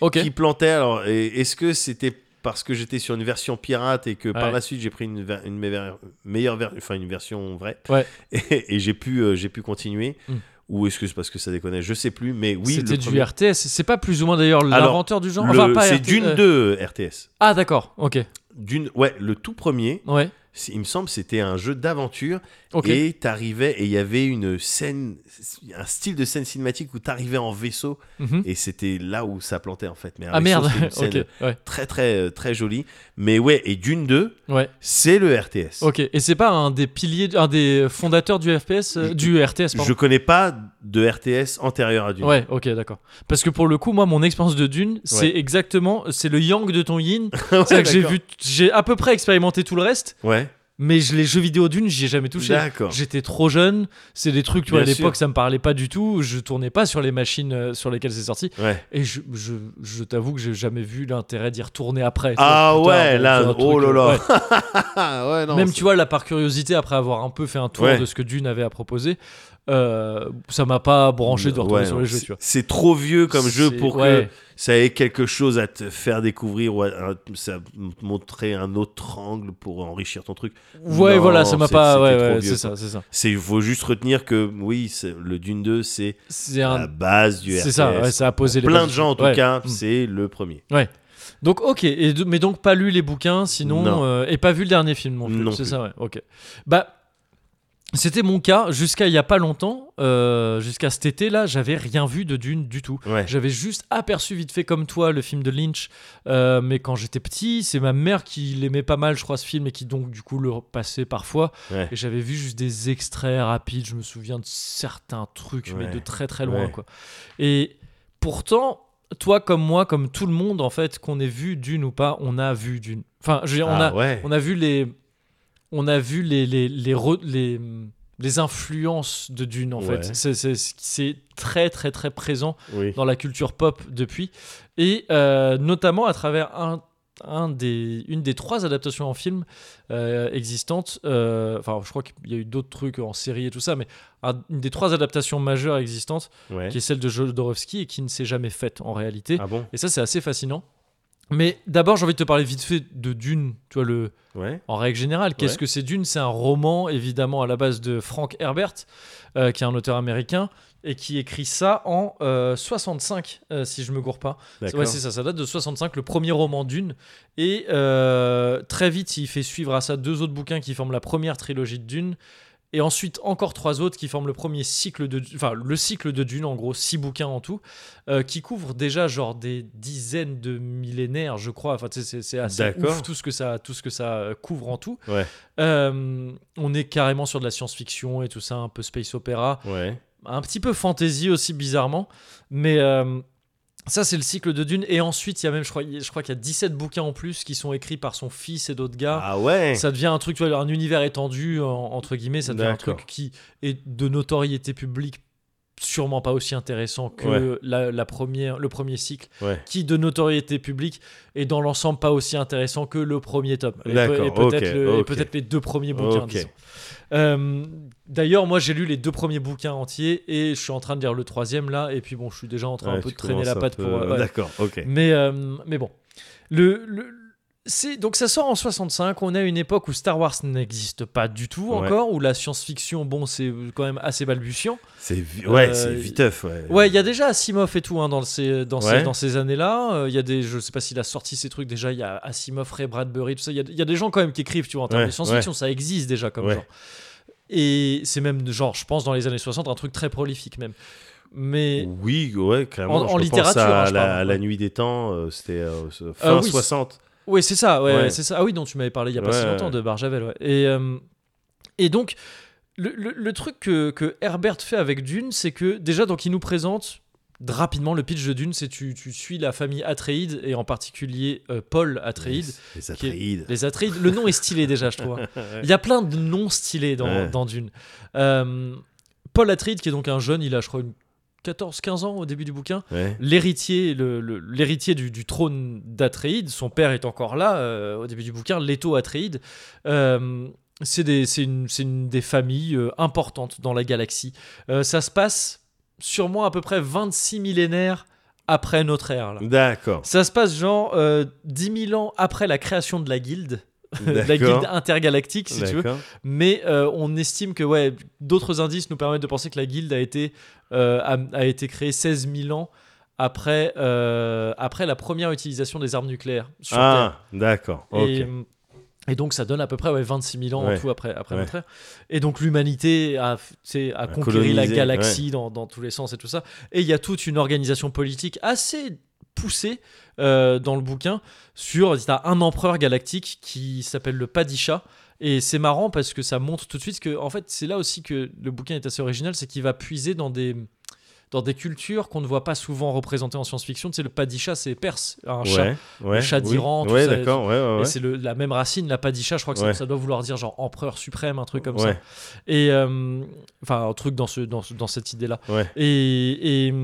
Speaker 1: Ok.
Speaker 2: qui plantait. Alors, et- est-ce que c'était parce que j'étais sur une version pirate et que
Speaker 1: Ouais.
Speaker 2: par la suite j'ai pris une, ver- une meilleure- meilleure ver- enfin une version vraie
Speaker 1: Ouais.
Speaker 2: et, et j'ai pu euh, j'ai pu continuer
Speaker 1: Mm.
Speaker 2: ou est-ce que c'est parce que ça déconne je sais plus mais oui
Speaker 1: C'était
Speaker 2: le
Speaker 1: du
Speaker 2: premier-
Speaker 1: RTS. C'est pas plus ou moins d'ailleurs l'inventeur du genre.
Speaker 2: le-
Speaker 1: Enfin, pas
Speaker 2: c'est
Speaker 1: RTS,
Speaker 2: Dune
Speaker 1: euh,
Speaker 2: 2 euh, RTS
Speaker 1: Ah, d'accord. Ok.
Speaker 2: Dune ouais le tout premier
Speaker 1: Ouais.
Speaker 2: c'est- il me semble c'était un jeu d'aventure
Speaker 1: Ok.
Speaker 2: Et t'arrivais, et il y avait une scène, un style de scène cinématique où t'arrivais en vaisseau,
Speaker 1: Mhm.
Speaker 2: et c'était là où ça plantait en fait. Mais un
Speaker 1: Ah
Speaker 2: vaisseau,
Speaker 1: merde,
Speaker 2: c'est une scène
Speaker 1: ok. Ouais.
Speaker 2: très très euh, très jolie. Mais ouais, et d'une deux,
Speaker 1: ouais.
Speaker 2: c'est le RTS.
Speaker 1: Ok. Et c'est pas un des piliers, un des fondateurs du FPS, euh, du RTS, pardon.
Speaker 2: Je connais pas de RTS antérieur à Dune.
Speaker 1: Ouais, ok, d'accord. Parce que pour le coup, moi, mon expérience de Dune, c'est exactement, c'est le yang de ton yin.
Speaker 2: Ouais,
Speaker 1: C'est-à-dire que j'ai
Speaker 2: d'accord.
Speaker 1: vu, j'ai à peu près expérimenté tout le reste,
Speaker 2: Ouais.
Speaker 1: mais je, les jeux vidéo Dune, j'y ai jamais touché.
Speaker 2: D'accord.
Speaker 1: J'étais trop jeune, c'est des trucs, tu vois, à
Speaker 2: Bien
Speaker 1: l'époque, ça me parlait pas du tout, je tournais pas sur les machines euh, sur lesquelles c'est sorti,
Speaker 2: Ouais.
Speaker 1: et je, je, je t'avoue que j'ai jamais vu l'intérêt d'y retourner après.
Speaker 2: Ah
Speaker 1: Tu vois, plus tard,
Speaker 2: ouais,
Speaker 1: bon,
Speaker 2: là,
Speaker 1: sur un
Speaker 2: oh
Speaker 1: truc,
Speaker 2: là là.
Speaker 1: euh, ouais.
Speaker 2: Ah ouais, non.
Speaker 1: Même,
Speaker 2: c'est-
Speaker 1: tu vois, là, par curiosité, après avoir un peu fait un tour
Speaker 2: Ouais.
Speaker 1: de ce que Dune avait à proposer, euh, ça m'a pas branché de retourner
Speaker 2: Ouais,
Speaker 1: sur
Speaker 2: non,
Speaker 1: les jeux,
Speaker 2: c'est-
Speaker 1: tu vois.
Speaker 2: C'est trop vieux comme jeu
Speaker 1: C'est-
Speaker 2: pour
Speaker 1: ouais.
Speaker 2: que ça ait quelque chose à te faire découvrir ou à, à- ça montrer un autre angle pour enrichir ton truc.
Speaker 1: Ouais,
Speaker 2: Non,
Speaker 1: voilà, ça m'a
Speaker 2: c'est-
Speaker 1: pas.
Speaker 2: c'était
Speaker 1: Ouais,
Speaker 2: trop
Speaker 1: ouais,
Speaker 2: vieux,
Speaker 1: c'est ça, c'est ça.
Speaker 2: C'est faut juste retenir que oui, c'est- le Dune 2 c'est
Speaker 1: C'est
Speaker 2: la
Speaker 1: un.
Speaker 2: base Ah, du RTS.
Speaker 1: C'est ça, ouais, ça a posé les
Speaker 2: Plein
Speaker 1: bases
Speaker 2: de
Speaker 1: du
Speaker 2: gens en
Speaker 1: truc.
Speaker 2: tout
Speaker 1: Ouais.
Speaker 2: cas,
Speaker 1: Mm.
Speaker 2: c'est le premier.
Speaker 1: Donc, ok, et de- mais donc pas lu les bouquins, sinon.
Speaker 2: Non.
Speaker 1: euh, et pas vu le dernier film non
Speaker 2: Non
Speaker 1: plus. C'est
Speaker 2: plus.
Speaker 1: ça, ouais, ok. Bah. C'était mon cas jusqu'à il y a pas longtemps, euh, jusqu'à cet été-là, j'avais rien vu de Dune du tout.
Speaker 2: Ouais.
Speaker 1: J'avais juste aperçu vite fait comme toi le film de Lynch, euh, mais quand j'étais petit, c'est ma mère qui l'aimait pas mal, je crois, ce film, et qui donc du coup le passait parfois.
Speaker 2: Ouais.
Speaker 1: Et j'avais vu juste des extraits rapides, je me souviens de certains trucs, mais
Speaker 2: Ouais.
Speaker 1: de très très loin.
Speaker 2: Ouais.
Speaker 1: Quoi. Et pourtant, toi comme moi, comme tout le monde, en fait, qu'on ait vu d'une ou pas, on a vu d'une. Enfin, je veux dire, on,
Speaker 2: Ah
Speaker 1: a,
Speaker 2: ouais.
Speaker 1: on a vu les... On a vu les, les, les, re- les, les influences de Dune, en
Speaker 2: Ouais.
Speaker 1: fait. C'est- c'est- C'est très très très présent
Speaker 2: Oui.
Speaker 1: dans la culture pop depuis, et euh, notamment à travers un, un des, une des trois adaptations en film euh, existantes. euh, Enfin, je crois qu'il y a eu d'autres trucs en série et tout ça, mais un- une des trois adaptations majeures existantes,
Speaker 2: Ouais.
Speaker 1: qui est celle de Jodorowsky et qui ne s'est jamais faite en réalité.
Speaker 2: Ah bon
Speaker 1: Et ça, c'est assez fascinant. Mais d'abord, j'ai envie de te parler vite fait de Dune, tu vois, le,
Speaker 2: Ouais.
Speaker 1: en règle générale, qu'est-ce
Speaker 2: Ouais.
Speaker 1: que c'est Dune C'est un roman, évidemment, à la base de Frank Herbert, euh, qui est un auteur américain, et qui écrit ça en euh, 65, euh, si je me gourre pas.
Speaker 2: D'accord.
Speaker 1: Ouais, c'est ça, ça date de 65, le premier roman Dune. Et euh, très vite, il fait suivre à ça deux autres bouquins qui forment la première trilogie de Dune. Et ensuite, encore trois autres qui forment le premier cycle de... Enfin, le cycle de Dune, en gros, six bouquins en tout, euh, qui couvrent déjà, genre, des dizaines de millénaires, je crois. Enfin, tu sais, c'est c'est assez
Speaker 2: D'accord.
Speaker 1: ouf tout ce que ça, tout ce que ça euh, couvre en tout.
Speaker 2: Ouais.
Speaker 1: Euh, on est carrément sur de la science-fiction et tout ça, un peu space opéra
Speaker 2: Ouais.
Speaker 1: un petit peu fantasy aussi bizarrement, mais euh, ça c'est le cycle de Dune. Et ensuite il y a même, je crois, je crois qu'il y a 17 bouquins en plus qui sont écrits par son fils et d'autres gars.
Speaker 2: Ah ouais.
Speaker 1: Ça devient un truc, tu vois, un univers étendu en- entre guillemets. Ça devient un
Speaker 2: D'accord.
Speaker 1: truc qui est de notoriété publique sûrement pas aussi intéressant que
Speaker 2: Ouais.
Speaker 1: la, la première, le premier cycle,
Speaker 2: Ouais.
Speaker 1: qui de notoriété publique est dans l'ensemble pas aussi intéressant que le premier tome. Et, peut-
Speaker 2: D'accord,
Speaker 1: et peut-être
Speaker 2: ok,
Speaker 1: le- et
Speaker 2: ok.
Speaker 1: peut-être les deux premiers bouquins.
Speaker 2: Ok.
Speaker 1: disons. Euh, D'ailleurs, moi j'ai lu les deux premiers bouquins entiers et je suis en train de lire le troisième là. Et puis bon, je suis déjà en train
Speaker 2: Ouais,
Speaker 1: un peu
Speaker 2: tu
Speaker 1: de traîner
Speaker 2: commences
Speaker 1: la
Speaker 2: un
Speaker 1: patte
Speaker 2: peu-
Speaker 1: pour. euh, ouais.
Speaker 2: D'accord. Ok.
Speaker 1: Mais, euh, mais bon. Le, le- c'est, donc ça sort en 65, on est à une époque où Star Wars n'existe pas du tout
Speaker 2: Ouais.
Speaker 1: encore, où la science-fiction, bon, c'est quand même assez balbutiant.
Speaker 2: C'est vi- ouais,
Speaker 1: Euh,
Speaker 2: c'est viteuf. Ouais.
Speaker 1: Ouais, il y a déjà Asimov et tout hein, dans, ces, dans, ces-
Speaker 2: Ouais.
Speaker 1: dans ces années-là. Euh, Il y a des, je sais pas s'il a sorti ces trucs déjà, il y a Asimov, Ray Bradbury, tout ça. Il y a, il y a des gens quand même qui écrivent, tu vois, en termes
Speaker 2: Ouais,
Speaker 1: de science-fiction, ça existe déjà comme
Speaker 2: Ouais.
Speaker 1: genre. Et c'est même, genre, je pense, dans les années 60, un truc très prolifique même. Mais
Speaker 2: Oui, ouais, carrément.
Speaker 1: En-
Speaker 2: je
Speaker 1: en
Speaker 2: pense
Speaker 1: littérature,
Speaker 2: à
Speaker 1: hein, je
Speaker 2: la,
Speaker 1: parle,
Speaker 2: la
Speaker 1: ouais.
Speaker 2: nuit des temps, euh, c'était euh, ce- fin
Speaker 1: oui,
Speaker 2: 60.
Speaker 1: Oui, c'est ça, ouais,
Speaker 2: Ouais.
Speaker 1: c'est ça. Ah oui, dont tu m'avais parlé il y a pas si
Speaker 2: Ouais.
Speaker 1: longtemps de Barjavel, ouais. Et, euh, et donc, le, le- le truc que, que Herbert fait avec Dune, c'est que déjà, donc, il nous présente d- rapidement le pitch de Dune, c'est tu, tu suis la famille Atreides, et en particulier euh, Paul Atreides.
Speaker 2: Les
Speaker 1: qui est-
Speaker 2: Atreides.
Speaker 1: Les Atreides, le nom est stylé déjà, je trouve. hein. Il y a plein de noms stylés dans,
Speaker 2: Ouais.
Speaker 1: dans Dune. Euh, Paul Atreides, qui est donc un jeune, il a, je crois, une 14-15 ans au début du bouquin,
Speaker 2: Ouais.
Speaker 1: l'héritier le, le- l'héritier du, du trône d'Atréide, son père est encore là euh, au début du bouquin, Leto Atréide. Euh, c'est des- c'est une, c'est une des familles euh, importantes dans la galaxie. Euh, ça se passe sûrement à peu près 26 millénaires après notre ère. là.
Speaker 2: D'accord.
Speaker 1: Ça se passe genre euh, 10 000 ans après la création de la guilde, de la
Speaker 2: D'accord.
Speaker 1: guilde intergalactique si tu veux
Speaker 2: D'accord.
Speaker 1: mais euh, on estime que ouais, d'autres indices nous permettent de penser que la guilde a été, euh, a, a été créée 16 000 ans après, euh, après la première utilisation des armes nucléaires sur Terre.
Speaker 2: Ah, d'accord. Ok.
Speaker 1: Et, euh, Et donc ça donne à peu près ouais, 26 000 ans en
Speaker 2: Ouais.
Speaker 1: tout après, après
Speaker 2: Ouais.
Speaker 1: notre ère. Et donc l'humanité a, tu sais, a conquéri
Speaker 2: colonisé,
Speaker 1: la galaxie dans, dans tous les sens et tout ça. Et il y a toute une organisation politique assez poussée euh, dans le bouquin sur t'as un empereur galactique qui s'appelle le Padisha. Et c'est marrant parce que ça montre tout de suite que en fait c'est là aussi que le bouquin est assez original, c'est qu'il va puiser dans des dans des cultures qu'on ne voit pas souvent représentées en science-fiction. Tu sais, le Padisha c'est perse, un chat
Speaker 2: ouais, ouais,
Speaker 1: chat
Speaker 2: oui.
Speaker 1: d'Iran, tout
Speaker 2: Ouais,
Speaker 1: ça,
Speaker 2: d'accord, ouais, ouais,
Speaker 1: et
Speaker 2: ouais.
Speaker 1: c'est le- la même racine, la padisha, je crois que ça-
Speaker 2: Ouais.
Speaker 1: ça, doit vouloir dire genre empereur suprême, un truc comme
Speaker 2: Ouais,
Speaker 1: ça. Et euh, enfin, un truc dans, ce, dans, ce- dans cette idée-là.
Speaker 2: Ouais.
Speaker 1: Et. et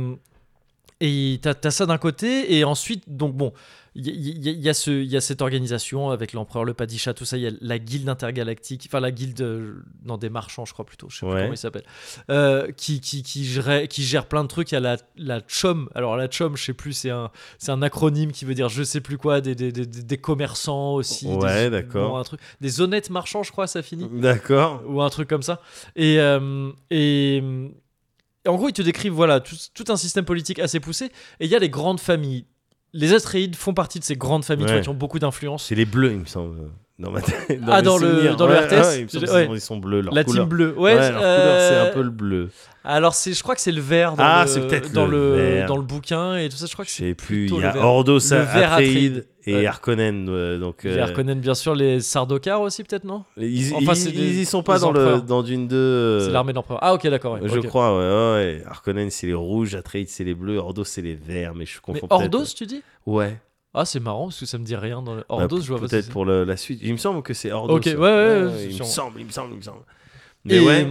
Speaker 1: et t'as as ça d'un côté, et ensuite, donc bon, il y, y- y- y a ce- y a cette organisation avec l'empereur, le padisha, tout ça, il y a la guilde intergalactique, enfin la guilde euh, non, des marchands, je crois plutôt, je sais plus
Speaker 2: Ouais.
Speaker 1: comment il s'appelle, euh, qui, qui, qui, gère, qui gère plein de trucs. Il y a la, la CHOM, alors la CHOM, je sais plus, c'est un, c'est un acronyme qui veut dire je sais plus quoi, des, des, des, des- des commerçants aussi. des-
Speaker 2: Ouais, d'accord.
Speaker 1: bon, un truc, des honnêtes marchands, je crois, ça finit
Speaker 2: D'accord.
Speaker 1: ou un truc comme ça. Et, euh, et, et en gros, ils te décrivent voilà tout, tout un système politique assez poussé. Et il y a les grandes familles. Les Astréides font partie de ces grandes familles tu vois,
Speaker 2: Ouais.
Speaker 1: qui ont beaucoup d'influence.
Speaker 2: C'est les bleus, il me semble. Dans ma tête.
Speaker 1: Ah,
Speaker 2: mes
Speaker 1: dans le-
Speaker 2: souvenirs.
Speaker 1: dans le
Speaker 2: Ouais,
Speaker 1: RTS,
Speaker 2: ouais, il me semble
Speaker 1: ouais.
Speaker 2: qu'ils sont- Ils sont bleus, leur
Speaker 1: La
Speaker 2: couleur.
Speaker 1: team bleue. Ouais,
Speaker 2: Ouais, leur couleur,
Speaker 1: euh,
Speaker 2: c'est un peu le bleu.
Speaker 1: Alors, c'est, je crois que c'est le vert dans,
Speaker 2: Ah,
Speaker 1: le,
Speaker 2: c'est peut-être
Speaker 1: dans,
Speaker 2: le vert.
Speaker 1: dans le bouquin et tout ça. Je crois que
Speaker 2: Je
Speaker 1: c'est.
Speaker 2: sais plus,
Speaker 1: plutôt
Speaker 2: il y
Speaker 1: le
Speaker 2: a
Speaker 1: vert.
Speaker 2: Ordos,
Speaker 1: Le vert
Speaker 2: Atreide et
Speaker 1: Ouais.
Speaker 2: Harkonnen. euh, donc,
Speaker 1: Ils
Speaker 2: euh,
Speaker 1: reconnaissent bien sûr les Sardaukar aussi, peut-être, non
Speaker 2: ils,
Speaker 1: Enfin,
Speaker 2: ils-
Speaker 1: c'est des-
Speaker 2: ils y sont pas
Speaker 1: des
Speaker 2: dans, le,
Speaker 1: empereurs.
Speaker 2: dans Dune 2. euh,
Speaker 1: C'est l'armée de l'empereur. Ah, ok, d'accord. ouais,
Speaker 2: Je
Speaker 1: ok.
Speaker 2: crois, ouais, ouais, ouais. Harkonnen, c'est les rouges, Atreide, c'est les bleus, Ordos, c'est les verts, mais je
Speaker 1: Mais
Speaker 2: confonds peut-être.
Speaker 1: Ordos, tu dis
Speaker 2: Ouais.
Speaker 1: Ah, c'est marrant parce que ça me dit rien dans le.
Speaker 2: Bah,
Speaker 1: Ordos, je vois pas ce que
Speaker 2: Peut-être
Speaker 1: c'est.
Speaker 2: pour le- la suite. Il me semble que c'est Ordos.
Speaker 1: Ok, ouais, ouais, ouais,
Speaker 2: il me
Speaker 1: sûrement.
Speaker 2: semble, il me semble, il me semble. Mais
Speaker 1: et,
Speaker 2: ouais,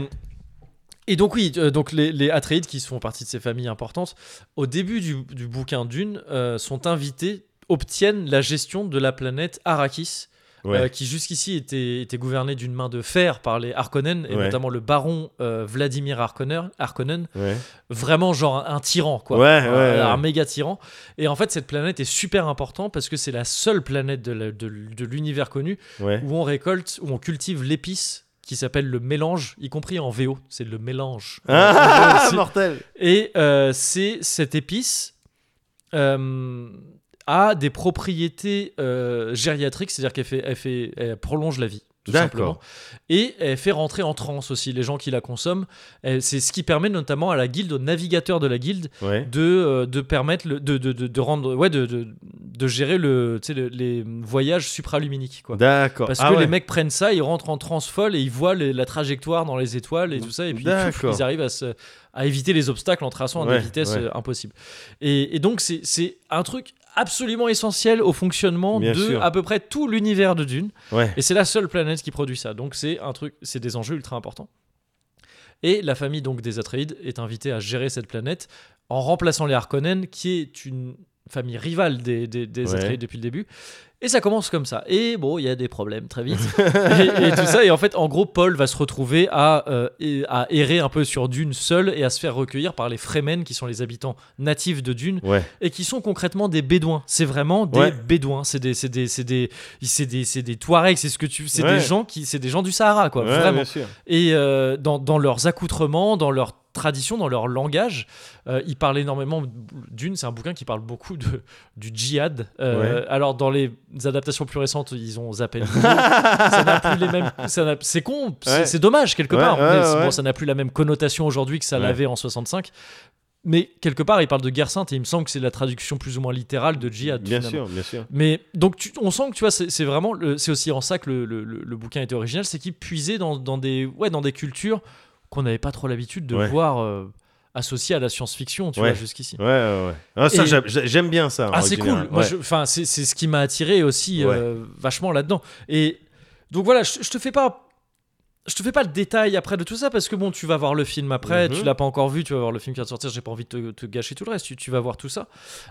Speaker 1: Et donc oui, euh, donc les, les Atreides qui font partie de ces familles importantes, au début du, du bouquin Dune, euh, sont invités, obtiennent la gestion de la planète Arrakis,
Speaker 2: ouais.
Speaker 1: euh, qui jusqu'ici était, était gouvernée d'une main de fer par les Harkonnen, et
Speaker 2: Ouais.
Speaker 1: notamment le baron euh, Vladimir Harkonnen, Harkonnen,
Speaker 2: ouais.
Speaker 1: vraiment genre un, un tyran, quoi.
Speaker 2: Ouais,
Speaker 1: un,
Speaker 2: ouais,
Speaker 1: un
Speaker 2: ouais.
Speaker 1: méga tyran. Et en fait, cette planète est super importante parce que c'est la seule planète de la- de- de l'univers connu
Speaker 2: ouais.
Speaker 1: où on récolte, où on cultive l'épice qui s'appelle le mélange, y compris en VO, c'est le mélange. Euh,
Speaker 2: Ah,
Speaker 1: Aussi.
Speaker 2: mortel
Speaker 1: Et euh, c'est cette épice euh, a des propriétés euh, gériatriques, c'est-à-dire qu'elle fait, elle fait, elle prolonge la vie. Tout simplement.
Speaker 2: D'accord.
Speaker 1: Et elle fait rentrer en transe aussi les gens qui la consomment. Elle- C'est ce qui permet notamment à la guilde, aux navigateurs de la guilde,
Speaker 2: Ouais.
Speaker 1: de, euh, de permettre le- de, de, de, de rendre, ouais, de, de, de gérer le, tu sais, le- les voyages supraluminiques. Quoi.
Speaker 2: D'accord.
Speaker 1: Parce
Speaker 2: Ah
Speaker 1: que
Speaker 2: ouais.
Speaker 1: les mecs prennent ça, ils rentrent en transe folle et ils voient les- la trajectoire dans les étoiles et tout ça, et puis pff,
Speaker 2: D'accord.
Speaker 1: ils arrivent à, se- à éviter les obstacles en traçant à
Speaker 2: Ouais,
Speaker 1: des vitesses
Speaker 2: ouais.
Speaker 1: euh, impossibles. Et, et donc c'est- c'est un truc absolument essentiel au fonctionnement
Speaker 2: Bien
Speaker 1: de
Speaker 2: sûr.
Speaker 1: à peu près tout l'univers de Dune.
Speaker 2: Ouais.
Speaker 1: Et c'est la seule planète qui produit ça. Donc c'est un truc, c'est des enjeux ultra importants. Et la famille donc des Atreides est invitée à gérer cette planète en remplaçant les Harkonnen, qui est une famille rivale des, des, des
Speaker 2: Ouais.
Speaker 1: Atreides depuis le début. Et ça commence comme ça. Et bon, il y a des problèmes très vite. et, et tout ça. Et en fait, en gros, Paul va se retrouver à, euh, et- à errer un peu sur Dune seul et à se faire recueillir par les Fremen, qui sont les habitants natifs de Dune
Speaker 2: Ouais.
Speaker 1: et qui sont concrètement des bédouins. C'est vraiment des
Speaker 2: Ouais.
Speaker 1: bédouins. C'est des, c'est des, c'est des, c'est des, c'est des Touaregs. C'est ce que tu, c'est
Speaker 2: Ouais.
Speaker 1: des gens qui, c'est des gens du Sahara, quoi.
Speaker 2: Ouais,
Speaker 1: vraiment.
Speaker 2: bien sûr.
Speaker 1: Et euh, dans, dans leurs accoutrements, dans leur tradition, dans leur langage, euh, ils parlent énormément. Dune, c'est un bouquin qui parle beaucoup de, du djihad. Euh, Alors, dans les adaptations plus récentes, ils ont zappé le mot. ça n'a plus les mêmes. ça n'a- C'est con, c'est-
Speaker 2: Ouais.
Speaker 1: c'est dommage quelque
Speaker 2: Ouais,
Speaker 1: part.
Speaker 2: ouais,
Speaker 1: mais c'est-
Speaker 2: ouais.
Speaker 1: bon, ça n'a plus la même connotation aujourd'hui que ça
Speaker 2: Ouais.
Speaker 1: l'avait en 65. Mais quelque part, ils parlent de guerre sainte et il me semble que c'est la traduction plus ou moins littérale de djihad.
Speaker 2: Bien
Speaker 1: finalement.
Speaker 2: sûr, bien sûr.
Speaker 1: Mais donc tu- on sent que tu vois c'est c'est vraiment le- c'est aussi en ça que le, le- le- le bouquin était original, c'est qu'il puisait dans, dans des ouais dans des cultures qu'on n'avait pas trop l'habitude de
Speaker 2: Ouais.
Speaker 1: voir euh, associées à la science-fiction, tu
Speaker 2: Ouais.
Speaker 1: vois jusqu'ici.
Speaker 2: Ouais, ouais, ouais. Ah, ça,
Speaker 1: Et-
Speaker 2: j'aime- j'aime bien ça.
Speaker 1: Ah
Speaker 2: en
Speaker 1: c'est cool.
Speaker 2: général.
Speaker 1: Moi,
Speaker 2: Ouais.
Speaker 1: je- enfin c'est c'est ce qui m'a attiré aussi
Speaker 2: Ouais.
Speaker 1: euh, vachement là-dedans. Et donc voilà, je, je te fais pas je te fais pas le détail après de tout ça parce que bon, tu vas voir le film après,
Speaker 2: Mhm.
Speaker 1: tu l'as pas encore vu, tu vas voir le film qui va te sortir, j'ai pas envie de te, te gâcher tout le reste, tu, tu vas voir tout ça.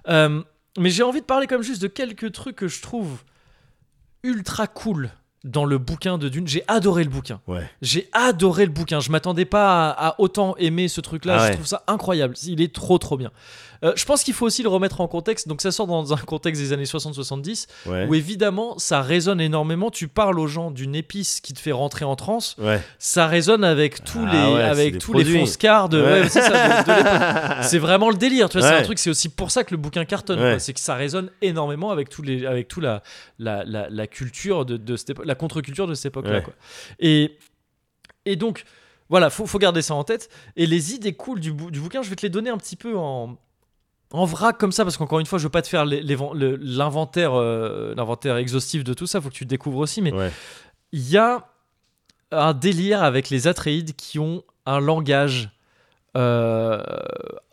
Speaker 1: Euh, mais j'ai envie de parler comme juste de quelques trucs que je trouve ultra cool dans le bouquin de Dune. J'ai adoré le bouquin.
Speaker 2: Ouais.
Speaker 1: J'ai adoré le bouquin. Je m'attendais pas à, à autant aimer ce truc-là.
Speaker 2: Ah
Speaker 1: Je
Speaker 2: ouais.
Speaker 1: trouve ça incroyable. Il est trop, trop bien. Euh, je pense qu'il faut aussi le remettre en contexte. Donc, ça sort dans un contexte des années 60-70,
Speaker 2: Ouais.
Speaker 1: où évidemment, ça résonne énormément. Tu parles aux gens d'une épice qui te fait rentrer en transe.
Speaker 2: Ouais.
Speaker 1: Ça résonne avec tous
Speaker 2: Ah
Speaker 1: les,
Speaker 2: ouais, c'est
Speaker 1: avec
Speaker 2: des
Speaker 1: tous les
Speaker 2: produits.
Speaker 1: foncecards de,
Speaker 2: Ouais.
Speaker 1: ouais, c'est ça, de- de l'époque. C'est vraiment le délire. Tu vois, c'est un
Speaker 2: Ouais.
Speaker 1: truc. C'est aussi pour ça que le bouquin cartonne.
Speaker 2: Ouais.
Speaker 1: quoi. C'est que ça résonne énormément avec tous les, avec tout la, la, la, la culture de, de cette époque, la contre-culture de cette époque-là.
Speaker 2: Ouais.
Speaker 1: quoi. Et, et donc, voilà, faut, faut garder ça en tête. Et les idées cool du, bou- du bouquin, je vais te les donner un petit peu en, en vrac comme ça, parce qu'encore une fois, je veux pas te faire les- les- le- l'inventaire euh, l'inventaire exhaustif de tout ça, faut que tu le découvres aussi. Mais
Speaker 2: Ouais.
Speaker 1: il y a un délire avec les Atréides qui ont un langage euh,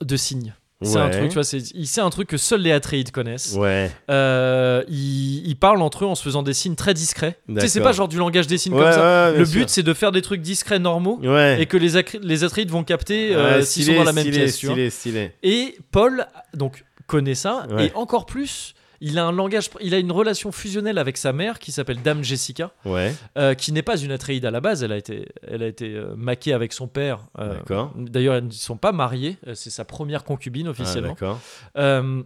Speaker 1: de signes. C'est un
Speaker 2: Ouais.
Speaker 1: truc, tu vois, c'est c'est un truc que seuls les Atréides connaissent.
Speaker 2: Ouais.
Speaker 1: Euh, ils, ils parlent entre eux en se faisant des signes très discrets. Tu sais, c'est
Speaker 2: D'accord.
Speaker 1: pas genre du langage des signes
Speaker 2: Ouais,
Speaker 1: comme ça.
Speaker 2: ouais, bien
Speaker 1: le
Speaker 2: sûr.
Speaker 1: but, c'est de faire des trucs discrets normaux
Speaker 2: Ouais.
Speaker 1: et que les, acri- les Atreides vont capter euh,
Speaker 2: Ouais,
Speaker 1: s'ils
Speaker 2: stylé,
Speaker 1: sont dans la même
Speaker 2: stylé,
Speaker 1: pièce. tu vois.
Speaker 2: Stylé, stylé.
Speaker 1: Et Paul, donc, connaît ça
Speaker 2: Ouais.
Speaker 1: et encore plus. Il a un langage, il a une relation fusionnelle avec sa mère qui s'appelle Dame Jessica,
Speaker 2: Ouais.
Speaker 1: euh, qui n'est pas une Atreide à la base. Elle a été, elle a été euh, maquée avec son père. euh,
Speaker 2: D'accord.
Speaker 1: D'ailleurs, elles ne sont pas mariées. euh, C'est sa première concubine
Speaker 2: Ah,
Speaker 1: officiellement.
Speaker 2: D'accord.
Speaker 1: Euh,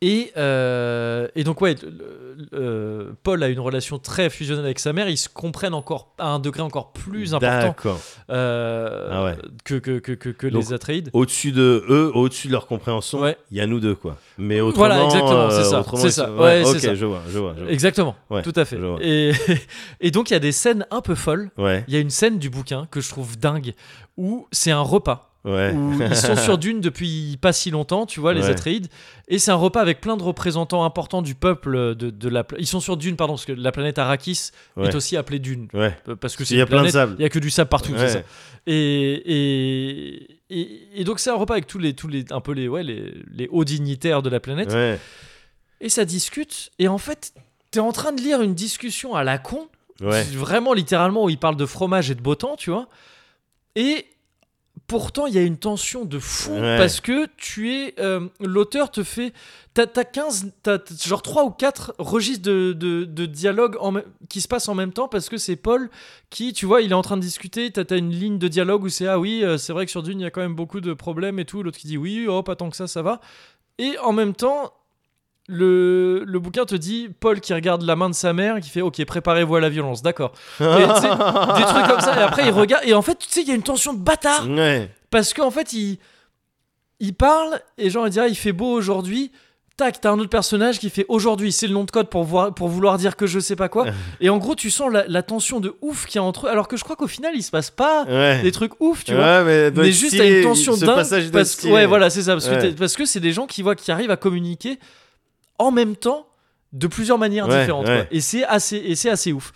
Speaker 1: et, euh, et donc, ouais, le- le- euh, Paul a une relation très fusionnelle avec sa mère. Ils se comprennent encore à un degré encore plus important
Speaker 2: D'accord.
Speaker 1: euh,
Speaker 2: Ah ouais.
Speaker 1: que, que, que, que, que
Speaker 2: Donc,
Speaker 1: les Atreides.
Speaker 2: Au-dessus de eux, au-dessus de leur compréhension, il
Speaker 1: Ouais.
Speaker 2: y a nous deux, quoi. Mais autrement. euh,
Speaker 1: Voilà, exactement, c'est ça,
Speaker 2: autrement,
Speaker 1: c'est
Speaker 2: ils
Speaker 1: ça,
Speaker 2: sont-
Speaker 1: ouais,
Speaker 2: ok,
Speaker 1: c'est ça.
Speaker 2: je vois, je vois. je vois.
Speaker 1: Exactement,
Speaker 2: Ouais,
Speaker 1: tout à fait.
Speaker 2: je vois.
Speaker 1: Et, et donc, il y a des scènes un peu folles.
Speaker 2: Ouais,
Speaker 1: Il y a une scène du bouquin que je trouve dingue où c'est un repas.
Speaker 2: ouais.
Speaker 1: où ils sont sur Dune depuis pas si longtemps, tu vois, les
Speaker 2: Ouais.
Speaker 1: Atreides. Et c'est un repas avec plein de représentants importants du peuple de, de la. pla- Ils sont sur Dune, pardon, parce que la planète Arrakis
Speaker 2: Ouais.
Speaker 1: est aussi appelée Dune.
Speaker 2: Ouais.
Speaker 1: euh, Parce que
Speaker 2: Il
Speaker 1: c'est
Speaker 2: y a
Speaker 1: une
Speaker 2: plein de
Speaker 1: planète,
Speaker 2: sable.
Speaker 1: Il y a que du sable partout, c'est
Speaker 2: Ouais.
Speaker 1: ça. Et, et, et, et donc c'est un repas avec tous les, tous les, un peu les, ouais, les, les hauts dignitaires de la planète.
Speaker 2: Ouais.
Speaker 1: Et ça discute. Et en fait, t'es en train de lire une discussion à la con.
Speaker 2: Ouais.
Speaker 1: C'est Vraiment, littéralement, où il parle de fromage et de beau temps, tu vois. Et pourtant, il y a une tension de fou
Speaker 2: Ouais.
Speaker 1: parce que tu es. euh, L'auteur te fait. T'as t'as 15. T'as t'as genre 3 ou 4 registres de, de, de dialogue en me- qui se passent en même temps parce que c'est Paul qui, tu vois, il est en train de discuter. T'as t'as une ligne de dialogue où c'est Ah oui, euh, c'est vrai que sur Dune, il y a quand même beaucoup de problèmes et tout. L'autre qui dit Oui, oh, pas tant que ça, ça va. Et en même temps, le, le bouquin te dit Paul qui regarde la main de sa mère, qui fait Ok, préparez-vous à la violence, d'accord. Et tu sais, des trucs comme ça, et après il regarde, et en fait, tu sais, il y a une tension de bâtard,
Speaker 2: Ouais.
Speaker 1: parce qu'en fait, il, il parle, et genre, il dit Ah, il fait beau aujourd'hui. Tac, t'as un autre personnage qui fait aujourd'hui, c'est le nom de code pour, voir, pour vouloir dire que je sais pas quoi. Et en gros, tu sens la, la tension de ouf qu'il y a entre eux, alors que je crois qu'au final, il se passe pas
Speaker 2: Ouais.
Speaker 1: des trucs ouf, tu vois
Speaker 2: ouais, mais, doit
Speaker 1: mais
Speaker 2: être
Speaker 1: juste
Speaker 2: stylé,
Speaker 1: à une tension
Speaker 2: ce passage
Speaker 1: dingue
Speaker 2: doit être
Speaker 1: parce que
Speaker 2: stylé.
Speaker 1: ouais voilà c'est ça parce
Speaker 2: Ouais.
Speaker 1: que t'es- parce que c'est des gens qui voient qui arrivent à communiquer en même temps de plusieurs manières
Speaker 2: Ouais,
Speaker 1: différentes
Speaker 2: ouais.
Speaker 1: quoi. et c'est assez et c'est assez ouf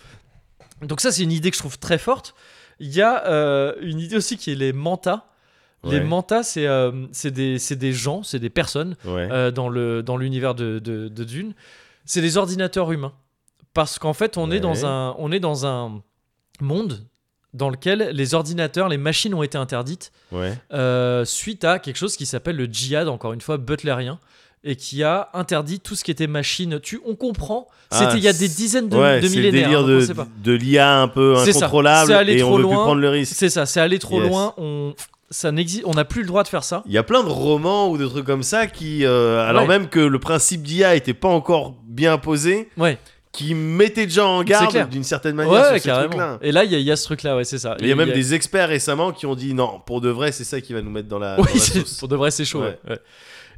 Speaker 1: donc ça c'est une idée que je trouve très forte il y a euh, une idée aussi qui est les mantas les
Speaker 2: Ouais.
Speaker 1: mantas c'est euh, c'est des c'est des gens c'est des personnes
Speaker 2: Ouais.
Speaker 1: euh, dans le dans l'univers de, de, de Dune c'est des ordinateurs humains parce qu'en fait on
Speaker 2: Ouais.
Speaker 1: est dans un on est dans un monde dans lequel les ordinateurs les machines ont été interdites
Speaker 2: ouais.
Speaker 1: euh, suite à quelque chose qui s'appelle le djihad, encore une fois, butlerien, et qui a interdit tout ce qui était machine. Tu, on comprend, c'était
Speaker 2: Ah,
Speaker 1: il y a des dizaines de,
Speaker 2: ouais,
Speaker 1: de
Speaker 2: c'est le
Speaker 1: millénaires.
Speaker 2: délire
Speaker 1: hein, donc on sait
Speaker 2: de,
Speaker 1: pas.
Speaker 2: de l'IA un peu
Speaker 1: C'est ça,
Speaker 2: incontrôlable
Speaker 1: c'est aller
Speaker 2: et
Speaker 1: trop
Speaker 2: on veut plus
Speaker 1: loin.
Speaker 2: prendre le risque.
Speaker 1: C'est ça, c'est aller trop
Speaker 2: Yes.
Speaker 1: loin, on ça n'existe, on n'a plus le droit de faire ça.
Speaker 2: Il y a plein de romans ou de trucs comme ça qui, euh, alors
Speaker 1: Ouais.
Speaker 2: même que le principe d'IA était pas encore bien posé,
Speaker 1: Ouais,
Speaker 2: qui mettait déjà en
Speaker 1: clair.
Speaker 2: garde d'une certaine manière
Speaker 1: ouais,
Speaker 2: sur ce
Speaker 1: carrément.
Speaker 2: truc-là.
Speaker 1: Et là, il y, a- il y a ce truc-là, ouais, c'est ça.
Speaker 2: Il y a même des experts récemment qui ont dit non, pour de vrai, c'est ça qui va nous mettre dans la, dans
Speaker 1: Oui,
Speaker 2: la
Speaker 1: c'est-
Speaker 2: sauce.
Speaker 1: pour de vrai, c'est chaud.
Speaker 2: Ouais.
Speaker 1: ouais, ouais.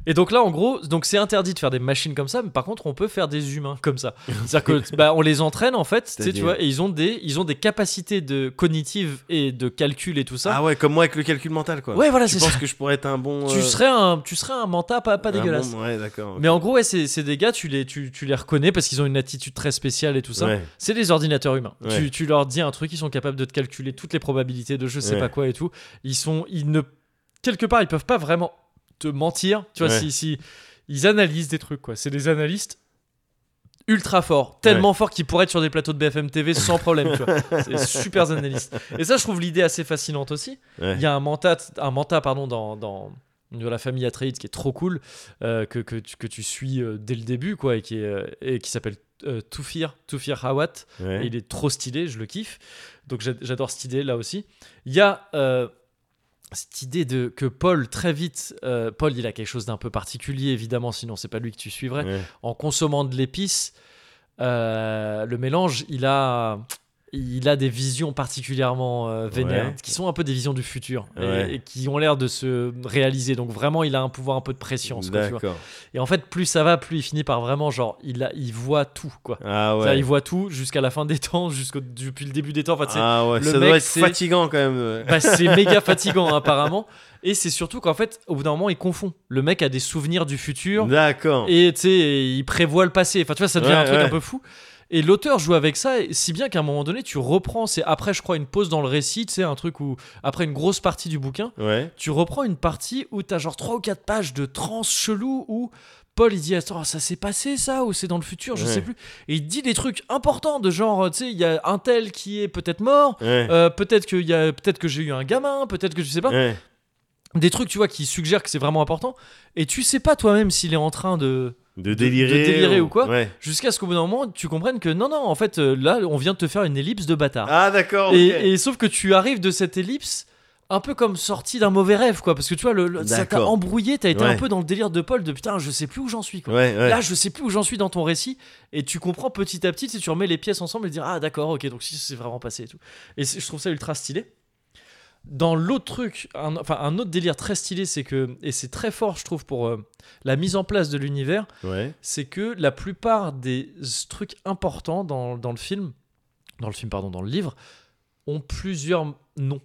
Speaker 1: Et donc là, en gros, donc c'est interdit de faire des machines comme ça, mais par contre, on peut faire des humains comme ça. C'est-à-dire que bah, on les entraîne en fait, tu sais, tu
Speaker 2: C'est-à-dire
Speaker 1: vois, et ils ont des, ils ont des capacités de cognitives et de calcul et tout ça.
Speaker 2: Ah ouais, comme moi avec le calcul mental quoi.
Speaker 1: ouais, voilà,
Speaker 2: je
Speaker 1: c'est
Speaker 2: pense
Speaker 1: ça.
Speaker 2: que je pourrais être un bon.
Speaker 1: Tu
Speaker 2: euh,
Speaker 1: serais un, tu serais un manta pas, pas
Speaker 2: un
Speaker 1: dégueulasse.
Speaker 2: bon- ouais, d'accord.
Speaker 1: Mais en gros, ouais, c'est c'est des gars, tu les, tu, tu les reconnais parce qu'ils ont une attitude très spéciale et tout ça.
Speaker 2: Ouais.
Speaker 1: C'est des ordinateurs humains.
Speaker 2: Ouais.
Speaker 1: Tu, tu leur dis un truc, ils sont capables de te calculer toutes les probabilités de je sais
Speaker 2: Ouais.
Speaker 1: pas quoi et tout. Ils sont, ils ne, quelque part, ils peuvent pas vraiment te mentir. Tu vois,
Speaker 2: Ouais.
Speaker 1: si, si- ils analysent des trucs, quoi. C'est des analystes ultra forts, tellement forts qu'ils pourraient être sur des plateaux de BFM TV sans problème. tu vois. C'est des super analystes. Et ça, je trouve l'idée assez fascinante aussi.
Speaker 2: Ouais.
Speaker 1: Il y a un manta, un manta pardon, dans, dans de la famille Atreides qui est trop cool, euh, que, que, tu, que tu suis euh, dès le début, quoi, et qui, est, euh, et qui s'appelle euh, Tufir, Tufir Hawat.
Speaker 2: Ouais.
Speaker 1: Et il est trop stylé, je le kiffe. Donc j'a- j'adore cette idée là aussi. Il y a euh, cette idée de que Paul très vite, euh, Paul il a quelque chose d'un peu particulier évidemment, sinon c'est pas lui que tu suivrais.
Speaker 2: Ouais.
Speaker 1: En consommant de l'épice, euh, le mélange, il a il a des visions particulièrement euh, vénères,
Speaker 2: Ouais.
Speaker 1: qui sont un peu des visions du futur, et-
Speaker 2: Ouais.
Speaker 1: et, qui ont l'air de se réaliser. Donc vraiment, il a un pouvoir un peu de préscience. quoi, tu vois.
Speaker 2: D'accord.
Speaker 1: Et en fait, plus ça va, plus il finit par vraiment, genre, il, a- il voit tout, quoi.
Speaker 2: Ah
Speaker 1: C'est-à-dire,
Speaker 2: ouais.
Speaker 1: il voit tout jusqu'à la fin des temps, jusqu'au depuis le début des temps. Enfin, c'est-
Speaker 2: ah ouais,
Speaker 1: le
Speaker 2: ça
Speaker 1: mec,
Speaker 2: doit être
Speaker 1: c'est-
Speaker 2: fatigant quand même. ouais.
Speaker 1: bah, c'est méga fatigant hein, apparemment. Et c'est surtout qu'en fait, au bout d'un moment, il confond. Le mec a des souvenirs du futur
Speaker 2: D'accord.
Speaker 1: et tu sais, il prévoit le passé. Enfin, tu vois, ça devient
Speaker 2: Ouais,
Speaker 1: un truc
Speaker 2: ouais.
Speaker 1: un peu fou. Et l'auteur joue avec ça, et si bien qu'à un moment donné, tu reprends. C'est après, je crois, une pause dans le récit, tu sais, un truc où après une grosse partie du bouquin,
Speaker 2: Ouais.
Speaker 1: tu reprends une partie où t'as genre 3 ou 4 pages de trans chelou où Paul il dit attends ça s'est passé ça ou c'est dans le futur je
Speaker 2: Ouais.
Speaker 1: sais plus et il dit des trucs importants de genre euh, tu sais il y a un tel qui est peut-être mort
Speaker 2: Ouais.
Speaker 1: euh, peut-être que il y a peut-être que j'ai eu un gamin peut-être que je sais pas
Speaker 2: ouais.
Speaker 1: des trucs tu vois qui suggèrent que c'est vraiment important et tu sais pas toi-même s'il est en train de
Speaker 2: De délirer.
Speaker 1: délirer ou quoi
Speaker 2: Ouais.
Speaker 1: jusqu'à ce qu'au bout d'un moment tu comprennes que non non en fait euh, là on vient de te faire une ellipse de bâtard
Speaker 2: Ah d'accord.
Speaker 1: et,
Speaker 2: ok.
Speaker 1: et sauf que tu arrives de cette ellipse un peu comme sorti d'un mauvais rêve, quoi. Parce que tu vois, le, le- ça t'a
Speaker 2: D'accord.
Speaker 1: embrouillé, t'as été un
Speaker 2: Ouais.
Speaker 1: peu dans le délire de Paul de putain, je sais plus où j'en suis, quoi.
Speaker 2: Ouais, ouais.
Speaker 1: Là, je sais plus où j'en suis dans ton récit, et tu comprends petit à petit, si tu remets les pièces ensemble et dire ah d'accord, ok, donc si c'est vraiment passé et tout. Et c'est- je trouve ça ultra stylé. Dans l'autre truc, un, enfin un autre délire très stylé, c'est que et c'est très fort, je trouve, pour euh, la mise en place de l'univers
Speaker 2: Ouais.
Speaker 1: c'est que la plupart des trucs importants dans, dans le film, dans le film, pardon, dans le livre, ont plusieurs noms.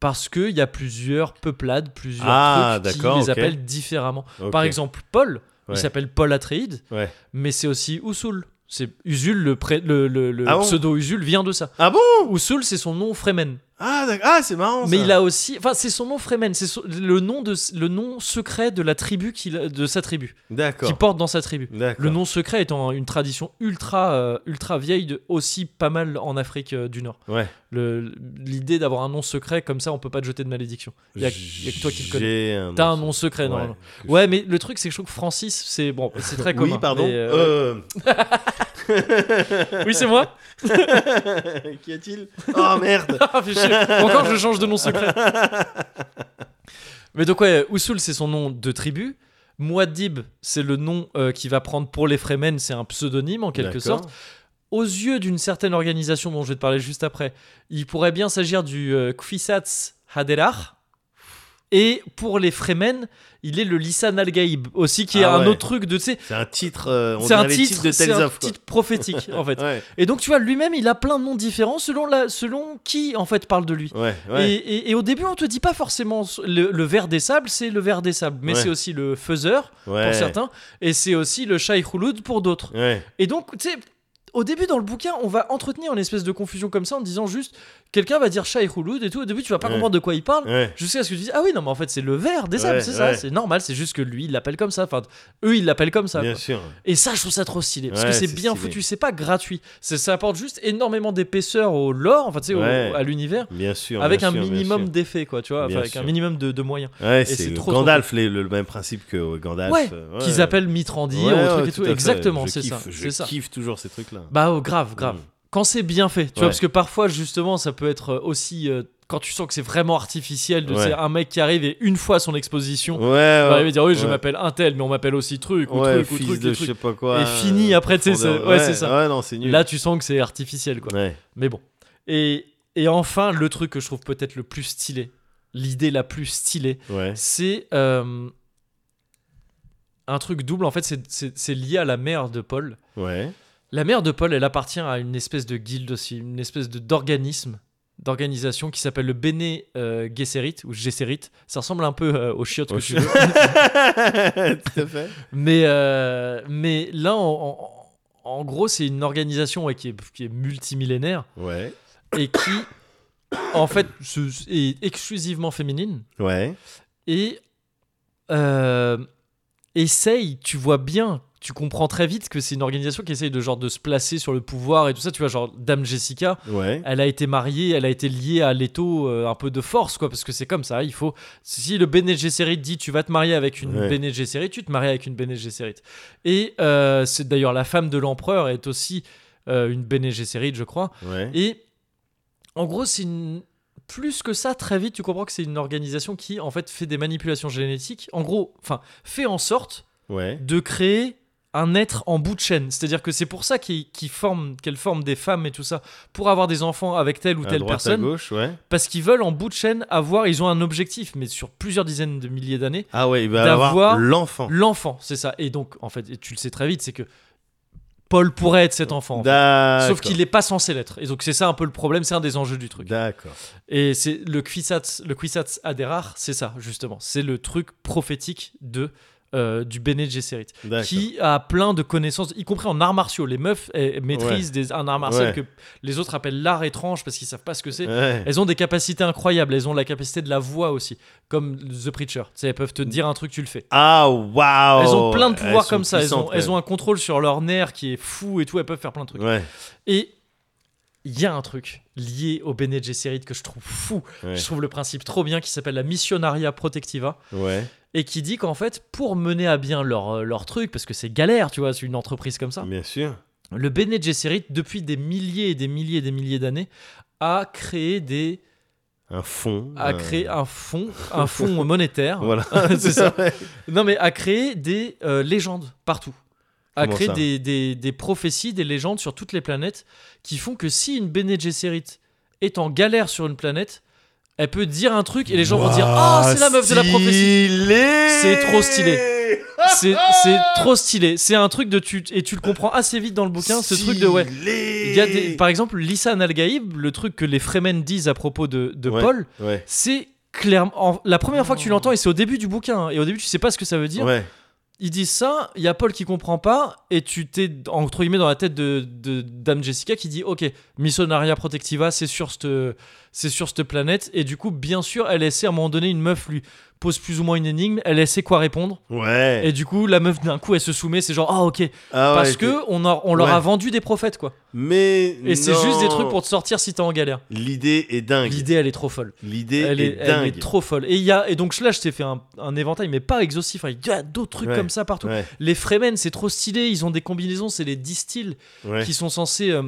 Speaker 1: Parce qu'il y a plusieurs peuplades, plusieurs
Speaker 2: Ah,
Speaker 1: trucs qui les
Speaker 2: d'accord, ok.
Speaker 1: appellent différemment.
Speaker 2: ok.
Speaker 1: Par exemple, Paul, il
Speaker 2: Ouais.
Speaker 1: s'appelle Paul Atreides,
Speaker 2: Ouais.
Speaker 1: mais c'est aussi Usul. C'est Usul, le, pré- le, le- le
Speaker 2: Ah bon
Speaker 1: pseudo Usul vient de ça.
Speaker 2: Ah bon
Speaker 1: Usul, c'est son nom Fremen.
Speaker 2: Ah d'accord. Ah c'est marrant.
Speaker 1: Mais
Speaker 2: ça.
Speaker 1: il a aussi, enfin, c'est son nom Fremen, c'est son- le nom de le nom secret de la tribu qu'il a- de sa tribu, qu'il
Speaker 2: D'accord.
Speaker 1: porte dans sa tribu.
Speaker 2: D'accord.
Speaker 1: Le nom secret étant une tradition ultra, euh, ultra vieille, de, aussi pas mal en Afrique euh, du Nord.
Speaker 2: Ouais.
Speaker 1: Le- L'idée d'avoir un nom secret, comme ça, on peut pas te jeter de malédiction. Il y a, y a que toi qui le connais.
Speaker 2: J'ai un
Speaker 1: T'as un
Speaker 2: nom-
Speaker 1: nom secret,
Speaker 2: Ouais.
Speaker 1: normalement. Ouais, mais le truc, c'est que je trouve que Francis, c'est bon, c'est très commun.
Speaker 2: Oui, pardon.
Speaker 1: mais, euh, Oui, c'est moi.
Speaker 2: Euh, Qu'y a-t-il Oh merde
Speaker 1: Ah, fais chier. Encore, je change de nom secret. Mais donc, ouais, Usul, c'est son nom de tribu. Muad'Dib, c'est le nom euh, qu'il va prendre pour les Fremen, c'est un pseudonyme en quelque
Speaker 2: D'accord.
Speaker 1: sorte. aux yeux d'une certaine organisation dont je vais te parler juste après, il pourrait bien s'agir du euh, Kwisatz Haderach. Et pour les Fremen, il est le Lisan Al-Gaïb aussi, qui est
Speaker 2: Ah
Speaker 1: un
Speaker 2: ouais.
Speaker 1: autre truc de, tu sais,
Speaker 2: C'est un titre. euh, on
Speaker 1: c'est un
Speaker 2: dirait les titres
Speaker 1: titre,
Speaker 2: de
Speaker 1: c'est un
Speaker 2: Tales of. quoi.
Speaker 1: titre prophétique en fait.
Speaker 2: Ouais,
Speaker 1: Et donc tu vois, lui-même, il a plein de noms différents selon la, selon qui en fait parle de lui.
Speaker 2: ouais, ouais.
Speaker 1: Et, et- et au début, on te dit pas forcément le, le ver des sables, c'est le ver des sables, mais
Speaker 2: Ouais.
Speaker 1: c'est aussi le faiseur
Speaker 2: ouais.
Speaker 1: pour certains, et c'est aussi le Shaykhuloud pour d'autres.
Speaker 2: Ouais.
Speaker 1: Et donc, tu sais, au début dans le bouquin, on va entretenir une espèce de confusion comme ça en disant juste quelqu'un va dire chat et rouloud et tout. Au début, tu vas pas
Speaker 2: Ouais.
Speaker 1: comprendre de quoi il parle.
Speaker 2: Ouais.
Speaker 1: Jusqu'à ce que tu dises ah oui non mais en fait c'est le verre des sables
Speaker 2: Ouais,
Speaker 1: c'est ça
Speaker 2: ouais.
Speaker 1: c'est normal c'est juste que lui il l'appelle comme ça enfin eux ils l'appellent comme ça
Speaker 2: Bien
Speaker 1: quoi.
Speaker 2: sûr.
Speaker 1: et ça je trouve ça trop stylé parce que
Speaker 2: Ouais,
Speaker 1: c'est
Speaker 2: c'est
Speaker 1: bien
Speaker 2: stylé.
Speaker 1: foutu c'est pas gratuit C'est- ça apporte juste énormément d'épaisseur au lore enfin tu sais au-
Speaker 2: Ouais.
Speaker 1: à l'univers
Speaker 2: Bien sûr.
Speaker 1: avec
Speaker 2: bien
Speaker 1: un
Speaker 2: sûr, bien
Speaker 1: minimum
Speaker 2: sûr.
Speaker 1: d'effets quoi tu vois enfin,
Speaker 2: Bien
Speaker 1: avec un
Speaker 2: sûr.
Speaker 1: minimum de, de moyens
Speaker 2: Ouais,
Speaker 1: c'est
Speaker 2: c'est
Speaker 1: trop, trop
Speaker 2: Gandalf, les- le, le même principe que euh, Gandalf.
Speaker 1: Ouais,
Speaker 2: euh,
Speaker 1: qu'ils appellent Mitrandi
Speaker 2: Ouais,
Speaker 1: au
Speaker 2: ouais,
Speaker 1: truc et
Speaker 2: tout
Speaker 1: tout
Speaker 2: à fait.
Speaker 1: exactement
Speaker 2: Je
Speaker 1: c'est ça
Speaker 2: kiffe,
Speaker 1: c'est ça
Speaker 2: Je kiffe toujours ces trucs-là.
Speaker 1: Bah oh, grave, grave.
Speaker 2: Mm.
Speaker 1: Quand c'est bien fait, tu vois,
Speaker 2: Ouais.
Speaker 1: parce que parfois justement, ça peut être euh, aussi euh, quand tu sens que c'est vraiment artificiel, de
Speaker 2: Ouais.
Speaker 1: c'est un mec qui arrive et une fois son exposition,
Speaker 2: Ouais,
Speaker 1: il va arriver et
Speaker 2: ouais.
Speaker 1: dire Bah, oui, je
Speaker 2: ouais.
Speaker 1: m'appelle un tel, mais on m'appelle aussi truc ou
Speaker 2: Ouais,
Speaker 1: truc ou
Speaker 2: fils
Speaker 1: truc
Speaker 2: de
Speaker 1: ou
Speaker 2: je
Speaker 1: truc.
Speaker 2: sais pas quoi.
Speaker 1: Et fini après, tu sais, c'est-
Speaker 2: fondeur.
Speaker 1: ouais, c'est ça.
Speaker 2: Ouais, non, c'est nul.
Speaker 1: Là, tu sens que c'est artificiel, quoi.
Speaker 2: Ouais.
Speaker 1: Mais bon. Et et enfin, le truc que je trouve peut-être le plus stylé, l'idée la plus stylée,
Speaker 2: Ouais.
Speaker 1: c'est euh, un truc double. En fait, c'est- c'est c'est lié à la mère de Paul.
Speaker 2: Ouais.
Speaker 1: La mère de Paul, elle appartient à une espèce de guilde aussi, une espèce de d'organisme, d'organisation qui s'appelle le Bene euh, Gesserit ou Gesserit. Ça ressemble un peu euh, aux chiottes
Speaker 2: Aux
Speaker 1: que tu veux.
Speaker 2: Tout à fait.
Speaker 1: Mais, euh, mais là, en, en- en gros, c'est une organisation ouais, qui, est, qui est multimillénaire
Speaker 2: Ouais.
Speaker 1: et qui, en fait, se- est exclusivement féminine
Speaker 2: Ouais.
Speaker 1: et euh, essaye, tu vois bien, tu comprends très vite que c'est une organisation qui essaye de, genre, de se placer sur le pouvoir et tout ça. Tu vois, genre, Dame Jessica,
Speaker 2: Ouais.
Speaker 1: elle a été mariée, elle a été liée à l'étau euh, un peu de force, quoi, parce que c'est comme ça. Il faut. Si le Bene Gesserit dit tu vas te marier avec une
Speaker 2: Ouais.
Speaker 1: Bene Gesserit, tu te maries avec une Bene Gesserit. Et euh, c'est d'ailleurs la femme de l'empereur est aussi euh, une Bene Gesserit, je crois.
Speaker 2: Ouais.
Speaker 1: Et en gros, c'est une. Plus que ça, très vite, tu comprends que c'est une organisation qui, en fait, fait des manipulations génétiques. En gros, enfin, fait en sorte
Speaker 2: Ouais.
Speaker 1: de créer un être en bout de chaîne. C'est-à-dire que c'est pour ça qu'ils- qu'ils forment- qu'elles forment des femmes et tout ça, pour avoir des enfants avec telle ou
Speaker 2: À
Speaker 1: telle
Speaker 2: droite, à
Speaker 1: personne,
Speaker 2: gauche, ouais.
Speaker 1: parce qu'ils veulent en bout de chaîne avoir, ils ont un objectif, mais sur plusieurs dizaines de milliers d'années,
Speaker 2: Ah ouais, il va avoir
Speaker 1: D'avoir
Speaker 2: l'enfant.
Speaker 1: l'enfant, c'est ça. Et donc, en fait, et tu le sais très vite, c'est que Paul pourrait être cet enfant. en fait.
Speaker 2: D'accord.
Speaker 1: Sauf qu'il n'est pas censé l'être. Et donc, c'est ça un peu le problème, c'est un des enjeux du truc.
Speaker 2: D'accord.
Speaker 1: Et c'est le Quissatz, le Quissatz Aderar, c'est ça justement. C'est le truc prophétique de euh, du Bene Gesserit,
Speaker 2: D'accord.
Speaker 1: qui a plein de connaissances, y compris en arts martiaux. Les meufs elles maîtrisent des, un art martial
Speaker 2: Ouais.
Speaker 1: que les autres appellent l'art étrange parce qu'ils savent pas ce que c'est.
Speaker 2: Ouais.
Speaker 1: Elles ont des capacités incroyables. Elles ont la capacité de la voix aussi, comme The Preacher. Tu sais, elles peuvent te dire un truc, tu le fais.
Speaker 2: Ah waouh.
Speaker 1: Elles ont plein de pouvoirs
Speaker 2: Oh, sont
Speaker 1: comme ça. Elles ont,
Speaker 2: puissantes,
Speaker 1: elles ont un contrôle sur leur nerf qui est fou et tout. Elles peuvent faire plein de trucs.
Speaker 2: Ouais.
Speaker 1: Et il y a un truc lié au Bene Gesserit que je trouve fou.
Speaker 2: Ouais.
Speaker 1: Je trouve le principe trop bien qui s'appelle la Missionaria Protectiva
Speaker 2: Ouais.
Speaker 1: et qui dit qu'en fait, pour mener à bien leur, euh, leur truc, parce que c'est galère, tu vois, c'est une entreprise comme ça,
Speaker 2: Bien sûr.
Speaker 1: le Bene Gesserit, depuis des milliers et des milliers et des milliers d'années, a créé des
Speaker 2: Un fond.
Speaker 1: a
Speaker 2: euh,
Speaker 1: créé un fonds un fonds monétaire
Speaker 2: Voilà.
Speaker 1: C'est ça.
Speaker 2: Ouais.
Speaker 1: non mais a créé des euh, légendes partout a
Speaker 2: Comment
Speaker 1: créé
Speaker 2: ça
Speaker 1: des, des- des prophéties, des légendes sur toutes les planètes qui font que si une Bene Gesserit est en galère sur une planète, elle peut dire un truc et les gens vont dire Ah, c'est la meuf de la prophétie.
Speaker 2: Stylé.
Speaker 1: C'est trop stylé. C'est c'est trop stylé. C'est un truc de tu. Et tu le comprends assez vite dans le bouquin, hein, ce truc de ouais. Il y a des, par exemple, Lissa Nalgaïb, le truc que les Fremen disent à propos de, de
Speaker 2: Ouais.
Speaker 1: Paul,
Speaker 2: Ouais.
Speaker 1: c'est clairement. en- La première fois que tu l'entends, et c'est au début du bouquin, hein, et au début tu sais pas ce que ça veut dire,
Speaker 2: Ouais.
Speaker 1: ils disent ça, il y a Paul qui comprend pas, et tu t'es entre guillemets dans la tête de, de Dame Jessica qui dit Ok, Missionaria Protectiva, c'est sur cette c'est sur cette planète, et du coup, bien sûr, elle essaie à un moment donné, une meuf lui pose plus ou moins une énigme, elle essaie quoi répondre,
Speaker 2: Ouais.
Speaker 1: et du coup, la meuf d'un coup elle se soumet, c'est genre Ah ok,
Speaker 2: Ah ouais,
Speaker 1: parce que on, a- on leur
Speaker 2: Ouais.
Speaker 1: a vendu des prophètes quoi,
Speaker 2: Mais.
Speaker 1: et c'est juste des
Speaker 2: non.
Speaker 1: trucs pour te sortir si t'es en galère.
Speaker 2: L'idée est dingue.
Speaker 1: L'idée elle est trop folle.
Speaker 2: L'idée
Speaker 1: Elle est,
Speaker 2: est
Speaker 1: elle est
Speaker 2: dingue.
Speaker 1: trop folle. Et, il y a, et donc là, je t'ai fait un, un éventail, mais pas exhaustif. hein. Il y a d'autres trucs
Speaker 2: Ouais.
Speaker 1: comme ça partout.
Speaker 2: Ouais.
Speaker 1: Les Fremen, c'est trop stylé. Ils ont des combinaisons, c'est les distils
Speaker 2: Ouais.
Speaker 1: qui sont censés euh,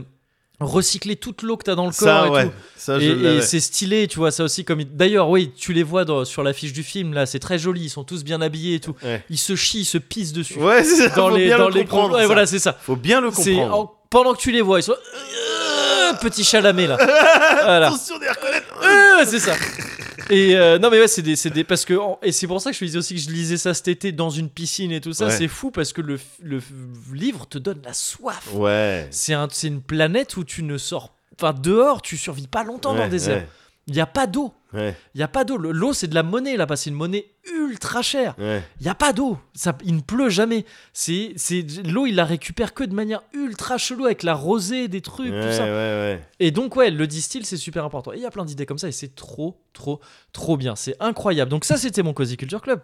Speaker 1: recycler toute l'eau que t'as dans le
Speaker 2: Ça,
Speaker 1: corps et
Speaker 2: ouais.
Speaker 1: tout.
Speaker 2: Ça, je
Speaker 1: Et- et
Speaker 2: l'avais.
Speaker 1: c'est stylé, tu vois, ça aussi. comme ils- D'ailleurs, oui, tu les vois dans- sur l'affiche du film, là, c'est très joli. Ils sont tous bien habillés et tout.
Speaker 2: Ouais.
Speaker 1: Ils se chient, ils se pissent dessus.
Speaker 2: Ouais, c'est ça.
Speaker 1: Dans
Speaker 2: faut
Speaker 1: les,
Speaker 2: bien
Speaker 1: dans
Speaker 2: le
Speaker 1: les
Speaker 2: comprendre.
Speaker 1: ouais,
Speaker 2: ça.
Speaker 1: voilà, c'est ça.
Speaker 2: Faut bien le
Speaker 1: C'est
Speaker 2: comprendre.
Speaker 1: en- pendant que tu les vois, ils sont Euh, petit chalamet là. voilà.
Speaker 2: Attention de les reconnaître.
Speaker 1: Euh, c'est ça. Et euh, non mais ouais, c'est des, c'est des parce que en- et c'est pour ça que je te disais aussi que je lisais ça cet été dans une piscine et tout ça.
Speaker 2: Ouais.
Speaker 1: C'est fou parce que le, f- le f- livre te donne la soif.
Speaker 2: Ouais.
Speaker 1: C'est un, c'est une planète où tu ne sors, enfin dehors, tu survis pas longtemps dans
Speaker 2: Ouais,
Speaker 1: le désert. Il n'y y a pas d'eau.
Speaker 2: Ouais.
Speaker 1: Il y a pas d'eau. Le- L'eau c'est de la monnaie là-bas. C'est une monnaie ultra chère.
Speaker 2: Ouais. ouais.
Speaker 1: Il y a pas d'eau, ça, il ne pleut jamais. C'est, c'est l'eau, il la récupère que de manière ultra chelou avec la rosée des trucs,
Speaker 2: Ouais,
Speaker 1: tout
Speaker 2: ouais,
Speaker 1: ça.
Speaker 2: ouais.
Speaker 1: Et donc ouais, le distill c'est super important. Et il y a plein d'idées comme ça et c'est trop, trop, trop bien. C'est incroyable. Donc ça c'était mon Cozy Culture Club.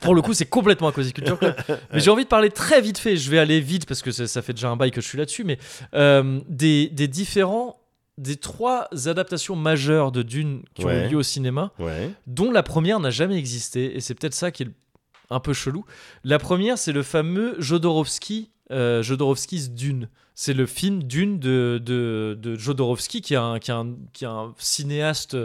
Speaker 1: Pour le coup c'est complètement un Cozy Culture Club. Mais j'ai envie de parler très vite fait. Je vais aller vite parce que ça, ça fait déjà un bail que je suis là-dessus. Mais euh, des, des différents, des trois adaptations majeures de Dune qui ont
Speaker 2: Ouais.
Speaker 1: eu lieu au cinéma
Speaker 2: Ouais.
Speaker 1: dont la première n'a jamais existé, et c'est peut-être ça qui est le- un peu chelou. La première, c'est le fameux Jodorowsky, euh, Jodorowsky's Dune. C'est le film Dune de, de, de Jodorowsky, qui est, un, qui, est un, qui est un cinéaste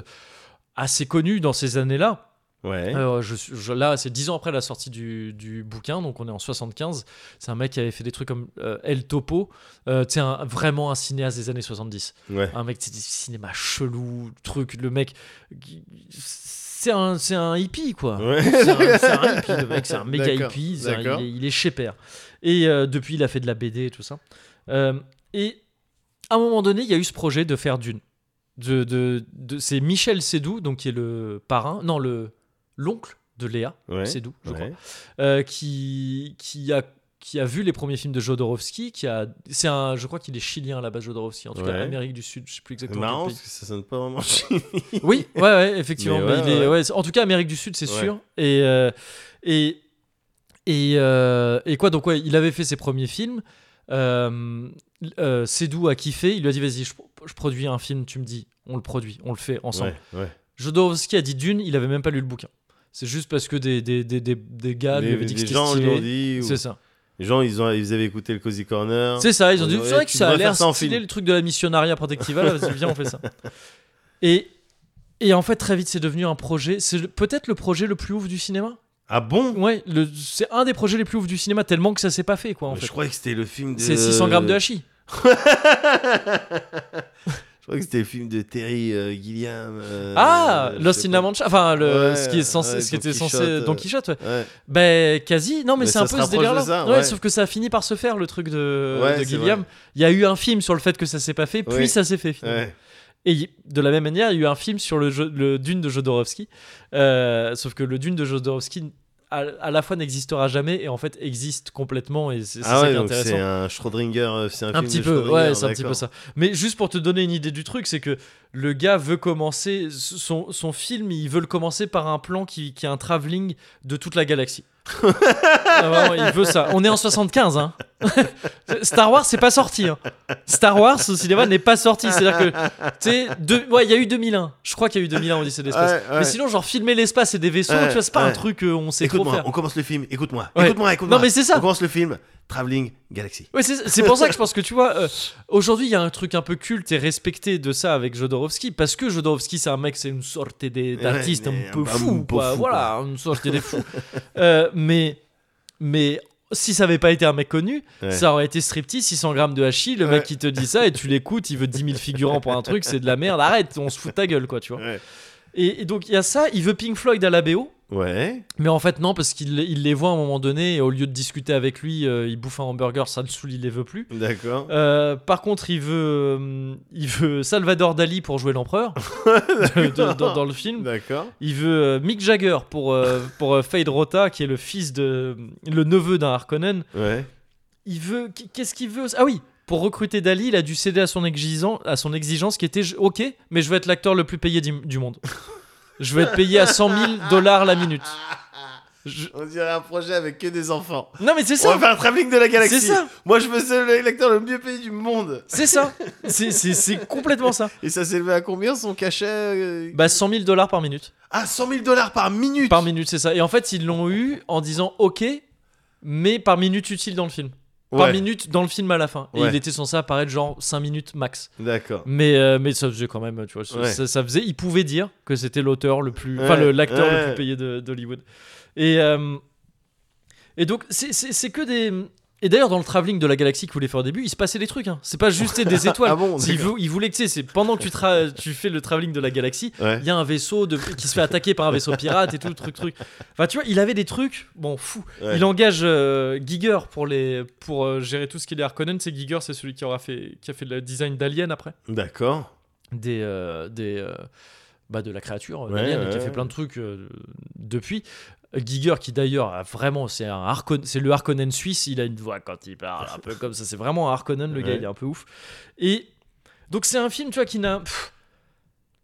Speaker 1: assez connu dans ces années-là.
Speaker 2: Ouais.
Speaker 1: Euh, je, suis- je- là, c'est 10 ans après la sortie du, du bouquin, donc on est en 75. C'est un mec qui avait fait des trucs comme euh, El Topo, euh, tu sais, un- vraiment un cinéaste des années 70
Speaker 2: Ouais.
Speaker 1: un mec c'est du cinéma chelou truc le mec qui- c'est un c'est un hippie quoi
Speaker 2: Ouais.
Speaker 1: ah, c'est un, c'est un hippie le mec c'est un méga
Speaker 2: D'accord,
Speaker 1: hippie c'est un-
Speaker 2: d'accord.
Speaker 1: il, est, il est chez père et euh, depuis il a fait de la BD et tout ça Euh, et à un moment donné il y a eu ce projet de faire Dune de, de, de- c'est Michel Sédou donc qui est le parrain non le l'oncle de Léa
Speaker 2: Ouais.
Speaker 1: Sédou je
Speaker 2: Ouais.
Speaker 1: crois euh, qui, qui, a, qui a vu les premiers films de Jodorowsky, qui a, c'est un, je crois qu'il est chilien là-bas, Jodorowsky, en tout
Speaker 2: Ouais.
Speaker 1: cas Amérique du Sud, je sais plus
Speaker 2: C'est
Speaker 1: exactement.
Speaker 2: marrant
Speaker 1: quel
Speaker 2: parce que ça sonne pas vraiment chimique.
Speaker 1: pays. Oui, ouais, ouais, effectivement.
Speaker 2: Mais
Speaker 1: mais
Speaker 2: ouais,
Speaker 1: il est-
Speaker 2: ouais.
Speaker 1: ouais, c'est- en tout cas, Amérique du Sud, c'est
Speaker 2: Ouais.
Speaker 1: sûr. Et, euh, et, et, euh, et quoi, donc ouais, il avait fait ses premiers films. Euh, euh, Seydoux a kiffé, il lui a dit vas-y, je, je produis un film, tu me dis, on le produit, on le fait ensemble.
Speaker 2: Ouais, ouais.
Speaker 1: Jodorowsky a dit Dune, il avait même pas lu le bouquin. C'est juste parce que des, des, des, des, des gars lui
Speaker 2: Les,
Speaker 1: avaient dit que
Speaker 2: les
Speaker 1: c'était
Speaker 2: gens
Speaker 1: stylé.
Speaker 2: l'ont dit. ou-
Speaker 1: C'est ça.
Speaker 2: Les gens, ils, ont, ils avaient écouté le Cozy Corner.
Speaker 1: C'est ça, ils ont dit
Speaker 2: Hein. Bah, Ouais,
Speaker 1: c'est vrai que
Speaker 2: tu
Speaker 1: ça a
Speaker 2: devrais faire
Speaker 1: l'air
Speaker 2: ça en
Speaker 1: stylé
Speaker 2: film.
Speaker 1: le truc de la missionaria protectiva, là, vas-y, viens, on fait ça. Et, et en fait, très vite, c'est devenu un projet, c'est le- peut-être le projet le plus ouf du cinéma,
Speaker 2: Ah bon
Speaker 1: Ouais, le- c'est un des projets les plus ouf du cinéma, tellement que ça s'est pas fait, quoi, en fait.
Speaker 2: Je croyais que c'était le film de.
Speaker 1: C'est 600 grammes de hachis.
Speaker 2: Je croyais que c'était le film de Terry euh, Gilliam. euh,
Speaker 1: ah,
Speaker 2: je
Speaker 1: Lost
Speaker 2: sais
Speaker 1: in
Speaker 2: pas.
Speaker 1: La Mancha. Enfin, le,
Speaker 2: Ouais,
Speaker 1: ce qui est censé,
Speaker 2: ouais,
Speaker 1: ce qui
Speaker 2: Don
Speaker 1: était
Speaker 2: Quichotte,
Speaker 1: censé
Speaker 2: euh.
Speaker 1: Don Quichotte. ouais.
Speaker 2: Ouais.
Speaker 1: Ben quasi. Non, mais,
Speaker 2: Mais
Speaker 1: c'est un
Speaker 2: ça se
Speaker 1: peu ce
Speaker 2: rapproche
Speaker 1: délire-là.
Speaker 2: de ça,
Speaker 1: Ouais,
Speaker 2: ouais.
Speaker 1: Sauf que ça a fini par se faire le truc de,
Speaker 2: Ouais,
Speaker 1: de
Speaker 2: c'est
Speaker 1: Gilliam.
Speaker 2: vrai.
Speaker 1: Il y a eu un film sur le fait que ça s'est pas fait, puis
Speaker 2: Oui.
Speaker 1: ça s'est fait finalement.
Speaker 2: Ouais.
Speaker 1: Et y- de la même manière, il y a eu un film sur le, jeu- le Dune de Jodorowsky. Euh, sauf que le Dune de Jodorowsky à, à la fois n'existera jamais et en fait existe complètement et c'est c'est
Speaker 2: Ah
Speaker 1: ça
Speaker 2: ouais,
Speaker 1: qui est
Speaker 2: donc
Speaker 1: intéressant
Speaker 2: c'est un Schrödinger, euh, c'est un,
Speaker 1: un
Speaker 2: film
Speaker 1: petit
Speaker 2: de
Speaker 1: peu
Speaker 2: Schrödinger,
Speaker 1: ouais c'est un petit peu
Speaker 2: d'accord.
Speaker 1: ça mais juste pour te donner une idée du truc c'est que le gars veut commencer son, son film il veut le commencer par un plan qui, qui est un travelling de toute la galaxie Ah, vraiment, il veut ça on est en 75 hein. Star Wars c'est pas sorti hein. Star Wars au cinéma n'est pas sorti c'est à dire que tu sais deux- ouais il y a eu 2001 je crois qu'il y a eu 2001 on dit c'est l'espace
Speaker 2: Ouais, ouais.
Speaker 1: mais sinon genre filmer l'espace et des vaisseaux
Speaker 2: Ouais,
Speaker 1: tu vois c'est pas un
Speaker 2: ouais.
Speaker 1: truc euh, on sait trop
Speaker 2: Écoute-moi,
Speaker 1: faire
Speaker 2: on commence le film, écoute-moi,
Speaker 1: Ouais.
Speaker 2: écoute-moi, écoute-moi.
Speaker 1: Non, mais c'est ça.
Speaker 2: On commence le film, Traveling Galaxy.
Speaker 1: Ouais, c'est c'est pour ça que je pense que tu vois, euh, aujourd'hui il y a un truc un peu culte et respecté de ça avec Jodorowsky, parce que Jodorowsky c'est un mec, c'est une sorte des- d'artiste
Speaker 2: Ouais, mais
Speaker 1: un peu
Speaker 2: un peu
Speaker 1: fou,
Speaker 2: fou,
Speaker 1: quoi.
Speaker 2: quoi.
Speaker 1: voilà, une sorte des fous. Euh, mais, mais si ça avait pas été un mec connu,
Speaker 2: Ouais.
Speaker 1: ça aurait été striptease, 600 grammes de hachis, le mec
Speaker 2: Ouais.
Speaker 1: qui te dit ça et tu l'écoutes, il veut 10 000 figurants pour un truc, c'est de la merde, arrête, on se fout de ta gueule, quoi, tu vois.
Speaker 2: Ouais.
Speaker 1: Et, et donc il y a ça, il veut Pink Floyd à la BO.
Speaker 2: Ouais.
Speaker 1: Mais en fait, non, parce qu'il il les voit à un moment donné, et au lieu de discuter avec lui, euh, il bouffe un hamburger, ça le saoule, il les veut plus.
Speaker 2: D'accord.
Speaker 1: Euh, par contre, il veut, euh, il veut Salvador Dali pour jouer l'empereur de- de- dans, dans le film.
Speaker 2: D'accord.
Speaker 1: Il veut euh, Mick Jagger pour, euh, pour euh, Fade Rota, qui est le fils de. le neveu d'un Harkonnen.
Speaker 2: Ouais.
Speaker 1: Il veut. qu- Qu'est-ce qu'il veut Ah oui pour recruter Dali, il a dû céder à son, exigeant- à son exigence qui était je- Ok, mais je veux être l'acteur le plus payé du, du monde. Je veux être payé à 100 000 dollars la minute. Je-
Speaker 2: On dirait un projet avec que des enfants.
Speaker 1: Non, mais c'est
Speaker 2: On
Speaker 1: ça
Speaker 2: va faire un travelling de la galaxie.
Speaker 1: C'est ça.
Speaker 2: Moi, je me suis l'acteur le mieux payé du monde.
Speaker 1: C'est ça C'est- C'est c'est complètement ça
Speaker 2: Et ça s'est levé à combien son cachet euh
Speaker 1: Bah, 100 000 dollars par minute.
Speaker 2: Ah, 100 000 dollars par minute.
Speaker 1: Par minute, c'est ça. Et en fait, ils l'ont eu en disant OK, mais par minute utile dans le film. Par
Speaker 2: Ouais,
Speaker 1: minute dans le film à la fin. Et
Speaker 2: Ouais.
Speaker 1: il était censé apparaître genre 5 minutes max.
Speaker 2: D'accord.
Speaker 1: Mais, euh, mais ça faisait quand même, tu vois, ça-
Speaker 2: Ouais.
Speaker 1: ça, ça faisait, il pouvait dire que c'était l'auteur le plus, enfin
Speaker 2: Ouais,
Speaker 1: le- l'acteur le
Speaker 2: ouais.
Speaker 1: plus payé de- d'Hollywood. Et, euh, et donc, c'est- c'est c'est que des. Et d'ailleurs, dans le travelling de la galaxie qu'il voulait faire au début, il se passait des trucs. hein. C'est pas juste des étoiles.
Speaker 2: Ah bon,
Speaker 1: C'est- il,
Speaker 2: d'accord.
Speaker 1: vou- il voulait que tu sais, c'est pendant que tu, tra- tu fais le travelling de la galaxie,
Speaker 2: Ouais.
Speaker 1: il y a un vaisseau de- qui se fait attaquer par un vaisseau pirate et tout, truc, truc. Enfin, tu vois, il avait des trucs, bon, fou.
Speaker 2: Ouais.
Speaker 1: Il engage euh, Giger pour, les, pour euh, gérer tout ce qu'il est Harkonnen. C'est Giger, c'est celui qui, aura fait, qui a fait le design d'Alien après.
Speaker 2: D'accord.
Speaker 1: Des, euh, des, euh, bah, de la créature, euh,
Speaker 2: Ouais,
Speaker 1: d'Alien, et qui a
Speaker 2: ouais,
Speaker 1: fait
Speaker 2: ouais.
Speaker 1: plein de trucs euh, depuis. Giger, qui d'ailleurs, a vraiment, c'est un Harkon- c'est le Harkonnen suisse, il a une voix quand il parle, un peu comme ça. C'est vraiment un Harkonnen, le gars,
Speaker 2: Ouais.
Speaker 1: il est un peu ouf. Et donc, c'est un film, tu vois, qui n'a. pff,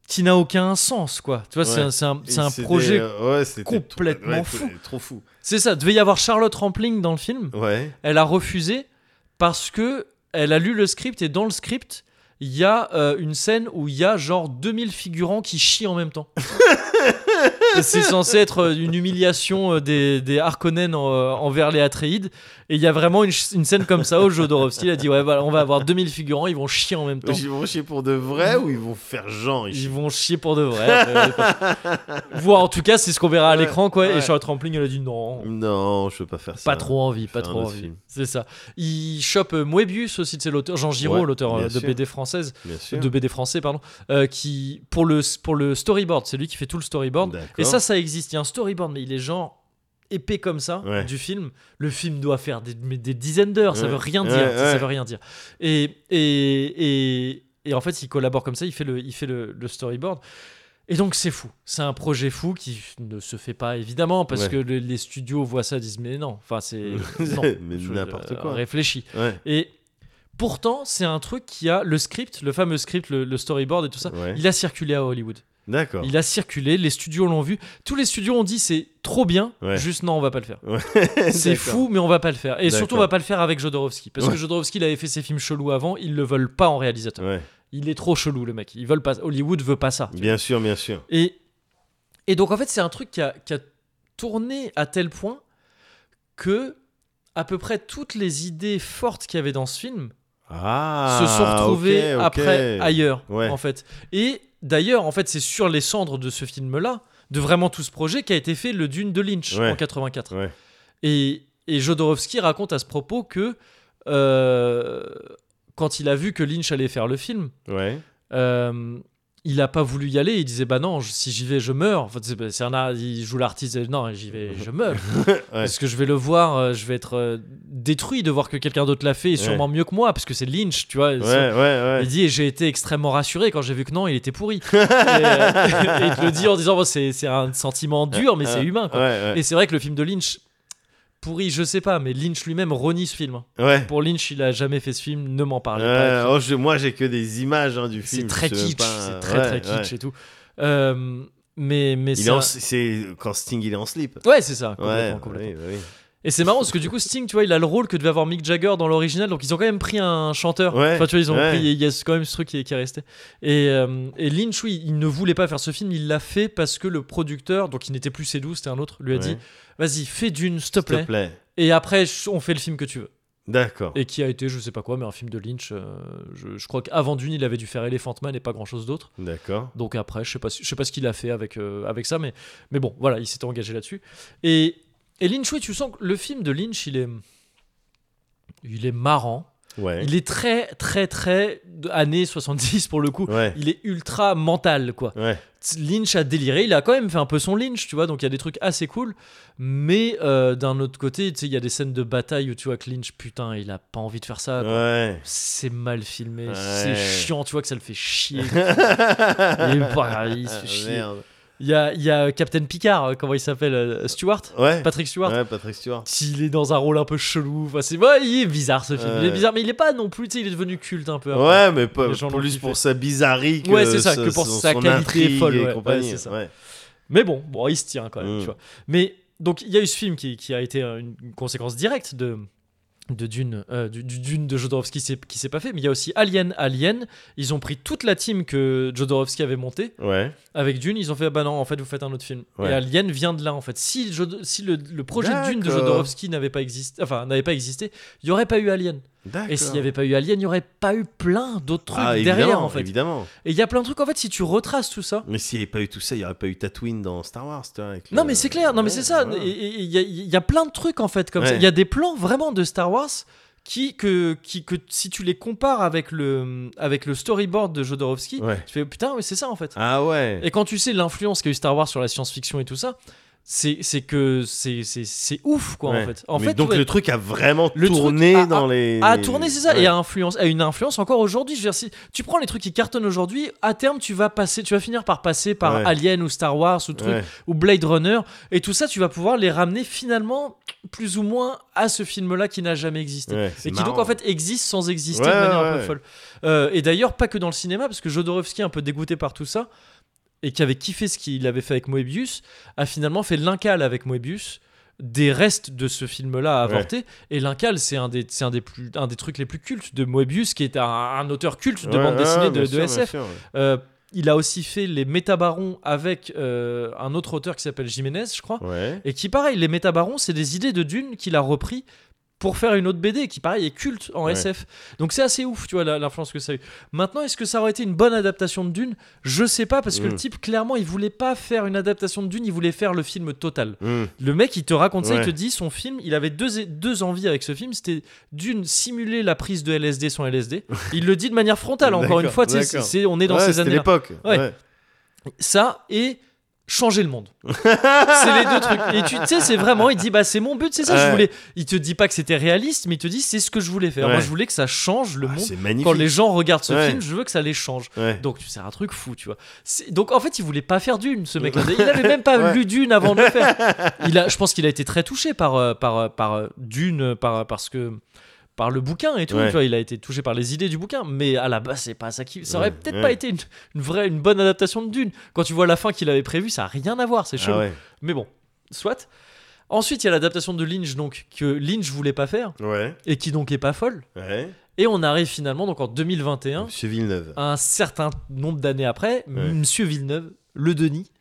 Speaker 1: qui n'a aucun sens, quoi. Tu vois, c'est
Speaker 2: Ouais.
Speaker 1: un- c'est un, c'est un
Speaker 2: Et c'était,
Speaker 1: projet.
Speaker 2: euh, ouais, c'était
Speaker 1: complètement
Speaker 2: ouais,
Speaker 1: fou.
Speaker 2: trop- Trop fou.
Speaker 1: C'est ça, devait y avoir Charlotte Rampling dans le film.
Speaker 2: Ouais.
Speaker 1: Elle a refusé parce que elle a lu le script et dans le script, il y a euh, une scène où il y a genre 2000 figurants qui chient en même temps. Et C'est censé être euh, une humiliation euh, des, des Harkonnen en- euh, envers les Atreides. Et il y a vraiment une, ch- une scène comme ça où Jodorowsky a dit Ouais, voilà, on va avoir 2000 figurants, ils vont chier en même temps.
Speaker 2: Ils vont chier pour de vrai ou ils vont faire genre ils
Speaker 1: Ils
Speaker 2: chient
Speaker 1: vont chier pour de vrai. après, Voire en tout cas, c'est ce qu'on verra à
Speaker 2: Ouais,
Speaker 1: l'écran. quoi. Et
Speaker 2: ouais.
Speaker 1: Charlotte Rampling, elle a dit non.
Speaker 2: Non, je veux pas faire ça.
Speaker 1: Pas trop envie, pas
Speaker 2: Faire un
Speaker 1: trop
Speaker 2: autre
Speaker 1: envie.
Speaker 2: film.
Speaker 1: C'est ça. Il chope euh, Moebius aussi, c'est l'auteur Jean Giraud,
Speaker 2: Ouais,
Speaker 1: l'auteur euh,
Speaker 2: bien
Speaker 1: de
Speaker 2: sûr.
Speaker 1: BD française,
Speaker 2: Bien sûr.
Speaker 1: de BD français pardon, euh, qui pour le pour le storyboard, c'est lui qui fait tout le storyboard.
Speaker 2: D'accord.
Speaker 1: Et ça, ça existe. Il y a un storyboard, mais il est genre épais comme ça
Speaker 2: Ouais.
Speaker 1: du film. Le film doit faire des, mais des dizaines d'heures. Ça
Speaker 2: Ouais,
Speaker 1: veut rien
Speaker 2: ouais,
Speaker 1: dire. Ça, ça
Speaker 2: ouais.
Speaker 1: veut rien dire. Et et et et en fait, il collabore comme ça. Il fait le il fait le, le storyboard. Et donc c'est fou, c'est un projet fou qui ne se fait pas évidemment parce
Speaker 2: Ouais.
Speaker 1: que le- les studios voient ça, disent mais non, enfin c'est non,
Speaker 2: Mais
Speaker 1: je-
Speaker 2: n'importe
Speaker 1: euh,
Speaker 2: quoi.
Speaker 1: Réfléchis.
Speaker 2: Ouais.
Speaker 1: Et pourtant, c'est un truc qui a le script, le fameux script, le, le storyboard et tout ça.
Speaker 2: Ouais.
Speaker 1: Il a circulé à Hollywood.
Speaker 2: D'accord.
Speaker 1: Il a circulé, les studios l'ont vu. Tous les studios ont dit c'est trop bien,
Speaker 2: Ouais.
Speaker 1: juste non, on va pas le faire. C'est
Speaker 2: D'accord.
Speaker 1: fou, mais on va pas le faire. Et surtout, on
Speaker 2: D'accord.
Speaker 1: va pas le faire avec Jodorowsky. Parce que
Speaker 2: Ouais.
Speaker 1: Jodorowsky, il avait fait ses films chelous avant, ils le veulent pas en réalisateur.
Speaker 2: Ouais.
Speaker 1: Il est trop chelou, le mec. Ils veulent pas. Hollywood veut pas ça.
Speaker 2: Bien sûr, bien sûr.
Speaker 1: Et, et donc, en fait, c'est un truc qui a, qui a tourné à tel point que à peu près toutes les idées fortes qu'il y avait dans ce film
Speaker 2: Ah.
Speaker 1: se sont retrouvées
Speaker 2: ok, ok.
Speaker 1: après ailleurs,
Speaker 2: Ouais.
Speaker 1: en fait. Et d'ailleurs, en fait, c'est sur les cendres de ce film-là de vraiment tout ce projet qui a été fait le Dune de Lynch
Speaker 2: Ouais.
Speaker 1: en 84.
Speaker 2: Ouais.
Speaker 1: Et, et Jodorowsky raconte à ce propos que euh, quand il a vu que Lynch allait faire le film,
Speaker 2: Ouais.
Speaker 1: euh, il a pas voulu y aller. Il disait bah non, je- si j'y vais, je meurs. Enfin, c'est, c'est un art- il joue l'artiste. et Non, j'y vais, je meurs. Parce que je vais le voir, euh, je vais être euh, détruit de voir que quelqu'un d'autre l'a fait, et sûrement mieux que moi, parce que c'est Lynch, tu vois.
Speaker 2: Ouais,
Speaker 1: C'est-
Speaker 2: ouais, ouais.
Speaker 1: il dit et j'ai été extrêmement rassuré quand j'ai vu que non, il était pourri. et, euh, et il te le dit en disant bon, c'est c'est un sentiment dur, mais c'est humain.
Speaker 2: Ouais,
Speaker 1: Quoi.
Speaker 2: ouais.
Speaker 1: Et c'est vrai que le film de Lynch, pourri, je sais pas, mais Lynch lui-même renie ce film. hein.
Speaker 2: ouais.
Speaker 1: Pour Lynch, il a jamais fait ce film, ne m'en parlez
Speaker 2: Ouais,
Speaker 1: pas.
Speaker 2: oh, je- moi j'ai que des images hein, du film.
Speaker 1: C'est très
Speaker 2: je sais même
Speaker 1: kitsch,
Speaker 2: pas,
Speaker 1: c'est
Speaker 2: euh,
Speaker 1: très
Speaker 2: ouais,
Speaker 1: très kitsch
Speaker 2: ouais.
Speaker 1: et tout. Euh, mais mais
Speaker 2: Il
Speaker 1: c'est
Speaker 2: est en-
Speaker 1: un-
Speaker 2: C'est quand Sting il est en slip.
Speaker 1: ouais c'est ça complètement,
Speaker 2: Ouais,
Speaker 1: complètement.
Speaker 2: oui, oui.
Speaker 1: Et c'est marrant parce que du coup Sting, tu vois, il a le rôle que devait avoir Mick Jagger dans l'original, donc ils ont quand même pris un chanteur.
Speaker 2: Ouais,
Speaker 1: enfin, tu vois, ils ont
Speaker 2: ouais.
Speaker 1: pris, il y a ce- quand même ce truc qui est, qui est resté. Et, euh, et Lynch, oui, il ne voulait pas faire ce film, il l'a fait parce que le producteur, donc il n'était plus Cédou, c'était un autre, lui a
Speaker 2: Ouais.
Speaker 1: dit, vas-y, fais d'une, s'il te
Speaker 2: S'il te
Speaker 1: plaît,
Speaker 2: plaît.
Speaker 1: et après ch- on fait le film que tu veux.
Speaker 2: D'accord.
Speaker 1: Et qui a été, je sais pas quoi, mais un film de Lynch. euh, je, je crois qu'avant d'une, il avait dû faire Elephant Man et pas grand chose d'autre.
Speaker 2: D'accord.
Speaker 1: Donc après, je sais pas, si- je sais pas ce qu'il a fait avec, euh, avec ça, mais, mais bon, voilà, il s'était engagé là-dessus. Et, et Lynch, oui, tu sens que le film de Lynch, il est, il est marrant.
Speaker 2: Ouais.
Speaker 1: Il est très, très, très de- années 70 pour le coup.
Speaker 2: Ouais.
Speaker 1: Il est ultra mental, quoi.
Speaker 2: Ouais.
Speaker 1: Lynch a déliré, il a quand même fait un peu son Lynch, tu vois, donc il y a des trucs assez cool. Mais euh, d'un autre côté, tu sais, il y a des scènes de bataille où tu vois que Lynch, putain, il a pas envie de faire ça. quoi.
Speaker 2: Ouais.
Speaker 1: C'est mal filmé,
Speaker 2: Ouais.
Speaker 1: c'est chiant, tu vois que ça le fait chier. Et bah, il se fait chier.
Speaker 2: Ah, Merde.
Speaker 1: Il y a, il y a Captain Picard, euh, comment il s'appelle euh, Stewart
Speaker 2: Ouais.
Speaker 1: Patrick Stewart
Speaker 2: Ouais, Patrick Stewart.
Speaker 1: S'il est dans un rôle un peu chelou, enfin, c'est ouais, il est bizarre ce film. Il est
Speaker 2: Ouais.
Speaker 1: bizarre, mais il est pas non plus, tu sais, il est devenu culte un peu. après.
Speaker 2: Ouais, mais pas,
Speaker 1: Les gens l'ont
Speaker 2: plus
Speaker 1: kiffé.
Speaker 2: pour sa bizarrerie que,
Speaker 1: Ouais, c'est ça,
Speaker 2: ce-
Speaker 1: que pour
Speaker 2: son-
Speaker 1: sa
Speaker 2: son
Speaker 1: qualité
Speaker 2: intrigue
Speaker 1: folle,
Speaker 2: et
Speaker 1: ouais,
Speaker 2: compagnie.
Speaker 1: ouais, c'est ça.
Speaker 2: Ouais.
Speaker 1: Mais bon, bon, il se tient quand même,
Speaker 2: Mm.
Speaker 1: tu vois. Mais donc il y a eu ce film qui, qui a été euh, une conséquence directe de de Dune, euh, du, du Dune de Jodorowsky s'est- qui s'est pas fait, mais il y a aussi Alien, Alien. Ils ont pris toute la team que Jodorowsky avait montée
Speaker 2: Ouais.
Speaker 1: avec Dune. Ils ont fait bah non, en fait vous faites un autre film.
Speaker 2: Ouais.
Speaker 1: Et Alien vient de là en fait. Si, Jod- si le, le projet de Dune de
Speaker 2: D'accord.
Speaker 1: Jodorowsky n'avait pas existé, enfin n'avait pas existé, il y aurait pas eu Alien.
Speaker 2: D'accord.
Speaker 1: Et s'il y avait pas eu Alien, il y aurait pas eu plein d'autres trucs
Speaker 2: Ah,
Speaker 1: derrière
Speaker 2: évidemment,
Speaker 1: en fait.
Speaker 2: Évidemment.
Speaker 1: Et il y a plein de trucs en fait si tu retraces tout ça.
Speaker 2: Mais s'il n'y avait pas eu tout ça, il n'y aurait pas eu Tatooine dans Star Wars, tu vois. avec
Speaker 1: Non,
Speaker 2: le-
Speaker 1: mais c'est clair, non, mais
Speaker 2: Ouais,
Speaker 1: c'est ça.
Speaker 2: Euh, voilà.
Speaker 1: Et- et- et Il y, a- il y a plein de trucs en fait comme ça.
Speaker 2: Ouais.
Speaker 1: Il y a des plans vraiment de Star Wars qui, que, qui, que si tu les compares avec le, avec le storyboard de Jodorowsky,
Speaker 2: Ouais.
Speaker 1: tu fais putain, oui, c'est ça en fait.
Speaker 2: Ah ouais.
Speaker 1: Et quand tu sais l'influence qu'a eu Star Wars sur la science-fiction et tout ça, c'est c'est que c'est- c'est c'est ouf quoi
Speaker 2: Ouais.
Speaker 1: en fait. En
Speaker 2: Mais
Speaker 1: fait,
Speaker 2: donc
Speaker 1: ouais,
Speaker 2: le truc a vraiment
Speaker 1: Le truc
Speaker 2: tourné
Speaker 1: a- a-
Speaker 2: dans les.
Speaker 1: à
Speaker 2: les-
Speaker 1: tourner, c'est ça,
Speaker 2: Ouais.
Speaker 1: et à influence, à une influence encore aujourd'hui. Je veux dire, si tu prends les trucs qui cartonnent aujourd'hui, à terme, tu vas passer, tu vas finir par passer par
Speaker 2: Ouais.
Speaker 1: Alien ou Star Wars ou truc
Speaker 2: Ouais.
Speaker 1: ou Blade Runner, et tout ça, tu vas pouvoir les ramener finalement plus ou moins à ce film-là qui n'a jamais existé.
Speaker 2: Ouais,
Speaker 1: Et
Speaker 2: c'est
Speaker 1: qui donc
Speaker 2: marrant.
Speaker 1: en fait existe sans exister
Speaker 2: Ouais,
Speaker 1: de manière un
Speaker 2: ouais,
Speaker 1: peu
Speaker 2: ouais.
Speaker 1: folle. Euh, et d'ailleurs, pas que dans le cinéma, parce que Jodorowsky, un peu dégoûté par tout ça, et qui avait kiffé ce qu'il avait fait avec Moebius, a finalement fait l'incal avec Moebius des restes de ce film-là avorté. Et l'incal, c'est un des, c'est un des plus, un des trucs les plus cultes de Moebius, qui est un, un auteur culte de
Speaker 2: Ouais,
Speaker 1: bande
Speaker 2: ouais,
Speaker 1: dessinée de,
Speaker 2: ouais, bien
Speaker 1: de
Speaker 2: sûr, bien
Speaker 1: SF.
Speaker 2: sûr, ouais.
Speaker 1: Euh, il a aussi fait les Métabarons avec euh, un autre auteur qui s'appelle Jiménez, je crois.
Speaker 2: Ouais.
Speaker 1: Et qui, pareil, les Métabarons, c'est des idées de Dune qu'il a repris pour faire une autre BD qui, pareil, est culte en
Speaker 2: Ouais.
Speaker 1: SF. Donc c'est assez ouf, tu vois, la- l'influence que ça a eu. Maintenant, est-ce que ça aurait été une bonne adaptation de Dune Je sais pas, parce que
Speaker 2: Mm.
Speaker 1: le type, clairement, il voulait pas faire une adaptation de Dune, il voulait faire le film total.
Speaker 2: Mm.
Speaker 1: Le mec, il te raconte ça, il
Speaker 2: Ouais.
Speaker 1: te dit son film, il avait deux, deux envies avec ce film, c'était d'une, simuler la prise de LSD sans LSD. Il le dit de manière frontale, encore une
Speaker 2: D'accord,
Speaker 1: fois, tu sais, c'est,
Speaker 2: d'accord.
Speaker 1: c'est- on est dans
Speaker 2: Ouais,
Speaker 1: ces
Speaker 2: c'était
Speaker 1: années
Speaker 2: l'époque.
Speaker 1: Ouais.
Speaker 2: Ouais.
Speaker 1: ça et changer le monde. c'est les deux trucs. Et tu tu sais, c'est vraiment, il dit, bah c'est mon but, c'est ça, je
Speaker 2: Ouais.
Speaker 1: voulais. Il te dit pas que c'était réaliste, mais il te dit, c'est ce que je voulais faire.
Speaker 2: Ouais.
Speaker 1: Moi, je voulais que ça change le
Speaker 2: Ah,
Speaker 1: monde.
Speaker 2: c'est magnifique.
Speaker 1: Quand les gens regardent ce
Speaker 2: Ouais.
Speaker 1: film, je veux que ça les change.
Speaker 2: Ouais.
Speaker 1: Donc, tu sais, un truc fou, tu vois. C'est- Donc, en fait, il voulait pas faire d'une, ce mec-là. Il avait même pas
Speaker 2: Ouais.
Speaker 1: lu d'une avant de le faire. Il a, je pense qu'il a été très touché par, euh, par, euh, par euh, d'une, par, euh, parce que par le bouquin et tout,
Speaker 2: Ouais.
Speaker 1: tu vois, il a été touché par les idées du bouquin, mais à la base c'est pas ça qui, ça aurait
Speaker 2: Ouais,
Speaker 1: peut-être
Speaker 2: ouais.
Speaker 1: pas été une, une vraie, une bonne adaptation de Dune. Quand tu vois la fin qu'il avait prévue, ça a rien à voir, c'est chelou.
Speaker 2: Ah ouais.
Speaker 1: Mais bon, soit. Ensuite, il y a l'adaptation de Lynch, donc, que Lynch voulait pas faire,
Speaker 2: Ouais.
Speaker 1: et qui donc est pas folle.
Speaker 2: Ouais.
Speaker 1: Et on arrive finalement, donc en 2021,
Speaker 2: Monsieur Villeneuve.
Speaker 1: un certain nombre d'années après,
Speaker 2: Ouais.
Speaker 1: Monsieur Villeneuve, le Denis,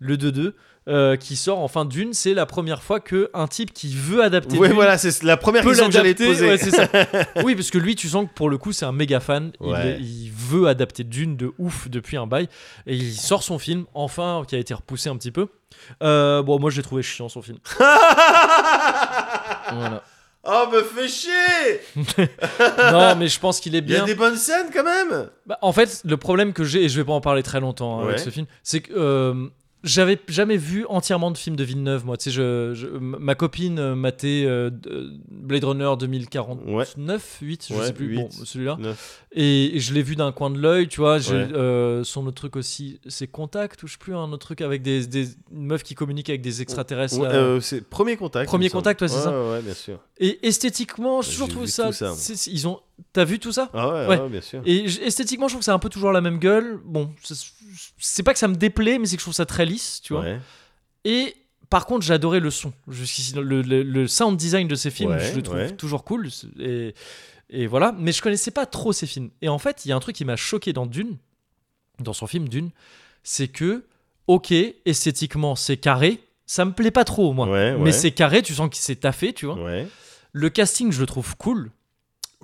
Speaker 1: le 2-2, euh, qui sort enfin d'une, c'est la première fois que un type qui veut adapter
Speaker 2: Ouais,
Speaker 1: Dune
Speaker 2: voilà, c'est la première
Speaker 1: peut
Speaker 2: question que j'allais te
Speaker 1: l'adapter.
Speaker 2: poser.
Speaker 1: ouais, c'est ça. oui, parce que lui, tu sens que pour le coup, c'est un méga fan. Il
Speaker 2: Ouais.
Speaker 1: est- Il, veut adapter Dune de ouf depuis un bail. Et il sort son film, enfin, qui a été repoussé un petit peu. Euh, bon, moi, je l'ai trouvé chiant son film. Voilà.
Speaker 2: Oh, me fait chier
Speaker 1: Non, mais je pense qu'il est
Speaker 2: Il y a
Speaker 1: bien.
Speaker 2: des bonnes scènes quand même
Speaker 1: Bah, en fait, le problème que j'ai, et je vais pas en parler très longtemps hein, avec
Speaker 2: Ouais.
Speaker 1: ce film, c'est que euh, j'avais jamais vu entièrement de films de Villeneuve, moi. Tu sais, je, je- m- ma copine euh, matait euh, d- euh, Blade Runner 2049, 8, je
Speaker 2: Ouais,
Speaker 1: sais plus,
Speaker 2: huit.
Speaker 1: bon, celui-là.
Speaker 2: Neuf.
Speaker 1: Et, et je l'ai vu d'un coin de l'œil, tu vois. j'ai,
Speaker 2: Ouais.
Speaker 1: euh, son autre truc aussi, c'est Contact, ou je sais plus, un autre truc avec des, des une meuf qui communique avec des extraterrestres.
Speaker 2: Ouais,
Speaker 1: là.
Speaker 2: euh, c'est premier contact.
Speaker 1: Premier
Speaker 2: il me semble.
Speaker 1: contact, ouais, c'est ça.
Speaker 2: Ouais, ouais, bien sûr.
Speaker 1: Et esthétiquement, j'ai toujours
Speaker 2: J'ai
Speaker 1: trouvé
Speaker 2: vu
Speaker 1: ça.
Speaker 2: tout ça, moi.
Speaker 1: c'est- c'est- ils ont. T'as vu tout ça
Speaker 2: Ah ouais,
Speaker 1: Ouais.
Speaker 2: ouais, bien sûr.
Speaker 1: Et j- esthétiquement, je trouve que c'est un peu toujours la même gueule. Bon, c'est- c'est pas que ça me déplaît, mais c'est que je trouve ça très lisse, tu vois.
Speaker 2: Ouais.
Speaker 1: Et par contre, j'ai adoré le son. Jusqu'ici, le, le- le sound design de ces films,
Speaker 2: Ouais,
Speaker 1: je le trouve
Speaker 2: ouais.
Speaker 1: toujours cool. C'est- Et, et voilà. Mais je connaissais pas trop ces films. Et en fait, il y a un truc qui m'a choqué dans Dune, dans son film Dune, c'est que, ok, esthétiquement, c'est carré. Ça me plaît pas trop, moi.
Speaker 2: Ouais, ouais.
Speaker 1: Mais c'est carré, tu sens qu'il s'est taffé, tu vois.
Speaker 2: Ouais.
Speaker 1: Le casting, je le trouve cool.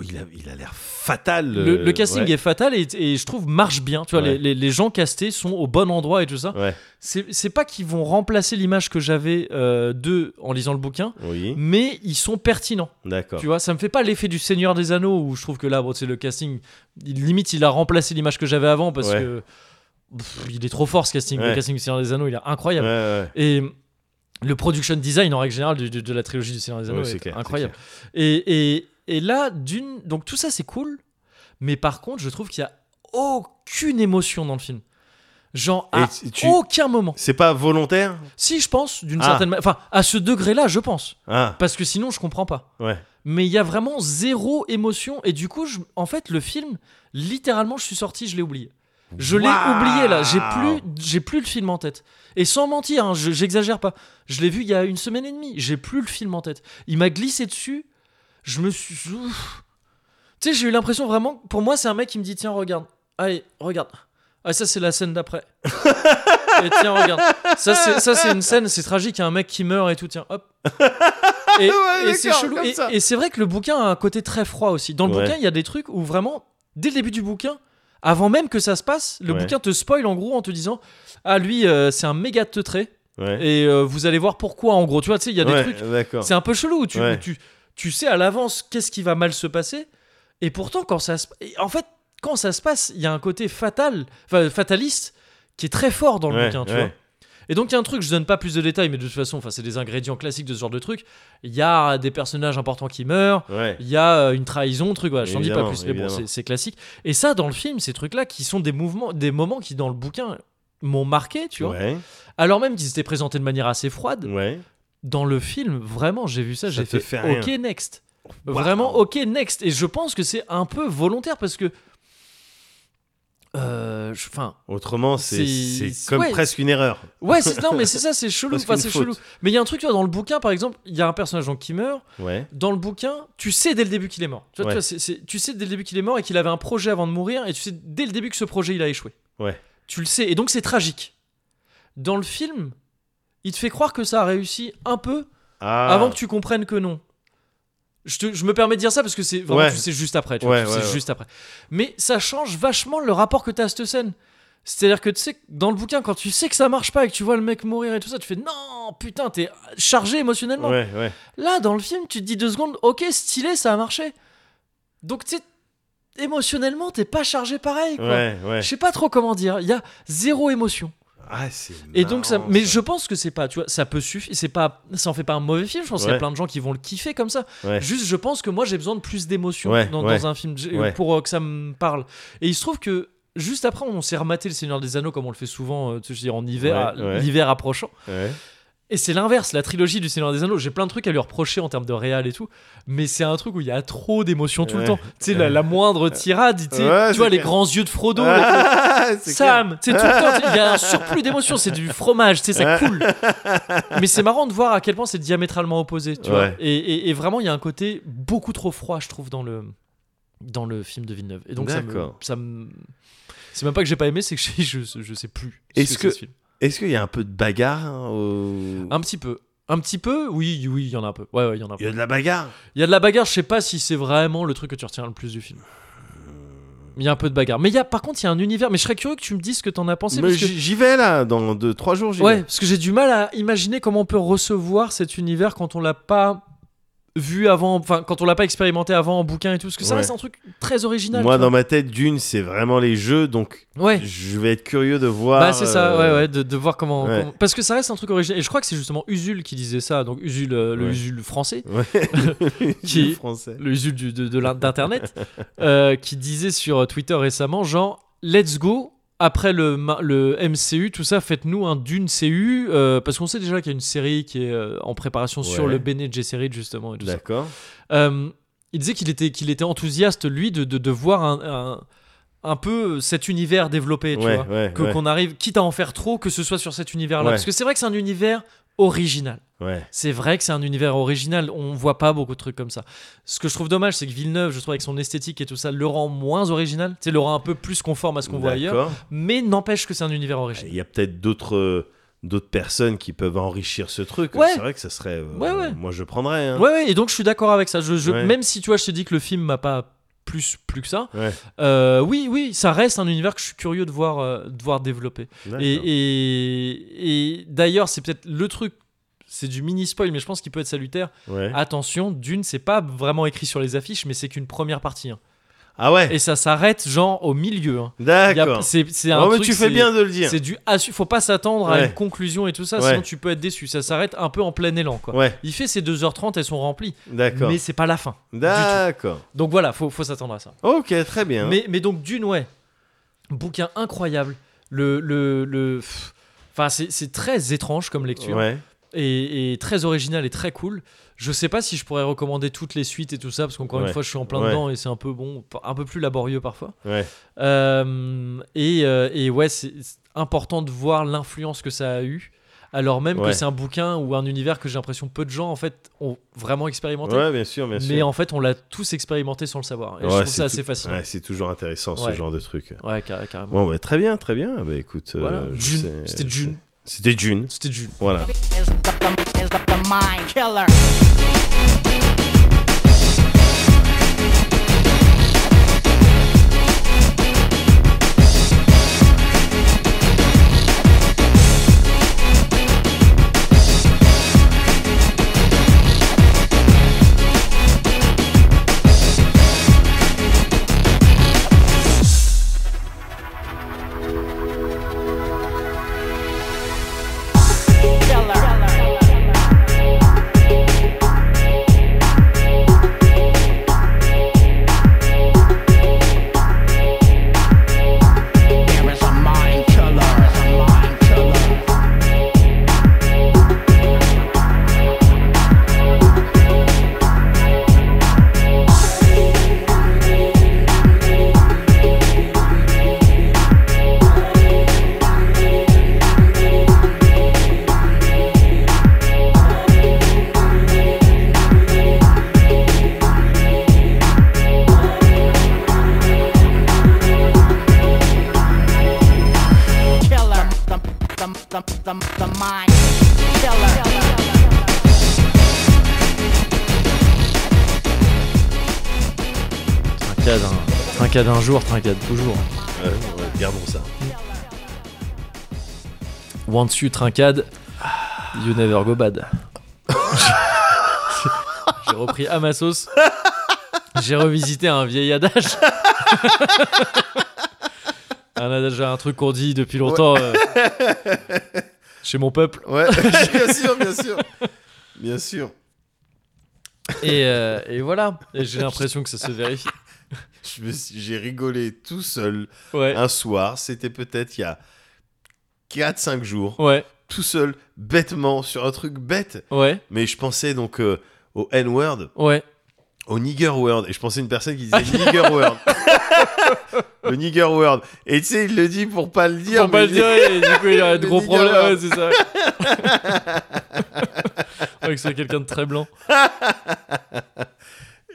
Speaker 2: Il a il a l'air fatal.
Speaker 1: le, le casting
Speaker 2: ouais.
Speaker 1: est fatal et, et je trouve marche bien. Tu vois,
Speaker 2: Ouais.
Speaker 1: les, les- les gens castés sont au bon endroit et tout ça.
Speaker 2: Ouais,
Speaker 1: C'est c'est pas qu'ils vont remplacer l'image que j'avais euh, d'eux en lisant le bouquin,
Speaker 2: oui,
Speaker 1: mais ils sont pertinents.
Speaker 2: Hmm. d'accord.
Speaker 1: Tu vois, ça me fait pas l'effet du Seigneur des Anneaux où je trouve que là, bon, c'est le casting. il- Limite, il a remplacé l'image que j'avais avant parce
Speaker 2: Ouais.
Speaker 1: que. pff, il est trop fort ce casting. Le
Speaker 2: Ouais.
Speaker 1: casting du Seigneur des Anneaux, il est
Speaker 2: Ouais,
Speaker 1: incroyable.
Speaker 2: ouais.
Speaker 1: Et le production design en règle générale du- du- de, la trilogie du Seigneur des Anneaux
Speaker 2: Ouais, c'est
Speaker 1: est
Speaker 2: clair, c'est
Speaker 1: incroyable. Et, et- et là, d'une, donc tout ça c'est cool, mais par contre, je trouve qu'il y a aucune émotion dans le film. Genre
Speaker 2: Et
Speaker 1: à
Speaker 2: tu- tu-
Speaker 1: aucun moment.
Speaker 2: C'est pas volontaire
Speaker 1: Si je pense d'une
Speaker 2: Ah.
Speaker 1: certaine manière, enfin à ce degré-là, je pense,
Speaker 2: Ah,
Speaker 1: parce que sinon je comprends pas.
Speaker 2: ouais.
Speaker 1: Mais il y a vraiment zéro émotion et du coup, je- en fait, le film, littéralement, je suis sorti, je l'ai oublié. Je l'ai
Speaker 2: Waouh
Speaker 1: oublié là, j'ai plus, j'ai plus le film en tête. Et sans mentir, hein, je- j'exagère pas. Je l'ai vu il y a une semaine et demie, j'ai plus le film en tête. Il m'a glissé dessus, je me suis. Ouf. Tu sais, j'ai eu l'impression vraiment. Pour moi, c'est un mec qui me dit tiens, regarde, allez, regarde. Ah, ça, c'est la scène d'après. et tiens, regarde. Ça, c'est ça, c'est une scène, c'est tragique, il y a un mec qui meurt et tout, tiens, hop. Et,
Speaker 2: Ouais,
Speaker 1: et c'est
Speaker 2: d'accord,
Speaker 1: chelou.
Speaker 2: comme
Speaker 1: Et,
Speaker 2: ça.
Speaker 1: et c'est vrai que le bouquin a un côté très froid aussi. Dans le
Speaker 2: Ouais.
Speaker 1: bouquin, il y a des trucs où vraiment, dès le début du bouquin, avant même que ça se passe, le
Speaker 2: Ouais.
Speaker 1: bouquin te spoil en gros en te disant Ah, lui, euh, c'est un méga teutré.
Speaker 2: Ouais.
Speaker 1: Et euh, vous allez voir pourquoi en gros. Tu vois, tu sais, il y a
Speaker 2: Ouais,
Speaker 1: des trucs.
Speaker 2: D'accord.
Speaker 1: C'est un peu chelou. Tu,
Speaker 2: Ouais.
Speaker 1: tu, tu sais à l'avance qu'est-ce qui va mal se passer. Et pourtant, quand ça se. et En fait, quand ça se passe, il y a un côté fatal, enfin, fataliste qui est très fort dans le
Speaker 2: Ouais,
Speaker 1: bouquin, tu
Speaker 2: ouais.
Speaker 1: vois. Et donc, il y a un truc, je donne pas plus de détails, mais de toute façon, enfin, c'est des ingrédients classiques de ce genre de truc. Il y a des personnages importants qui meurent,
Speaker 2: Ouais.
Speaker 1: il y a euh, une trahison, truc, voilà, je t'en dis pas
Speaker 2: Évidemment,
Speaker 1: plus, mais bon,
Speaker 2: évidemment.
Speaker 1: c'est- c'est classique. Et ça, dans le film, ces trucs-là qui sont des mouvements, des moments qui, dans le bouquin, m'ont marqué, tu vois.
Speaker 2: Ouais.
Speaker 1: Alors même qu'ils étaient présentés de manière assez froide,
Speaker 2: Ouais.
Speaker 1: dans le film, vraiment, j'ai vu ça,
Speaker 2: Ça
Speaker 1: j'ai
Speaker 2: te
Speaker 1: fait,
Speaker 2: fait
Speaker 1: OK
Speaker 2: rien.
Speaker 1: next.
Speaker 2: Waouh.
Speaker 1: Vraiment OK next. Et je pense que c'est un peu volontaire parce que. Euh, je- Enfin,
Speaker 2: Autrement, c'est
Speaker 1: C'est-
Speaker 2: c'est comme
Speaker 1: ouais.
Speaker 2: presque une erreur.
Speaker 1: ouais, c'est non, mais c'est ça, c'est chelou.
Speaker 2: Parce
Speaker 1: Enfin,
Speaker 2: qu'une
Speaker 1: c'est
Speaker 2: faute.
Speaker 1: chelou. Mais il y a un truc, tu vois, dans le bouquin, par exemple, il y a un personnage donc, qui meurt.
Speaker 2: Ouais.
Speaker 1: dans le bouquin, tu sais dès le début qu'il est mort. Tu, vois,
Speaker 2: Ouais.
Speaker 1: tu vois, c'est- c'est- tu sais dès le début qu'il est mort et qu'il avait un projet avant de mourir, et tu sais dès le début que ce projet il a échoué.
Speaker 2: Ouais.
Speaker 1: Tu le sais, et donc c'est tragique. Dans le film, il te fait croire que ça a réussi un peu
Speaker 2: Ah.
Speaker 1: avant que tu comprennes que non. Je, te- je me permets de dire ça parce que c'est vraiment
Speaker 2: Ouais.
Speaker 1: tu sais juste après. Tu vois,
Speaker 2: Ouais,
Speaker 1: tu
Speaker 2: ouais,
Speaker 1: sais
Speaker 2: ouais.
Speaker 1: juste après. Mais ça change vachement le rapport que tu as à cette scène. C'est-à-dire que tu sais, que dans le bouquin, quand tu sais que ça marche pas et que tu vois le mec mourir et tout ça, tu fais non, putain, t'es chargé émotionnellement.
Speaker 2: Ouais, ouais.
Speaker 1: Là, dans le film, tu te dis deux secondes, ok, stylé, ça a marché. Donc, tu sais, émotionnellement, t'es pas chargé pareil, quoi.
Speaker 2: Ouais, ouais.
Speaker 1: Je sais pas trop comment dire. Il y a zéro émotion.
Speaker 2: Ah, c'est
Speaker 1: Et donc, ça,
Speaker 2: marrant,
Speaker 1: mais je pense que c'est pas, tu vois, ça peut suffire. C'est pas, ça en fait pas un mauvais film. Je pense qu'il y a
Speaker 2: Ouais.
Speaker 1: plein de gens qui vont le kiffer comme ça.
Speaker 2: Ouais.
Speaker 1: Juste, je pense que moi, j'ai besoin de plus d'émotion
Speaker 2: Ouais,
Speaker 1: dans,
Speaker 2: ouais.
Speaker 1: dans un film j'ai-
Speaker 2: Ouais.
Speaker 1: pour euh, que ça me parle. Et il se trouve que juste après, on s'est rematé Le Seigneur des Anneaux comme on le fait souvent, euh, tu sais, je veux dire, en hiver,
Speaker 2: Ouais, ouais.
Speaker 1: l'hiver approchant.
Speaker 2: Ouais.
Speaker 1: Et c'est l'inverse, la trilogie du Seigneur des Anneaux, j'ai plein de trucs à lui reprocher en termes de réal et tout, mais c'est un truc où il y a trop d'émotions tout le
Speaker 2: Ouais.
Speaker 1: temps. Tu sais, la, la moindre tirade, tu sais,
Speaker 2: Ouais,
Speaker 1: tu vois,
Speaker 2: c'est
Speaker 1: les
Speaker 2: clair.
Speaker 1: grands yeux de Frodo,
Speaker 2: Ah,
Speaker 1: les-
Speaker 2: c'est clair.
Speaker 1: Sam, tu sais, tout le temps, tu sais, il y a un surplus d'émotions, c'est du fromage, tu sais, ça coule. Mais c'est marrant de voir à quel point c'est diamétralement opposé, tu vois.
Speaker 2: Ouais.
Speaker 1: Et, et- et vraiment, il y a un côté beaucoup trop froid, je trouve, dans le, dans le film de Villeneuve. Et donc, ça me.
Speaker 2: D'accord.
Speaker 1: Ça me... C'est même pas que j'ai pas aimé, c'est que je, je, je sais plus. ce
Speaker 2: Est-ce
Speaker 1: c'est
Speaker 2: que-
Speaker 1: ce film.
Speaker 2: Est-ce qu'il y a un peu de bagarre hein, au-
Speaker 1: Un petit peu. Un petit peu, oui, oui, il y en a un peu. Ouais, ouais, il y en a un peu.
Speaker 2: Il y a de la bagarre
Speaker 1: Il y a de la bagarre, je sais pas si c'est vraiment le truc que tu retiens le plus du film. Il y a un peu de bagarre. Mais il y a, par contre, il y a un univers. Mais je serais curieux que tu me dises ce que t'en as pensé.
Speaker 2: Mais
Speaker 1: parce que-
Speaker 2: j'y j'y vais là, dans 2-3 jours, j'y
Speaker 1: Ouais,
Speaker 2: vais.
Speaker 1: parce que j'ai du mal à imaginer comment on peut recevoir cet univers quand on l'a pas vu avant, enfin quand on l'a pas expérimenté avant en bouquin et tout, parce que ça
Speaker 2: Ouais.
Speaker 1: reste un truc très original.
Speaker 2: Moi,
Speaker 1: tu
Speaker 2: dans ma tête, d'une, c'est vraiment les jeux, donc
Speaker 1: vois. ouais,
Speaker 2: je vais être curieux de voir.
Speaker 1: bah c'est ça, ouais,
Speaker 2: euh,
Speaker 1: ouais, de, de voir comment,
Speaker 2: ouais.
Speaker 1: comment- parce que ça reste un truc original. Et je crois que c'est justement Usul qui disait ça, donc Usul, euh, le
Speaker 2: Ouais.
Speaker 1: Usul français,
Speaker 2: euh, ouais.
Speaker 1: Qui-
Speaker 2: français.
Speaker 1: le Usul du- de, de l'in- d'internet, euh, qui disait sur Twitter récemment, genre Let's go. Après le, ma- le MCU, tout ça, faites-nous un Dune CU, euh, parce qu'on sait déjà qu'il y a une série qui est euh, en préparation sur
Speaker 2: Ouais.
Speaker 1: le Bene Gesserit, justement, et tout ça.
Speaker 2: D'accord.
Speaker 1: Euh, il disait qu'il était, qu'il était enthousiaste, lui, de, de, de voir un, un, un peu cet univers développé, tu
Speaker 2: Ouais,
Speaker 1: vois.
Speaker 2: ouais,
Speaker 1: Que-
Speaker 2: ouais,
Speaker 1: Qu'on arrive, quitte à en faire trop, que ce soit sur cet univers-là.
Speaker 2: Ouais.
Speaker 1: Parce que c'est vrai que c'est un univers original.
Speaker 2: ouais.
Speaker 1: C'est vrai que c'est un univers original. On voit pas beaucoup de trucs comme ça. Ce que je trouve dommage, c'est que Villeneuve, je trouve, avec son esthétique et tout ça, le rend moins original. Tu sais, le rend un peu plus conforme à ce qu'on voit ailleurs.
Speaker 2: D'accord.
Speaker 1: Mais n'empêche que c'est un univers original.
Speaker 2: Bah, Il y a peut-être d'autres euh, d'autres personnes qui peuvent enrichir ce truc.
Speaker 1: Ouais.
Speaker 2: C'est vrai que ça serait. euh,
Speaker 1: Ouais, ouais.
Speaker 2: Moi, je prendrais. hein.
Speaker 1: Ouais, ouais, et donc je suis d'accord avec ça. Je, je-
Speaker 2: Ouais.
Speaker 1: Même si tu vois, je te dis que le film m'a pas plus, plus que ça,
Speaker 2: Ouais.
Speaker 1: euh, oui, oui, ça reste un univers que je suis curieux de voir, euh, de voir développer.
Speaker 2: D'accord.
Speaker 1: Et, et- et d'ailleurs, c'est peut-être le truc, c'est du mini spoil, mais je pense qu'il peut être salutaire.
Speaker 2: Ouais.
Speaker 1: Attention, d'une, c'est pas vraiment écrit sur les affiches, mais c'est qu'une première partie. hein.
Speaker 2: Ah ouais.
Speaker 1: Et ça s'arrête, genre, au milieu. hein. Y a-
Speaker 2: D'accord.
Speaker 1: C'est c'est un
Speaker 2: Oh, mais
Speaker 1: truc,
Speaker 2: tu fais
Speaker 1: c'est-
Speaker 2: bien de le dire.
Speaker 1: C'est du assu- Faut pas s'attendre à
Speaker 2: Ouais.
Speaker 1: une conclusion et tout ça,
Speaker 2: Ouais.
Speaker 1: sinon tu peux être déçu. Ça s'arrête un peu en plein élan, quoi.
Speaker 2: Ouais.
Speaker 1: Il fait ses 2h30, elles sont remplies.
Speaker 2: D'accord.
Speaker 1: Mais c'est pas la fin.
Speaker 2: D'accord.
Speaker 1: Donc voilà, faut, faut s'attendre à ça.
Speaker 2: Ok, très bien.
Speaker 1: Mais, mais donc, Dune, ouais. Bouquin incroyable. Le. le, le pff, Enfin, c'est c'est très étrange comme lecture
Speaker 2: Ouais.
Speaker 1: et, et très original et très cool. Je sais pas si je pourrais recommander toutes les suites et tout ça parce qu'encore
Speaker 2: Ouais.
Speaker 1: une fois, je suis en plein
Speaker 2: Ouais.
Speaker 1: dedans et c'est un peu bon, un peu plus laborieux parfois.
Speaker 2: Ouais.
Speaker 1: Euh, et, euh, et ouais, c'est c'est important de voir l'influence que ça a eu. Alors même que
Speaker 2: Ouais.
Speaker 1: c'est un bouquin ou un univers que j'ai l'impression peu de gens en fait ont vraiment expérimenté.
Speaker 2: Ouais, bien sûr, bien sûr.
Speaker 1: mais en fait, on l'a tous expérimenté sans le savoir. Et je
Speaker 2: Ouais,
Speaker 1: trouve
Speaker 2: c'est
Speaker 1: ça
Speaker 2: tout-
Speaker 1: assez fascinant.
Speaker 2: Ouais, c'est toujours intéressant ce
Speaker 1: Ouais.
Speaker 2: genre de truc.
Speaker 1: Ouais, carré- carrément.
Speaker 2: Bon, bah, très bien, très bien. Bah, écoute, euh,
Speaker 1: Voilà.
Speaker 2: je
Speaker 1: Dune.
Speaker 2: sais-
Speaker 1: C'était Dune.
Speaker 2: C'était June.
Speaker 1: C'était Dune.
Speaker 2: Voilà.
Speaker 5: is the, the, is the, the mind killer. killer. There is a mind killer. There is a mind killer. killer. The, the, the, the, the mind killer.
Speaker 1: Trincade, hein. trincade un jour, trincade toujours.
Speaker 2: Ouais, ouais, gardons ça.
Speaker 1: Once you trincade, you never go bad. J'ai repris à ma sauce. J'ai revisité un vieil adage. un adage, un truc qu'on dit depuis longtemps euh, chez mon peuple.
Speaker 2: Ouais, bien sûr, bien sûr. Bien sûr.
Speaker 1: Et, euh, et voilà. Et j'ai l'impression que ça se vérifie.
Speaker 2: Je me suis- J'ai rigolé tout seul
Speaker 1: Ouais.
Speaker 2: un soir. C'était peut-être il y a 4-5 jours.
Speaker 1: Ouais.
Speaker 2: Tout seul, bêtement, sur un truc bête.
Speaker 1: Ouais.
Speaker 2: Mais je pensais donc euh, au N-word,
Speaker 1: Ouais.
Speaker 2: au nigger word. Et je pensais à une personne qui disait nigger word. le nigger word. Et tu sais, il le dit pour pas le dire.
Speaker 1: Pour pas
Speaker 2: mais
Speaker 1: le dire, et du coup, il y a de
Speaker 2: Mais
Speaker 1: gros
Speaker 2: dis
Speaker 1: problèmes.
Speaker 2: alors.
Speaker 1: Ouais, c'est ça. ouais, que ce soit quelqu'un de très blanc.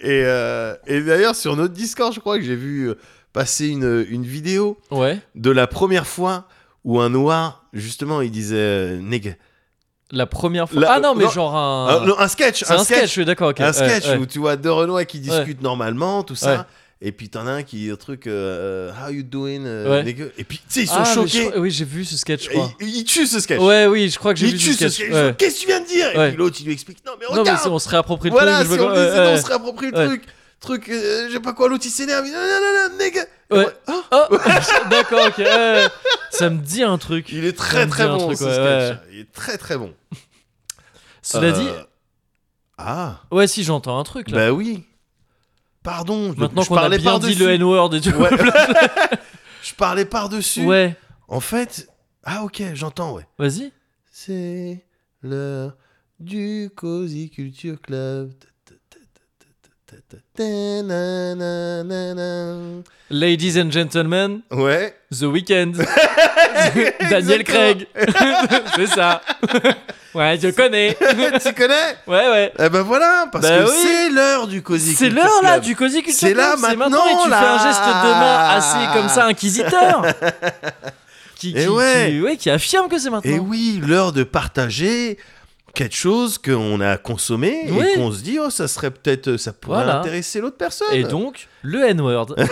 Speaker 2: Et, euh, et d'ailleurs, sur notre Discord, je crois que j'ai vu euh, passer une, une vidéo
Speaker 1: Ouais.
Speaker 2: de la première fois où un noir, justement, il disait euh, nigga.
Speaker 1: La première fois.
Speaker 2: La-
Speaker 1: ah non, mais
Speaker 2: non.
Speaker 1: genre un.
Speaker 2: Ah, non, un sketch,
Speaker 1: C'est un sketch, oui, d'accord. ok.
Speaker 2: Un
Speaker 1: Ouais,
Speaker 2: sketch
Speaker 1: ouais.
Speaker 2: où tu vois deux Renois qui discutent normalement, tout ça. Et puis t'en as un qui dit un truc, euh, How you doing euh,
Speaker 1: Ouais.
Speaker 2: nigga Et puis, tu sais, ils sont
Speaker 1: Ah, mais je
Speaker 2: choqués.
Speaker 1: crois- Oui, j'ai vu ce sketch, je
Speaker 2: Et
Speaker 1: crois.
Speaker 2: Ils, ils tuent ce sketch.
Speaker 1: Ouais, oui, je crois que j'ai
Speaker 2: Ils
Speaker 1: vu ce
Speaker 2: tuent ce
Speaker 1: sketch.
Speaker 2: sketch. Ils
Speaker 1: ouais.
Speaker 2: font, Qu'est-ce que tu viens de dire
Speaker 1: Ouais.
Speaker 2: Et puis l'autre, il lui explique, non mais
Speaker 1: Non, mais
Speaker 2: regarde
Speaker 1: c'est- on se réapproprie le
Speaker 2: Voilà,
Speaker 1: truc. je
Speaker 2: si
Speaker 1: me- euh,
Speaker 2: on, le
Speaker 1: ouais,
Speaker 2: disait,
Speaker 1: ouais.
Speaker 2: on se réapproprie le
Speaker 1: Ouais.
Speaker 2: truc. Truc, euh, je sais pas quoi, l'autre il s'énerve. il dit, Non, non, non, non, nigga. Et
Speaker 1: Ouais.
Speaker 2: moi, Ah
Speaker 1: Oh, d'accord, ok. ouais. Ça me dit un truc.
Speaker 2: il est
Speaker 1: Ça
Speaker 2: très
Speaker 1: me
Speaker 2: très
Speaker 1: dit un
Speaker 2: bon
Speaker 1: truc,
Speaker 2: ce
Speaker 1: ouais,
Speaker 2: sketch.
Speaker 1: ouais.
Speaker 2: Il est très très bon.
Speaker 1: Cela
Speaker 2: Euh,
Speaker 1: dit,
Speaker 2: Ah,
Speaker 1: ouais, si j'entends un truc là.
Speaker 2: bah oui. Pardon, je-
Speaker 1: Maintenant
Speaker 2: je
Speaker 1: qu'on a
Speaker 2: parlais
Speaker 1: bien dit
Speaker 2: par-dessus.
Speaker 1: le N-word et tout.
Speaker 2: Ouais. je parlais par-dessus.
Speaker 1: Ouais,
Speaker 2: En fait, ah ok, j'entends, ouais.
Speaker 1: vas-y.
Speaker 2: C'est l'heure du Cozy Culture Club.
Speaker 1: Ladies and gentlemen,
Speaker 2: Ouais.
Speaker 1: The Weeknd. Daniel
Speaker 2: Exactement.
Speaker 1: Craig. c'est ça. Ouais, je connais.
Speaker 2: tu connais
Speaker 1: Ouais, ouais.
Speaker 2: Eh ben voilà, parce
Speaker 1: Bah
Speaker 2: que
Speaker 1: oui.
Speaker 2: c'est l'heure du Cozy
Speaker 1: C'est
Speaker 2: Culture
Speaker 1: l'heure là
Speaker 2: Club.
Speaker 1: du Cozy Culture
Speaker 2: C'est là,
Speaker 1: Club, c'est
Speaker 2: maintenant, Ah.
Speaker 1: et tu fais un
Speaker 2: là.
Speaker 1: geste de main assez comme ça inquisiteur. qui,
Speaker 2: Eh
Speaker 1: qui-
Speaker 2: ouais.
Speaker 1: qui- ouais, qui affirme que c'est
Speaker 2: Et
Speaker 1: maintenant.
Speaker 2: Eh oui, l'heure de partager quelque chose qu'on a consommé
Speaker 1: Oui.
Speaker 2: et qu'on se dit, oh, ça serait peut-être, ça pourrait
Speaker 1: Voilà.
Speaker 2: intéresser l'autre personne.
Speaker 1: Et donc, le N-word. tu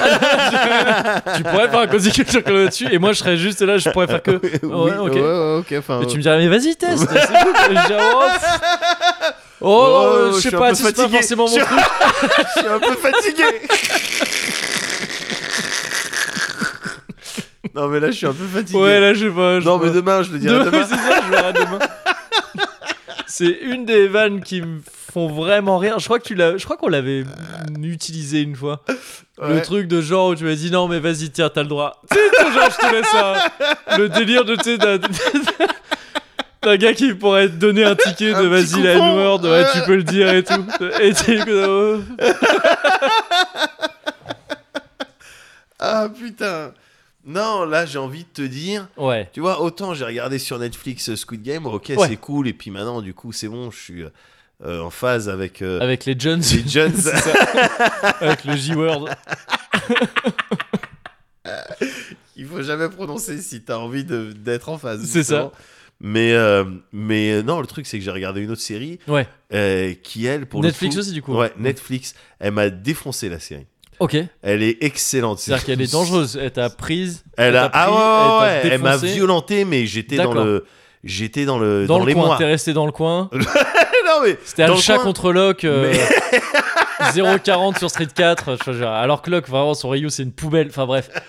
Speaker 1: pourrais faire un Cozy Culture Club là-dessus et moi je serais juste là, je pourrais faire que.
Speaker 2: Oui,
Speaker 1: Ouais, ok.
Speaker 2: ouais, ouais, ok, enfin,
Speaker 1: Et tu me dirais, mais vas-y, teste, c'est cool. Et je dirais, oh, pff. Oh,
Speaker 2: Oh,
Speaker 1: je
Speaker 2: je
Speaker 1: sais
Speaker 2: suis un
Speaker 1: pas,
Speaker 2: peu
Speaker 1: c'est pas
Speaker 2: fatigué.
Speaker 1: forcément mon
Speaker 2: Je-
Speaker 1: truc.
Speaker 2: je suis un peu fatigué. non, mais là, je suis un peu fatigué.
Speaker 1: Ouais, là, je sais pas. je
Speaker 2: non,
Speaker 1: sais
Speaker 2: mais
Speaker 1: pas.
Speaker 2: demain, je le dirai
Speaker 1: Demain,
Speaker 2: demain.
Speaker 1: c'est ça, je verrai demain. C'est une des vannes qui me font vraiment rire. Je crois que tu l'as, je crois qu'on l'avait utilisé une fois. Le
Speaker 2: Ouais.
Speaker 1: truc de genre où tu m'as dit non mais vas-y tiens t'as le droit. Tu sais, ton genre je te laisse ça. Le délire de tu sais, d'un- d'un gars qui pourrait te donner un ticket de
Speaker 2: Un petit
Speaker 1: vas-y la
Speaker 2: coupon.
Speaker 1: N-word, ouais, tu peux le dire et tout. Et tu sais, que- oh.
Speaker 2: Ah, putain. Non, là, j'ai envie de te dire.
Speaker 1: Ouais.
Speaker 2: Tu vois, autant j'ai regardé sur Netflix euh, Squid Game, ok,
Speaker 1: Ouais.
Speaker 2: c'est cool, et puis maintenant, du coup, c'est bon, je suis euh, en phase avec euh,
Speaker 1: Avec les Jones,
Speaker 2: les Jones.
Speaker 1: avec le J-word.
Speaker 2: Il faut jamais prononcer si t'as envie de- d'être en phase.
Speaker 1: C'est
Speaker 2: justement. Mais, euh, mais euh, non, le truc, c'est que j'ai regardé une autre série
Speaker 1: Ouais.
Speaker 2: euh, qui, elle, pour
Speaker 1: Netflix
Speaker 2: le coup,
Speaker 1: aussi du coup.
Speaker 2: Ouais, Netflix, elle m'a défoncé la série.
Speaker 1: Ok.
Speaker 2: Elle est excellente.
Speaker 1: C'est-à-dire qu'elle est dangereuse. Elle t'a prise.
Speaker 2: Elle a,
Speaker 1: t'a pris,
Speaker 2: ah ouais, ouais, ouais,
Speaker 1: elle t'a
Speaker 2: elle m'a
Speaker 1: défoncé.
Speaker 2: violenté, mais j'étais dans
Speaker 1: D'accord.
Speaker 2: le, j'étais dans le,
Speaker 1: dans, le
Speaker 2: les
Speaker 1: coin,
Speaker 2: mois.
Speaker 1: t'es resté dans le coin.
Speaker 2: non mais,
Speaker 1: C'était
Speaker 2: Dans
Speaker 1: le
Speaker 2: le
Speaker 1: chat
Speaker 2: coin.
Speaker 1: contre Locke. euh, 0,40 sur Street 4. je sais pas, genre, alors que Locke, vraiment, son Ryu, c'est une poubelle. Enfin bref.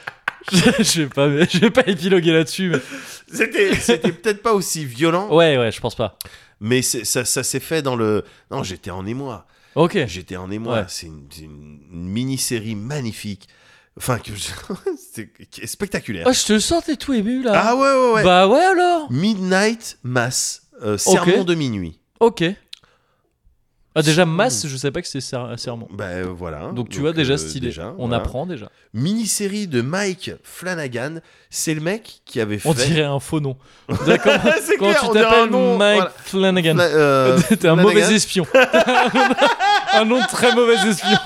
Speaker 1: Je je vais pas, je vais pas épiloguer là-dessus. mais-
Speaker 2: c'était, c'était peut-être pas aussi violent,
Speaker 1: Ouais, ouais, je pense pas.
Speaker 2: mais c'est- ça, ça s'est fait dans le, non, j'étais en émoi.
Speaker 1: Ok.
Speaker 2: J'étais en émoi.
Speaker 1: Ouais.
Speaker 2: C'est une, c'est une- une mini-série magnifique. Enfin, que je- c'est qui est spectaculaire.
Speaker 1: Oh, je te sens, t'es tout ému là.
Speaker 2: ah ouais, ouais, ouais.
Speaker 1: Bah ouais, alors.
Speaker 2: Midnight Mass, euh, sermon de minuit.
Speaker 1: Ok. Ah, déjà,
Speaker 2: Hmm.
Speaker 1: masse, je savais pas que c'était ser- serment.
Speaker 2: Bah euh, voilà.
Speaker 1: Donc tu vois, déjà
Speaker 2: euh,
Speaker 1: stylé.
Speaker 2: déjà,
Speaker 1: On
Speaker 2: voilà.
Speaker 1: apprend déjà.
Speaker 2: Mini-série de Mike Flanagan. C'est le mec qui avait fait.
Speaker 1: On dirait un faux nom. D'accord.
Speaker 2: C'est
Speaker 1: Quand
Speaker 2: clair,
Speaker 1: tu
Speaker 2: on dirait un
Speaker 1: t'appelles
Speaker 2: nom,
Speaker 1: Mike
Speaker 2: voilà.
Speaker 1: Flanagan.
Speaker 2: Fla- euh,
Speaker 1: T'es un
Speaker 2: Flanagan.
Speaker 1: mauvais espion. un nom de très mauvais espion.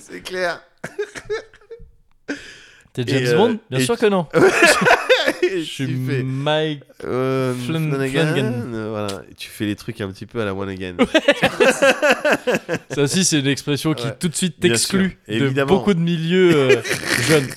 Speaker 2: C'est clair.
Speaker 1: T'es
Speaker 2: Et,
Speaker 1: James
Speaker 2: euh,
Speaker 1: Bond Bien
Speaker 2: et-
Speaker 1: sûr que non.
Speaker 2: Je
Speaker 1: Je suis Mike. Flan-
Speaker 2: euh, Flanagan.
Speaker 1: Flanagan.
Speaker 2: euh, Voilà. Tu fais les trucs un petit peu à la One Again.
Speaker 1: Ça aussi, c'est une expression qui
Speaker 2: Ouais.
Speaker 1: tout de suite
Speaker 2: Bien
Speaker 1: t'exclut
Speaker 2: sûr,
Speaker 1: de
Speaker 2: évidemment.
Speaker 1: beaucoup de milieux euh, jeunes.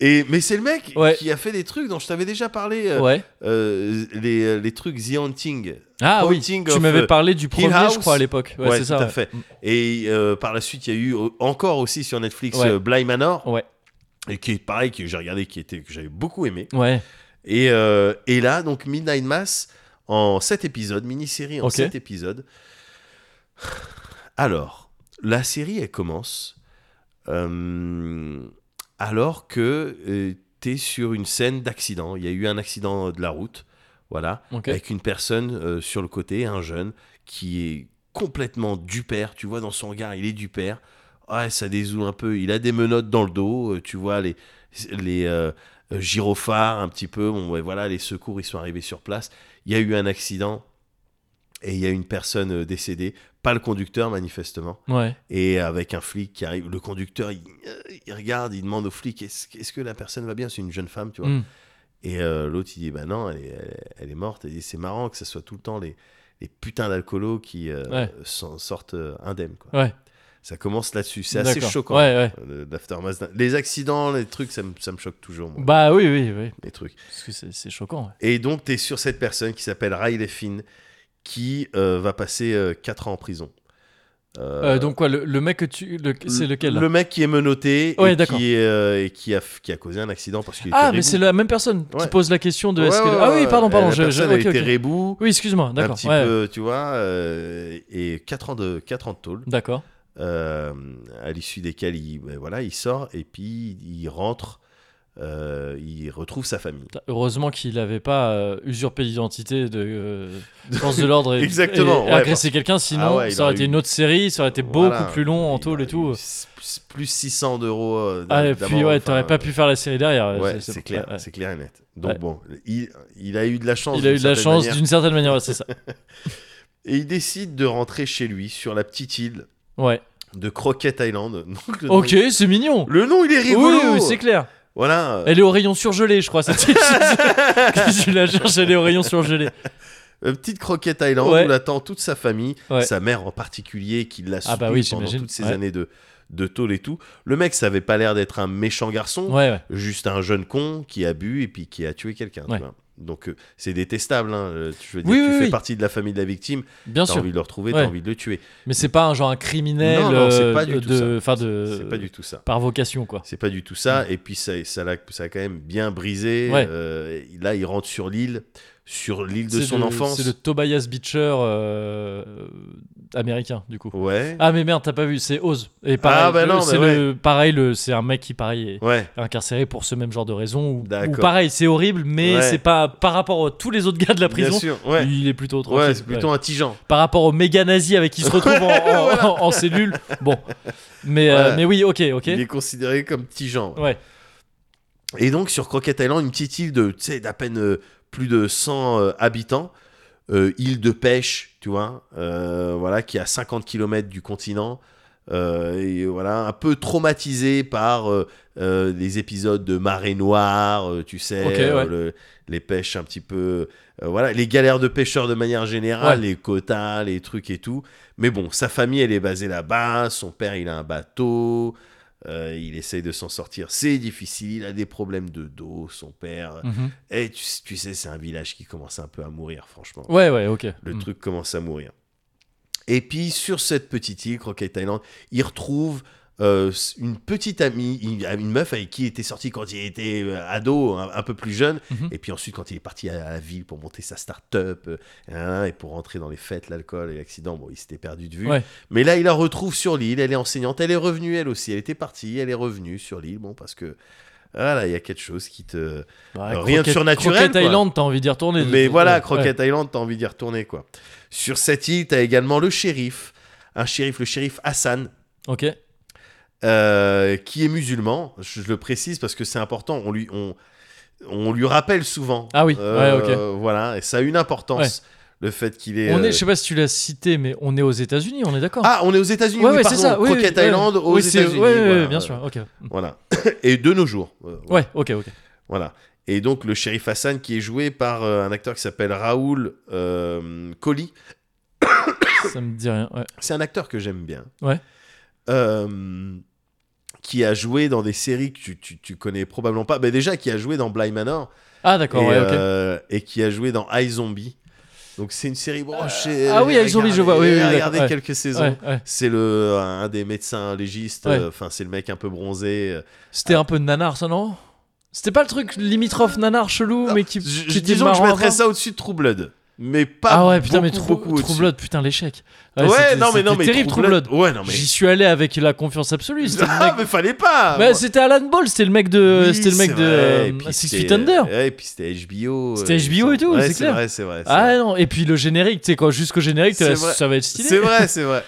Speaker 2: Et mais c'est le mec
Speaker 1: Ouais.
Speaker 2: qui a fait des trucs dont je t'avais déjà parlé. euh,
Speaker 1: Ouais.
Speaker 2: euh, les, les trucs The Haunting.
Speaker 1: Ah oui,
Speaker 2: Haunting
Speaker 1: tu
Speaker 2: of,
Speaker 1: m'avais
Speaker 2: euh,
Speaker 1: parlé du premier,
Speaker 2: House.
Speaker 1: je crois, à l'époque. Ouais,
Speaker 2: Ouais,
Speaker 1: c'est ça.
Speaker 2: tout à
Speaker 1: ouais.
Speaker 2: fait. Et euh, par la suite, il y a eu euh, encore aussi sur Netflix
Speaker 1: Ouais.
Speaker 2: euh, Bly Manor.
Speaker 1: Ouais.
Speaker 2: Et qui est pareil, que j'ai regardé, qui était, que j'avais beaucoup aimé.
Speaker 1: Ouais.
Speaker 2: Et, euh, et là, donc Midnight Mass en 7 épisodes, mini-série en
Speaker 1: Ok.
Speaker 2: 7 épisodes. Alors, la série, elle commence euh, alors que tu es sur une scène d'accident. Il y a eu un accident de la route, voilà,
Speaker 1: Ok.
Speaker 2: avec une personne euh, sur le côté, un jeune, qui est complètement du père. Tu vois, dans son regard, il est du père. Ouais, ça désoule un peu. Il a des menottes dans le dos, euh, tu vois, les, les euh, euh, gyrophares un petit peu. Bon, ouais, voilà, les secours, ils sont arrivés sur place. Il y a eu un accident et il y a une personne euh, décédée. Pas le conducteur, manifestement.
Speaker 1: Ouais.
Speaker 2: Et avec un flic qui arrive, le conducteur, il, euh, il regarde, il demande au flic est-ce est-ce que la personne va bien C'est une jeune femme, tu vois.
Speaker 1: Mm.
Speaker 2: Et euh, l'autre, il dit bah non, elle est, elle, elle est morte. Il dit c'est marrant que ce soit tout le temps les, des putains d'alcoolos qui euh,
Speaker 1: Ouais.
Speaker 2: s'en sortent euh, indemnes. Quoi.
Speaker 1: Ouais.
Speaker 2: Ça commence là-dessus. C'est assez
Speaker 1: D'accord.
Speaker 2: choquant.
Speaker 1: Ouais, ouais.
Speaker 2: euh, l'aftermath d'un- Les accidents, les trucs, ça me, ça me choque toujours, moi,
Speaker 1: Bah oui, oui, oui.
Speaker 2: les trucs.
Speaker 1: Parce que c'est c'est choquant. ouais.
Speaker 2: Et donc, tu es sur cette personne qui s'appelle Riley Finn, qui euh, va passer 4 ans en prison. Euh,
Speaker 1: Euh, donc quoi, le, le mec que tu, le- c'est lequel là
Speaker 2: Le mec qui est menotté
Speaker 1: Ouais,
Speaker 2: et,
Speaker 1: d'accord.
Speaker 2: qui, est, euh, et qui, a, f- qui a causé un accident parce qu'il
Speaker 1: Ah,
Speaker 2: était
Speaker 1: mais c'est la même personne qui
Speaker 2: Ouais.
Speaker 1: pose la question de.
Speaker 2: Ouais,
Speaker 1: est-ce que-
Speaker 2: ouais,
Speaker 1: ah oui,
Speaker 2: ouais,
Speaker 1: pardon,
Speaker 2: ouais.
Speaker 1: pardon.
Speaker 2: La
Speaker 1: je- je-
Speaker 2: personne,
Speaker 1: ok,
Speaker 2: elle était
Speaker 1: ok.
Speaker 2: rebou,
Speaker 1: Oui, excuse-moi.
Speaker 2: un
Speaker 1: D'accord.
Speaker 2: petit
Speaker 1: ouais,
Speaker 2: peu, tu vois, euh, et 4 ans de, 4 ans de tôle,
Speaker 1: D'accord.
Speaker 2: euh, à l'issue desquels il, ben voilà, il sort et puis il rentre, euh, il retrouve sa famille.
Speaker 1: Heureusement qu'il n'avait pas euh, usurpé l'identité de euh, force de l'ordre et,
Speaker 2: Exactement,
Speaker 1: et
Speaker 2: ouais,
Speaker 1: agressé quelqu'un, sinon
Speaker 2: Ah ouais, il
Speaker 1: ça aurait
Speaker 2: aurait
Speaker 1: été
Speaker 2: eu-
Speaker 1: une autre série, ça aurait été
Speaker 2: Voilà.
Speaker 1: beaucoup plus long en
Speaker 2: Il
Speaker 1: tôle
Speaker 2: a
Speaker 1: et tout.
Speaker 2: eu s- s- Plus 600 d'euros. euh,
Speaker 1: Ah, et
Speaker 2: d'amende,
Speaker 1: puis ouais,
Speaker 2: enfin,
Speaker 1: t'aurais pas pu faire la série derrière.
Speaker 2: Ouais, c'est clair,
Speaker 1: ouais.
Speaker 2: c'est clair et net. Donc
Speaker 1: Ouais.
Speaker 2: bon, il, il a eu de la chance.
Speaker 1: Il a eu
Speaker 2: d'une
Speaker 1: de la
Speaker 2: certaine
Speaker 1: chance
Speaker 2: manière.
Speaker 1: d'une certaine manière, ouais, c'est ça.
Speaker 2: Et il décide de rentrer chez lui sur la petite île
Speaker 1: Ouais.
Speaker 2: de Croquette Island. Donc, le nom-
Speaker 1: Ok, c'est mignon.
Speaker 2: le nom, il est
Speaker 1: Oui,
Speaker 2: rigolo.
Speaker 1: oui, c'est clair.
Speaker 2: Voilà.
Speaker 1: Elle est au rayon surgelé, je crois. Cette petite- Si tu la cherches, elle est au rayon surgelé.
Speaker 2: Euh, petite croquette Island
Speaker 1: Ouais.
Speaker 2: où l'attend toute sa famille,
Speaker 1: Ouais.
Speaker 2: sa mère en particulier qui l'a
Speaker 1: Ah
Speaker 2: soutenu
Speaker 1: bah oui,
Speaker 2: pendant
Speaker 1: j'imagine,
Speaker 2: toutes ces
Speaker 1: ouais.
Speaker 2: années de, de tôle et tout. Le mec, ça avait pas l'air d'être un méchant garçon,
Speaker 1: Ouais, ouais.
Speaker 2: juste un jeune con qui a bu et puis qui a tué quelqu'un. tu
Speaker 1: Ouais.
Speaker 2: vois. Donc euh, c'est détestable. hein, euh, Je veux dire,
Speaker 1: Oui,
Speaker 2: tu
Speaker 1: oui,
Speaker 2: fais
Speaker 1: oui.
Speaker 2: partie de la famille de la victime,
Speaker 1: Bien
Speaker 2: t'as
Speaker 1: sûr.
Speaker 2: envie de le retrouver,
Speaker 1: Ouais.
Speaker 2: t'as envie de le tuer.
Speaker 1: Mais c'est pas un genre un criminel
Speaker 2: non, non, c'est pas
Speaker 1: euh,
Speaker 2: du tout
Speaker 1: de,
Speaker 2: ça.
Speaker 1: enfin, de-
Speaker 2: C'est pas du tout ça.
Speaker 1: par vocation quoi.
Speaker 2: C'est pas du tout ça. Et puis ça, ça l'a, ça a quand même bien brisé.
Speaker 1: Mm. Ouais.
Speaker 2: Euh, là, il rentre sur l'île, sur l'île de
Speaker 1: C'est
Speaker 2: son
Speaker 1: le-
Speaker 2: enfance.
Speaker 1: C'est le Tobias Beecher euh, euh, américain du coup.
Speaker 2: Ouais.
Speaker 1: Ah mais merde, t'as pas vu, c'est Oz. Et pareil,
Speaker 2: Ah, bah
Speaker 1: le-
Speaker 2: non,
Speaker 1: c'est
Speaker 2: mais
Speaker 1: le pareil, le c'est un mec qui pareil est
Speaker 2: Ouais.
Speaker 1: incarcéré pour ce même genre de raison ou, ou
Speaker 2: D'accord.
Speaker 1: pareil, c'est horrible mais
Speaker 2: Ouais.
Speaker 1: c'est pas par rapport à tous les autres gars de la prison.
Speaker 2: Bien sûr. Ouais.
Speaker 1: Il est plutôt tranquille.
Speaker 2: Ouais, c'est plutôt un tigeant.
Speaker 1: par rapport aux méga nazis avec qui il se retrouve en, en-
Speaker 2: Voilà.
Speaker 1: en- en cellule. Bon, mais euh,
Speaker 2: Voilà.
Speaker 1: mais oui, ok, ok.
Speaker 2: Il est considéré comme petit genre.
Speaker 1: Ouais.
Speaker 2: Et donc sur Croquette Island, une petite île de, tu sais, d'à peine euh, plus de 100 euh, habitants, euh, île de pêche, tu vois, euh, voilà, qui est à 50 km du continent, euh, et voilà, un peu traumatisé par euh, euh, les épisodes de marée noire, euh, tu sais,
Speaker 1: Ok, ouais.
Speaker 2: euh, le- les pêches un petit peu, euh, voilà, les galères de pêcheurs de manière générale, les quotas, les trucs et tout. Mais bon, sa famille, elle est basée là-bas, son père, il a un bateau. Euh, il essaye de s'en sortir, c'est difficile, il a des problèmes de dos, son père.
Speaker 1: Mhm.
Speaker 2: Et tu, tu sais, c'est un village qui commence un peu à mourir, franchement.
Speaker 1: Ouais, ouais, ok.
Speaker 2: Le
Speaker 1: Mm.
Speaker 2: truc commence à mourir. Et puis, sur cette petite île, Croquette Island, il retrouve euh, une petite amie, une, une meuf avec qui il était sorti quand il était euh, ado, un, un peu plus jeune.
Speaker 1: Mhm.
Speaker 2: Et puis ensuite, quand il est parti à la ville pour monter sa start-up euh, hein, et pour rentrer dans les fêtes, l'alcool et l'accident, bon, il s'était perdu de vue.
Speaker 1: Ouais.
Speaker 2: Mais là, il la retrouve sur l'île. Elle est enseignante. Elle est revenue, elle aussi. Elle était partie. Elle est revenue sur l'île. Bon, parce que. Voilà, il y a quelque chose qui te.
Speaker 1: Bah,
Speaker 2: Euh, rien de surnaturel,
Speaker 1: Croquette
Speaker 2: quoi.
Speaker 1: Island, t'as envie d'y retourner.
Speaker 2: Mais voilà,
Speaker 1: Ouais,
Speaker 2: Croquette Island, t'as envie d'y retourner, quoi. Sur cette île, t'as également le shérif. Un shérif, le shérif Hassan,
Speaker 1: ouais. Ok.
Speaker 2: euh, qui est musulman. Je, je le précise parce que c'est important. On lui, on, on lui rappelle souvent.
Speaker 1: Ah oui,
Speaker 2: Euh,
Speaker 1: ouais,
Speaker 2: Voilà, et ça a une importance, le fait qu'il est.
Speaker 1: On
Speaker 2: euh,
Speaker 1: est, je sais pas si tu l'as cité, mais on est aux États-Unis, on est d'accord.
Speaker 2: Ah, on est aux États-Unis,
Speaker 1: ouais,
Speaker 2: oui,
Speaker 1: ouais,
Speaker 2: pardon.
Speaker 1: c'est ça. oui,
Speaker 2: Croquette
Speaker 1: oui,
Speaker 2: Island
Speaker 1: ouais.
Speaker 2: aux
Speaker 1: Oui, c'est-
Speaker 2: États-Unis.
Speaker 1: Ouais, ouais,
Speaker 2: voilà.
Speaker 1: bien sûr. Ok. Mm.
Speaker 2: Voilà. Et de nos jours. euh, voilà.
Speaker 1: Ouais, ok, ok.
Speaker 2: Voilà. Et donc le shérif Hassan qui est joué par euh, un acteur qui s'appelle Raoul euh, Colli.
Speaker 1: Ça me dit rien. Ouais.
Speaker 2: C'est un acteur que j'aime bien.
Speaker 1: Ouais.
Speaker 2: Euh, qui a joué dans des séries que tu, tu, tu connais probablement pas. Mais déjà, qui a joué dans Bly Manor.
Speaker 1: Ah d'accord.
Speaker 2: et,
Speaker 1: ouais, ok.
Speaker 2: euh, et qui a joué dans iZombie. Donc c'est une série. bon, j'ai-
Speaker 1: ah oui,
Speaker 2: j'ai
Speaker 1: iZombie, je
Speaker 2: regardé-
Speaker 1: vois, oui, oui,
Speaker 2: j'ai
Speaker 1: d'accord,
Speaker 2: regardé
Speaker 1: ouais.
Speaker 2: quelques saisons.
Speaker 1: Ouais, ouais.
Speaker 2: C'est le un des médecins légistes.
Speaker 1: Ouais.
Speaker 2: euh, Enfin, c'est le mec un peu bronzé. euh,
Speaker 1: C'était un peu nanar, ça non C'était pas le truc limitrophe nanar chelou, mais qui.
Speaker 2: Je-
Speaker 1: qui
Speaker 2: je-
Speaker 1: était
Speaker 2: disons que je
Speaker 1: marrant
Speaker 2: mettrais
Speaker 1: avant
Speaker 2: ça au-dessus de True Blood. Mais pas
Speaker 1: ah ouais, putain, mais
Speaker 2: beaucoup,
Speaker 1: Trou-
Speaker 2: beaucoup
Speaker 1: True,
Speaker 2: au-dessus.
Speaker 1: Blood, putain, l'échec.
Speaker 2: Ouais,
Speaker 1: c'était-
Speaker 2: non mais non
Speaker 1: c'était
Speaker 2: mais
Speaker 1: terrible
Speaker 2: True
Speaker 1: True Blood.
Speaker 2: Ouais, non mais
Speaker 1: J'y suis allé avec la confiance absolue. C'était le
Speaker 2: Ah,
Speaker 1: mec-
Speaker 2: mais fallait pas.
Speaker 1: Bah,
Speaker 2: moi.
Speaker 1: c'était Alan Ball, c'était le mec de,
Speaker 2: Oui,
Speaker 1: c'était le mec
Speaker 2: c'est
Speaker 1: de
Speaker 2: vrai, et
Speaker 1: euh,
Speaker 2: puis
Speaker 1: Six
Speaker 2: c'était-
Speaker 1: Feet Under.
Speaker 2: Ouais, et puis c'était HBO.
Speaker 1: C'était
Speaker 2: euh,
Speaker 1: HBO et tout,
Speaker 2: ouais,
Speaker 1: c'est clair.
Speaker 2: Vrai, c'est vrai, c'est
Speaker 1: Ah
Speaker 2: vrai.
Speaker 1: non, et puis le générique, tu sais, quand jusqu'au générique, t'es là,
Speaker 2: C'est vrai.
Speaker 1: ça va être
Speaker 2: C'est
Speaker 1: stylé.
Speaker 2: vrai, Ah, c'est vrai.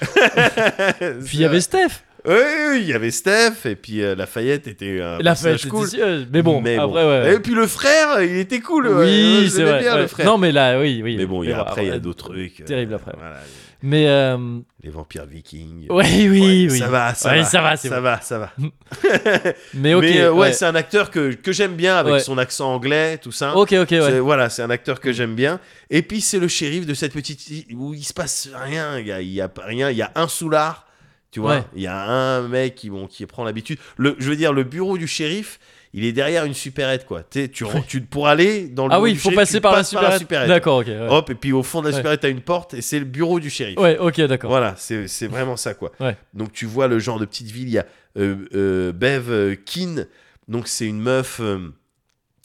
Speaker 1: Puis il y avait Steph.
Speaker 2: Oui, oui, il y avait Steph, et puis euh, Lafayette était un
Speaker 1: La
Speaker 2: personnage
Speaker 1: fête était
Speaker 2: cool.
Speaker 1: délicieuse, Mais bon, après, ouais.
Speaker 2: Et puis le frère, il était cool. ouais, je
Speaker 1: oui,
Speaker 2: l'aimais
Speaker 1: c'est vrai.
Speaker 2: bien,
Speaker 1: ouais.
Speaker 2: le frère.
Speaker 1: Non, mais là, oui, oui.
Speaker 2: mais bon, il y a-
Speaker 1: bon,
Speaker 2: après, il y a
Speaker 1: ouais,
Speaker 2: d'autres trucs. euh,
Speaker 1: Terrible après.
Speaker 2: Voilà,
Speaker 1: Mais euh,
Speaker 2: les vampires vikings.
Speaker 1: oui, oui,
Speaker 2: Ouais,
Speaker 1: oui.
Speaker 2: Ça va, ça
Speaker 1: Ouais,
Speaker 2: va.
Speaker 1: ça va, c'est
Speaker 2: ça
Speaker 1: bon.
Speaker 2: va, ça va.
Speaker 1: Mais ok,
Speaker 2: mais euh, ouais,
Speaker 1: ouais.
Speaker 2: c'est un acteur que, que j'aime bien avec
Speaker 1: Ouais.
Speaker 2: son accent anglais, tout ça.
Speaker 1: ok, ok,
Speaker 2: hein. C'est-
Speaker 1: ouais.
Speaker 2: Voilà, c'est un acteur que j'aime bien. Et puis c'est le shérif de cette petite île où il se passe rien, il y a, il y a pas- rien, il y a un soulard, tu vois,
Speaker 1: Ouais.
Speaker 2: il y a un mec qui bon qui prend l'habitude. Le, je veux dire, le bureau du shérif, il est derrière une supérette quoi. Tu sais, tu, ren- tu pour aller dans le
Speaker 1: Ah
Speaker 2: bureau
Speaker 1: oui,
Speaker 2: du
Speaker 1: il faut
Speaker 2: shérif,
Speaker 1: passer
Speaker 2: tu
Speaker 1: par la
Speaker 2: passes
Speaker 1: supérette. D'accord, ok. ouais.
Speaker 2: Hop, et puis au fond de la
Speaker 1: Ouais.
Speaker 2: supérette, t'as une porte et c'est le bureau du shérif.
Speaker 1: Ouais, ok, d'accord.
Speaker 2: Voilà, c'est c'est vraiment ça, quoi.
Speaker 1: Ouais.
Speaker 2: Donc, tu vois le genre de petite ville, il y a euh, euh, Bev euh, Keane, donc c'est une meuf, euh,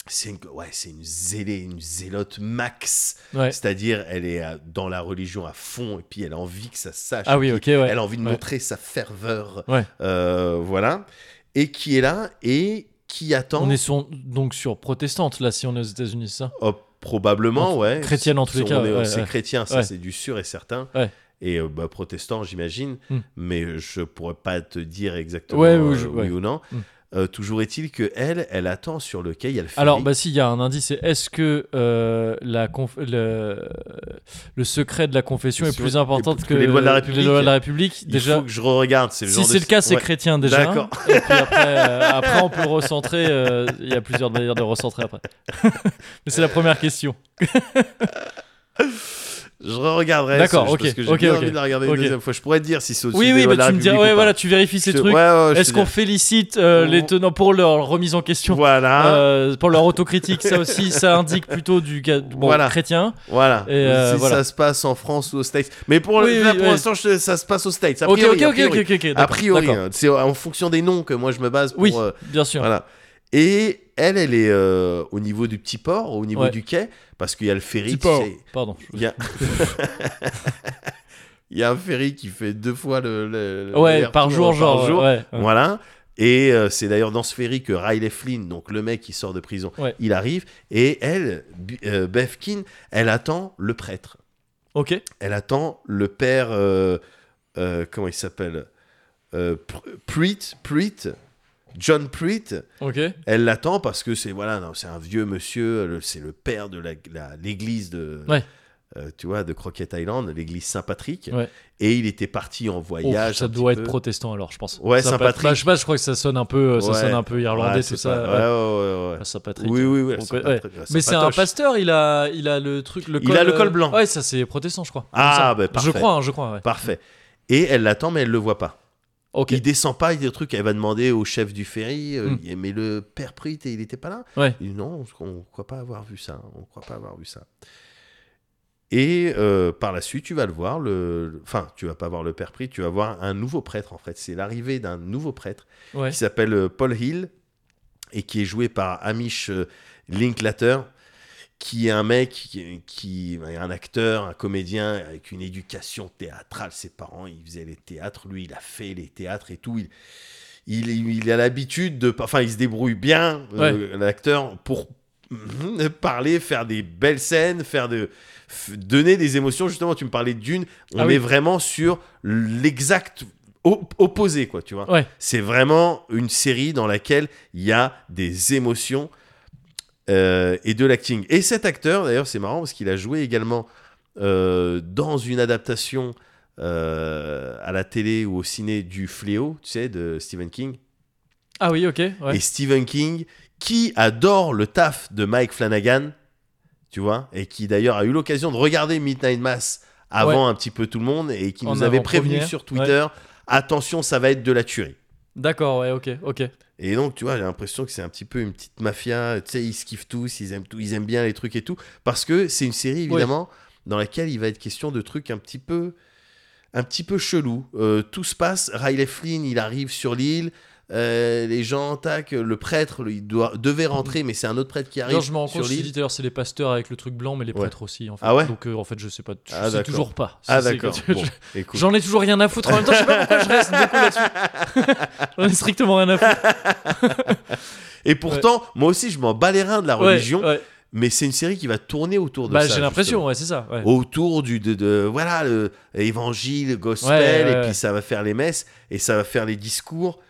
Speaker 2: c'est une, ouais, c'est une zélée, une zélote max,
Speaker 1: Ouais.
Speaker 2: c'est-à-dire elle est euh, dans la religion à fond, et puis elle a envie que ça se sache.
Speaker 1: Ah
Speaker 2: et
Speaker 1: oui,
Speaker 2: puis
Speaker 1: ok, ouais.
Speaker 2: Elle a envie de
Speaker 1: Ouais.
Speaker 2: montrer sa ferveur,
Speaker 1: Ouais.
Speaker 2: Euh, voilà, et qui est là, et qui attend...
Speaker 1: On est sur- donc sur protestante, là, si on est aux États-Unis, c'est ça
Speaker 2: Oh, probablement,
Speaker 1: Donc,
Speaker 2: ouais.
Speaker 1: chrétienne en tous les
Speaker 2: On
Speaker 1: cas,
Speaker 2: est-
Speaker 1: ouais,
Speaker 2: c'est
Speaker 1: ouais.
Speaker 2: chrétien, ça
Speaker 1: Ouais.
Speaker 2: c'est du sûr et certain.
Speaker 1: Ouais.
Speaker 2: Et euh, bah, protestant, j'imagine,
Speaker 1: Hmm.
Speaker 2: mais je pourrais pas te dire exactement
Speaker 1: Ouais,
Speaker 2: euh,
Speaker 1: ou je- ouais.
Speaker 2: oui ou non.
Speaker 1: Hmm.
Speaker 2: Euh, toujours est-il que elle, elle attend sur le quai. Il y a le ferry.
Speaker 1: Alors, bah, si, il y a un indice, c'est est-ce que euh, la conf- le, le secret de la confession est
Speaker 2: Confession
Speaker 1: plus important que,
Speaker 2: que les lois de la République.
Speaker 1: les lois de la République
Speaker 2: il
Speaker 1: bah, Déjà,
Speaker 2: faut que je regarde. C'est le
Speaker 1: si
Speaker 2: genre
Speaker 1: c'est
Speaker 2: de-
Speaker 1: le cas, c'est
Speaker 2: Ouais.
Speaker 1: chrétien déjà.
Speaker 2: D'accord.
Speaker 1: Et puis après, euh, après, on peut recentrer. euh, Il y a plusieurs manières de recentrer après. Mais c'est la première question.
Speaker 2: Je regarderai.
Speaker 1: D'accord, ok,
Speaker 2: Parce que j'ai
Speaker 1: ok,
Speaker 2: bien
Speaker 1: ok.
Speaker 2: envie de la regarder
Speaker 1: Ok.
Speaker 2: une deuxième fois. Je pourrais te dire si c'est au-dessus
Speaker 1: Oui,
Speaker 2: des
Speaker 1: oui,
Speaker 2: lois de
Speaker 1: bah,
Speaker 2: la
Speaker 1: tu me dis,
Speaker 2: République
Speaker 1: ouais,
Speaker 2: ou
Speaker 1: voilà,
Speaker 2: pas.
Speaker 1: tu vérifies ces
Speaker 2: Je te-
Speaker 1: trucs.
Speaker 2: ouais, ouais, je
Speaker 1: Est-ce
Speaker 2: te
Speaker 1: qu'on
Speaker 2: dis-
Speaker 1: félicite euh, les tenants pour leur remise en question
Speaker 2: Voilà,
Speaker 1: Euh, pour leur autocritique, ça aussi, ça indique plutôt du ga- bon,
Speaker 2: Voilà.
Speaker 1: chrétien.
Speaker 2: voilà.
Speaker 1: et, euh,
Speaker 2: si
Speaker 1: voilà.
Speaker 2: ça se passe en France ou aux States. Mais pour le-
Speaker 1: Oui,
Speaker 2: là,
Speaker 1: oui,
Speaker 2: pour
Speaker 1: ouais.
Speaker 2: l'instant, je- ça se passe aux States. A
Speaker 1: Ok,
Speaker 2: priori,
Speaker 1: ok,
Speaker 2: a
Speaker 1: ok,
Speaker 2: priori.
Speaker 1: ok, ok, ok.
Speaker 2: A
Speaker 1: d'accord,
Speaker 2: priori,
Speaker 1: d'accord.
Speaker 2: hein, c'est en fonction des noms que moi je me base. Pour,
Speaker 1: Oui,
Speaker 2: euh,
Speaker 1: bien sûr.
Speaker 2: voilà. Et elle, elle est euh, au niveau du petit port, au niveau
Speaker 1: Ouais.
Speaker 2: du quai, parce qu'il y a le ferry.
Speaker 1: Petit
Speaker 2: tu
Speaker 1: port.
Speaker 2: sais,
Speaker 1: Pardon.
Speaker 2: Il y a... il y a un ferry qui fait deux fois le. le- le-
Speaker 1: Ouais,
Speaker 2: le-
Speaker 1: par
Speaker 2: le-
Speaker 1: jour, genre. ouais, ouais.
Speaker 2: Voilà. Et euh, c'est d'ailleurs dans ce ferry que Riley Flynn, donc le mec qui sort de prison,
Speaker 1: Ouais.
Speaker 2: il arrive. Et elle, B- euh, Beth Keane, elle attend le prêtre.
Speaker 1: Ok.
Speaker 2: Elle attend le père. euh, euh, comment il s'appelle Euh, Pr- Pruitt. Pruitt. John Pruitt.
Speaker 1: Ok.
Speaker 2: Elle l'attend parce que c'est voilà, non, c'est un vieux monsieur, le- c'est le père de la- la- l'église de.
Speaker 1: Ouais.
Speaker 2: euh, tu vois, de Croquette Island, l'église Saint-Patrick.
Speaker 1: Ouais.
Speaker 2: Et il était parti en
Speaker 1: Oh,
Speaker 2: voyage.
Speaker 1: ça
Speaker 2: un petit
Speaker 1: doit être
Speaker 2: peu.
Speaker 1: protestant alors, je pense.
Speaker 2: Ouais,
Speaker 1: ça
Speaker 2: Saint
Speaker 1: peut être-
Speaker 2: Patrick.
Speaker 1: bah, je sais pas, je crois que ça sonne un peu, euh, ça
Speaker 2: Ouais.
Speaker 1: sonne un peu irlandais,
Speaker 2: Ouais,
Speaker 1: tout
Speaker 2: c'est
Speaker 1: ça.
Speaker 2: pas-
Speaker 1: ouais.
Speaker 2: ouais, ouais, ouais, ouais.
Speaker 1: Ah, Saint Patrick.
Speaker 2: Oui, oui, oui.
Speaker 1: On
Speaker 2: Saint
Speaker 1: peut- ouais.
Speaker 2: Patrick,
Speaker 1: Mais c'est un
Speaker 2: Saint-Patoche.
Speaker 1: pasteur, il a, il a le truc, le
Speaker 2: Il
Speaker 1: col,
Speaker 2: a le col
Speaker 1: euh,
Speaker 2: blanc.
Speaker 1: Ouais, ça c'est protestant, je crois.
Speaker 2: Ah,
Speaker 1: Comme ça.
Speaker 2: bah, parfait.
Speaker 1: Je crois, hein, je crois. Ouais.
Speaker 2: Parfait. Et elle l'attend, mais elle le voit pas.
Speaker 1: Ok.
Speaker 2: Il descend pas, il y a des trucs. Elle va demander au chef du ferry, euh,
Speaker 1: Mm.
Speaker 2: il- mais le père Pruitt, il était pas là.
Speaker 1: Ouais.
Speaker 2: Il dit, non, on ne croit pas avoir vu ça. On croit pas avoir vu ça. Et euh, par la suite, tu vas le voir. Le... le- Enfin, tu vas pas voir le père Pruitt, tu vas voir un nouveau prêtre en fait. C'est l'arrivée d'un nouveau prêtre
Speaker 1: Ouais.
Speaker 2: qui s'appelle euh, Paul Hill et qui est joué par Amish euh, Linklater qui est un mec qui, qui est un acteur, un comédien avec une éducation théâtrale. Ses parents, ils faisaient les théâtres, lui, il a fait les théâtres et tout. Il, il, il a l'habitude de, enfin, il se débrouille bien, euh, l'acteur, pour parler, faire des belles scènes, faire de f- donner des émotions. Justement, tu me parlais de d'une. On
Speaker 1: Ah
Speaker 2: est
Speaker 1: oui.
Speaker 2: vraiment sur l'exact op- opposé, quoi. Tu vois.
Speaker 1: Ouais.
Speaker 2: C'est vraiment une série dans laquelle il y a des émotions euh, et de l'acting. Et cet acteur, d'ailleurs, c'est marrant parce qu'il a joué également euh, dans une adaptation euh, à la télé ou au ciné du Fléau, tu sais, de Stephen King.
Speaker 1: Ah oui, ok. Ouais.
Speaker 2: Et Stephen King, qui adore le taf de Mike Flanagan, tu vois, et qui d'ailleurs a eu l'occasion de regarder Midnight Mass avant un petit peu tout le monde et qui
Speaker 1: En
Speaker 2: nous avait
Speaker 1: avant-première,
Speaker 2: prévenu sur
Speaker 1: ouais.
Speaker 2: Twitter attention, ça va être de la tuerie.
Speaker 1: D'accord, ouais, ok, ok.
Speaker 2: Et donc, tu vois, j'ai l'impression que c'est un petit peu une petite mafia. Tu sais, ils se kiffent tous, ils aiment tout, ils aiment bien les trucs et tout. Parce que c'est une série, évidemment, dans laquelle il va être question de trucs un petit peu, un petit peu chelou. Euh, tout se passe. Riley Flynn, il arrive sur l'île. Euh, les gens, tac, le prêtre, il doit, devait rentrer, mais c'est un autre prêtre qui arrive
Speaker 1: D'ailleurs, je me rends
Speaker 2: sur
Speaker 1: compte, je
Speaker 2: l'île.
Speaker 1: dis tout à l'heure, c'est les pasteurs avec le truc blanc, mais les
Speaker 2: Ouais.
Speaker 1: prêtres aussi. En fait.
Speaker 2: Ah ouais
Speaker 1: Donc, euh, en fait, je sais pas. Je
Speaker 2: Ah,
Speaker 1: sais
Speaker 2: d'accord.
Speaker 1: toujours pas.
Speaker 2: Ah,
Speaker 1: C'est- c'est-
Speaker 2: d'accord.
Speaker 1: je-
Speaker 2: Bon, écoute.
Speaker 1: J'en ai toujours rien à foutre. En même temps, je sais pas pourquoi je reste beaucoup là-dessus. J'en ai strictement rien à foutre.
Speaker 2: Et pourtant, moi aussi, je m'en bats les reins de la
Speaker 1: Ouais,
Speaker 2: religion.
Speaker 1: ouais.
Speaker 2: mais c'est une série qui va tourner autour de
Speaker 1: Bah,
Speaker 2: ça.
Speaker 1: j'ai l'impression, ouais, c'est ça. ouais.
Speaker 2: justement. Oh, Autour du de, de- voilà le évangile, gospel,
Speaker 1: Ouais, ouais, ouais,
Speaker 2: et
Speaker 1: ouais.
Speaker 2: puis ça va faire les messes et ça va faire les discours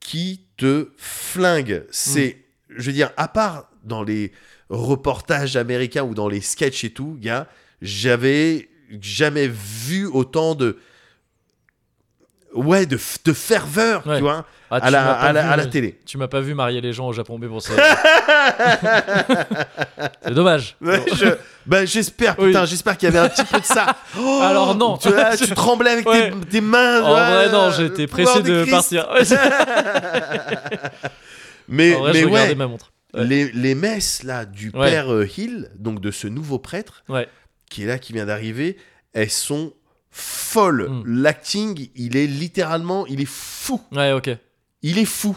Speaker 2: qui te flinguent. C'est,
Speaker 1: Mm.
Speaker 2: je veux dire, à part dans les reportages américains ou dans les sketchs et tout, gars, j'avais jamais vu autant de ouais de, f- de ferveur,
Speaker 1: Ouais.
Speaker 2: tu vois,
Speaker 1: Ah,
Speaker 2: à
Speaker 1: tu
Speaker 2: la-
Speaker 1: m'as pas
Speaker 2: à la-
Speaker 1: vu,
Speaker 2: à la
Speaker 1: mais-
Speaker 2: télé.
Speaker 1: Tu m'as pas vu marier les gens au Japon, mais bon, c'est c'est dommage.
Speaker 2: Ouais,
Speaker 1: Bon.
Speaker 2: je- ben, j'espère,
Speaker 1: Oui.
Speaker 2: putain, j'espère qu'il y avait un petit peu de ça. Oh,
Speaker 1: Alors, non.
Speaker 2: Tu, vois, tu tremblais avec
Speaker 1: Ouais.
Speaker 2: tes, tes mains. euh,
Speaker 1: En vrai, non,
Speaker 2: été
Speaker 1: j'étais pressé de partir. Ouais, c'est-
Speaker 2: mais
Speaker 1: en vrai,
Speaker 2: mais
Speaker 1: je regardais
Speaker 2: ouais,
Speaker 1: ma montre. ouais.
Speaker 2: Les, les messes là du
Speaker 1: Ouais.
Speaker 2: père euh, Hill, donc de ce nouveau prêtre
Speaker 1: Ouais.
Speaker 2: qui est là, qui vient d'arriver, elles sont folles.
Speaker 1: Mm.
Speaker 2: L'acting, il est littéralement, il est fou.
Speaker 1: Ouais, ok.
Speaker 2: Il est fou.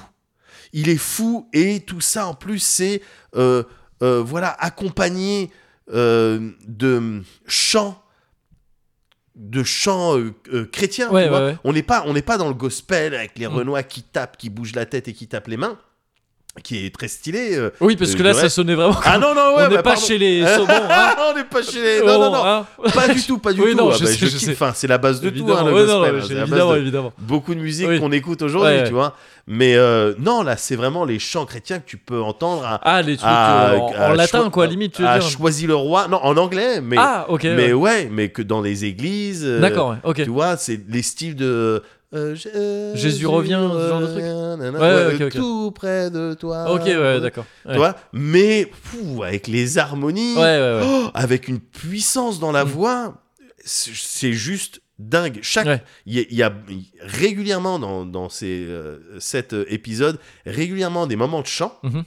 Speaker 2: Il est fou et tout ça en plus c'est euh, euh, voilà accompagné euh, de chants de chants euh, euh, chrétiens. tu
Speaker 1: Ouais,
Speaker 2: vois.
Speaker 1: ouais, ouais.
Speaker 2: On n'est pas on n'est pas dans le gospel avec les
Speaker 1: Mm.
Speaker 2: Renois qui tapent, qui bougent la tête et qui tapent les mains, qui est très stylé. euh.
Speaker 1: Oui, parce
Speaker 2: Euh,
Speaker 1: que là,
Speaker 2: ouais.
Speaker 1: ça sonnait vraiment.
Speaker 2: Ah non non ouais,
Speaker 1: on n'est
Speaker 2: bah,
Speaker 1: pas
Speaker 2: pardon.
Speaker 1: chez les saumons. hein.
Speaker 2: Ah, on n'est pas chez les non non
Speaker 1: Bon,
Speaker 2: non
Speaker 1: hein.
Speaker 2: pas du tout pas du
Speaker 1: Oui,
Speaker 2: tout.
Speaker 1: non,
Speaker 2: Ah
Speaker 1: je
Speaker 2: bah,
Speaker 1: sais,
Speaker 2: je
Speaker 1: je
Speaker 2: kiffe.
Speaker 1: sais.
Speaker 2: Enfin, c'est la base de tout hein,
Speaker 1: Évidemment,
Speaker 2: le
Speaker 1: ouais,
Speaker 2: gospel.
Speaker 1: non,
Speaker 2: hein,
Speaker 1: mais
Speaker 2: c'est la base
Speaker 1: évidemment,
Speaker 2: de-
Speaker 1: évidemment.
Speaker 2: beaucoup de musique
Speaker 1: Oui.
Speaker 2: qu'on écoute aujourd'hui,
Speaker 1: Ouais, ouais.
Speaker 2: tu vois. Mais euh, non, là, c'est vraiment les chants chrétiens que tu peux entendre à,
Speaker 1: Ah, les trucs
Speaker 2: à-
Speaker 1: euh, en, en
Speaker 2: à
Speaker 1: latin,
Speaker 2: Choi-
Speaker 1: quoi, limite, tu veux
Speaker 2: à
Speaker 1: dire.
Speaker 2: Choisy le roi, non, en anglais, Ah, mais
Speaker 1: Ah, ok. ouais.
Speaker 2: mais ouais, mais que dans les églises. euh,
Speaker 1: D'accord, ouais, ok.
Speaker 2: Tu vois, c'est les styles de. euh, J- euh,
Speaker 1: Jésus revient, ce genre de truc. Ouais,
Speaker 2: nanana,
Speaker 1: ouais,
Speaker 2: ouais,
Speaker 1: ok, ok.
Speaker 2: Tout près de toi.
Speaker 1: Ok, ouais, d'accord.
Speaker 2: Tu
Speaker 1: Ouais.
Speaker 2: vois, mais pfou, avec les harmonies,
Speaker 1: Ouais, ouais, ouais.
Speaker 2: oh, avec une puissance dans la
Speaker 1: Mm.
Speaker 2: voix, c'est c'est juste dingue. Chaque,
Speaker 1: Ouais.
Speaker 2: il y, a- il y a régulièrement dans, dans ces euh, sept euh, épisodes, régulièrement des moments de chant.
Speaker 1: Mhm.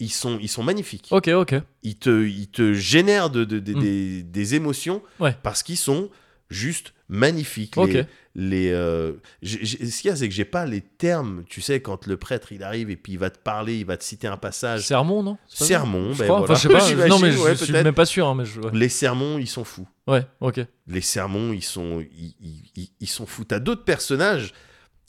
Speaker 2: Ils sont, ils sont magnifiques.
Speaker 1: Ok, ok.
Speaker 2: Ils, te, ils te génèrent de, de- de-
Speaker 1: Mm.
Speaker 2: des, des émotions
Speaker 1: Ouais.
Speaker 2: parce qu'ils sont juste magnifiques.
Speaker 1: Ok.
Speaker 2: Les, les, euh, j'ai- j'ai- ce qu'il y a, c'est que j'ai pas les termes. Tu sais, quand le prêtre il arrive et puis il va te parler, il va te citer un passage.
Speaker 1: Sermon, non C'est pas ça
Speaker 2: Sermon,
Speaker 1: Je
Speaker 2: ben
Speaker 1: crois,
Speaker 2: voilà.
Speaker 1: enfin, je sais pas.
Speaker 2: J'imagine,
Speaker 1: Non, mais
Speaker 2: ouais,
Speaker 1: je suis
Speaker 2: peut-être.
Speaker 1: même pas sûr. hein, mais je- ouais.
Speaker 2: Les sermons, ils sont fous
Speaker 1: Ouais, ok.
Speaker 2: les sermons, ils sont, ils, ils- ils- ils sont fous. T'as d'autres personnages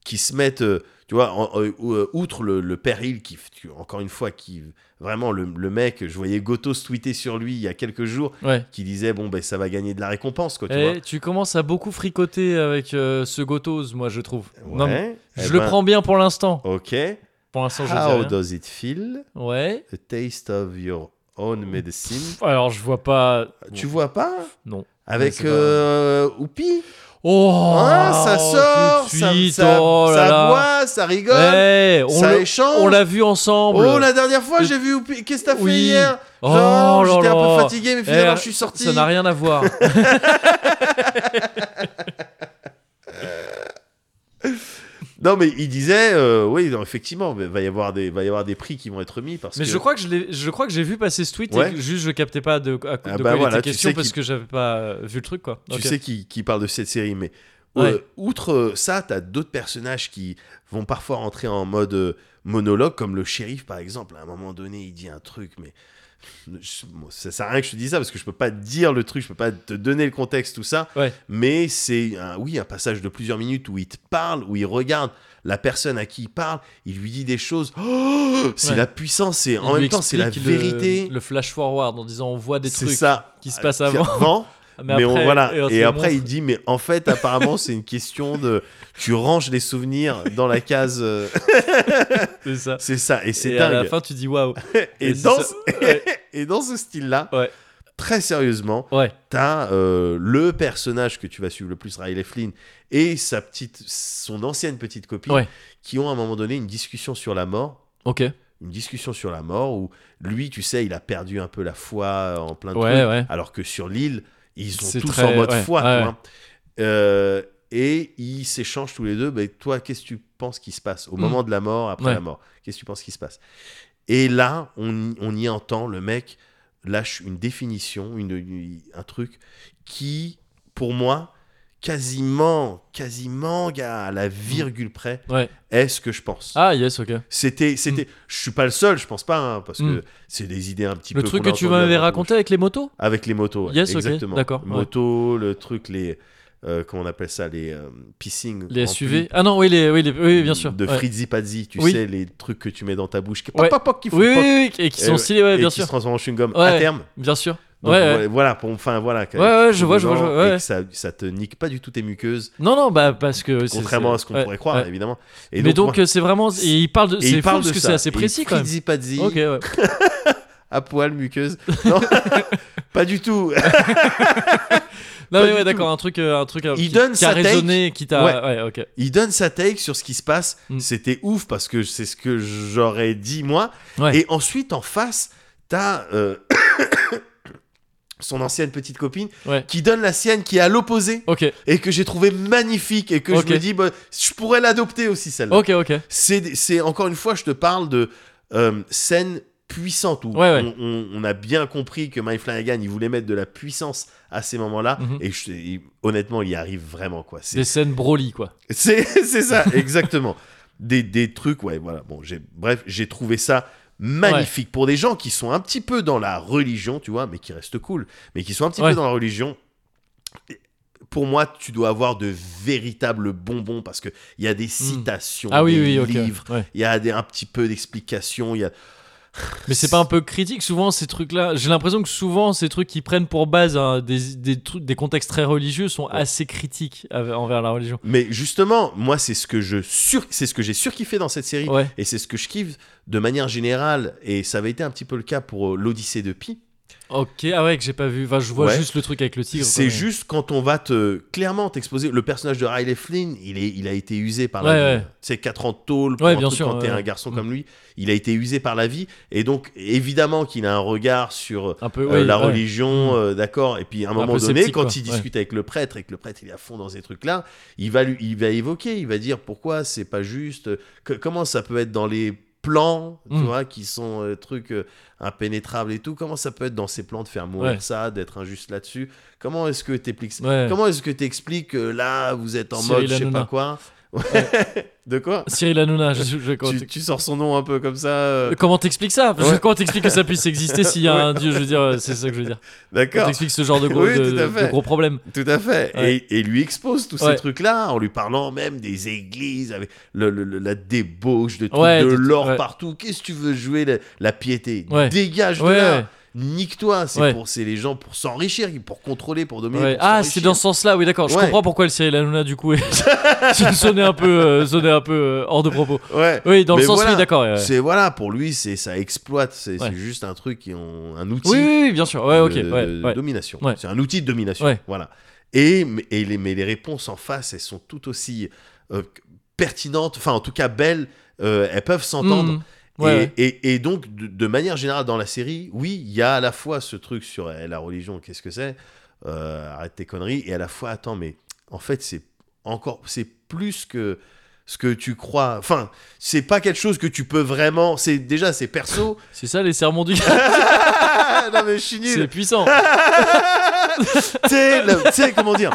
Speaker 2: qui se mettent, euh, tu vois, en- en- ou- euh, outre le, le père Hill, qui, tu- encore une fois, qui vraiment le, le mec, je voyais Gotos tweeter sur lui il y a quelques jours,
Speaker 1: Ouais.
Speaker 2: qui disait bon ben ça va gagner de la récompense quoi, tu
Speaker 1: Eh,
Speaker 2: vois.
Speaker 1: tu, commences à beaucoup fricoter avec euh, ce Gotos, moi je trouve. Non, mais
Speaker 2: Ouais, eh
Speaker 1: je le
Speaker 2: ben,
Speaker 1: prends bien pour l'instant.
Speaker 2: Ok.
Speaker 1: Pour l'instant, je dis
Speaker 2: How
Speaker 1: rien.
Speaker 2: does it feel?
Speaker 1: Ouais.
Speaker 2: The taste of your own medicine.
Speaker 1: Pff, alors je vois pas.
Speaker 2: Tu vois pas?
Speaker 1: Non. Mais
Speaker 2: Avec
Speaker 1: c'est pas-
Speaker 2: euh, Oupi
Speaker 1: Oh,
Speaker 2: Hein, ça sort,
Speaker 1: tout de
Speaker 2: ça,
Speaker 1: suite,
Speaker 2: ça-
Speaker 1: oh là
Speaker 2: ça
Speaker 1: là.
Speaker 2: boit, ça rigole.
Speaker 1: Eh, on
Speaker 2: ça
Speaker 1: le-
Speaker 2: échange.
Speaker 1: on l'a vu ensemble.
Speaker 2: Oh, la dernière fois,
Speaker 1: Le-
Speaker 2: j'ai vu. Oupi- Qu'est-ce que t'as
Speaker 1: Oui.
Speaker 2: fait hier
Speaker 1: Oh
Speaker 2: Genre,
Speaker 1: là
Speaker 2: J'étais un
Speaker 1: là.
Speaker 2: peu fatigué, mais finalement,
Speaker 1: Eh,
Speaker 2: je suis sorti.
Speaker 1: Ça n'a rien à voir.
Speaker 2: Non, mais il disait, euh, oui, non, effectivement, il va y avoir des, va y avoir des prix qui vont être mis parce
Speaker 1: mais
Speaker 2: que.
Speaker 1: je crois que je, l'ai- je crois que j'ai vu passer ce tweet
Speaker 2: Ouais.
Speaker 1: et que juste je captais pas de, à- de
Speaker 2: Ah bah
Speaker 1: quoi il
Speaker 2: voilà,
Speaker 1: était
Speaker 2: tu
Speaker 1: question
Speaker 2: sais
Speaker 1: parce
Speaker 2: qu'il-
Speaker 1: que j'avais pas euh, vu le truc quoi.
Speaker 2: Tu
Speaker 1: Ok.
Speaker 2: sais qui, qui parle de cette série, mais
Speaker 1: Ouais.
Speaker 2: euh, outre euh, ça, t'as d'autres personnages qui vont parfois rentrer en mode euh, monologue, comme le shérif par exemple. À un moment donné, il dit un truc, mais je- bon, ça sert à rien que je te dise ça parce que je peux pas te dire le truc, je peux pas te donner le contexte, tout ça.
Speaker 1: Ouais.
Speaker 2: Mais c'est un, oui un passage de plusieurs minutes où il te parle, où il regarde la personne à qui il parle, il lui dit des choses. Oh c'est
Speaker 1: Ouais.
Speaker 2: la puissance, et en
Speaker 1: Il lui
Speaker 2: même temps c'est la
Speaker 1: explique le-
Speaker 2: vérité.
Speaker 1: Le, flash forward en disant on voit des
Speaker 2: C'est
Speaker 1: trucs
Speaker 2: ça. Euh,
Speaker 1: qui se passent avant.
Speaker 2: Mais, on- voilà. Et, après, il dit, mais en fait, apparemment, c'est une question de. Tu ranges les souvenirs dans la case. euh,
Speaker 1: c'est ça.
Speaker 2: c'est ça. Et c'est
Speaker 1: Et à la
Speaker 2: dingue.
Speaker 1: fin, tu dis waouh.
Speaker 2: Et,
Speaker 1: et c'est
Speaker 2: dans,
Speaker 1: ça.
Speaker 2: ce-
Speaker 1: Ouais.
Speaker 2: et dans ce style-là,
Speaker 1: Ouais.
Speaker 2: très sérieusement,
Speaker 1: Ouais.
Speaker 2: t'as euh, le personnage que tu vas suivre le plus, Riley Flynn, et sa petite, son ancienne petite copine,
Speaker 1: Ouais.
Speaker 2: qui ont à un moment donné une discussion sur la mort.
Speaker 1: Ok. Ouais,
Speaker 2: Une discussion sur la mort où lui, tu sais, il a perdu un peu la foi en plein de trucs.
Speaker 1: ouais.
Speaker 2: Alors que sur l'île, ils sont
Speaker 1: C'est
Speaker 2: tous
Speaker 1: très-
Speaker 2: en mode
Speaker 1: ouais,
Speaker 2: foi. tu
Speaker 1: ouais.
Speaker 2: vois. Euh, et ils s'échangent tous les deux. Ben, toi, qu'est-ce que tu penses qui se passe au
Speaker 1: Mm.
Speaker 2: moment de la mort, après
Speaker 1: Ouais.
Speaker 2: la mort Qu'est-ce que tu penses qui se passe Et là, on, y- on y entend le mec lâche une définition, une, une- un truc qui, pour moi, quasiment, quasiment, gars, à la virgule près,
Speaker 1: Mm. Ouais.
Speaker 2: est ce que je pense.
Speaker 1: Ah yes, ok.
Speaker 2: C'était, c'était. Je suis pas le seul, je pense pas, hein, parce
Speaker 1: Mm.
Speaker 2: que c'est des idées un petit
Speaker 1: Hmm. Le
Speaker 2: peu.
Speaker 1: truc
Speaker 2: qu'on
Speaker 1: que
Speaker 2: a
Speaker 1: tu
Speaker 2: entendues
Speaker 1: m'avais
Speaker 2: avant tout.
Speaker 1: raconté avec les motos
Speaker 2: Avec les motos, ouais,
Speaker 1: Yes, ok,
Speaker 2: exactement.
Speaker 1: d'accord, ouais.
Speaker 2: Moto, le truc, les, euh, comment on appelle ça, les euh, pissings.
Speaker 1: Les
Speaker 2: remplis
Speaker 1: SUV. Ah non, oui, les, oui, les- oui, bien sûr.
Speaker 2: De
Speaker 1: ouais.
Speaker 2: frizzy pazzi, tu
Speaker 1: Oui.
Speaker 2: sais, les trucs que tu mets dans ta bouche qui,
Speaker 1: Ouais.
Speaker 2: pop, pop, pop, qui font
Speaker 1: Oui,
Speaker 2: pop,
Speaker 1: oui, oui, et qui
Speaker 2: et-
Speaker 1: sont stylés, ouais,
Speaker 2: et
Speaker 1: bien
Speaker 2: qui
Speaker 1: sûr.
Speaker 2: se transforment en chewing-gum à
Speaker 1: Ouais.
Speaker 2: terme.
Speaker 1: Bien sûr.
Speaker 2: Donc,
Speaker 1: ouais, ouais.
Speaker 2: voilà- Voilà, pour enfin, voilà. que-
Speaker 1: Ouais, ouais,
Speaker 2: que
Speaker 1: je vois, je vois, je
Speaker 2: dedans
Speaker 1: vois,
Speaker 2: et
Speaker 1: ouais.
Speaker 2: que ça, ça te nique pas du tout tes muqueuses,
Speaker 1: Non, non, bah parce que. c'est-
Speaker 2: contrairement
Speaker 1: c'est-
Speaker 2: à ce qu'on
Speaker 1: ouais,
Speaker 2: pourrait croire,
Speaker 1: ouais.
Speaker 2: évidemment. Et
Speaker 1: Mais donc,
Speaker 2: moi-
Speaker 1: euh, c'est vraiment. et il parle de.
Speaker 2: et il
Speaker 1: C'est fou
Speaker 2: parle
Speaker 1: parce
Speaker 2: de
Speaker 1: que
Speaker 2: ça.
Speaker 1: c'est assez
Speaker 2: Et
Speaker 1: précis quand même.
Speaker 2: Frizzy Pazzi,
Speaker 1: Ok, ouais.
Speaker 2: à poil, muqueuse. Non, pas du
Speaker 1: Non,
Speaker 2: tout. Pas
Speaker 1: mais
Speaker 2: du
Speaker 1: ouais,
Speaker 2: tout.
Speaker 1: d'accord, un truc, euh, un truc euh,
Speaker 2: Il
Speaker 1: qui,
Speaker 2: donne
Speaker 1: qui a
Speaker 2: sa take.
Speaker 1: résonné, qui t'a. Ouais.
Speaker 2: Ouais.
Speaker 1: ok.
Speaker 2: Il donne sa take sur ce qui se passe.
Speaker 1: Mm.
Speaker 2: C'était ouf parce que c'est ce que j'aurais dit moi.
Speaker 1: Ouais.
Speaker 2: Et ensuite, en face, t'as euh, son ancienne petite copine
Speaker 1: Ouais.
Speaker 2: qui donne la sienne qui est à l'opposé
Speaker 1: Ok,
Speaker 2: et que j'ai trouvé magnifique et que
Speaker 1: Ok.
Speaker 2: je me dis, bah, je pourrais l'adopter aussi celle-là.
Speaker 1: ok, ok.
Speaker 2: C'est, c'est- encore une fois, je te parle de euh, scène puissante où
Speaker 1: Ouais, ouais.
Speaker 2: On, on- on a bien compris que Mike Flanagan il voulait mettre de la puissance à ces moments-là
Speaker 1: Mhm.
Speaker 2: et je- et honnêtement il y arrive vraiment quoi c'est
Speaker 1: Des scènes Broly, quoi.
Speaker 2: c'est, c'est ça, exactement. Des, des trucs, ouais, voilà. Bon, j'ai, bref, j'ai trouvé ça magnifique pour des gens qui sont un petit peu dans la religion, tu vois, mais qui restent cool, mais qui sont un petit
Speaker 1: Ouais.
Speaker 2: peu dans la religion. Pour moi, tu dois avoir de véritables bonbons parce que il y a des citations,
Speaker 1: Hmm. Ah oui,
Speaker 2: des
Speaker 1: oui, ok.
Speaker 2: livres,
Speaker 1: ouais.
Speaker 2: il y a des, un petit peu d'explications, il y a.
Speaker 1: Mais c'est pas un peu critique souvent ces trucs-là J'ai l'impression que souvent ces trucs qui prennent pour base hein, des, des, trucs, des contextes très religieux sont assez critiques ave- envers la religion.
Speaker 2: Mais justement, moi, c'est ce que je sur, c'est ce que j'ai surkiffé dans cette série.
Speaker 1: Ouais,
Speaker 2: Et c'est ce que je kiffe de manière générale, et ça avait été un petit peu le cas pour euh, l'Odyssée de Pi.
Speaker 1: ok, ah ouais, que j'ai pas vu. Enfin, je vois
Speaker 2: Ouais.
Speaker 1: juste le truc avec le tigre. quoi,
Speaker 2: C'est
Speaker 1: mais-
Speaker 2: juste quand on va te clairement t'exposer. Le personnage de Riley Flynn, il, est, il a été usé par la
Speaker 1: Ouais,
Speaker 2: vie.
Speaker 1: ouais.
Speaker 2: C'est 4 ans de tôle pour
Speaker 1: Ouais,
Speaker 2: un
Speaker 1: bien
Speaker 2: truc
Speaker 1: sûr,
Speaker 2: quand t'es
Speaker 1: ouais.
Speaker 2: un garçon
Speaker 1: Mm.
Speaker 2: comme lui. Il a été usé par la vie. Et donc, évidemment qu'il a un regard sur
Speaker 1: Un peu,
Speaker 2: euh,
Speaker 1: ouais,
Speaker 2: la
Speaker 1: ouais. Hmm.
Speaker 2: religion, euh, d'accord. Et puis, à un moment
Speaker 1: peu
Speaker 2: donné,
Speaker 1: sceptique,
Speaker 2: quand
Speaker 1: quoi,
Speaker 2: il
Speaker 1: ouais.
Speaker 2: discute avec le prêtre et que le prêtre il est à fond dans ces trucs-là, il va, lui, il va évoquer, il va dire pourquoi c'est pas juste, que- comment ça peut être dans les plans, tu
Speaker 1: Mm.
Speaker 2: vois, qui sont euh, trucs euh, impénétrables et tout, comment ça peut être dans ces plans de faire mourir
Speaker 1: Ouais.
Speaker 2: ça, d'être injuste là-dessus, comment est-ce que t'expliques ça
Speaker 1: Ouais.
Speaker 2: Comment est-ce que t'expliques que là, vous êtes en
Speaker 1: Cyril
Speaker 2: mode je sais
Speaker 1: Hanouna.
Speaker 2: pas quoi Ouais. De quoi
Speaker 1: Cyril Hanouna, je, je- je- comment
Speaker 2: tu,
Speaker 1: t'ex-
Speaker 2: tu sors son nom un peu comme ça euh,
Speaker 1: Comment t'expliques ça Parce que
Speaker 2: Ouais.
Speaker 1: Comment t'expliques que ça puisse exister s'il y a un dieu Je veux dire, euh, c'est ça que je veux dire. Comment
Speaker 2: D'accord
Speaker 1: t'expliques ce genre de gros,
Speaker 2: Oui,
Speaker 1: de-
Speaker 2: tout à
Speaker 1: de
Speaker 2: fait.
Speaker 1: gros problème
Speaker 2: Tout à fait.
Speaker 1: Ouais.
Speaker 2: Et, et lui expose tous
Speaker 1: Ouais.
Speaker 2: ces trucs-là en lui parlant même des églises avec le- le- le- la débauche de, trucs
Speaker 1: Ouais,
Speaker 2: de
Speaker 1: des trucs-
Speaker 2: l'or
Speaker 1: ouais.
Speaker 2: partout. Qu'est-ce que tu veux jouer la, la piété
Speaker 1: Ouais.
Speaker 2: Dégage de
Speaker 1: Ouais,
Speaker 2: là.
Speaker 1: ouais.
Speaker 2: Nique-toi. C'est
Speaker 1: Ouais.
Speaker 2: pour c'est les gens pour s'enrichir, pour contrôler, pour dominer.
Speaker 1: Ouais.
Speaker 2: pour
Speaker 1: Ah, c'est
Speaker 2: s'enrichir.
Speaker 1: dans ce sens-là, oui, d'accord. Je
Speaker 2: Ouais.
Speaker 1: comprends pourquoi le Cyril Hanouna, du coup, est... sonnait un peu, euh, sonnait un peu euh, hors de propos.
Speaker 2: Ouais.
Speaker 1: Oui, dans le
Speaker 2: Mais
Speaker 1: sens,
Speaker 2: voilà.
Speaker 1: oui, d'accord. ouais, ouais.
Speaker 2: C'est voilà pour lui, c'est ça exploite. C'est c'est
Speaker 1: Ouais.
Speaker 2: juste un truc, qui ont- un outil.
Speaker 1: Oui, oui, oui, bien sûr. Ouais, ok.
Speaker 2: de,
Speaker 1: ouais,
Speaker 2: de- de
Speaker 1: ouais.
Speaker 2: domination.
Speaker 1: Ouais.
Speaker 2: C'est un outil de domination.
Speaker 1: Ouais.
Speaker 2: Voilà. Et, et les, mais les réponses en face, elles sont tout aussi euh, pertinentes, enfin en tout cas belles, euh, elles peuvent s'entendre.
Speaker 1: Mhm. Ouais,
Speaker 2: et,
Speaker 1: ouais.
Speaker 2: et- et donc, de, de manière générale, dans la série, oui, il y a à la fois ce truc sur euh, la religion, qu'est-ce que c'est, euh, arrête tes conneries, et à la fois, attends, mais en fait, c'est encore, c'est plus que ce que tu crois. Enfin, c'est pas quelque chose que tu peux vraiment. C'est déjà, c'est perso. Ah,
Speaker 1: C'est ça les sermons du gars.
Speaker 2: non mais je suis nul.
Speaker 1: C'est puissant.
Speaker 2: tu sais, le- tu sais, comment dire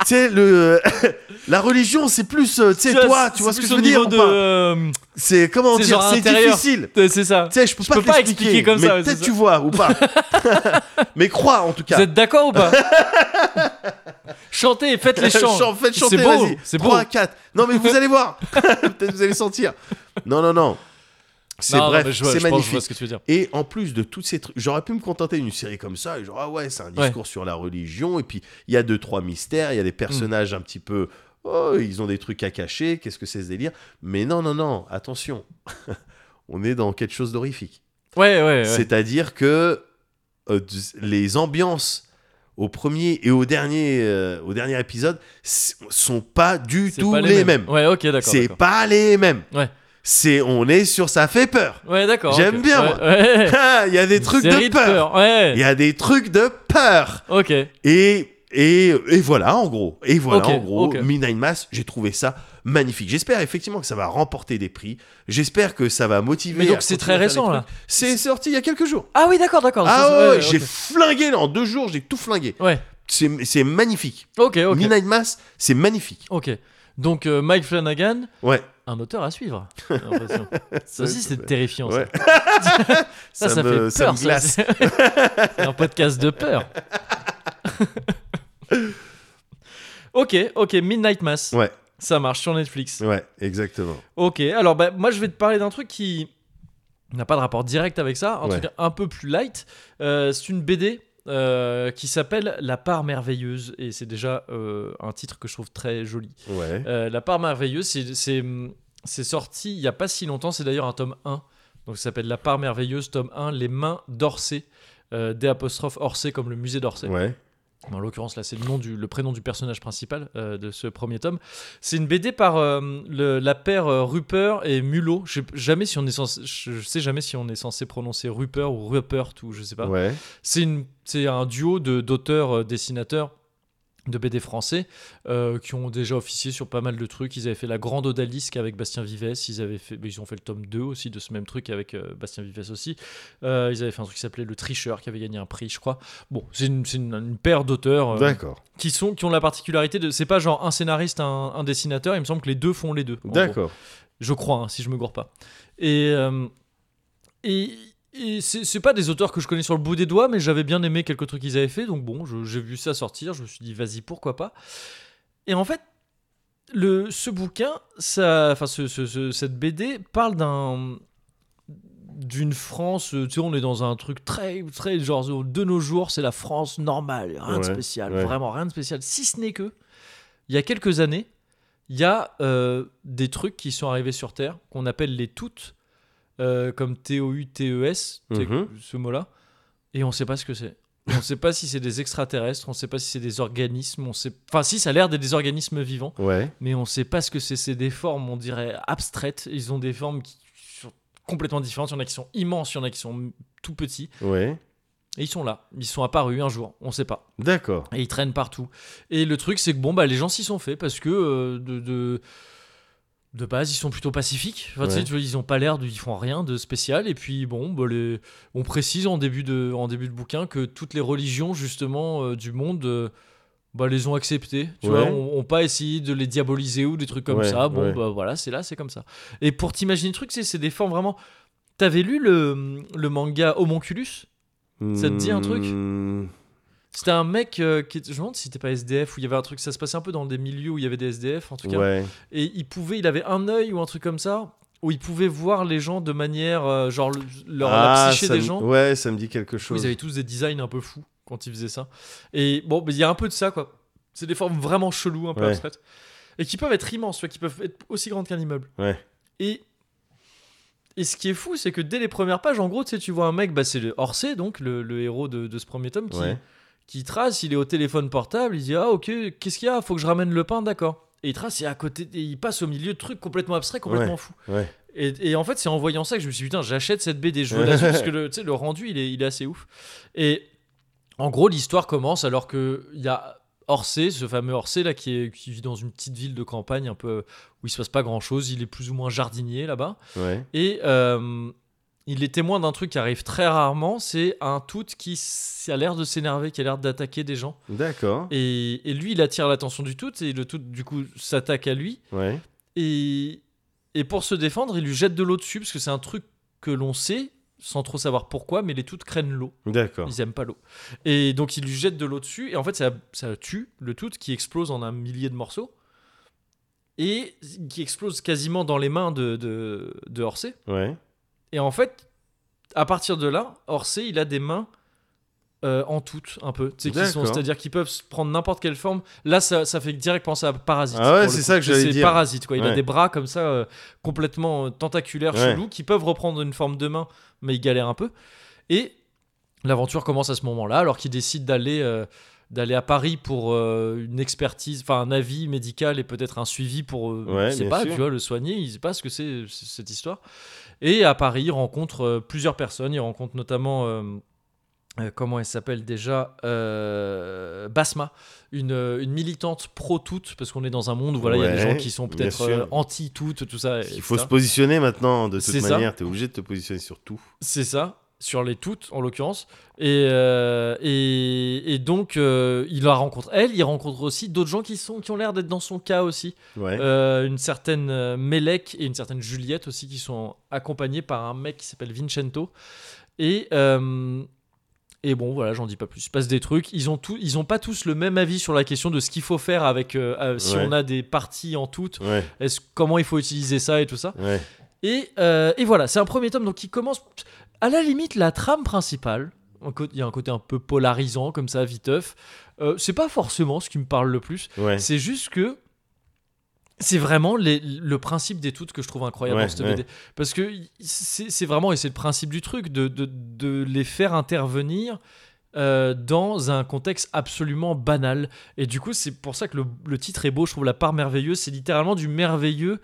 Speaker 2: Tu sais, le la religion c'est plus euh, tu sais
Speaker 1: Ça,
Speaker 2: toi
Speaker 1: c'est-
Speaker 2: tu vois
Speaker 1: c'est
Speaker 2: ce que
Speaker 1: plus
Speaker 2: je
Speaker 1: au
Speaker 2: veux
Speaker 1: niveau
Speaker 2: dire ou
Speaker 1: de,
Speaker 2: pas
Speaker 1: euh,
Speaker 2: c'est comment
Speaker 1: c'est
Speaker 2: dire
Speaker 1: genre
Speaker 2: c'est
Speaker 1: intérieur.
Speaker 2: difficile
Speaker 1: de- C'est ça.
Speaker 2: tu sais je peux pas
Speaker 1: peux pas
Speaker 2: t'expliquer,
Speaker 1: expliquer comme
Speaker 2: mais
Speaker 1: ça, ouais,
Speaker 2: peut-être
Speaker 1: c'est
Speaker 2: tu vois ou pas mais crois en tout
Speaker 1: Vous
Speaker 2: cas
Speaker 1: êtes d'accord ou pas Chantez, faites les chants.
Speaker 2: Chan- faites chanter
Speaker 1: c'est beau.
Speaker 2: vas-y
Speaker 1: C'est beau.
Speaker 2: 3 4 non mais vous allez voir peut-être vous allez sentir non non non c'est
Speaker 1: Non, non,
Speaker 2: bref
Speaker 1: mais je vois-
Speaker 2: c'est
Speaker 1: je pense- je
Speaker 2: magnifique
Speaker 1: vois ce que tu veux dire.
Speaker 2: Et en plus de toutes ces trucs, j'aurais pu me contenter d'une série comme ça, et genre, ah ouais, c'est un discours sur la religion, et puis il y a deux, trois mystères, il y a des personnages un petit peu, oh, ils ont des trucs à cacher, qu'est-ce que c'est ce délire Mais non, non, non, attention, on est dans quelque chose d'horrifique.
Speaker 1: Ouais, Eh ouais, ouais.
Speaker 2: C'est-à-dire que euh, d- les ambiances au premier et au dernier, euh, au dernier épisode s- sont pas du
Speaker 1: C'est
Speaker 2: tout
Speaker 1: pas
Speaker 2: les, mêmes.
Speaker 1: Ouais, ok, d'accord.
Speaker 2: c'est
Speaker 1: d'accord.
Speaker 2: pas les mêmes.
Speaker 1: Ouais.
Speaker 2: C'est, on est sur ça fait peur.
Speaker 1: Ouais, d'accord.
Speaker 2: J'aime
Speaker 1: ok.
Speaker 2: bien,
Speaker 1: Ouais,
Speaker 2: moi.
Speaker 1: ouais.
Speaker 2: Ah, Il y a des trucs
Speaker 1: Série
Speaker 2: de peur. Il
Speaker 1: Ouais.
Speaker 2: y a des trucs de peur.
Speaker 1: Ok.
Speaker 2: Et, et, et voilà, en gros. Et voilà,
Speaker 1: Ok,
Speaker 2: en gros,
Speaker 1: ok.
Speaker 2: Midnight Mass, j'ai trouvé ça magnifique. J'espère effectivement que ça va remporter des prix. J'espère que ça va motiver.
Speaker 1: Mais donc,
Speaker 2: à
Speaker 1: c'est
Speaker 2: continuer
Speaker 1: très
Speaker 2: à faire des
Speaker 1: récent,
Speaker 2: trucs. C'est sorti il y a quelques jours.
Speaker 1: Ah oui, d'accord, d'accord.
Speaker 2: ah
Speaker 1: Ça,
Speaker 2: ouais,
Speaker 1: ouais,
Speaker 2: j'ai
Speaker 1: ok.
Speaker 2: flingué là, en deux jours, j'ai tout flingué.
Speaker 1: Ouais.
Speaker 2: C'est c'est magnifique.
Speaker 1: Ok, ok.
Speaker 2: Midnight Mass, c'est magnifique.
Speaker 1: Ok. Donc euh, Mike Flanagan,
Speaker 2: Ouais.
Speaker 1: un auteur à suivre. j'ai l'impression. Ça aussi, c'est terrifiant. ça.
Speaker 2: Ouais.
Speaker 1: Ça, ça, fait
Speaker 2: me- ça
Speaker 1: peur.
Speaker 2: me
Speaker 1: ça.
Speaker 2: glace.
Speaker 1: C'est un podcast de peur. Ok, ok, Midnight Mass.
Speaker 2: Ouais.
Speaker 1: Ça marche sur Netflix.
Speaker 2: Ouais, exactement.
Speaker 1: Ok, alors bah, moi je vais te parler d'un truc qui n'a pas de rapport direct avec ça, un
Speaker 2: Ouais.
Speaker 1: truc un peu plus light. Euh, c'est une BD euh, qui s'appelle La part merveilleuse et c'est déjà euh, un titre que je trouve très joli.
Speaker 2: Ouais.
Speaker 1: Euh, La part merveilleuse, c'est- c'est c'est sorti il y a pas si longtemps, c'est d'ailleurs un tome 1. Donc ça s'appelle La part merveilleuse, tome 1, Les mains d'Orsay. Euh, D apostrophe Orsay comme le musée d'Orsay.
Speaker 2: Ouais.
Speaker 1: En l'occurrence, là, c'est le, nom du, le prénom du personnage principal euh, de ce premier tome. C'est une BD par euh, le- la paire euh, Rupert et Mulot. Je sais jamais si on est censé, je, je sais jamais si on est censé prononcer Rupert ou Rupert ou je sais pas.
Speaker 2: Ouais.
Speaker 1: C'est une- c'est un duo de d'auteurs euh, dessinateurs de BD français euh, qui ont déjà officié sur pas mal de trucs. Ils avaient fait la Grande Odalisque avec Bastien Vivès. Ils avaient fait, ils ont fait le tome 2 aussi de ce même truc avec euh, Bastien Vivès aussi. Euh, ils avaient fait un truc qui s'appelait Le Tricheur qui avait gagné un prix, je crois. Bon, c'est une, c'est une- une paire d'auteurs. euh,
Speaker 2: D'accord.
Speaker 1: qui sont qui ont la particularité de c'est pas genre un scénariste un, un dessinateur il me semble que les deux font les deux en gros.
Speaker 2: D'accord.
Speaker 1: je crois hein, si je me gourre pas et euh, et, et c'est c'est pas des auteurs que je connais sur le bout des doigts mais j'avais bien aimé quelques trucs qu'ils avaient fait donc bon je- j'ai vu ça sortir je me suis dit vas-y pourquoi pas et en fait le ce bouquin ça enfin ce- ce- ce- cette BD parle d'un d'une France, euh, tu sais, on est dans un truc très, très genre de nos jours, c'est la France normale, rien de
Speaker 2: Ouais,
Speaker 1: spécial,
Speaker 2: ouais.
Speaker 1: vraiment rien de spécial. Si ce n'est que, il y a quelques années, il y a euh, des trucs qui sont arrivés sur Terre qu'on appelle les toutes, euh, comme T-O-U-T-E-S, tu sais,
Speaker 2: Mhm.
Speaker 1: E ce mot-là, et on sait pas ce que c'est. On sait pas si c'est des extraterrestres, on sait pas si c'est des organismes, on sait. Enfin, si, ça a l'air d'être des organismes vivants
Speaker 2: Ouais.
Speaker 1: mais on sait pas ce que c'est. C'est des formes, on dirait, abstraites. Ils ont des formes qui sont complètement différentes. Il y en a qui sont immenses, il y en a qui sont tout petits.
Speaker 2: Ouais.
Speaker 1: Et ils sont là. Ils sont apparus un jour, on sait pas.
Speaker 2: D'accord.
Speaker 1: Et ils traînent partout. Et le truc, c'est que bon, bah, les gens s'y sont faits parce que euh, de. de de base, ils sont plutôt pacifiques. Enfin, tu sais,
Speaker 2: Ouais.
Speaker 1: tu vois, ils ont pas l'air de, ils font rien de spécial. Et puis, bon, bah, les- on précise en début de, en début de bouquin que toutes les religions justement euh, du monde, euh, bah, les ont acceptées. Tu
Speaker 2: Ouais.
Speaker 1: vois, on, on pas essayé de les diaboliser ou des trucs comme
Speaker 2: Ouais,
Speaker 1: ça. Bon,
Speaker 2: ouais.
Speaker 1: bah voilà, c'est là, c'est comme ça. Et pour t'imaginer le truc, c'est, c'est des formes vraiment. T'avais lu le, le manga Homonculus Ça te dit un truc
Speaker 2: Hmm,
Speaker 1: c'était un mec euh, qui était- je me demande si c'était pas SDF ou il y avait un truc ça se passait un peu dans des milieux où il y avait des SDF en tout cas
Speaker 2: Ouais.
Speaker 1: et il pouvait il avait un œil ou un truc comme ça où il pouvait voir les gens de manière euh, genre le- leur la
Speaker 2: Ah,
Speaker 1: psyché
Speaker 2: ça
Speaker 1: des
Speaker 2: me-
Speaker 1: gens
Speaker 2: Ouais, ça me dit quelque
Speaker 1: où
Speaker 2: chose.
Speaker 1: ils avaient tous des designs un peu fous quand ils faisaient ça et bon mais il y a un peu de ça quoi c'est des formes vraiment cheloues un peu
Speaker 2: Ouais.
Speaker 1: abstraites et qui peuvent être immenses tu vois, qui peuvent être aussi grandes qu'un immeuble
Speaker 2: Ouais.
Speaker 1: et et ce qui est fou, c'est que dès les premières pages, en gros, tu sais, tu vois un mec, bah, c'est le- Orsay, donc le, le héros de, de ce premier tome, qui,
Speaker 2: Ouais.
Speaker 1: qui trace, il est au téléphone portable, il dit ah ok, qu'est-ce qu'il y a Faut que je ramène le pain, d'accord. Et il trace et à côté, et il passe au milieu de trucs complètement abstraits, complètement fous.
Speaker 2: Ouais.
Speaker 1: Et, et en fait, c'est en voyant ça que je me suis dit putain, j'achète cette BD, je veux la suite, parce que le, tu sais, le rendu, il est, il est assez ouf. Et en gros, l'histoire commence alors que il y a Orsay, ce fameux Orsay là qui, est, qui vit dans une petite ville de campagne un peu où il se passe pas grand chose, il est plus ou moins jardinier là-bas.
Speaker 2: Ouais.
Speaker 1: Et euh, il est témoin d'un truc qui arrive très rarement, c'est un tout qui s- a l'air de s'énerver, qui a l'air d'attaquer des gens.
Speaker 2: D'accord.
Speaker 1: Et, et lui, il attire l'attention du tout, et le tout, du coup, s'attaque à lui.
Speaker 2: Ouais.
Speaker 1: Et, et pour se défendre, il lui jette de l'eau dessus, parce que c'est un truc que l'on sait, sans trop savoir pourquoi, mais les toutes craignent l'eau.
Speaker 2: D'accord.
Speaker 1: Ils aiment pas l'eau. Et donc il lui jette de l'eau dessus, et en fait ça, ça tue le tout qui explose en un millier de morceaux, et qui explose quasiment dans les mains de, de, de Orsay.
Speaker 2: Ouais.
Speaker 1: Et en fait, à partir de là, Orsay, il a des mains euh, en toutes, un peu. Tu sais, qui sont-
Speaker 2: D'accord.
Speaker 1: C'est-à-dire qu'ils peuvent prendre n'importe quelle forme. Là, ça, ça fait direct penser à Parasite.
Speaker 2: Ah
Speaker 1: pour
Speaker 2: ouais,
Speaker 1: le
Speaker 2: c'est
Speaker 1: coup.
Speaker 2: ça que j'allais
Speaker 1: C'est
Speaker 2: dire.
Speaker 1: Parasite, quoi. Il a
Speaker 2: Ouais.
Speaker 1: des bras comme ça, euh, complètement euh, tentaculaires,
Speaker 2: Ouais.
Speaker 1: chelous, qui peuvent reprendre une forme de main, mais ils galèrent un peu. Et l'aventure commence à ce moment-là, alors qu'ils décident d'aller. euh, d'aller à Paris pour euh, une expertise, enfin un avis médical et peut-être un suivi pour, euh,
Speaker 2: Ouais,
Speaker 1: je sais
Speaker 2: bien
Speaker 1: pas,
Speaker 2: sûr.
Speaker 1: tu vois, le soigner, il sait pas ce que c'est euh, c- cette histoire. Et à Paris, il rencontre euh, plusieurs personnes. Il rencontre notamment, euh, euh, comment elle s'appelle déjà Euh, Basma, une, euh, une militante pro-toute, parce qu'on est dans un monde où voilà, il y a des
Speaker 2: Ouais,
Speaker 1: gens qui sont
Speaker 2: bien
Speaker 1: peut-être
Speaker 2: sûr.
Speaker 1: euh, anti-toute, tout Euh, ça.
Speaker 2: Il
Speaker 1: etc.
Speaker 2: faut se positionner maintenant, de
Speaker 1: C'est
Speaker 2: toute
Speaker 1: ça.
Speaker 2: manière. T'es obligé de te positionner sur tout.
Speaker 1: C'est ça, sur les toutes en l'occurrence. Et, euh, et, et donc, euh, il la rencontre elle, il rencontre aussi d'autres gens qui, sont, qui ont l'air d'être dans son cas aussi.
Speaker 2: Ouais.
Speaker 1: Euh, une certaine euh, Melek et une certaine Juliette aussi qui sont accompagnées par un mec qui s'appelle Vincento. Et, euh, Et bon, voilà, j'en dis pas plus. Il se passe des trucs. Ils ont, tout, ils ont pas tous le même avis sur la question de ce qu'il faut faire avec. euh, euh, si
Speaker 2: Ouais.
Speaker 1: on a des parties en toutes,
Speaker 2: Ouais,
Speaker 1: est-ce- comment il faut utiliser ça et tout ça.
Speaker 2: ouais.
Speaker 1: Et, euh, et voilà, c'est un premier tome donc qui commence à la limite la trame principale. un cô- Il y a un côté un peu polarisant comme ça, viteuf. Euh, c'est pas forcément ce qui me parle le plus.
Speaker 2: ouais.
Speaker 1: C'est juste que c'est vraiment les- le principe des toutes que je trouve incroyable
Speaker 2: Ouais,
Speaker 1: dans cette
Speaker 2: ouais.
Speaker 1: BD. Parce que y- c'est c'est vraiment, et c'est le principe du truc, de, de- de les faire intervenir euh, dans un contexte absolument banal. Et du coup, c'est pour ça que le, le titre est beau, je trouve la part merveilleuse. C'est littéralement du merveilleux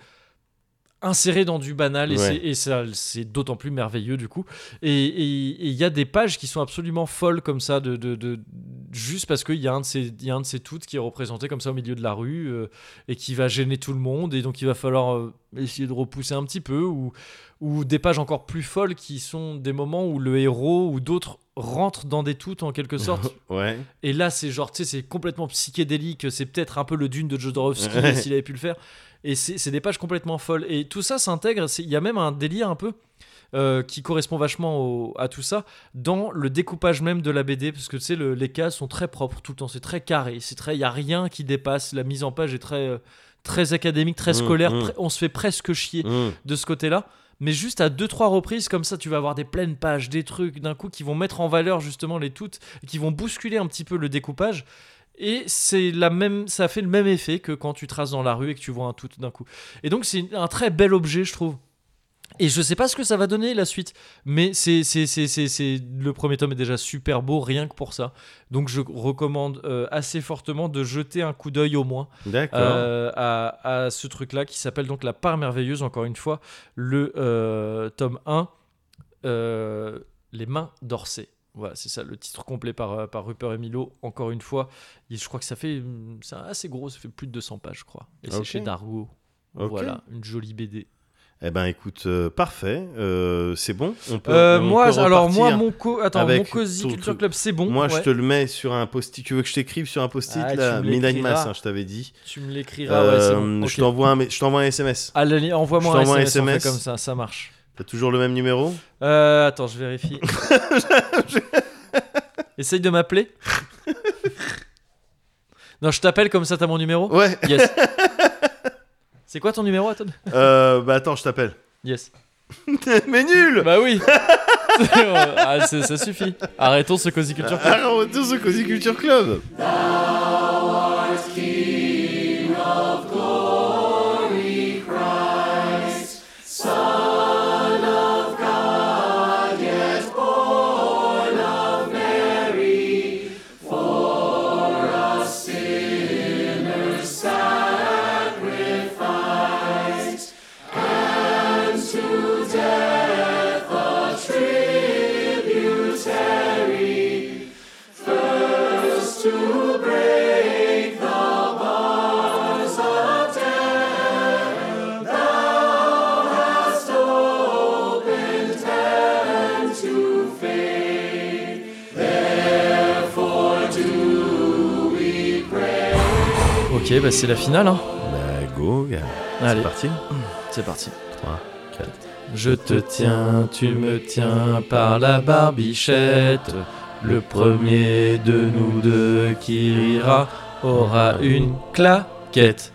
Speaker 1: inséré dans du banal et,
Speaker 2: Ouais.
Speaker 1: c'est- et ça c'est d'autant plus merveilleux du coup et et- et il y a des pages qui sont absolument folles comme ça de, de- de- juste parce qu'il y a un de ces il y a un de ces toutes qui est représenté comme ça au milieu de la rue euh, et qui va gêner tout le monde et donc il va falloir euh, essayer de repousser un petit peu ou ou des pages encore plus folles qui sont des moments où le héros ou d'autres rentrent dans des toutes en quelque sorte
Speaker 2: Ouais.
Speaker 1: et là, c'est genre, tu sais, c'est complètement psychédélique. C'est peut-être un peu le dune de Jodorowsky
Speaker 2: Ouais.
Speaker 1: s'il avait pu le faire. Et c'est c'est des pages complètement folles. Et tout ça s'intègre. c'est- Il y a même un délire un peu euh, qui correspond vachement au- à tout ça dans le découpage même de la BD. Parce que tu sais, le- les cases sont très propres tout le temps. C'est très carré. C'est très, il y a rien qui dépasse. La mise en page est très, euh, très académique, très
Speaker 2: Mm,
Speaker 1: scolaire.
Speaker 2: mm.
Speaker 1: pre- on se fait presque chier
Speaker 2: Mmh.
Speaker 1: de ce côté-là. Mais juste à deux trois reprises, comme ça, tu vas avoir des pleines pages, des trucs d'un coup qui vont mettre en valeur justement les toutes, et qui vont bousculer un petit peu le découpage. Et c'est la même, ça fait le même effet que quand tu traces dans la rue et que tu vois un tout d'un coup. Et donc c'est un très bel objet, je trouve. Et je sais pas ce que ça va donner la suite, mais c'est c'est c'est c'est c'est- le premier tome est déjà super beau rien que pour ça. Donc je recommande euh, assez fortement de jeter un coup d'œil au moins
Speaker 2: D'accord.
Speaker 1: euh, à, à ce truc-là qui s'appelle donc La part merveilleuse, encore une fois, le euh, tome 1, euh, Les mains d'Orsay. Voilà, c'est ça le titre complet par, euh, par Rupert et Milo. Encore une fois, Et je crois que ça fait. hum, C'est assez gros, ça fait plus de 200 pages, je crois. Et c'est
Speaker 2: Ok.
Speaker 1: chez Dargo.
Speaker 2: Ok.
Speaker 1: Voilà, une jolie BD.
Speaker 2: Eh ben, écoute, euh, parfait. Euh, c'est bon. On peut,
Speaker 1: Euh,
Speaker 2: on
Speaker 1: moi,
Speaker 2: peut
Speaker 1: alors, moi,
Speaker 2: repartir.
Speaker 1: mon, co... Attends,
Speaker 2: avec
Speaker 1: mon Cozy
Speaker 2: ton
Speaker 1: Culture
Speaker 2: truc.
Speaker 1: Club, c'est bon.
Speaker 2: Moi,
Speaker 1: ouais.
Speaker 2: je te le mets sur un post-it. Tu veux que je t'écrive sur un post-it
Speaker 1: Ah,
Speaker 2: là
Speaker 1: tu me l'écriras.
Speaker 2: Midnight Mass, hein, je t'avais dit.
Speaker 1: Tu me l'écriras, ouais, c'est bon.
Speaker 2: Euh,
Speaker 1: Ok.
Speaker 2: Je t'envoie un, mé- je t'envoie un SMS.
Speaker 1: Allez, envoie-moi
Speaker 2: je
Speaker 1: un
Speaker 2: t'envoie un
Speaker 1: SMS, on fait
Speaker 2: SMS.
Speaker 1: comme ça, ça marche.
Speaker 2: T'as toujours le même numéro
Speaker 1: Euh, attends, je vérifie. Essaye de m'appeler. non, je t'appelle comme ça, t'as mon numéro.
Speaker 2: Ouais.
Speaker 1: Yes. C'est quoi ton numéro, Anton
Speaker 2: Euh, bah attends, je t'appelle.
Speaker 1: Yes.
Speaker 2: Mais nul.
Speaker 1: Bah oui. ah, c'est- ça suffit. Arrêtons ce cosy culture.
Speaker 2: Alors, Ah, on retourne au Cozy Culture Club.
Speaker 1: Ok, bah c'est la finale. Hein.
Speaker 2: Bah go, gars.
Speaker 1: Allez.
Speaker 2: C'est parti.
Speaker 1: C'est parti.
Speaker 2: 3, 4.
Speaker 1: Je te tiens, tu me tiens par la barbichette. Le premier de nous deux qui rira aura une claquette.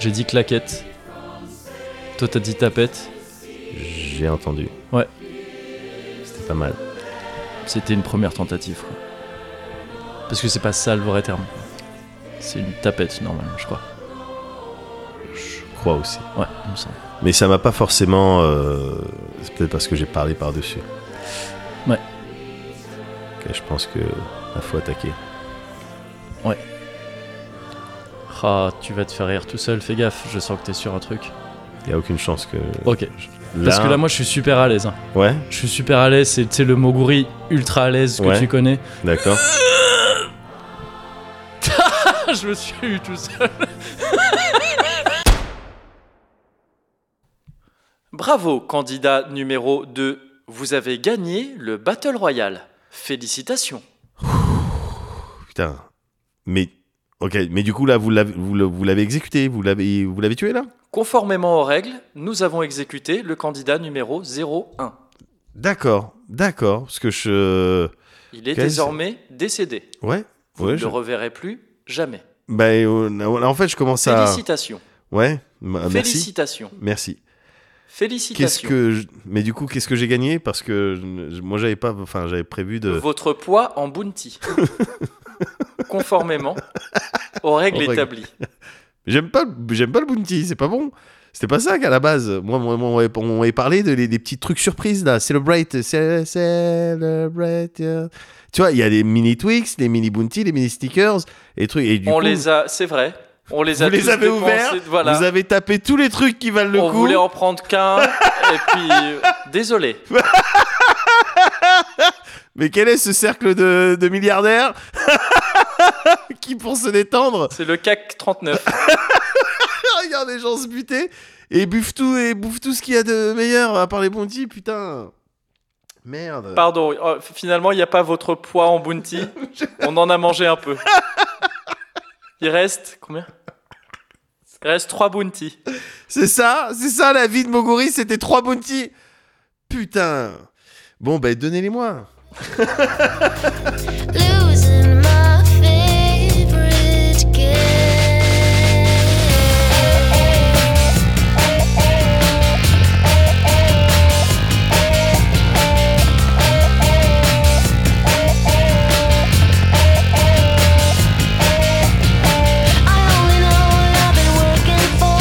Speaker 1: J'ai dit claquette. Toi t'as dit tapette.
Speaker 2: J'ai entendu.
Speaker 1: Ouais.
Speaker 2: C'était pas mal.
Speaker 1: C'était une première tentative. quoi. Parce que c'est pas ça le vrai terme. C'est une tapette normalement, je crois.
Speaker 2: Je crois aussi.
Speaker 1: Ouais, il me semble.
Speaker 2: Mais ça m'a pas forcément. euh, C'est peut-être parce que j'ai parlé par-dessus.
Speaker 1: Ouais.
Speaker 2: Ok, je pense que la faut attaquer.
Speaker 1: Ah, tu vas te faire rire tout seul, fais gaffe, je sens que t'es sur un truc.
Speaker 2: Il a aucune chance que.
Speaker 1: Ok. Parce que là, moi, je suis super à l'aise. hein.
Speaker 2: Ouais,
Speaker 1: Je suis super à l'aise, c'est tu sais, le moguri ultra à l'aise que
Speaker 2: Ouais.
Speaker 1: tu connais.
Speaker 2: d'accord.
Speaker 1: je me suis eu tout seul. Bravo, candidat numéro 2. Vous avez gagné le Battle Royale. Félicitations.
Speaker 2: Putain. Mais. Ok, mais du coup, là, vous l'avez, vous le- vous l'avez exécuté, vous l'avez, vous l'avez tué, là
Speaker 1: Conformément aux règles, nous avons exécuté le candidat numéro 01.
Speaker 2: D'accord, d'accord. Parce que je.
Speaker 1: Il est
Speaker 2: Quel-
Speaker 1: désormais décédé.
Speaker 2: Ouais,
Speaker 1: Vous
Speaker 2: ouais.
Speaker 1: ne
Speaker 2: je-
Speaker 1: le reverrez plus jamais.
Speaker 2: Bah, euh, en fait, je commence à.
Speaker 1: Félicitations.
Speaker 2: Ouais, bah, merci.
Speaker 1: Félicitations.
Speaker 2: Merci. Qu'est-ce
Speaker 1: Félicitations.
Speaker 2: que. je- Mais du coup, qu'est-ce que j'ai gagné Parce que je ne- moi, j'avais pas. Enfin, j'avais prévu de.
Speaker 1: Votre poids en bounty. Conformément aux règles
Speaker 2: Aux règles.
Speaker 1: établies.
Speaker 2: J'aime pas, le- j'aime pas le bounty, c'est pas bon. C'était pas ça qu'à la base. Moi, moi, moi, on avait- on avait parlé de, les- des petits trucs surprises là. Celebrate, ce- celebrate. yeah. Tu vois, il y a des mini Twix, des mini bounty, des mini stickers, et trucs. Et du
Speaker 1: on
Speaker 2: coup,
Speaker 1: les a, c'est vrai, on les a
Speaker 2: vous les
Speaker 1: tous
Speaker 2: avez
Speaker 1: dépensés,
Speaker 2: ouverts,
Speaker 1: Voilà.
Speaker 2: vous avez tapé tous les trucs qui valent le
Speaker 1: on
Speaker 2: coup.
Speaker 1: voulait en prendre qu'un, et puis euh, désolé.
Speaker 2: Mais quel est ce cercle de, de milliardaires qui, pour se détendre,
Speaker 1: C'est le CAC 39.
Speaker 2: regarde les gens se buter et bouffent tout et bouffent tout ce qu'il y a de meilleur à part les bounty, putain. Merde.
Speaker 1: Pardon. euh, finalement, il n'y a pas votre poids en bounty. On en a mangé un peu. Il reste combien Il reste 3 bounty.
Speaker 2: C'est ça, c'est ça la vie de Moguri, c'était trois bounty. Putain. Bon, ben donnez-les-moi.
Speaker 6: Losing my favorite game. I only know I've been working for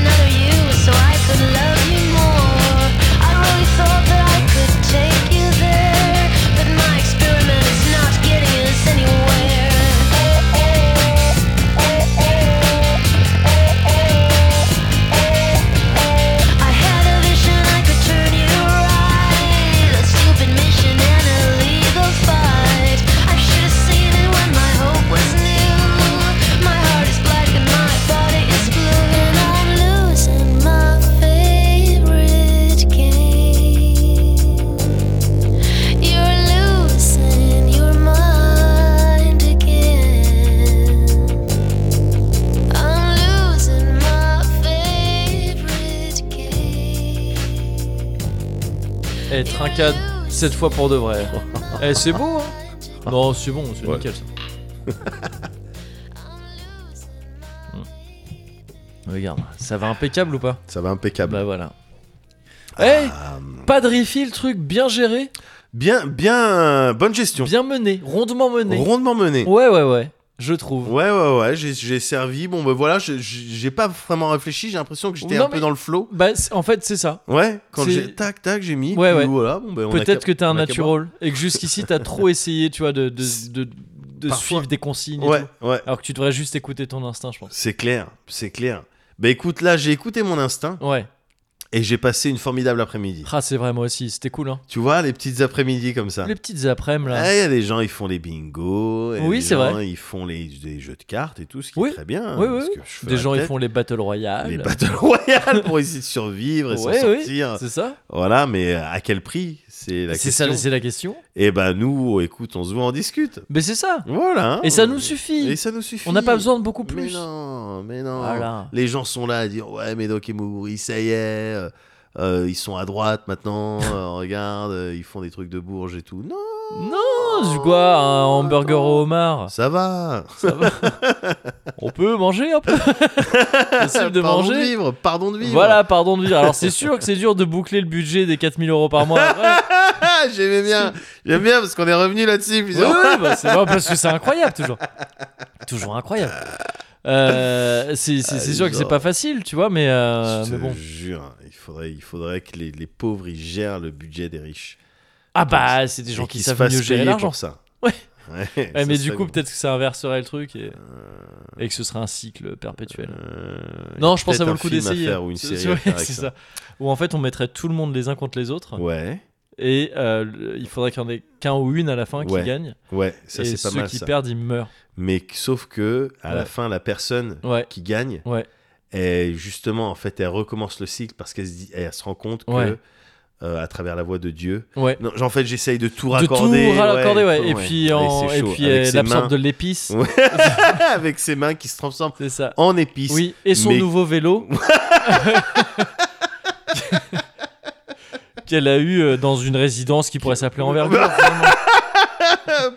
Speaker 6: another you, so I could love you more. I really thought that I could take you there, but my experiment is not getting us anywhere. I had a vision I could turn you right. A stupid mission and a legal fight. I should have seen it when my hope was new. My heart is black and my body is blue, and I'm losing my favorite game. You're losing your mind again. I'm losing my favorite game.
Speaker 1: Être un cadre cette Eh, fois pour de vrai. Eh, c'est beau. Hein non, c'est bon, c'est
Speaker 2: Ouais.
Speaker 1: nickel. Ça.
Speaker 6: I'm losing my
Speaker 1: Regarde, ça va impeccable ou pas
Speaker 2: Ça va impeccable.
Speaker 1: Bah voilà. Hey,
Speaker 2: Ah, hum.
Speaker 1: pas de refill, truc bien géré,
Speaker 2: Bien, bien, bonne gestion.
Speaker 1: bien mené, rondement mené.
Speaker 2: Rondement mené.
Speaker 1: Ouais, ouais, ouais, je trouve.
Speaker 2: Ouais, ouais, ouais, j'ai- j'ai servi. Bon, ben voilà, je- je- j'ai pas vraiment réfléchi, j'ai l'impression que j'étais
Speaker 1: Non,
Speaker 2: un peu
Speaker 1: mais-
Speaker 2: dans le flow.
Speaker 1: Bah, c'est- en fait, c'est ça.
Speaker 2: Ouais, quand
Speaker 1: C'est-
Speaker 2: j'ai tac, tac, j'ai mis.
Speaker 1: Ouais,
Speaker 2: puis
Speaker 1: ouais.
Speaker 2: Voilà, bon, ben, on a
Speaker 1: Peut-être que
Speaker 2: qu'à-
Speaker 1: t'es un
Speaker 2: on a qu'à boire.
Speaker 1: natural et que jusqu'ici t'as trop essayé, tu vois, de, de, de, de
Speaker 2: Parfois.
Speaker 1: suivre des consignes. et
Speaker 2: Ouais,
Speaker 1: tout.
Speaker 2: ouais.
Speaker 1: Alors que tu devrais juste écouter ton instinct, je pense.
Speaker 2: C'est clair, c'est clair. Bah écoute, là, j'ai écouté mon instinct
Speaker 1: Ouais.
Speaker 2: et j'ai passé une formidable après-midi.
Speaker 1: Ah, c'est vrai, moi aussi, c'était cool, hein.
Speaker 2: Tu vois, les petites après-midi comme ça.
Speaker 1: Les petites après-midi, là.
Speaker 2: Ah, Il y a des gens, ils font les bingos. il y a
Speaker 1: Oui,
Speaker 2: des
Speaker 1: c'est
Speaker 2: gens,
Speaker 1: vrai.
Speaker 2: Ils font les, des jeux de cartes et tout, ce qui
Speaker 1: Oui,
Speaker 2: est très bien. hein,
Speaker 1: oui, oui,
Speaker 2: parce
Speaker 1: oui.
Speaker 2: que je
Speaker 1: des
Speaker 2: ferais
Speaker 1: gens, ils
Speaker 2: peut-être
Speaker 1: font les Battle Royale.
Speaker 2: les Battle Royale pour essayer de survivre et s'en
Speaker 1: Ouais, oui.
Speaker 2: sortir.
Speaker 1: C'est ça
Speaker 2: Voilà, mais à quel prix C'est la
Speaker 1: C'est
Speaker 2: question.
Speaker 1: ça, c'est la question.
Speaker 2: Et ben nous, écoute, on se voit, on discute.
Speaker 1: Mais c'est ça.
Speaker 2: Voilà. hein.
Speaker 1: Et ça nous suffit.
Speaker 2: Et ça nous suffit.
Speaker 1: On n'a pas besoin de beaucoup
Speaker 2: Mais
Speaker 1: plus.
Speaker 2: non, mais non.
Speaker 1: Voilà.
Speaker 2: Les gens sont là à dire ouais, mais Doc et Moguri, ça y est, euh, euh, ils sont à droite maintenant. euh, regarde, euh, ils font des trucs de bourge et tout. Non,
Speaker 1: Non, je quoi, un hamburger au homard.
Speaker 2: ça va.
Speaker 1: Ça va. On peut manger un peu. Possible de
Speaker 2: pardon de
Speaker 1: manger.
Speaker 2: vivre, pardon de vivre.
Speaker 1: Voilà, pardon de vivre. Alors, c'est sûr que c'est dur de boucler le budget des 4000 euros par mois. après.
Speaker 2: Ah, j'aimais bien, j'aime bien parce qu'on est revenu là-dessus.
Speaker 1: Oui,
Speaker 2: plusieurs-
Speaker 1: oui, bah, c'est vrai, parce que c'est incroyable toujours. toujours incroyable. Euh, c'est c'est- c'est
Speaker 2: Ah,
Speaker 1: sûr que c'est
Speaker 2: genre.
Speaker 1: pas facile, tu vois, mais, euh,
Speaker 2: Je te
Speaker 1: mais bon.
Speaker 2: jure, il faudrait, il faudrait que les, les pauvres ils gèrent le budget des riches.
Speaker 1: Ah bah, c'est des gens
Speaker 2: Et
Speaker 1: qui
Speaker 2: qu'ils
Speaker 1: savent
Speaker 2: se fassent
Speaker 1: mieux gérer
Speaker 2: payer
Speaker 1: l'argent.
Speaker 2: pour ça.
Speaker 1: Ouais.
Speaker 2: Ouais,
Speaker 1: Ouais,
Speaker 2: ça
Speaker 1: mais
Speaker 2: serait
Speaker 1: du coup,
Speaker 2: bon.
Speaker 1: peut-être que ça inverserait le truc et, et que ce serait un cycle perpétuel.
Speaker 2: Euh, il y a
Speaker 1: non, je pense que ça
Speaker 2: peut-être
Speaker 1: vaut
Speaker 2: un
Speaker 1: le coup
Speaker 2: film à
Speaker 1: d'essayer.
Speaker 2: faire Ou une
Speaker 1: C'est-
Speaker 2: série
Speaker 1: ouais,
Speaker 2: à faire avec
Speaker 1: c'est
Speaker 2: ça.
Speaker 1: ça. Où en fait, on mettrait tout le monde les uns contre les autres
Speaker 2: Ouais,
Speaker 1: et euh, le- il faudrait qu'il y en ait qu'un ou une à la fin
Speaker 2: Ouais.
Speaker 1: qui gagne.
Speaker 2: ouais, ça
Speaker 1: et
Speaker 2: c'est pas
Speaker 1: ceux
Speaker 2: mal
Speaker 1: qui
Speaker 2: ça.
Speaker 1: perdent, ils meurent.
Speaker 2: Mais que- sauf que à la
Speaker 1: Ouais.
Speaker 2: fin, la personne
Speaker 1: Ouais.
Speaker 2: qui gagne,
Speaker 1: Ouais.
Speaker 2: et justement en fait, elle recommence le cycle parce qu'elle se, dit- elle se rend compte que
Speaker 1: Ouais.
Speaker 2: euh, à travers la voix de Dieu,
Speaker 1: Ouais.
Speaker 2: Non, j'en- en fait, j'essaye de tout
Speaker 1: de
Speaker 2: raccorder.
Speaker 1: tout raccorder, ouais. Et
Speaker 2: ouais.
Speaker 1: puis,
Speaker 2: Ouais,
Speaker 1: en-
Speaker 2: c'est
Speaker 1: et
Speaker 2: chaud.
Speaker 1: puis
Speaker 2: Avec
Speaker 1: euh,
Speaker 2: ses mains.
Speaker 1: l'absence de l'épice.
Speaker 2: Ouais. avec ses mains qui se transforment
Speaker 1: C'est ça.
Speaker 2: en épices.
Speaker 1: Oui, et son
Speaker 2: mais-
Speaker 1: nouveau vélo. qu'elle a eu euh, dans une résidence qui pourrait s'appeler Envergure. finalement.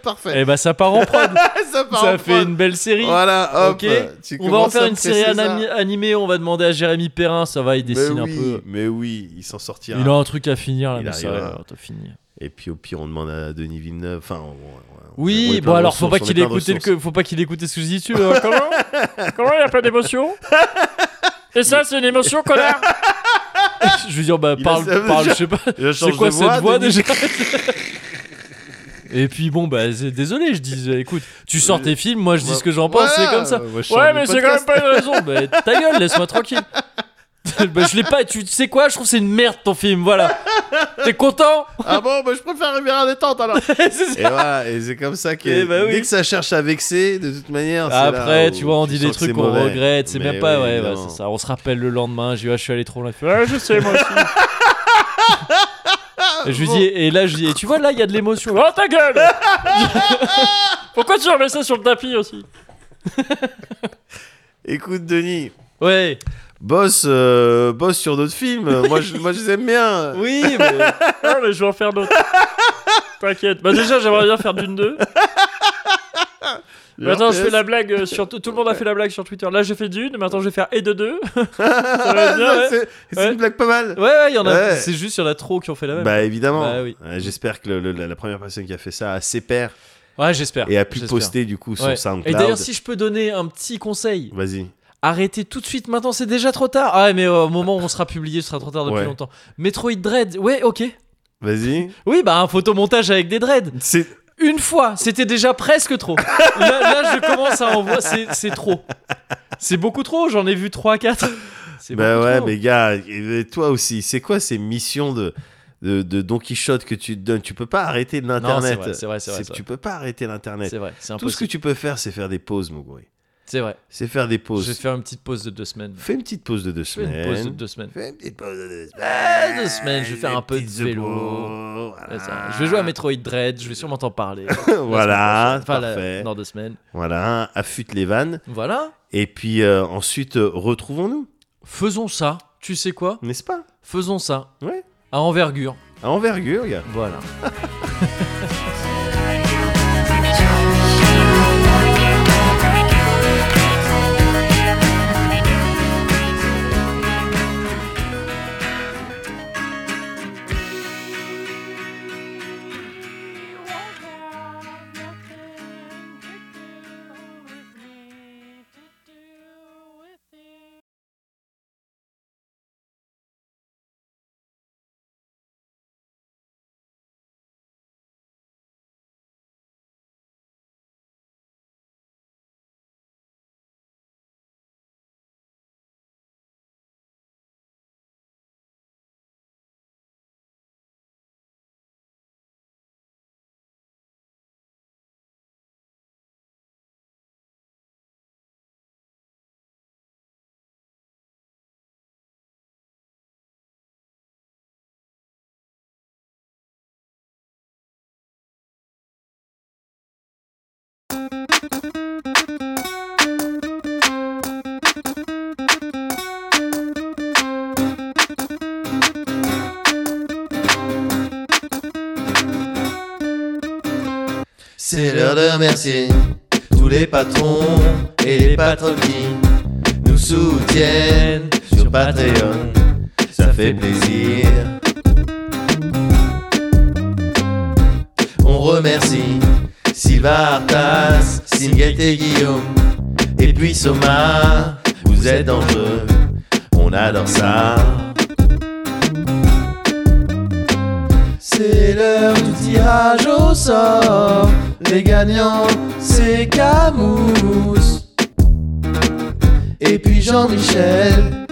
Speaker 2: Parfait.
Speaker 1: Eh ben ça part en prod.
Speaker 2: ça part
Speaker 1: ça
Speaker 2: en
Speaker 1: fait
Speaker 2: prod.
Speaker 1: une belle série.
Speaker 2: Voilà, hop.
Speaker 1: Ok.
Speaker 2: tu
Speaker 1: On va en
Speaker 2: commences
Speaker 1: faire
Speaker 2: à
Speaker 1: une série
Speaker 2: presser ça.
Speaker 1: anami- animée. On va demander à Jérémy Perrin. Ça va, il
Speaker 2: Mais
Speaker 1: dessine
Speaker 2: oui,
Speaker 1: un peu.
Speaker 2: Mais oui, il s'en sortira.
Speaker 1: Il a un truc à finir là,
Speaker 2: Il
Speaker 1: mais ça,
Speaker 2: arrivera.
Speaker 1: ouais, t'as fini.
Speaker 2: Et puis au pire, on demande à Denis Villeneuve. Enfin, on- on- on- on est
Speaker 1: Oui,
Speaker 2: plein
Speaker 1: bon
Speaker 2: de
Speaker 1: alors faut
Speaker 2: ressources,
Speaker 1: pas
Speaker 2: on est
Speaker 1: qu'il
Speaker 2: plein de
Speaker 1: écoute le,
Speaker 2: ressources.
Speaker 1: faut pas qu'il écoute ce que dis tu comment Comment il a pas d'émotion Et ça c'est une émotion connard. je veux dire bah
Speaker 2: Il a
Speaker 1: parle
Speaker 2: ça
Speaker 1: parle
Speaker 2: déjà.
Speaker 1: je sais pas.
Speaker 2: Il a
Speaker 1: C'est
Speaker 2: changé
Speaker 1: quoi
Speaker 2: de voix,
Speaker 1: cette voix
Speaker 2: Denis
Speaker 1: déjà Et puis bon bah c'est- désolé je dis écoute tu sors
Speaker 2: Euh,
Speaker 1: tes films moi je dis ce que j'en pense c'est
Speaker 2: Voilà,
Speaker 1: comme ça
Speaker 2: moi, euh, je sors
Speaker 1: ouais
Speaker 2: du
Speaker 1: mais c'est quand même
Speaker 2: podcast.
Speaker 1: pas une raison bah, ta gueule laisse-moi tranquille bah, je l'ai pas tu sais quoi je trouve que c'est une merde ton film voilà t'es content
Speaker 2: Ah bon, bah, je préfère Riviera détente alors.
Speaker 1: C'est ça.
Speaker 2: et voilà, et c'est comme ça que
Speaker 1: Eh bah oui.
Speaker 2: dès que ça cherche à vexer, de toute manière. Ah, c'est là
Speaker 1: Après,
Speaker 2: où
Speaker 1: tu vois, on dit
Speaker 2: sens
Speaker 1: des
Speaker 2: que
Speaker 1: trucs
Speaker 2: c'est
Speaker 1: qu'on
Speaker 2: mauvais.
Speaker 1: regrette, c'est
Speaker 2: Mais
Speaker 1: même pas,
Speaker 2: oui,
Speaker 1: ouais, ouais,
Speaker 2: évidemment.
Speaker 1: c'est ça. On se rappelle le lendemain, j'ai dit, ah, je suis allé trop loin. Il fait, Ouais, je sais, moi aussi. Et je lui
Speaker 2: Bon.
Speaker 1: dis, et là, je lui dis, et tu vois, là, il y a de l'émotion. Oh, ta gueule Pourquoi tu remets ça sur le tapis aussi
Speaker 2: Écoute, Denis,
Speaker 1: Ouais,
Speaker 2: bosse, euh, bosse sur d'autres films. moi, je, moi, je les aime bien.
Speaker 1: oui, mais. Non, Ah, mais je vais en faire d'autres. T'inquiète. Bah, déjà, j'aimerais bien faire d'une deux.
Speaker 2: Genre,
Speaker 1: Maintenant, je
Speaker 2: t'es-
Speaker 1: fais la blague euh, sur. Tout le monde a fait la blague sur Twitter. Là, j'ai fait d'une, maintenant, je vais faire et de deux. Ça va bien, ouais.
Speaker 2: c'est c'est
Speaker 1: Ouais.
Speaker 2: une blague pas mal.
Speaker 1: Ouais, ouais, il y en a.
Speaker 2: Ouais.
Speaker 1: C'est juste, il y en a trop qui ont fait la même.
Speaker 2: Bah évidemment.
Speaker 1: Bah oui.
Speaker 2: Euh, J'espère que le- le- la, la première personne qui a fait ça a ses pairs
Speaker 1: ouais, j'espère.
Speaker 2: et a pu
Speaker 1: Ah, j'espère.
Speaker 2: poster du coup son
Speaker 1: Ouais.
Speaker 2: SoundCloud.
Speaker 1: Et d'ailleurs, si je peux donner un petit conseil,
Speaker 2: Vas-y.
Speaker 1: arrêtez tout de suite maintenant, c'est déjà trop tard. Ah, ouais, mais euh, au moment où on sera publié, ce sera trop tard depuis
Speaker 2: Ouais.
Speaker 1: longtemps. Metroid Dread, ouais, ok.
Speaker 2: Vas-y.
Speaker 1: Oui, bah un photomontage avec des dreads.
Speaker 2: C'est
Speaker 1: Une fois, c'était déjà presque trop. Là, là, je commence à en voir, c'est c'est trop. C'est beaucoup trop, j'en ai vu 3-4. C'est
Speaker 2: Bah
Speaker 1: beaucoup
Speaker 2: ouais,
Speaker 1: trop.
Speaker 2: mais gars, et- et toi aussi, c'est quoi ces missions de, de, de Don Quichotte que tu te donnes Tu peux pas arrêter de l'internet.
Speaker 1: vrai, c'est vrai, c'est vrai, c'est vrai.
Speaker 2: Tu peux pas arrêter l'internet.
Speaker 1: C'est vrai, c'est
Speaker 2: Tout ce que
Speaker 1: impossible.
Speaker 2: tu peux faire, c'est faire des pauses, mon goury.
Speaker 1: C'est vrai.
Speaker 2: C'est faire des
Speaker 1: Je
Speaker 2: pauses.
Speaker 1: vais te faire une petite pause de deux semaines.
Speaker 2: Fais une petite pause de deux
Speaker 1: Je fais
Speaker 2: semaines.
Speaker 1: une pause de deux semaines.
Speaker 2: Fais une petite pause de deux
Speaker 1: Ah,
Speaker 2: semaines.
Speaker 1: deux semaines, je vais faire
Speaker 2: Des
Speaker 1: un peu de
Speaker 2: petites
Speaker 1: vélo.
Speaker 2: secours.
Speaker 1: Ouais, ça. Je vais jouer à Metroid Dread, je vais sûrement t'en parler. La
Speaker 2: Voilà,
Speaker 1: semaine prochaine. Enfin, la-
Speaker 2: parfait.
Speaker 1: dans deux semaines.
Speaker 2: Voilà, affûte les vannes.
Speaker 1: Voilà.
Speaker 2: Et puis euh, ensuite, euh, retrouvons-nous,
Speaker 1: Faisons ça. Tu sais quoi
Speaker 2: n'est-ce pas
Speaker 1: Faisons ça.
Speaker 2: Ouais.
Speaker 1: À envergure.
Speaker 2: À envergure, gars.
Speaker 1: Voilà.
Speaker 7: C'est l'heure de remercier tous les patrons et les patrons qui nous soutiennent sur Patreon. Ça fait plaisir. On remercie Sylvain Artas, Singate et Guillaume, et puis Soma. Vous êtes en jeu, on adore ça. C'est l'heure du tirage au sort. Les gagnants, c'est Camus. Et puis Jean-Michel.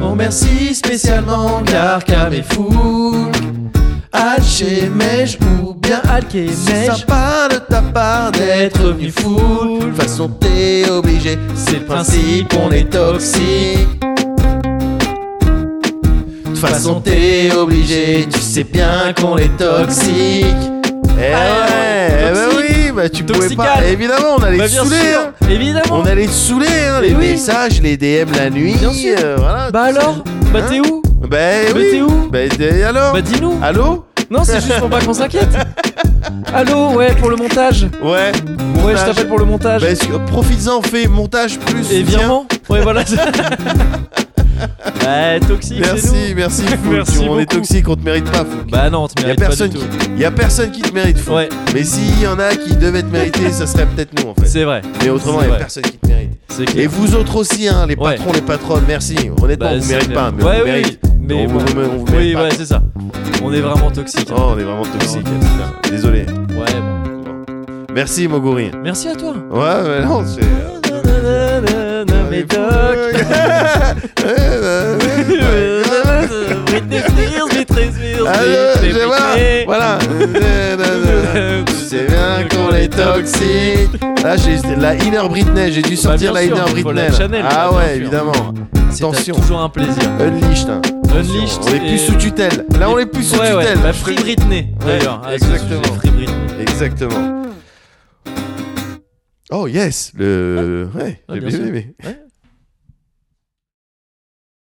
Speaker 7: On remercie spécialement car Cam est fou. Alchemège ou bien Alchemège. C'est sympa de ta part d'être venu fou. De toute façon, t'es obligé. C'est le principe, on est toxique. De toute façon, t'es obligé. Tu sais bien qu'on est toxique.
Speaker 2: Eh ouais, eh ben oui, bah euh, tu pouvais pas.
Speaker 1: Toxicale.
Speaker 2: Évidemment, on allait
Speaker 1: Bah,
Speaker 2: te
Speaker 1: bien
Speaker 2: saouler.
Speaker 1: sûr,
Speaker 2: hein.
Speaker 1: évidemment.
Speaker 2: On allait te saouler, hein, les
Speaker 1: Mais oui.
Speaker 2: messages, les DM la nuit.
Speaker 1: Bien sûr.
Speaker 2: euh, voilà,
Speaker 1: Bah
Speaker 2: tout
Speaker 1: alors Bah
Speaker 2: Hein
Speaker 1: t'es où
Speaker 2: ça. Bah
Speaker 1: Bah
Speaker 2: oui.
Speaker 1: t'es où
Speaker 2: Bah t'es- alors
Speaker 1: Bah dis-nous.
Speaker 2: Allô
Speaker 1: Non, c'est juste pour pas qu'on s'inquiète. Allô, ouais, pour le montage.
Speaker 2: Ouais.
Speaker 7: Ah,
Speaker 1: Ouais,
Speaker 2: montage.
Speaker 1: je t'appelle pour le montage.
Speaker 2: Bah, si- profites-en, fais montage plus.
Speaker 1: Et
Speaker 2: soutien.
Speaker 1: virement Ouais, voilà. bah, toxique, c'est
Speaker 2: Merci, merci, Fouk.
Speaker 1: Merci
Speaker 2: On est
Speaker 1: beaucoup.
Speaker 2: toxique, on te mérite pas, Fouk.
Speaker 1: nous. Bah non, on te
Speaker 2: y a
Speaker 1: mérite pas du
Speaker 2: personne
Speaker 1: tout.
Speaker 2: qui, y a personne qui te mérite, Fouk.
Speaker 1: Ouais,
Speaker 2: Mais s'il y en a qui devaient te mériter, ça serait peut-être nous, en fait.
Speaker 1: c'est vrai.
Speaker 2: Mais autrement,
Speaker 1: c'est
Speaker 2: y a
Speaker 1: vrai.
Speaker 2: personne qui te mérite.
Speaker 1: C'est
Speaker 2: Et
Speaker 1: clair.
Speaker 2: vous autres aussi, hein, les
Speaker 1: Ouais.
Speaker 2: patrons, les patronnes, merci. Honnêtement,
Speaker 1: Bah,
Speaker 2: on vous
Speaker 1: c'est
Speaker 2: mérite
Speaker 1: clair.
Speaker 2: pas, mais
Speaker 1: ouais,
Speaker 2: on vous
Speaker 1: oui,
Speaker 2: mérite.
Speaker 1: Mais
Speaker 2: on, vous-
Speaker 1: bon.
Speaker 2: on vous
Speaker 1: Oui,
Speaker 2: mérite pas.
Speaker 1: ouais, c'est ça. On est vraiment toxique.
Speaker 2: Oh, on est vraiment toxique. putain. Désolé.
Speaker 1: Ouais, bon.
Speaker 2: Merci, Moguri.
Speaker 1: Merci à toi.
Speaker 2: Ouais, mais non, c'est.
Speaker 1: Nanana, Médoc.
Speaker 2: bah, Euh,
Speaker 1: Britney Spears, Britney Spears, Britney, Britney.
Speaker 2: Alors, je- Ah, euh, voilà, voilà. C'est bien qu'on est toxique. Là, j'ai de la inner Britney. J'ai dû sortir
Speaker 1: Bah, bien
Speaker 2: la
Speaker 1: sûr,
Speaker 2: inner
Speaker 1: faut
Speaker 2: Britney.
Speaker 1: la
Speaker 2: là.
Speaker 1: Chanel,
Speaker 2: ah
Speaker 1: bien
Speaker 2: ouais,
Speaker 1: sûr.
Speaker 2: évidemment.
Speaker 1: C'est
Speaker 2: Attention.
Speaker 1: toujours un plaisir.
Speaker 2: Unleashed. hein.
Speaker 1: Unleashed.
Speaker 2: On est plus
Speaker 1: et-
Speaker 2: sous tutelle. Là, on est plus sous
Speaker 1: ouais, ouais,
Speaker 2: tutelle.
Speaker 1: bah, Free Britney, d'ailleurs. Ah,
Speaker 2: Ouais,
Speaker 1: à ce sujet,
Speaker 2: exactement.
Speaker 1: Free Britney.
Speaker 2: Exactement. Oh yes, le. Ouais,
Speaker 1: Ah,
Speaker 2: le
Speaker 1: bien sûr.
Speaker 2: bébé.
Speaker 1: Ouais,